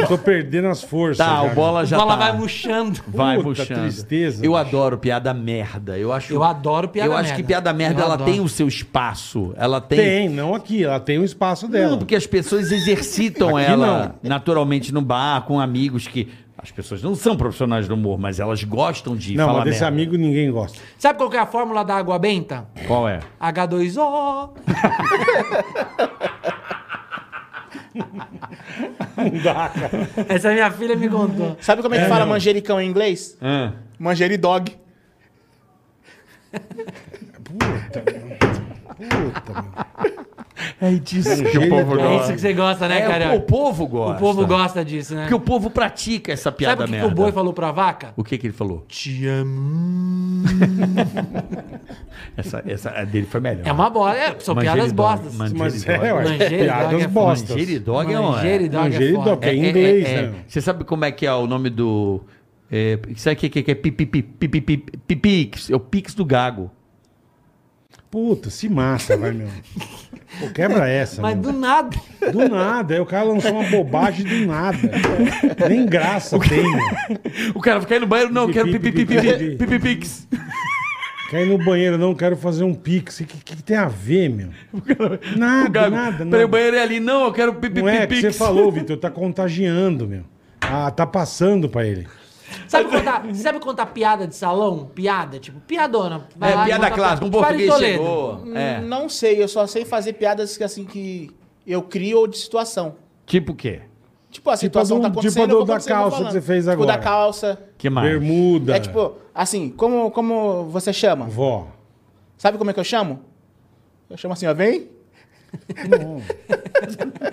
S2: Tô perdendo as forças. né?
S3: Tá, o
S2: cara.
S3: bola já
S4: bola
S3: tá.
S4: vai murchando.
S3: Vai
S2: Puta
S3: puxando.
S2: tristeza,
S3: Eu
S2: bicho.
S3: adoro piada merda. Eu acho.
S4: Eu adoro piada
S3: Eu acho
S4: merda.
S3: que piada merda
S4: Eu
S3: ela
S4: adoro.
S3: tem o seu espaço. Ela tem.
S2: Tem, não aqui. Ela tem o espaço dela.
S3: Não, porque as pessoas exercitam
S2: Aqui
S3: ela naturalmente no bar, com amigos que. As pessoas não são profissionais do humor, mas elas gostam de
S2: Não,
S3: falar
S2: mas desse
S3: merda.
S2: amigo ninguém gosta.
S4: Sabe qual que é a fórmula da água benta?
S3: Qual é?
S4: H2O.
S2: Não dá, cara.
S4: Essa minha filha me contou.
S5: Sabe como é que fala manjericão em inglês?
S3: Ah.
S5: Manjeridog.
S2: Puta, meu.
S3: É disso
S2: que o povo
S4: É
S2: gosta.
S4: isso que você gosta, né, cara?
S3: o povo gosta.
S4: O povo gosta disso, né?
S3: Porque o povo pratica essa piada
S4: Sabe o que, que
S3: merda.
S4: o boi falou pra vaca?
S3: O que que ele falou?
S4: Te amo.
S3: Essa, essa a dele foi melhor.
S4: É uma bosta. É, são piadas
S3: Mangeridog,
S4: bostas.
S3: mangeridog.
S2: Mas é, ué.
S4: Mangeridog
S2: Piadas
S4: é foda.
S2: bostas.
S3: Mangeridog é uma...
S4: Mangeridog é
S2: Mangeridog,
S4: foda.
S2: é em inglês, né?
S3: Você sabe como é que é o nome do... É, sabe o que, que, que é pipi, pipi, pipi, pipix? É o pix do gago.
S2: Puta, se mata, vai, meu. Pô, quebra essa,
S4: Mas
S2: meu.
S4: do nada.
S2: Do... nada. Aí o cara lançou uma bobagem do nada. Nem graça tem, meu.
S3: O cara fica aí no banheiro, não, eu quero pipi,
S2: Pipi,
S3: pipi,
S2: pipi,
S3: pipi,
S2: pipi.
S3: pipi, pix.
S2: Quer ir no banheiro, não, quero fazer um pix. O que, que, que tem a ver, meu?
S3: O
S2: Nada,
S3: gago,
S2: nada,
S3: peraí, o
S2: nada.
S3: banheiro é ali, não, eu quero pipi,
S2: Não é
S3: pipi,
S2: que você falou, Vitor, tá contagiando, meu. Ah, tá passando pra ele.
S4: Sabe contar, sabe contar piada de salão? Piada, tipo, piadona. Vai
S3: É,
S4: lá e
S3: piada
S4: conta
S3: clássica, um
S4: pra- Padre
S3: português
S4: Toledo.
S3: chegou. É.
S5: Hum, Não sei, eu só sei fazer piadas que, assim que eu crio ou de situação.
S3: Tipo o quê?
S5: Tipo, a situação
S2: do-
S5: tá
S2: tipo
S5: acontecendo.
S2: do-
S5: eu vou
S2: da
S5: acontecendo, eu vou
S2: calça que
S5: falando.
S2: você fez
S5: Tipo,
S2: agora.
S5: da calça.
S3: Que mais?
S2: Bermuda.
S5: É tipo, assim, como, como você chama?
S2: Vó.
S5: Sabe como é que eu chamo? Eu chamo assim, ó, vem,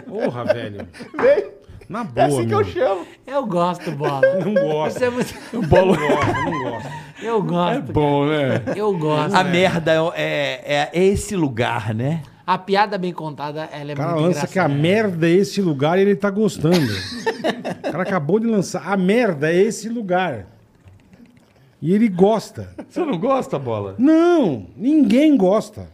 S2: Porra, velho.
S5: vem.
S2: Na
S5: É
S2: boa,
S5: assim que
S2: meu.
S5: eu chamo.
S4: Eu gosto, bola.
S2: Não gosto.
S4: Isso é muito-
S3: Bolo...
S2: Não gosto, não gosto.
S4: Eu gosto.
S3: Bom, né?
S4: Eu gosto.
S3: A merda é, é- é esse lugar, né?
S4: A piada bem contada, ela é
S2: O cara
S4: muito
S2: lança que a
S4: engraçada.
S2: merda é esse lugar e ele tá gostando. o cara acabou de lançar. A merda é esse lugar. E ele gosta.
S3: Você não gosta, bola?
S2: Não, ninguém gosta.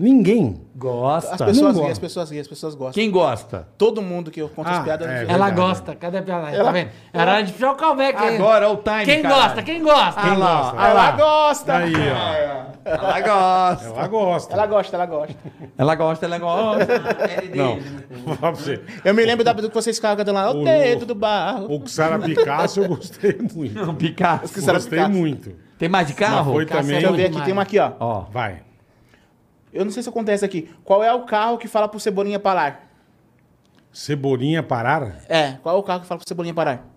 S2: Ninguém.
S3: Gosta.
S5: As pessoas
S2: Tá. Não
S5: riem,
S2: gosto.
S5: as pessoas riem, as pessoas gostam.
S3: Quem gosta?
S5: Todo mundo que eu conto
S2: Ah,
S5: as piadas...
S2: é.
S4: Ela
S2: Verdade.
S4: gosta. Cadê a piada? Tá vendo? Era hora de puxar o callback. hein?
S3: Agora é o time,
S4: Quem
S3: caralho.
S4: gosta? Quem gosta? Ah,
S3: Quem gosta?
S5: Ela gosta!
S2: Aí, ó.
S3: Ela gosta.
S2: Ela gosta.
S5: Ela gosta, ela gosta.
S3: Ela gosta, ela gosta.
S2: Não, vou falar pra você.
S5: Eu me lembro da do que vocês ficavam cantando lá,
S2: O-
S5: o dedo do barro.
S2: O Sara Picasso eu gostei muito.
S3: Não, Picasso. Ah,
S5: Sara
S2: gostei
S5: Picasso.
S2: muito.
S3: Tem mais de carro?
S2: Mas foi
S4: Picasso
S2: também.
S5: Deixa eu ver aqui,
S4: demais.
S5: tem uma aqui, ó.
S3: Ó.
S2: Vai.
S5: Eu não sei se acontece aqui. Qual é o carro que fala pro Cebolinha parar?
S2: Cebolinha parar?
S5: É, qual é o carro que fala pro Cebolinha parar?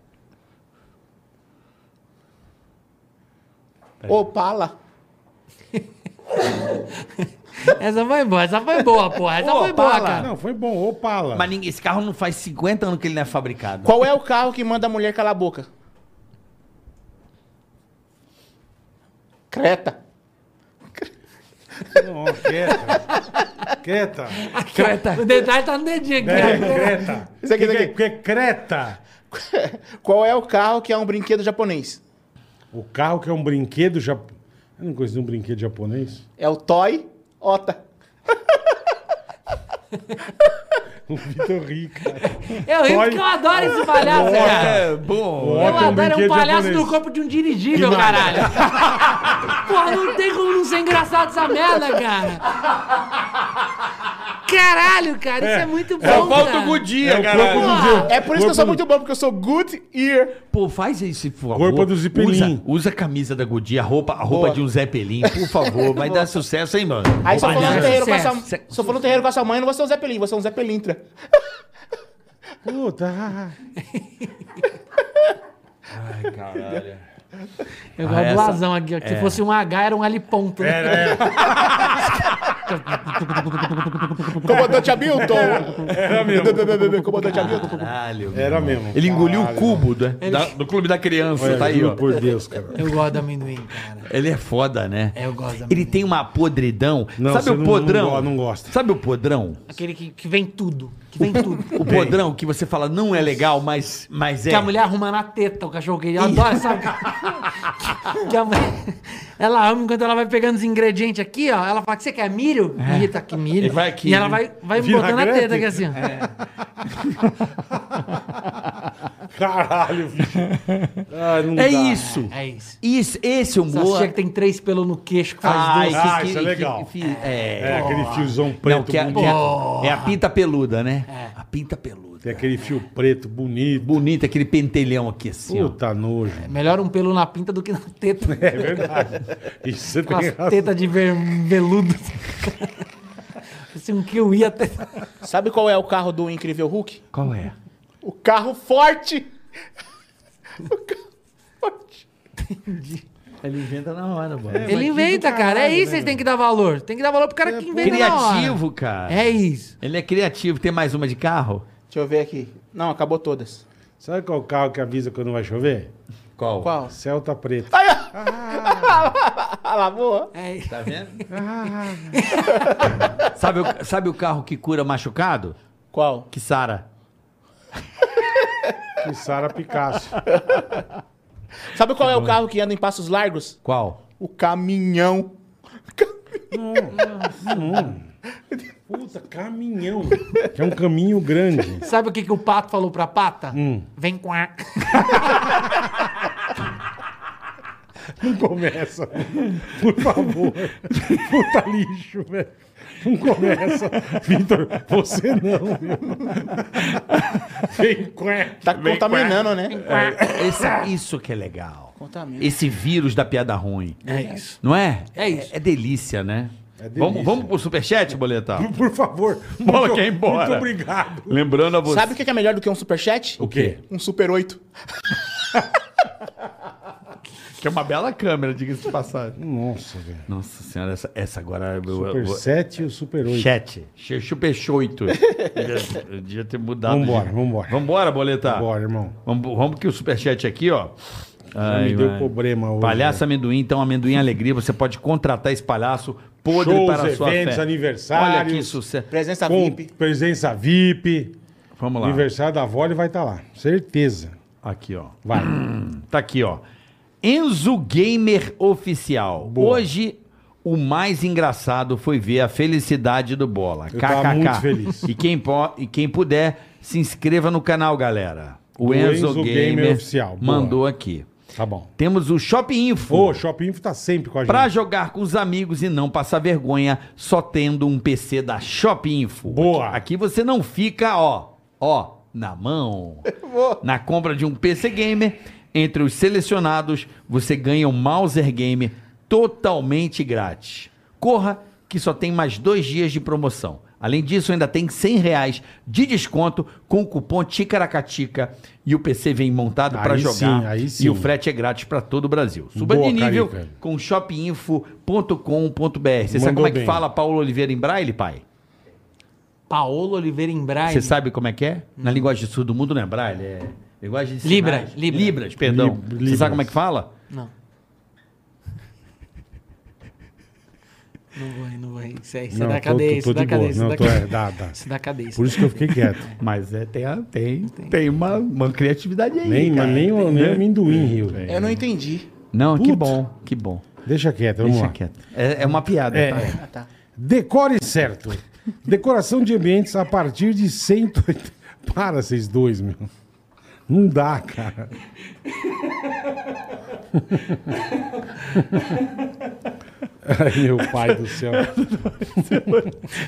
S5: Opala.
S4: Essa foi boa. Essa foi boa, porra. Essa
S3: Ô,
S4: foi boa,
S3: fala.
S4: cara.
S2: Ah, Não, foi bom. Opala.
S3: Mas ninguém, esse carro não faz 50 anos que ele não é fabricado.
S5: Qual é o carro que manda a mulher calar a boca? Creta.
S2: Não, quieta. quieta.
S3: Creta.
S4: O detalhe tá no dedinho aqui.
S2: É,
S4: né?
S2: creta.
S5: Isso aqui,
S2: Que-
S5: isso aqui.
S2: que- que- creta.
S5: Qual é o carro que é um brinquedo japonês?
S2: O carro que é um brinquedo japonês. Eu não conhecia um brinquedo japonês.
S5: É o Toy Ota.
S2: O Vitor ri, cara.
S4: Eu ri
S2: Toy-
S4: porque eu adoro esse palhaço,
S2: Boa.
S4: cara.
S3: É, bom.
S4: Eu
S2: Bota um
S4: adoro, é um
S2: brinquedo
S4: palhaço
S2: japonês.
S4: no corpo de um dirigível,
S2: Que nada.
S4: caralho. Porra, não tem como não ser engraçado essa merda, cara. Caralho, cara, isso é, muito bom,
S3: Só falta
S4: cara.
S3: o Gudia,
S2: o
S3: caralho.
S2: corpo
S4: Porra.
S2: do Zé-
S5: É por isso que eu sou muito bom, porque eu sou good ear.
S3: Pô, faz isso, por favor.
S2: Corpo do Zeppelin.
S3: Usa, usa a camisa da Gudia, a roupa, a roupa
S5: Boa.
S3: de um Zeppelin, por favor. Vai dar sucesso, hein, mano?
S5: Aí se eu,
S3: Vai
S5: for lá
S3: dar
S5: no
S4: Palhaço.
S5: terreiro com a sua,
S3: Sucesso.
S5: se eu for no terreiro com a sua mãe, eu não vou ser um Zé Pelin, vou ser um Zé Pelintra.
S2: Puta. ah,
S4: Eu gosto
S3: Ah,
S4: do
S3: essa-
S4: Ah, É.
S2: é.
S4: lasão aqui. ó, que Se fosse um H, era um L ponto. né?
S5: Comandante Hamilton! Era mesmo. Comandante Hamilton.
S1: Caralho.
S2: Era mesmo.
S3: Ele engoliu o
S2: Caralho,
S3: cubo da- da- do clube da criança,
S2: mano.
S3: tá aí,
S2: Juro
S3: ó.
S2: Por Deus, cara.
S4: Eu gosto do amendoim, cara.
S3: Ele é foda, né?
S4: É, eu gosto do
S3: Ele
S4: amendoim.
S3: tem uma podridão.
S2: Não,
S3: Sabe
S2: você
S3: o
S2: não-
S3: podrão?
S2: não go- não gosta.
S3: Sabe o podrão?
S4: Aquele que, que vem tudo. Que vem tudo.
S3: O podrão que você fala não é legal, mas, mas é.
S4: Que a mulher arruma na teta o cachorro quente. Eu adoro essa. que a mulher... Ela ama enquanto ela vai pegando os ingredientes aqui, ó. Ela fala que você quer milho? Milho, tá aqui milho.
S3: É. E vai aqui, É.
S4: e ela
S3: né?
S4: vai, vai
S2: Vira
S4: botando a
S2: grande.
S4: teta aqui assim, ó.
S2: Caralho, bicho. Ah, não
S3: É
S2: dá.
S3: isso.
S4: É isso.
S3: Isso, esse
S4: Essa
S3: humor.
S4: tia que tem três pelos no queixo que faz doce.
S2: Ah, isso é legal.
S3: que- é.
S2: É, aquele fiozão preto.
S3: Não, que é, que é-
S2: bonito.
S3: é a pinta peluda, né?
S4: É.
S3: A pinta peluda.
S2: Tem aquele fio preto bonito.
S3: Bonita, aquele pentelhão aqui assim, ó.
S2: Puta nojo.
S4: Melhor um pelo na pinta do que na teta.
S2: É verdade. Isso você
S4: Com
S2: tem
S4: as
S2: razão.
S4: tetas de ver- veludo. Assim, um kiwi até.
S5: Sabe qual é o carro do Incrível Hulk?
S3: Qual é?
S5: O carro forte! O carro forte.
S3: Ele inventa na hora, mano.
S4: Ele inventa, cara. É isso, vocês têm que dar valor. Tem que dar valor pro cara que inventa na hora.
S3: É Criativo, cara.
S4: É isso.
S3: Ele é criativo. Tem mais uma de carro?
S5: Deixa eu ver aqui. Não, acabou todas.
S2: Sabe qual é carro que avisa quando vai chover?
S3: Qual?
S5: Qual?
S2: Celta preto.
S5: Ah, lá, boa.
S4: É isso.
S3: Tá vendo?
S2: Ah.
S3: sabe, o, sabe o carro que cura machucado?
S5: Qual?
S3: Que Sara.
S2: Que Sara Picasso.
S5: Sabe qual é o carro que anda em passos largos?
S3: Qual?
S5: O caminhão.
S2: Puta, caminhão. Que é um caminho grande.
S4: Sabe o que, que o pato falou pra pata?
S2: Hum.
S4: Vem com a.
S2: Não começa. Por favor. Puta lixo, velho. Não começa. Vitor, você não, meu. Vem com é.
S5: Tá contaminando, né?
S3: Esse- isso que é legal.
S5: Contamina.
S3: Esse vírus da piada ruim.
S4: É isso.
S3: Não é?
S4: É isso.
S3: É, delícia, né?
S2: É delícia.
S3: Vamos, vamos pro superchat, Boleta?
S2: Por favor.
S3: Bola
S2: Muito-
S3: quer ir embora.
S2: Muito obrigado.
S3: Lembrando a você.
S5: Sabe o que é melhor do que um superchat?
S3: o quê?
S5: Um super 8.
S3: Que é uma bela câmera, diga-se de passagem.
S2: Nossa, velho.
S3: Nossa senhora, essa, essa agora. eu- eu-
S2: Super
S3: eu-
S2: 7 e o Super 8.
S3: Chat. Che- Super 8. Eu devia ter mudado.
S2: Vambora,
S3: de-
S2: vambora.
S3: Vambora, Boleta.
S2: Bora, irmão.
S3: Vamos, vamos que o superchat aqui, ó.
S2: me deu problema hoje,
S3: Palhaço
S2: né?
S3: amendoim, então amendoim alegria. Você pode contratar esse palhaço podre
S2: Shows,
S3: para a sua
S2: eventos,
S3: fé.
S2: aniversários.
S3: Olha que sucesso.
S4: Tá
S5: Presença
S2: Com
S5: VIP.
S2: presença VIP.
S3: Vamos lá.
S2: Aniversário da avó, ele vai estar lá. Certeza.
S3: Aqui, ó.
S2: Vai.
S3: Tá aqui, ó. Enzo Gamer Oficial.
S2: Boa.
S3: Hoje, o mais engraçado foi ver a felicidade do Bola.
S2: Eu tava muito feliz.
S3: E quem, po- e quem puder, se inscreva no canal, galera. O, Enzo, Gamer,
S2: Oficial. Boa.
S3: mandou aqui.
S2: Tá bom.
S3: Temos o Shopping Info.
S2: Ô, o Shopping Info tá sempre com a gente.
S3: Pra jogar com os amigos e não passar vergonha só tendo um PC da Shopping Info.
S2: Boa.
S3: Aqui, aqui você não fica, ó, ó, na mão. na compra de um PC gamer, entre os selecionados, você ganha um Mauser Game totalmente grátis. Corra, que só tem mais dois dias de promoção. Além disso, ainda tem 100 reais de desconto com o cupom Ticaracatica e o PC vem montado
S2: Aí
S3: para
S2: sim,
S3: jogar
S2: aí
S3: e
S2: sim.
S3: o frete é grátis para todo o Brasil. Suba
S2: Boa,
S3: de nível
S2: Carica.
S3: com shopinfo.com.br. Você sabe
S2: Mandou
S3: como é que
S2: bem.
S3: fala Paulo Oliveira em Braille, pai?
S4: Paolo Oliveira em Braille.
S3: Você sabe como é que é? Na linguagem do sul do mundo não é braille, é linguagem de
S4: Libra,
S3: sinais.
S4: Libra.
S3: Libras, perdão.
S2: Lib-
S3: Você
S2: Libras.
S3: sabe como é que fala?
S4: Não. Não vou aí, não vou aí. Isso aí, isso é
S2: Não,
S4: da
S2: tô-
S4: cadeia,
S2: tô-
S4: isso
S2: tô
S4: da
S2: de
S4: cadeia,
S2: boa.
S4: isso
S2: Não,
S4: da
S2: tô-
S4: cadeia.
S2: é, dá, dá.
S4: Isso da cadeia. isso é
S2: Por
S4: da
S2: isso que eu fiquei quieto.
S3: Mas é, tem, tem, tem uma, uma criatividade aí.
S2: Nem, mas
S3: cara.
S2: nem, o- nem o amendoim riu.
S4: É.
S5: Eu não entendi.
S3: Não, que
S2: Puta.
S3: bom, que bom.
S2: Deixa quieto, vamos
S3: Deixa
S2: lá.
S3: quieto. É, é uma piada,
S2: É,
S3: tá?
S5: Ah, tá.
S2: Decore certo. Decoração de ambientes a partir de 180. Para vocês dois, meu. Não dá, cara. Ai, meu pai do céu.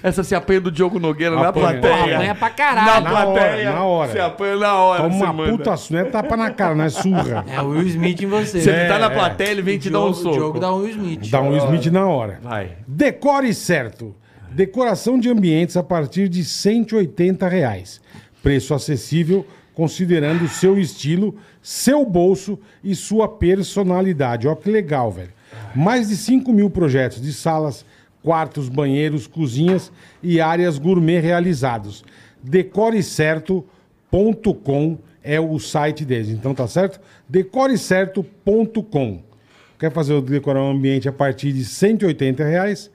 S3: Essa se apanha do Diogo Nogueira
S2: Apanha.
S4: Porra, apanha pra caralho.
S2: Na hora, na hora.
S3: Se apanha na hora.
S2: Toma
S3: você
S2: uma
S3: manda.
S2: puta su- não é tapa na cara, não é surra.
S4: É o Will Smith em você.
S3: Você
S4: É,
S3: tá na
S2: é.
S3: plateia, ele vem te dar um
S4: o
S3: soco.
S4: jogo dá um Will Smith.
S2: Dá um Will Smith na hora.
S3: Vai.
S2: Decore certo. Decoração de ambientes a partir de R$ 180 reais. Preço acessível, considerando o seu estilo, seu bolso e sua personalidade. Ó, que legal, velho. Mais de 5 mil projetos de salas, quartos, banheiros, cozinhas e áreas gourmet realizados. Decorecerto.com é o site deles. Então tá certo? Decorecerto.com. Quer fazer o decorar um ambiente a partir de R$ 180 reais?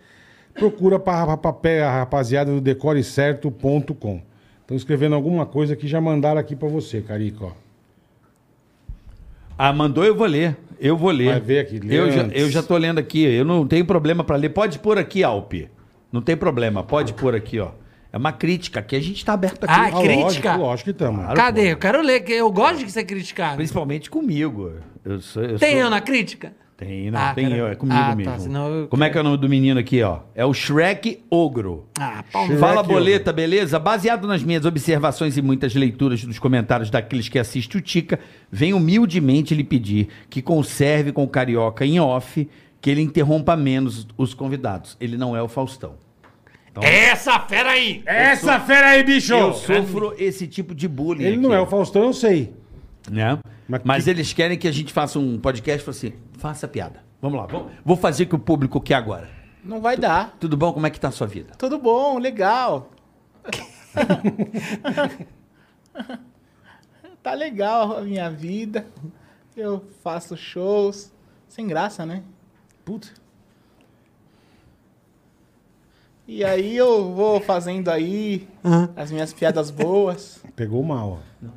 S2: Procura para a rapaziada do decorecerto.com. Estão escrevendo alguma coisa que já mandaram aqui para você, Carica. ó.
S3: Ah, mandou, eu vou ler. Eu vou ler.
S2: Vai ver aqui, lê
S3: Eu já,
S2: antes.
S3: eu já tô lendo aqui. Eu não tenho problema pra ler. Pode pôr aqui, Alpe. Não tem problema. Pode pôr aqui, ó. É uma crítica que a gente tá aberto aqui.
S4: Ah,
S2: Ah,
S4: crítica?
S2: Lógico, lógico que estamos.
S4: Cadê? Eu quero ler, que eu gosto de ser criticado.
S3: Principalmente comigo. Eu sou, eu
S4: Tem
S3: sou-
S4: eu na crítica?
S3: Tem, não,
S4: Ah,
S3: tem
S4: cara.
S3: eu. É comigo
S4: Ah, tá,
S3: mesmo.
S4: senão eu-
S3: Como é que é o nome do menino aqui, ó? É o Shrek Ogro.
S4: Ah, pau no-
S3: Fala
S2: Shrek
S3: boleta, beleza? Baseado nas minhas observações e muitas leituras dos comentários daqueles que assistem o Tica, venho humildemente lhe pedir que conserve com o Carioca em off, que ele interrompa menos os convidados. Ele não é o Faustão. Então,
S4: É Essa fera aí!
S2: É Essa fera aí, bicho!
S3: Eu sofro esse tipo de bullying.
S2: Ele não
S3: aqui,
S2: é o Faustão, eu sei.
S3: né?
S2: Mas
S3: Mas,
S2: que-
S3: eles querem que a gente faça um podcast e fala assim: faça piada. Vamos lá, vamos- vou fazer com o público que agora.
S5: Não vai dar.
S3: Tudo bom? Como é que tá a sua vida?
S5: Tudo bom, legal. tá legal a minha vida. Eu faço shows. Sem graça, né?
S2: Puta.
S5: E aí eu vou fazendo aí as minhas piadas boas.
S2: Pegou mal, ó.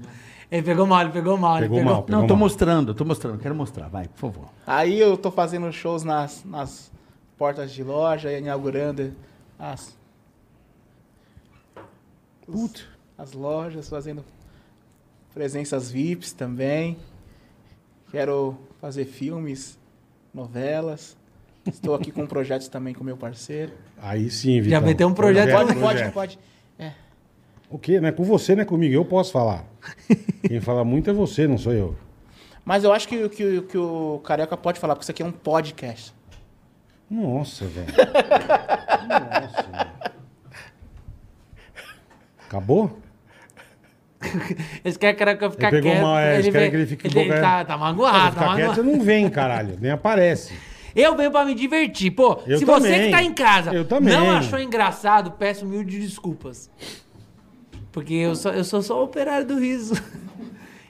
S4: Ele pegou mal, ele pegou mal. ele
S2: Pegou mal.
S3: Não, tô
S2: mal.
S3: mostrando, tô mostrando, quero mostrar, vai, por favor.
S5: Aí eu tô fazendo shows nas, nas portas de loja, inaugurando as. os- As lojas, fazendo presenças VIPs também. Quero fazer filmes, novelas. Estou aqui com projetos também com meu parceiro.
S2: Aí sim, Vitor.
S4: Já meteu um projeto.
S2: É,
S5: Pode,
S4: Projeto,
S5: não pode, não pode.
S2: O quê? Não é com você, não é comigo. Eu posso falar. Quem fala muito é você, não sou eu.
S5: Mas eu acho que, o- que, o- que o Carioca pode falar, porque isso aqui é um podcast.
S2: Nossa, velho. Nossa, velho. Acabou?
S4: Eles querem que eu ficar
S2: Ele pegou
S4: quieto.
S2: mal, é, eles querem
S4: vem-
S2: que ele fique
S4: ele,
S2: boca-
S4: tá, tá
S2: Ah,
S4: magoado, tá
S2: ficar quieto,
S4: magoado.
S2: você não vem, caralho. Nem aparece.
S4: Eu venho pra me divertir. Pô,
S2: Eu
S4: se
S2: também.
S4: você que tá em casa
S2: Eu também.
S4: não achou engraçado, peço mil de desculpas. Porque eu sou, eu sou só o operário do riso. vim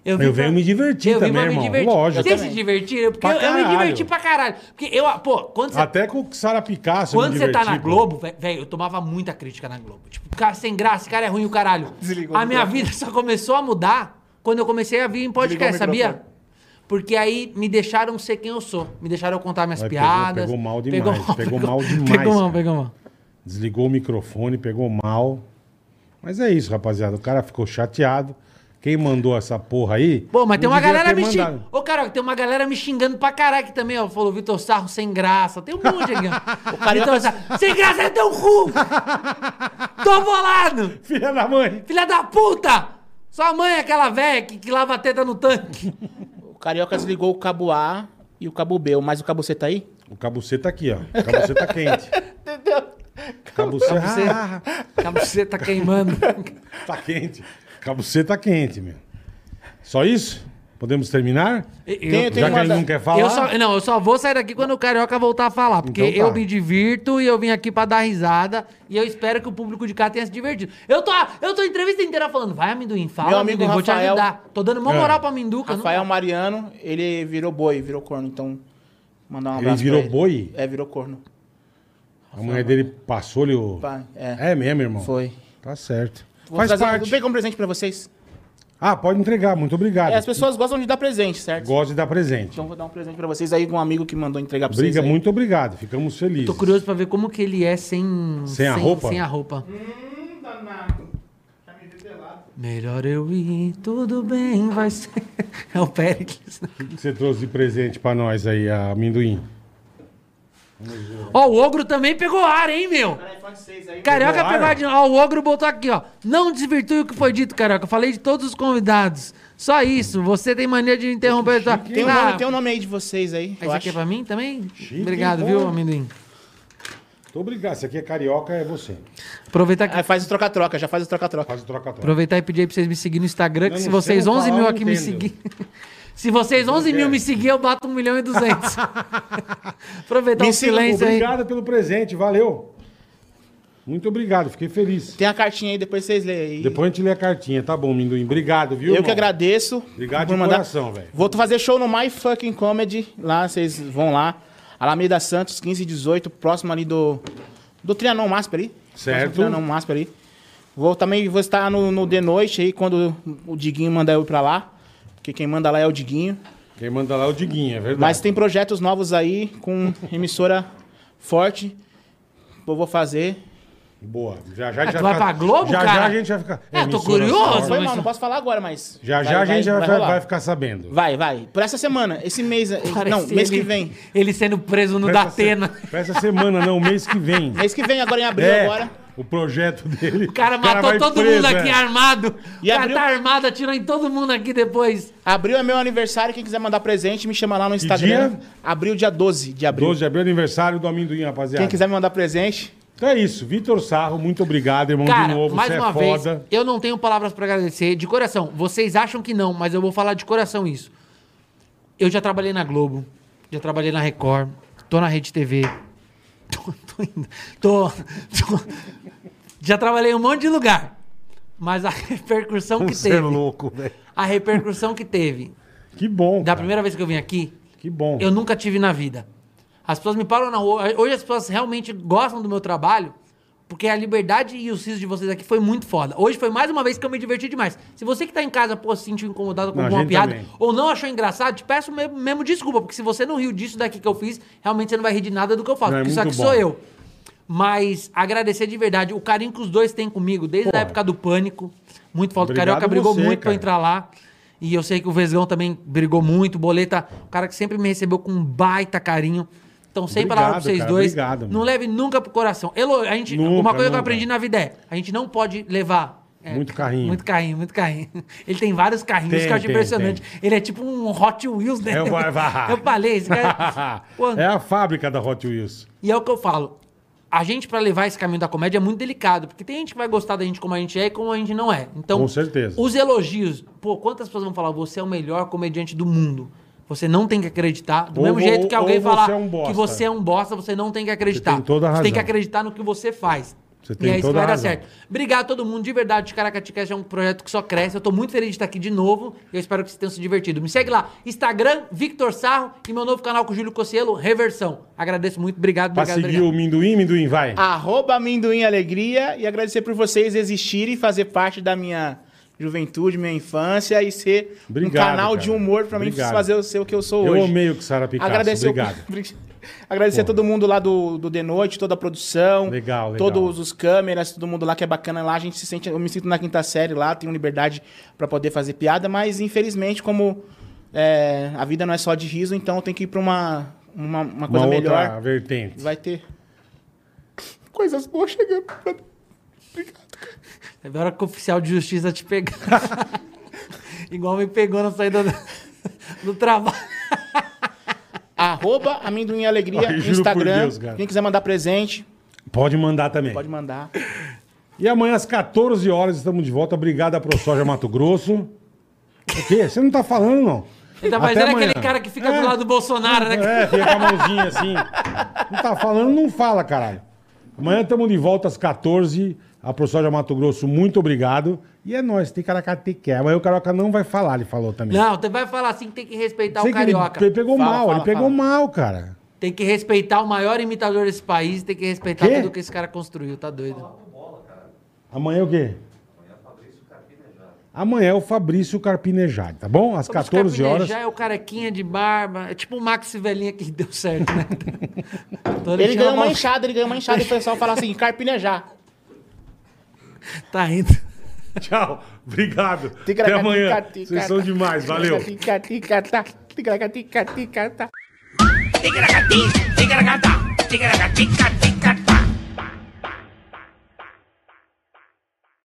S2: Eu venho me divertir
S4: eu vim
S2: também,
S4: pra
S2: irmão.
S4: me divertir.
S2: Lógico.
S4: Vocês se divertiram? Porque
S2: Pra
S4: eu, eu me
S2: caralho.
S4: diverti pra caralho. Porque eu, pô, quando você
S2: Até com o Sara Picasso. eu me
S4: Quando você tá
S2: diverti,
S4: na
S2: pô.
S4: Globo, vé- velho, eu tomava muita crítica na Globo. Tipo, cara sem graça, esse cara é ruim o caralho.
S5: Desligou
S4: a
S5: o
S4: minha
S5: microfone.
S4: vida só começou a mudar quando eu comecei a vir em podcast,
S5: Desligou o
S4: sabia? Porque aí me deixaram ser quem eu sou. Me deixaram eu contar minhas
S2: Mas pegou-
S4: piadas.
S2: pegou mal demais, pegou mal demais,
S4: Pegou mal,
S2: cara.
S4: pegou mal.
S2: Desligou o microfone, pegou mal. Mas é isso, rapaziada. O cara ficou chateado. Quem mandou essa porra aí?
S4: Pô, mas tem
S2: não
S4: uma
S2: devia
S4: galera
S2: ter
S4: me xingando.
S2: mandado.
S4: Ô, cara, tem uma galera me xingando pra caralho aqui também, ó. Falou Vitor Sarro sem graça. Tem um monte aqui, ó. O cara Vitor Sarro, sem graça é teu cu! Tô bolado!
S2: Filha da mãe.
S4: Filha da puta! Sua mãe é aquela velha que, que lava a teta no tanque.
S5: O Carioca desligou o cabo A e o cabo B, mas o cabo C tá aí?
S2: O cabucê tá aqui, ó. O cabucê tá quente. Cabucê, cabucê.
S4: A você tá queimando.
S2: tá quente. Cabucê tá quente, meu. Só isso? Podemos terminar?
S4: Eu,
S5: Tem- tem
S2: Já que
S5: uma
S2: ele
S5: da-
S2: não quer falar.
S4: eu só, não, eu só vou sair daqui quando o Carioca voltar a falar. Porque
S2: Então tá.
S4: eu me divirto e eu vim aqui pra dar risada. E eu espero que o público de cá tenha se divertido. Eu tô, eu tô a entrevista inteira falando, vai, amendoim, fala,
S5: Meu amigo
S4: amendoim, vou te
S5: Rafael-
S4: ajudar. Tô dando uma moral pra Minduca.
S5: Rafael Mariano, ele virou boi, virou corno, então mandar um
S2: Ele
S5: abraço pra
S2: virou boi?
S5: É, virou corno.
S2: A mulher dele passou-lhe o.
S5: Pá, é.
S2: É mesmo, irmão.
S5: Foi.
S2: Tá certo.
S5: Vou
S2: Faz
S5: trazer-
S2: parte.
S5: Vou pegar um presente pra vocês.
S2: Ah, pode entregar. Muito obrigado.
S5: É, as pessoas gostam de dar presente, certo?
S2: Gosto de dar presente.
S5: Então vou dar um presente pra vocês aí, um amigo que mandou entregar pra
S2: Briga,
S5: vocês. aí.
S2: muito obrigado. Ficamos felizes.
S4: Tô curioso pra ver como que ele é sem...
S2: Sem a roupa?
S4: Sem a roupa.
S5: Hum, Tá
S4: Melhor eu ir, tudo bem, vai ser... É o Péricles.
S2: O que você trouxe de presente pra nós aí, a amendoim?
S4: Ó, o ogro também pegou ar, hein, meu?
S5: é
S4: Carioca
S2: Pegou
S4: pegou
S2: ar?
S4: ar de Ó, o ogro botou aqui, ó. Não desvirtue o que foi dito, Carioca. Falei de todos os convidados. Só isso. Você tem mania de interromper. Tá...
S5: Tem um,
S4: Ah,
S5: nome, tem um nome aí de vocês aí, eu
S4: Esse aqui
S5: acho.
S4: é pra mim também?
S2: Chique,
S4: Obrigado,
S2: hein,
S4: viu,
S2: pô?
S4: amendoim?
S2: Muito obrigado. Esse aqui é carioca, é você.
S4: Aproveitar, que-
S5: Ah, faz o troca-troca, já faz o troca-troca.
S2: Faz o troca-troca.
S4: aproveitar e pedir aí pra vocês me seguirem no Instagram,
S2: Eu
S4: que se
S2: não sei,
S4: vocês,
S2: eu vou
S4: 11
S2: falar,
S4: mil
S2: eu
S4: aqui
S2: não
S4: me
S2: entendo.
S4: seguirem. Se vocês 11 mil me seguir, eu bato 1 milhão e 200. Aproveitar
S5: Me
S4: o
S5: siga,
S4: silêncio aí.
S2: Obrigado pelo presente, valeu. Muito obrigado, fiquei feliz.
S5: Tem a cartinha aí, depois vocês leem aí.
S2: Depois a gente lê a cartinha, tá bom, Minduim? Obrigado, viu?
S5: Eu
S2: irmão?
S5: que agradeço.
S2: Obrigado
S5: por
S2: de coração, velho.
S5: Vou fazer show no My Fucking Comedy. Lá, vocês vão lá. Alameda Santos, 15 e 18, próximo ali do. Do Trianon Masper ali.
S2: Certo.
S5: Próximo do Trianon Masper ali. Vou também vou estar no, no De Noite aí, quando o Diguinho mandar eu ir pra lá. Porque quem manda lá é o Diguinho.
S2: Quem manda lá é o Diguinho, é verdade.
S5: Mas tem projetos novos aí com emissora forte. Eu vou fazer.
S2: Boa. Já já
S4: Ah,
S2: já
S4: tu vai
S2: fica-
S4: pra Globo,
S2: já, Já
S4: cara?
S2: a gente vai ficar.
S4: É, eu tô
S2: Emissora
S4: curioso.
S2: Star Wars.
S5: Foi
S4: mas-
S5: mal, não posso falar agora, mas.
S2: Já já
S5: vai-
S2: a gente já vai,
S5: rolar.
S2: vai ficar sabendo.
S5: Vai, vai. Por essa semana, esse mês. eh, não,
S4: Parece
S5: mês que
S4: ele-
S5: vem.
S4: Ele sendo preso no
S2: Pra essa se-
S4: Datena.
S2: Pra essa semana, não, mês que vem.
S5: Mês que vem, agora em abril,
S2: É,
S5: agora.
S2: O projeto dele.
S4: O cara matou todo mundo aqui
S2: é.
S4: armado.
S5: E
S4: o cara
S5: abriu-
S4: tá armado, atirou em todo mundo aqui depois.
S5: Abril é meu aniversário, quem quiser mandar presente, me chama lá no Instagram.
S2: dia?
S5: Abril, dia 12 de abril.
S2: 12 de abril, aniversário do Amendoim, rapaziada.
S5: Quem quiser me mandar presente,
S2: Então é isso. Vitor Sarro, muito obrigado, irmão,
S4: Cara,
S2: de novo.
S4: mais
S2: Você
S4: uma
S2: é
S4: vez,
S2: foda.
S4: eu não tenho palavras pra agradecer. De coração, vocês acham que não, mas eu vou falar de coração isso. Eu já trabalhei na Globo, já trabalhei na Record, tô na Rede TV. Tô, tô indo. Tô, tô- já trabalhei em um monte de lugar. Mas a
S5: Um
S4: repercussão que
S2: Você é
S4: teve.
S2: louco, velho.
S4: A repercussão que teve.
S2: Que bom.
S4: Da
S2: cara.
S4: primeira vez que eu vim aqui,
S2: Que bom.
S4: eu nunca tive na vida. As pessoas me param na rua. Hoje as pessoas realmente gostam do meu trabalho, porque a liberdade e o siso de vocês aqui foi muito foda. Hoje foi mais uma vez que eu me diverti demais. Se você que tá em casa, pô, se sentiu incomodado com
S2: Não, a
S4: alguma
S2: gente
S4: piada
S2: também.
S4: ou não achou engraçado, te peço me- mesmo desculpa, porque se você não riu disso daqui que eu fiz, realmente você não vai rir de nada do que eu faço.
S2: Não, é
S4: porque isso aqui
S2: muito
S4: sou
S2: bom.
S4: eu. Mas agradecer de verdade o carinho que os dois têm comigo desde
S2: Pô.
S4: a época do pânico. Muito foda. O
S2: Obrigado
S4: Carioca brigou
S2: você,
S4: muito pra eu
S2: cara.
S4: entrar pra lá. E eu sei que o Vesgão também brigou muito, o Boleta, o cara que sempre me recebeu com um baita carinho. Então, sem
S2: Obrigado,
S4: palavra pra vocês
S2: cara,
S4: dois.
S2: obrigado, mano.
S4: não leve nunca pro coração. Elo, a gente,
S2: Nunca,
S4: uma coisa que
S2: nunca.
S4: eu aprendi na vida é: a gente não pode levar. é,
S2: Muito carrinho.
S4: Muito carrinho, muito carrinho. Ele tem vários carrinhos,
S2: Tem,
S4: isso que eu acho
S2: tem,
S4: impressionante. Ele é tipo um Hot Wheels, né?
S2: É o vai- vai.
S4: Eu falei, esse cara. Pô,
S2: é a fábrica da Hot Wheels.
S4: e é o que eu falo. A gente, pra levar esse caminho da comédia, é muito delicado. Porque tem gente que vai gostar da gente como a gente é e como a gente não é. Então,
S2: Com certeza.
S4: os elogios... Pô, quantas pessoas vão falar, você é o melhor comediante do mundo. Você não tem que acreditar. Do
S2: Ou
S4: mesmo
S2: vo-
S4: jeito que
S2: ou
S4: alguém
S2: você
S4: falar
S2: é um bosta.
S4: que você é um bosta, você não tem que acreditar.
S2: Você tem toda a
S4: Você tem que
S2: razão.
S4: acreditar no que você faz.
S2: Você tem
S4: e é isso que
S2: toda
S4: vai
S2: a
S4: dar
S2: razão.
S4: certo. Obrigado a todo mundo, de verdade. O Caracaticast é um projeto que só cresce. Eu tô muito feliz de estar aqui de novo. Eu espero que vocês tenham se divertido. Me segue lá, Instagram, Victor Sarro e meu novo canal com o Júlio Cocielo, Reversão. Agradeço muito, obrigado,
S2: Pra
S4: obrigado,
S2: seguir
S4: obrigado. Ah,
S2: o Minduim, Minduim, vai.
S5: arroba amendoim alegria e agradecer por vocês existirem, fazer parte da minha juventude, minha infância e ser
S2: Obrigado,
S5: um canal de
S2: cara.
S5: humor pra mim
S2: Obrigado.
S5: fazer eu ser o que eu sou
S2: Eu
S5: hoje.
S2: amei o que Sara Picasso,
S5: Agradecer o-
S2: obrigado.
S5: Agradecer a todo mundo lá do, do De Noite, toda a produção.
S2: Legal, legal.
S5: Todos os câmeras, todo mundo lá que é bacana lá. A gente se sente, eu me sinto na quinta série lá, tenho liberdade pra poder fazer piada, mas infelizmente, como é, a vida não é só de riso, então tem que ir pra uma, uma, uma
S2: Uma
S5: coisa
S2: outra
S5: melhor.
S2: vertente.
S5: Vai ter coisas boas chegando. pra-
S4: É hora que o oficial de justiça te pegar. Igual me pegou na saída do, do trabalho.
S5: Arroba Amendoim Alegria,
S2: Ai, juro por
S5: Instagram.
S2: Deus, cara.
S5: Quem quiser mandar presente,
S2: Pode mandar também.
S5: pode mandar.
S2: E amanhã às 14 horas estamos de volta. Obrigado à ProSoja Mato Grosso. O quê? Você não tá falando, não.
S4: Ainda mais
S2: Até
S4: era
S2: amanhã.
S4: tá aquele cara que fica
S2: É.
S4: do lado do Bolsonaro, né?
S2: É, fica com a mãozinha assim. Não tá falando, não fala, caralho. Amanhã estamos de volta às 14. A ProSoja Mato Grosso, muito obrigado. E é nóis, tem Caracate que é. Amanhã o Carioca não vai falar, ele falou também.
S4: Não, tu vai falar assim que tem que respeitar
S2: Sei
S4: o
S2: que ele
S4: carioca.
S2: pe- pegou
S5: Fala,
S2: mal,
S5: fala,
S2: ele pegou
S5: fala.
S2: mal, cara.
S4: Tem que respeitar o maior imitador desse país, tem que respeitar
S2: Quê?
S4: tudo que esse cara construiu, tá doido?
S2: Amanhã o quê? Amanhã é o Fabrício Carpinejade, tá bom? Às
S4: Vamos
S2: 14 horas.
S4: carpinejar, é o carequinha de barba. É tipo o Max Velhinha que deu certo, né? Então
S5: Ele
S4: tinha
S5: ganhou
S4: uma-
S5: uma enxada, ele ganhou uma enxada e o pessoal fala assim, carpinejar.
S4: Tá indo.
S2: Tchau, obrigado. Até
S5: Ticaracatica,
S2: amanhã.
S5: ticaracatica,
S2: Vocês são demais, valeu.
S5: ticaracatica, tá. Ticaracatica, tica, tá.
S15: Ticaracatica, ticaracatica, ticaracatica,